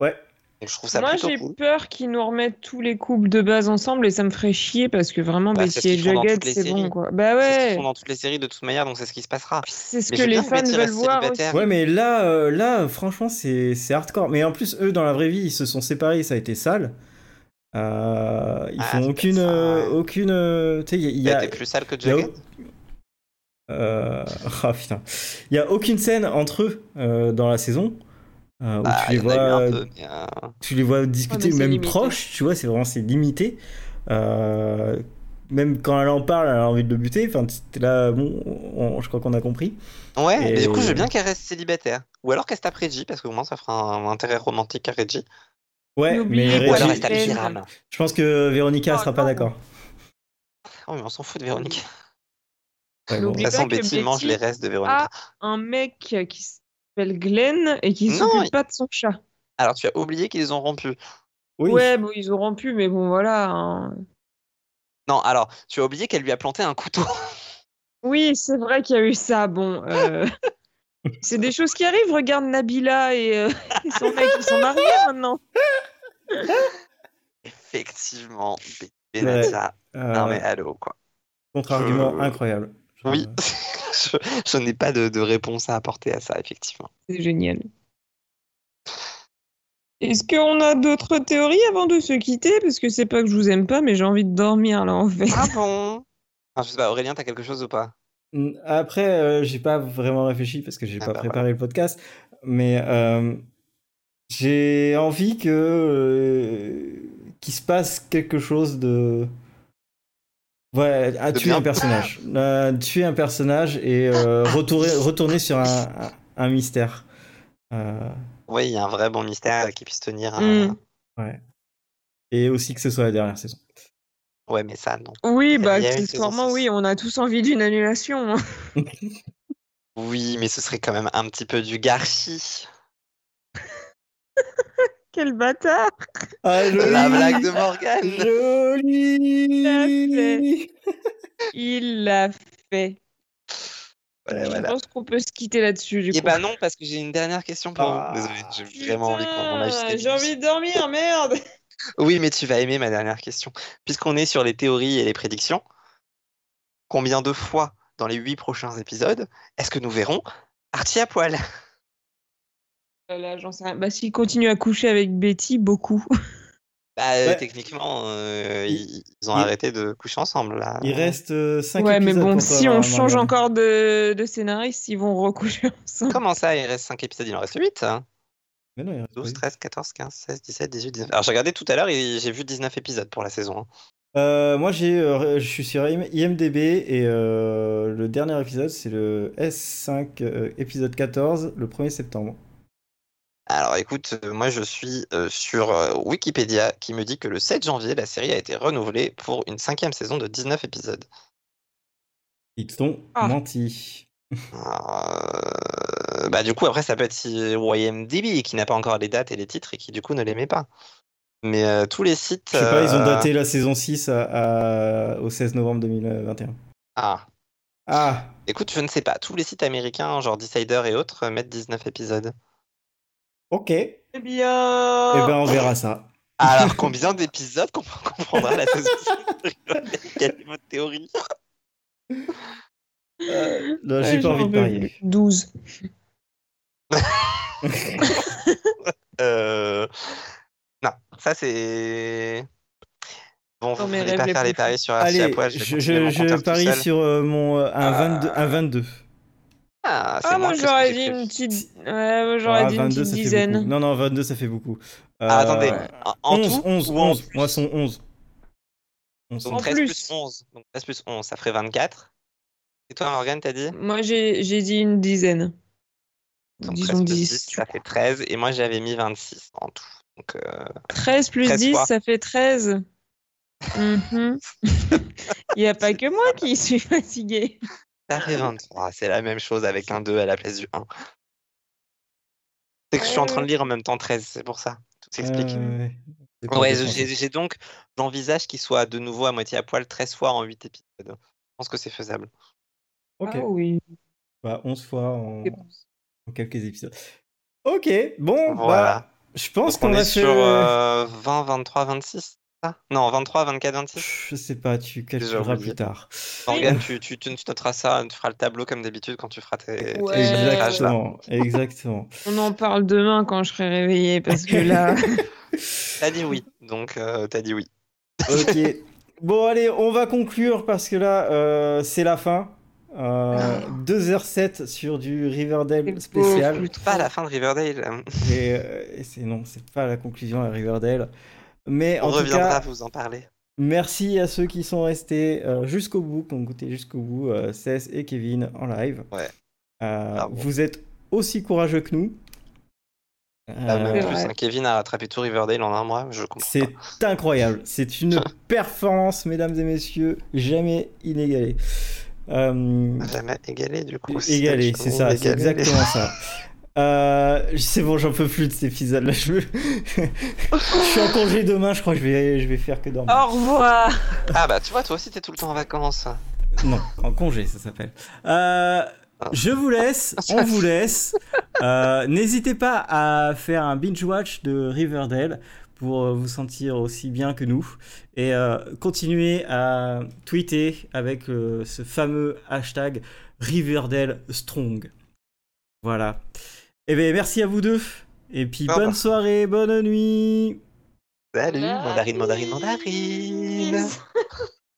[SPEAKER 1] Ouais.
[SPEAKER 2] Et je trouve ça
[SPEAKER 3] Moi,
[SPEAKER 2] plutôt
[SPEAKER 3] j'ai
[SPEAKER 2] cool.
[SPEAKER 3] peur qu'ils nous remettent tous les couples de base ensemble et ça me ferait chier parce que vraiment,
[SPEAKER 2] Bah, c'est ce
[SPEAKER 3] Bessie et
[SPEAKER 2] qu'ils font dans
[SPEAKER 3] Jughead,
[SPEAKER 2] toutes les
[SPEAKER 3] c'est bon,
[SPEAKER 2] séries.
[SPEAKER 3] quoi. Bah
[SPEAKER 2] C'est ce qu'ils
[SPEAKER 3] ouais,
[SPEAKER 2] font dans toutes les séries de toute manière, donc c'est ce qui se passera.
[SPEAKER 3] c'est ce
[SPEAKER 2] Mais
[SPEAKER 3] que
[SPEAKER 2] j'aime
[SPEAKER 3] les
[SPEAKER 2] bien que
[SPEAKER 3] fans
[SPEAKER 2] Betty
[SPEAKER 3] veulent
[SPEAKER 2] reste
[SPEAKER 3] voir aussi.
[SPEAKER 2] célibataire.
[SPEAKER 1] Ouais, mais là, euh, là, franchement, c'est c'est hardcore. Mais en plus, eux, dans la vraie vie, ils se sont séparés, ça a été sale. Euh, ils
[SPEAKER 2] Ah, c'est
[SPEAKER 1] font
[SPEAKER 2] peut-être
[SPEAKER 1] aucune,
[SPEAKER 2] ça,
[SPEAKER 1] euh,
[SPEAKER 2] ouais.
[SPEAKER 1] aucune. euh, Tu sais, il y a- il y
[SPEAKER 2] Il
[SPEAKER 1] a,
[SPEAKER 2] était plus sale que
[SPEAKER 1] il y a-
[SPEAKER 2] Jughead.
[SPEAKER 1] Euh, [LAUGHS] ah, putain, il y a aucune scène entre eux euh, dans la saison euh, où
[SPEAKER 2] Bah,
[SPEAKER 1] tu
[SPEAKER 2] il
[SPEAKER 1] les
[SPEAKER 2] y en a eu
[SPEAKER 1] vois,
[SPEAKER 2] un peu, mais, euh,
[SPEAKER 1] tu les vois discuter,
[SPEAKER 3] Ouais, mais c'est
[SPEAKER 1] même
[SPEAKER 3] limité.
[SPEAKER 1] proches. Tu vois, c'est vraiment c'est limité. Euh, même quand elle en parle, elle a envie de le buter. Enfin, t'es là, bon, on- je crois qu'on a compris.
[SPEAKER 2] Ouais,
[SPEAKER 1] Et-
[SPEAKER 2] mais du coup, je veux bien qu'elle reste célibataire. Ou alors qu'elle se tape Reggie, parce qu'au moins, ça fera un, un intérêt romantique à Reggie.
[SPEAKER 1] Ouais,
[SPEAKER 3] N'oubliez
[SPEAKER 1] mais
[SPEAKER 3] pas
[SPEAKER 2] Ou
[SPEAKER 1] Reggie-
[SPEAKER 2] alors
[SPEAKER 3] Reggie-
[SPEAKER 2] elle se tape Hiram.
[SPEAKER 1] je pense que Véronica
[SPEAKER 3] Oh,
[SPEAKER 1] sera pas
[SPEAKER 3] non.
[SPEAKER 1] d'accord.
[SPEAKER 2] Oh, mais on s'en fout de Véronique.
[SPEAKER 1] Ouais,
[SPEAKER 2] De
[SPEAKER 3] N'oublie
[SPEAKER 1] bon.
[SPEAKER 2] toute façon,
[SPEAKER 3] pas que
[SPEAKER 2] Betty mange
[SPEAKER 3] Betty
[SPEAKER 2] les restes de Véronique.
[SPEAKER 3] Ah, un mec qui s'appelle Glenn et qui
[SPEAKER 2] Non, il-
[SPEAKER 3] s'occupe pas de son chat.
[SPEAKER 2] Alors, tu as oublié qu'ils ont rompu.
[SPEAKER 1] Oui.
[SPEAKER 3] Ouais, bon, ils ont rompu, mais bon, voilà. hein.
[SPEAKER 2] Non, alors, tu as oublié qu'elle lui a planté un couteau. [LAUGHS]
[SPEAKER 3] Oui, c'est vrai qu'il y a eu ça. Bon, euh, c'est des choses qui arrivent. Regarde Nabila et, euh, [LAUGHS] et son mec, ils sont mariés maintenant.
[SPEAKER 2] Effectivement, Betty Benazza.
[SPEAKER 1] euh,
[SPEAKER 2] Non, mais allô, quoi.
[SPEAKER 1] Contre-argument
[SPEAKER 2] je-
[SPEAKER 1] incroyable. Genre,
[SPEAKER 2] Oui, [LAUGHS] je, je n'ai pas de, de réponse à apporter à ça,
[SPEAKER 3] [LAUGHS]
[SPEAKER 2] effectivement.
[SPEAKER 3] C'est génial. Est-ce qu'on a d'autres théories avant de se quitter Parce que c'est pas que je vous aime pas, mais j'ai envie de dormir là en fait.
[SPEAKER 2] Ah bon Ah, Je sais pas, Aurélien, t'as quelque chose ou pas
[SPEAKER 1] Mm, Après, euh, j'ai pas vraiment réfléchi parce que j'ai
[SPEAKER 2] Ah
[SPEAKER 1] pas
[SPEAKER 2] bah
[SPEAKER 1] préparé le podcast, mais euh, j'ai envie que euh, qu'il se passe quelque chose de ouais, à
[SPEAKER 2] De
[SPEAKER 1] tuer
[SPEAKER 2] bien. Ah.
[SPEAKER 1] un personnage, Euh, tuer un personnage et euh, retourner retourner sur un, un- un mystère. Euh,
[SPEAKER 2] Oui, il y a un vrai bon mystère qui puisse tenir. un-
[SPEAKER 3] Hmm.
[SPEAKER 1] et aussi que ce soit la dernière saison.
[SPEAKER 2] Ouais, mais ça, non.
[SPEAKER 3] [LAUGHS] Oui, bah,
[SPEAKER 2] Il y a une
[SPEAKER 3] accessoirement,
[SPEAKER 2] saison
[SPEAKER 3] oui, on a tous envie d'une annulation. hein.
[SPEAKER 2] Oui, mais ce serait quand même un petit peu
[SPEAKER 3] [LAUGHS]
[SPEAKER 2] du garchi.
[SPEAKER 3] [LAUGHS] Quel bâtard
[SPEAKER 1] Ah,
[SPEAKER 2] La
[SPEAKER 1] joli
[SPEAKER 2] blague de Morgane
[SPEAKER 1] Joli
[SPEAKER 3] Il l'a fait.
[SPEAKER 2] Voilà,
[SPEAKER 3] Je
[SPEAKER 2] voilà.
[SPEAKER 3] pense qu'on peut se quitter là-dessus, du
[SPEAKER 2] Et
[SPEAKER 3] coup.
[SPEAKER 2] bah non, parce que j'ai une dernière question pour
[SPEAKER 1] Ah,
[SPEAKER 2] vous. Désolé, j'ai vraiment envie qu'on en aille
[SPEAKER 3] Putain,
[SPEAKER 2] jusqu'à
[SPEAKER 3] J'ai envie de dormir, [LAUGHS] merde
[SPEAKER 2] Oui, mais tu vas aimer ma dernière question. Puisqu'on est sur les théories et les prédictions, combien de fois dans les huit prochains épisodes est-ce que nous verrons Archie à poil
[SPEAKER 3] Euh, Là, j'en sais rien. Bah, s'il continue à coucher avec Betty, beaucoup.
[SPEAKER 2] Bah, euh,
[SPEAKER 1] Ouais.
[SPEAKER 2] techniquement, euh,
[SPEAKER 1] Il-
[SPEAKER 2] ils, ils ont
[SPEAKER 1] il-
[SPEAKER 2] arrêté de coucher ensemble, là.
[SPEAKER 1] Il reste euh, 5
[SPEAKER 3] [LAUGHS] ouais, mais bon, si on change encore de, de scénariste, ils vont recoucher ensemble.
[SPEAKER 2] Comment ça, il reste 5 épisodes Il en reste hein? 8
[SPEAKER 1] Mais non, il reste
[SPEAKER 2] 12,
[SPEAKER 1] pas.
[SPEAKER 2] 13, 14, 15, 16, 17, 18, 19. Alors, j'ai regardé tout à l'heure et j'ai vu 19 épisodes pour la saison. hein.
[SPEAKER 1] Euh, moi, j'ai, euh, je suis sur IM- IMDB et euh, le dernier épisode, c'est le S5, euh, épisode 14, le 1er septembre.
[SPEAKER 2] Alors, écoute, euh, moi, je suis euh, sur euh, Wikipédia qui me dit que le 7 janvier, la série a été renouvelée pour une cinquième saison de 19 épisodes.
[SPEAKER 1] Ils t'ont
[SPEAKER 3] Ah.
[SPEAKER 1] menti.
[SPEAKER 2] Euh, Bah, du coup, après, ça peut être si YMDB qui n'a pas encore les dates et les titres et qui, du coup, ne les met pas. Mais euh, tous les sites.
[SPEAKER 1] Je sais pas, ils ont
[SPEAKER 2] euh,
[SPEAKER 1] daté la saison 6 à- à- au 16 novembre 2021.
[SPEAKER 2] Ah.
[SPEAKER 1] Ah,
[SPEAKER 2] Écoute, je ne sais pas. Tous les sites américains, genre Decider et autres, euh, mettent 19 épisodes.
[SPEAKER 1] ok. Eh
[SPEAKER 3] Eh bien...
[SPEAKER 1] ben, on verra
[SPEAKER 3] [LAUGHS]
[SPEAKER 1] ça.
[SPEAKER 2] [LAUGHS] Alors, combien d'épisodes qu'on comprendra la saison Quelle est votre théorie
[SPEAKER 1] Euh, là,
[SPEAKER 3] Ouais,
[SPEAKER 1] j'ai pas
[SPEAKER 3] j'en
[SPEAKER 1] envie de
[SPEAKER 3] peux
[SPEAKER 1] parier.
[SPEAKER 3] plus. 12.
[SPEAKER 2] Euh, Non, ça c'est. Bon, vous
[SPEAKER 3] Dans
[SPEAKER 2] ne
[SPEAKER 3] mes
[SPEAKER 2] voulez
[SPEAKER 3] rêves
[SPEAKER 2] pas
[SPEAKER 3] les
[SPEAKER 2] faire
[SPEAKER 3] plus
[SPEAKER 2] les paris sur Archie à
[SPEAKER 1] Allez,
[SPEAKER 2] poil,
[SPEAKER 1] je,
[SPEAKER 2] vais continuer mon
[SPEAKER 1] je
[SPEAKER 2] compteur tout
[SPEAKER 1] parie
[SPEAKER 2] seul.
[SPEAKER 1] sur euh, mon euh, un, 22, un 22.
[SPEAKER 2] Ah, c'est
[SPEAKER 3] Ah,
[SPEAKER 2] moins
[SPEAKER 3] moi,
[SPEAKER 2] que ce que
[SPEAKER 3] j'aurais
[SPEAKER 2] j'ai
[SPEAKER 3] dit
[SPEAKER 2] prévu.
[SPEAKER 3] une petite... Ouais, moi, j'aurais
[SPEAKER 1] Ah,
[SPEAKER 3] dit une
[SPEAKER 1] 22, ça
[SPEAKER 3] petite
[SPEAKER 1] fait beaucoup.
[SPEAKER 3] dizaine.
[SPEAKER 1] Non, non, 22, ça fait beaucoup.
[SPEAKER 2] Ah,
[SPEAKER 1] Euh,
[SPEAKER 2] attendez, en- en
[SPEAKER 1] 11,
[SPEAKER 2] tout
[SPEAKER 1] 11,
[SPEAKER 2] ou en
[SPEAKER 1] 11.
[SPEAKER 2] plus
[SPEAKER 1] Moi, sont 11. 11.
[SPEAKER 2] Donc
[SPEAKER 3] En
[SPEAKER 2] 13
[SPEAKER 3] plus.
[SPEAKER 2] plus 11. Donc 13 plus 11, ça ferait 24. Et toi, Morgane, t'as dit
[SPEAKER 3] Moi, j'ai j'ai dit une dizaine.
[SPEAKER 2] Donc
[SPEAKER 3] Disons
[SPEAKER 2] 13 plus
[SPEAKER 3] 10.
[SPEAKER 2] 10, ça fait 13. Et moi, j'avais mis 26 en tout. Donc, euh,
[SPEAKER 3] 13 plus
[SPEAKER 2] 13
[SPEAKER 3] 10,
[SPEAKER 2] fois.
[SPEAKER 3] ça fait 13. Mhm.
[SPEAKER 2] [LAUGHS]
[SPEAKER 3] Il n'y a pas que moi qui suis fatiguée.
[SPEAKER 2] ça
[SPEAKER 1] Ah
[SPEAKER 2] fait 23. C'est la même chose avec un 2 à la place du 1. C'est que je suis en train de lire en même temps 13, c'est pour ça. Tout s'explique.
[SPEAKER 1] Euh, Ouais,
[SPEAKER 2] ouais, j'ai j'ai donc, j'envisage qu'il soit de nouveau à moitié à poil 13 fois en 8 épisodes. Je pense que c'est faisable.
[SPEAKER 1] Ok,
[SPEAKER 3] Ah oui.
[SPEAKER 1] bah, 11 fois en...
[SPEAKER 3] C'est bon.
[SPEAKER 1] en quelques épisodes. Ok, bon,
[SPEAKER 2] Voilà.
[SPEAKER 1] bah, Je pense
[SPEAKER 2] Donc on
[SPEAKER 1] qu'on a
[SPEAKER 2] est
[SPEAKER 1] fait.
[SPEAKER 2] sur
[SPEAKER 1] euh,
[SPEAKER 2] euh, 20, 23, 26. c'est ça Non, 23, 24, 26.
[SPEAKER 1] Je sais pas, tu calculeras
[SPEAKER 2] oublié.
[SPEAKER 1] plus tard.
[SPEAKER 2] Morgane, tu, tu, tu, tu noteras ça, tu feras le tableau comme d'habitude quand tu feras tes, tes
[SPEAKER 3] Ouais.
[SPEAKER 2] chiffrages, là.
[SPEAKER 1] Exactement, exactement.
[SPEAKER 3] On en parle demain quand je serai réveillée parce
[SPEAKER 1] [LAUGHS]
[SPEAKER 3] que là.
[SPEAKER 2] T'as dit oui, donc euh, t'as dit oui.
[SPEAKER 1] Ok. [LAUGHS] Bon, allez, on va conclure parce que là, euh, c'est la fin. Euh, 2h07 sur du Riverdale
[SPEAKER 3] c'est
[SPEAKER 1] spécial.
[SPEAKER 3] beaucoup
[SPEAKER 2] Pas
[SPEAKER 3] trop.
[SPEAKER 2] à la fin de Riverdale.
[SPEAKER 1] Et, euh, et c'est non, c'est pas la conclusion à Riverdale. Mais
[SPEAKER 2] On
[SPEAKER 1] en tout cas,
[SPEAKER 2] reviendra vous en parler.
[SPEAKER 1] merci à ceux qui sont restés euh, jusqu'au bout, qui ont goûté jusqu'au bout, euh, Cess et Kevin en live.
[SPEAKER 2] Ouais.
[SPEAKER 1] Euh,
[SPEAKER 2] Bravo.
[SPEAKER 1] Vous êtes aussi courageux que nous.
[SPEAKER 2] Ah, même
[SPEAKER 1] Euh,
[SPEAKER 2] plus,
[SPEAKER 3] vrai.
[SPEAKER 2] hein, Kevin a rattrapé tout Riverdale en un mois, je comprends.
[SPEAKER 1] C'est incroyable. C'est une performance, mesdames et messieurs, jamais inégalée. Euh,
[SPEAKER 2] pas. Jamais égalé, du coup.
[SPEAKER 1] égalée,
[SPEAKER 2] toujours
[SPEAKER 1] c'est ça, c'est
[SPEAKER 2] égalé.
[SPEAKER 1] exactement ça. Euh, c'est bon, j'en peux plus de ces épisodes là. Je, me- [LAUGHS] je suis en congé demain, je crois que je vais, je vais faire que dormir.
[SPEAKER 3] Au revoir.
[SPEAKER 2] Ah bah, tu vois, toi aussi, t'es tout le temps en vacances.
[SPEAKER 1] Non, en congé, ça s'appelle.
[SPEAKER 4] Euh, je vous laisse,
[SPEAKER 2] Ah,
[SPEAKER 4] on vous laisse. Euh, N'hésitez pas à faire un binge watch de Riverdale pour euh, vous sentir aussi bien que nous et euh, continuez à tweeter avec euh, ce fameux hashtag Riverdale Strong. Voilà. Et bien merci à vous deux et puis
[SPEAKER 2] Au
[SPEAKER 4] bonne
[SPEAKER 2] revoir.
[SPEAKER 4] soirée, bonne nuit.
[SPEAKER 3] Bah,
[SPEAKER 2] Salut, mandarine, mandarine,
[SPEAKER 3] Mandarine.
[SPEAKER 2] mandarine.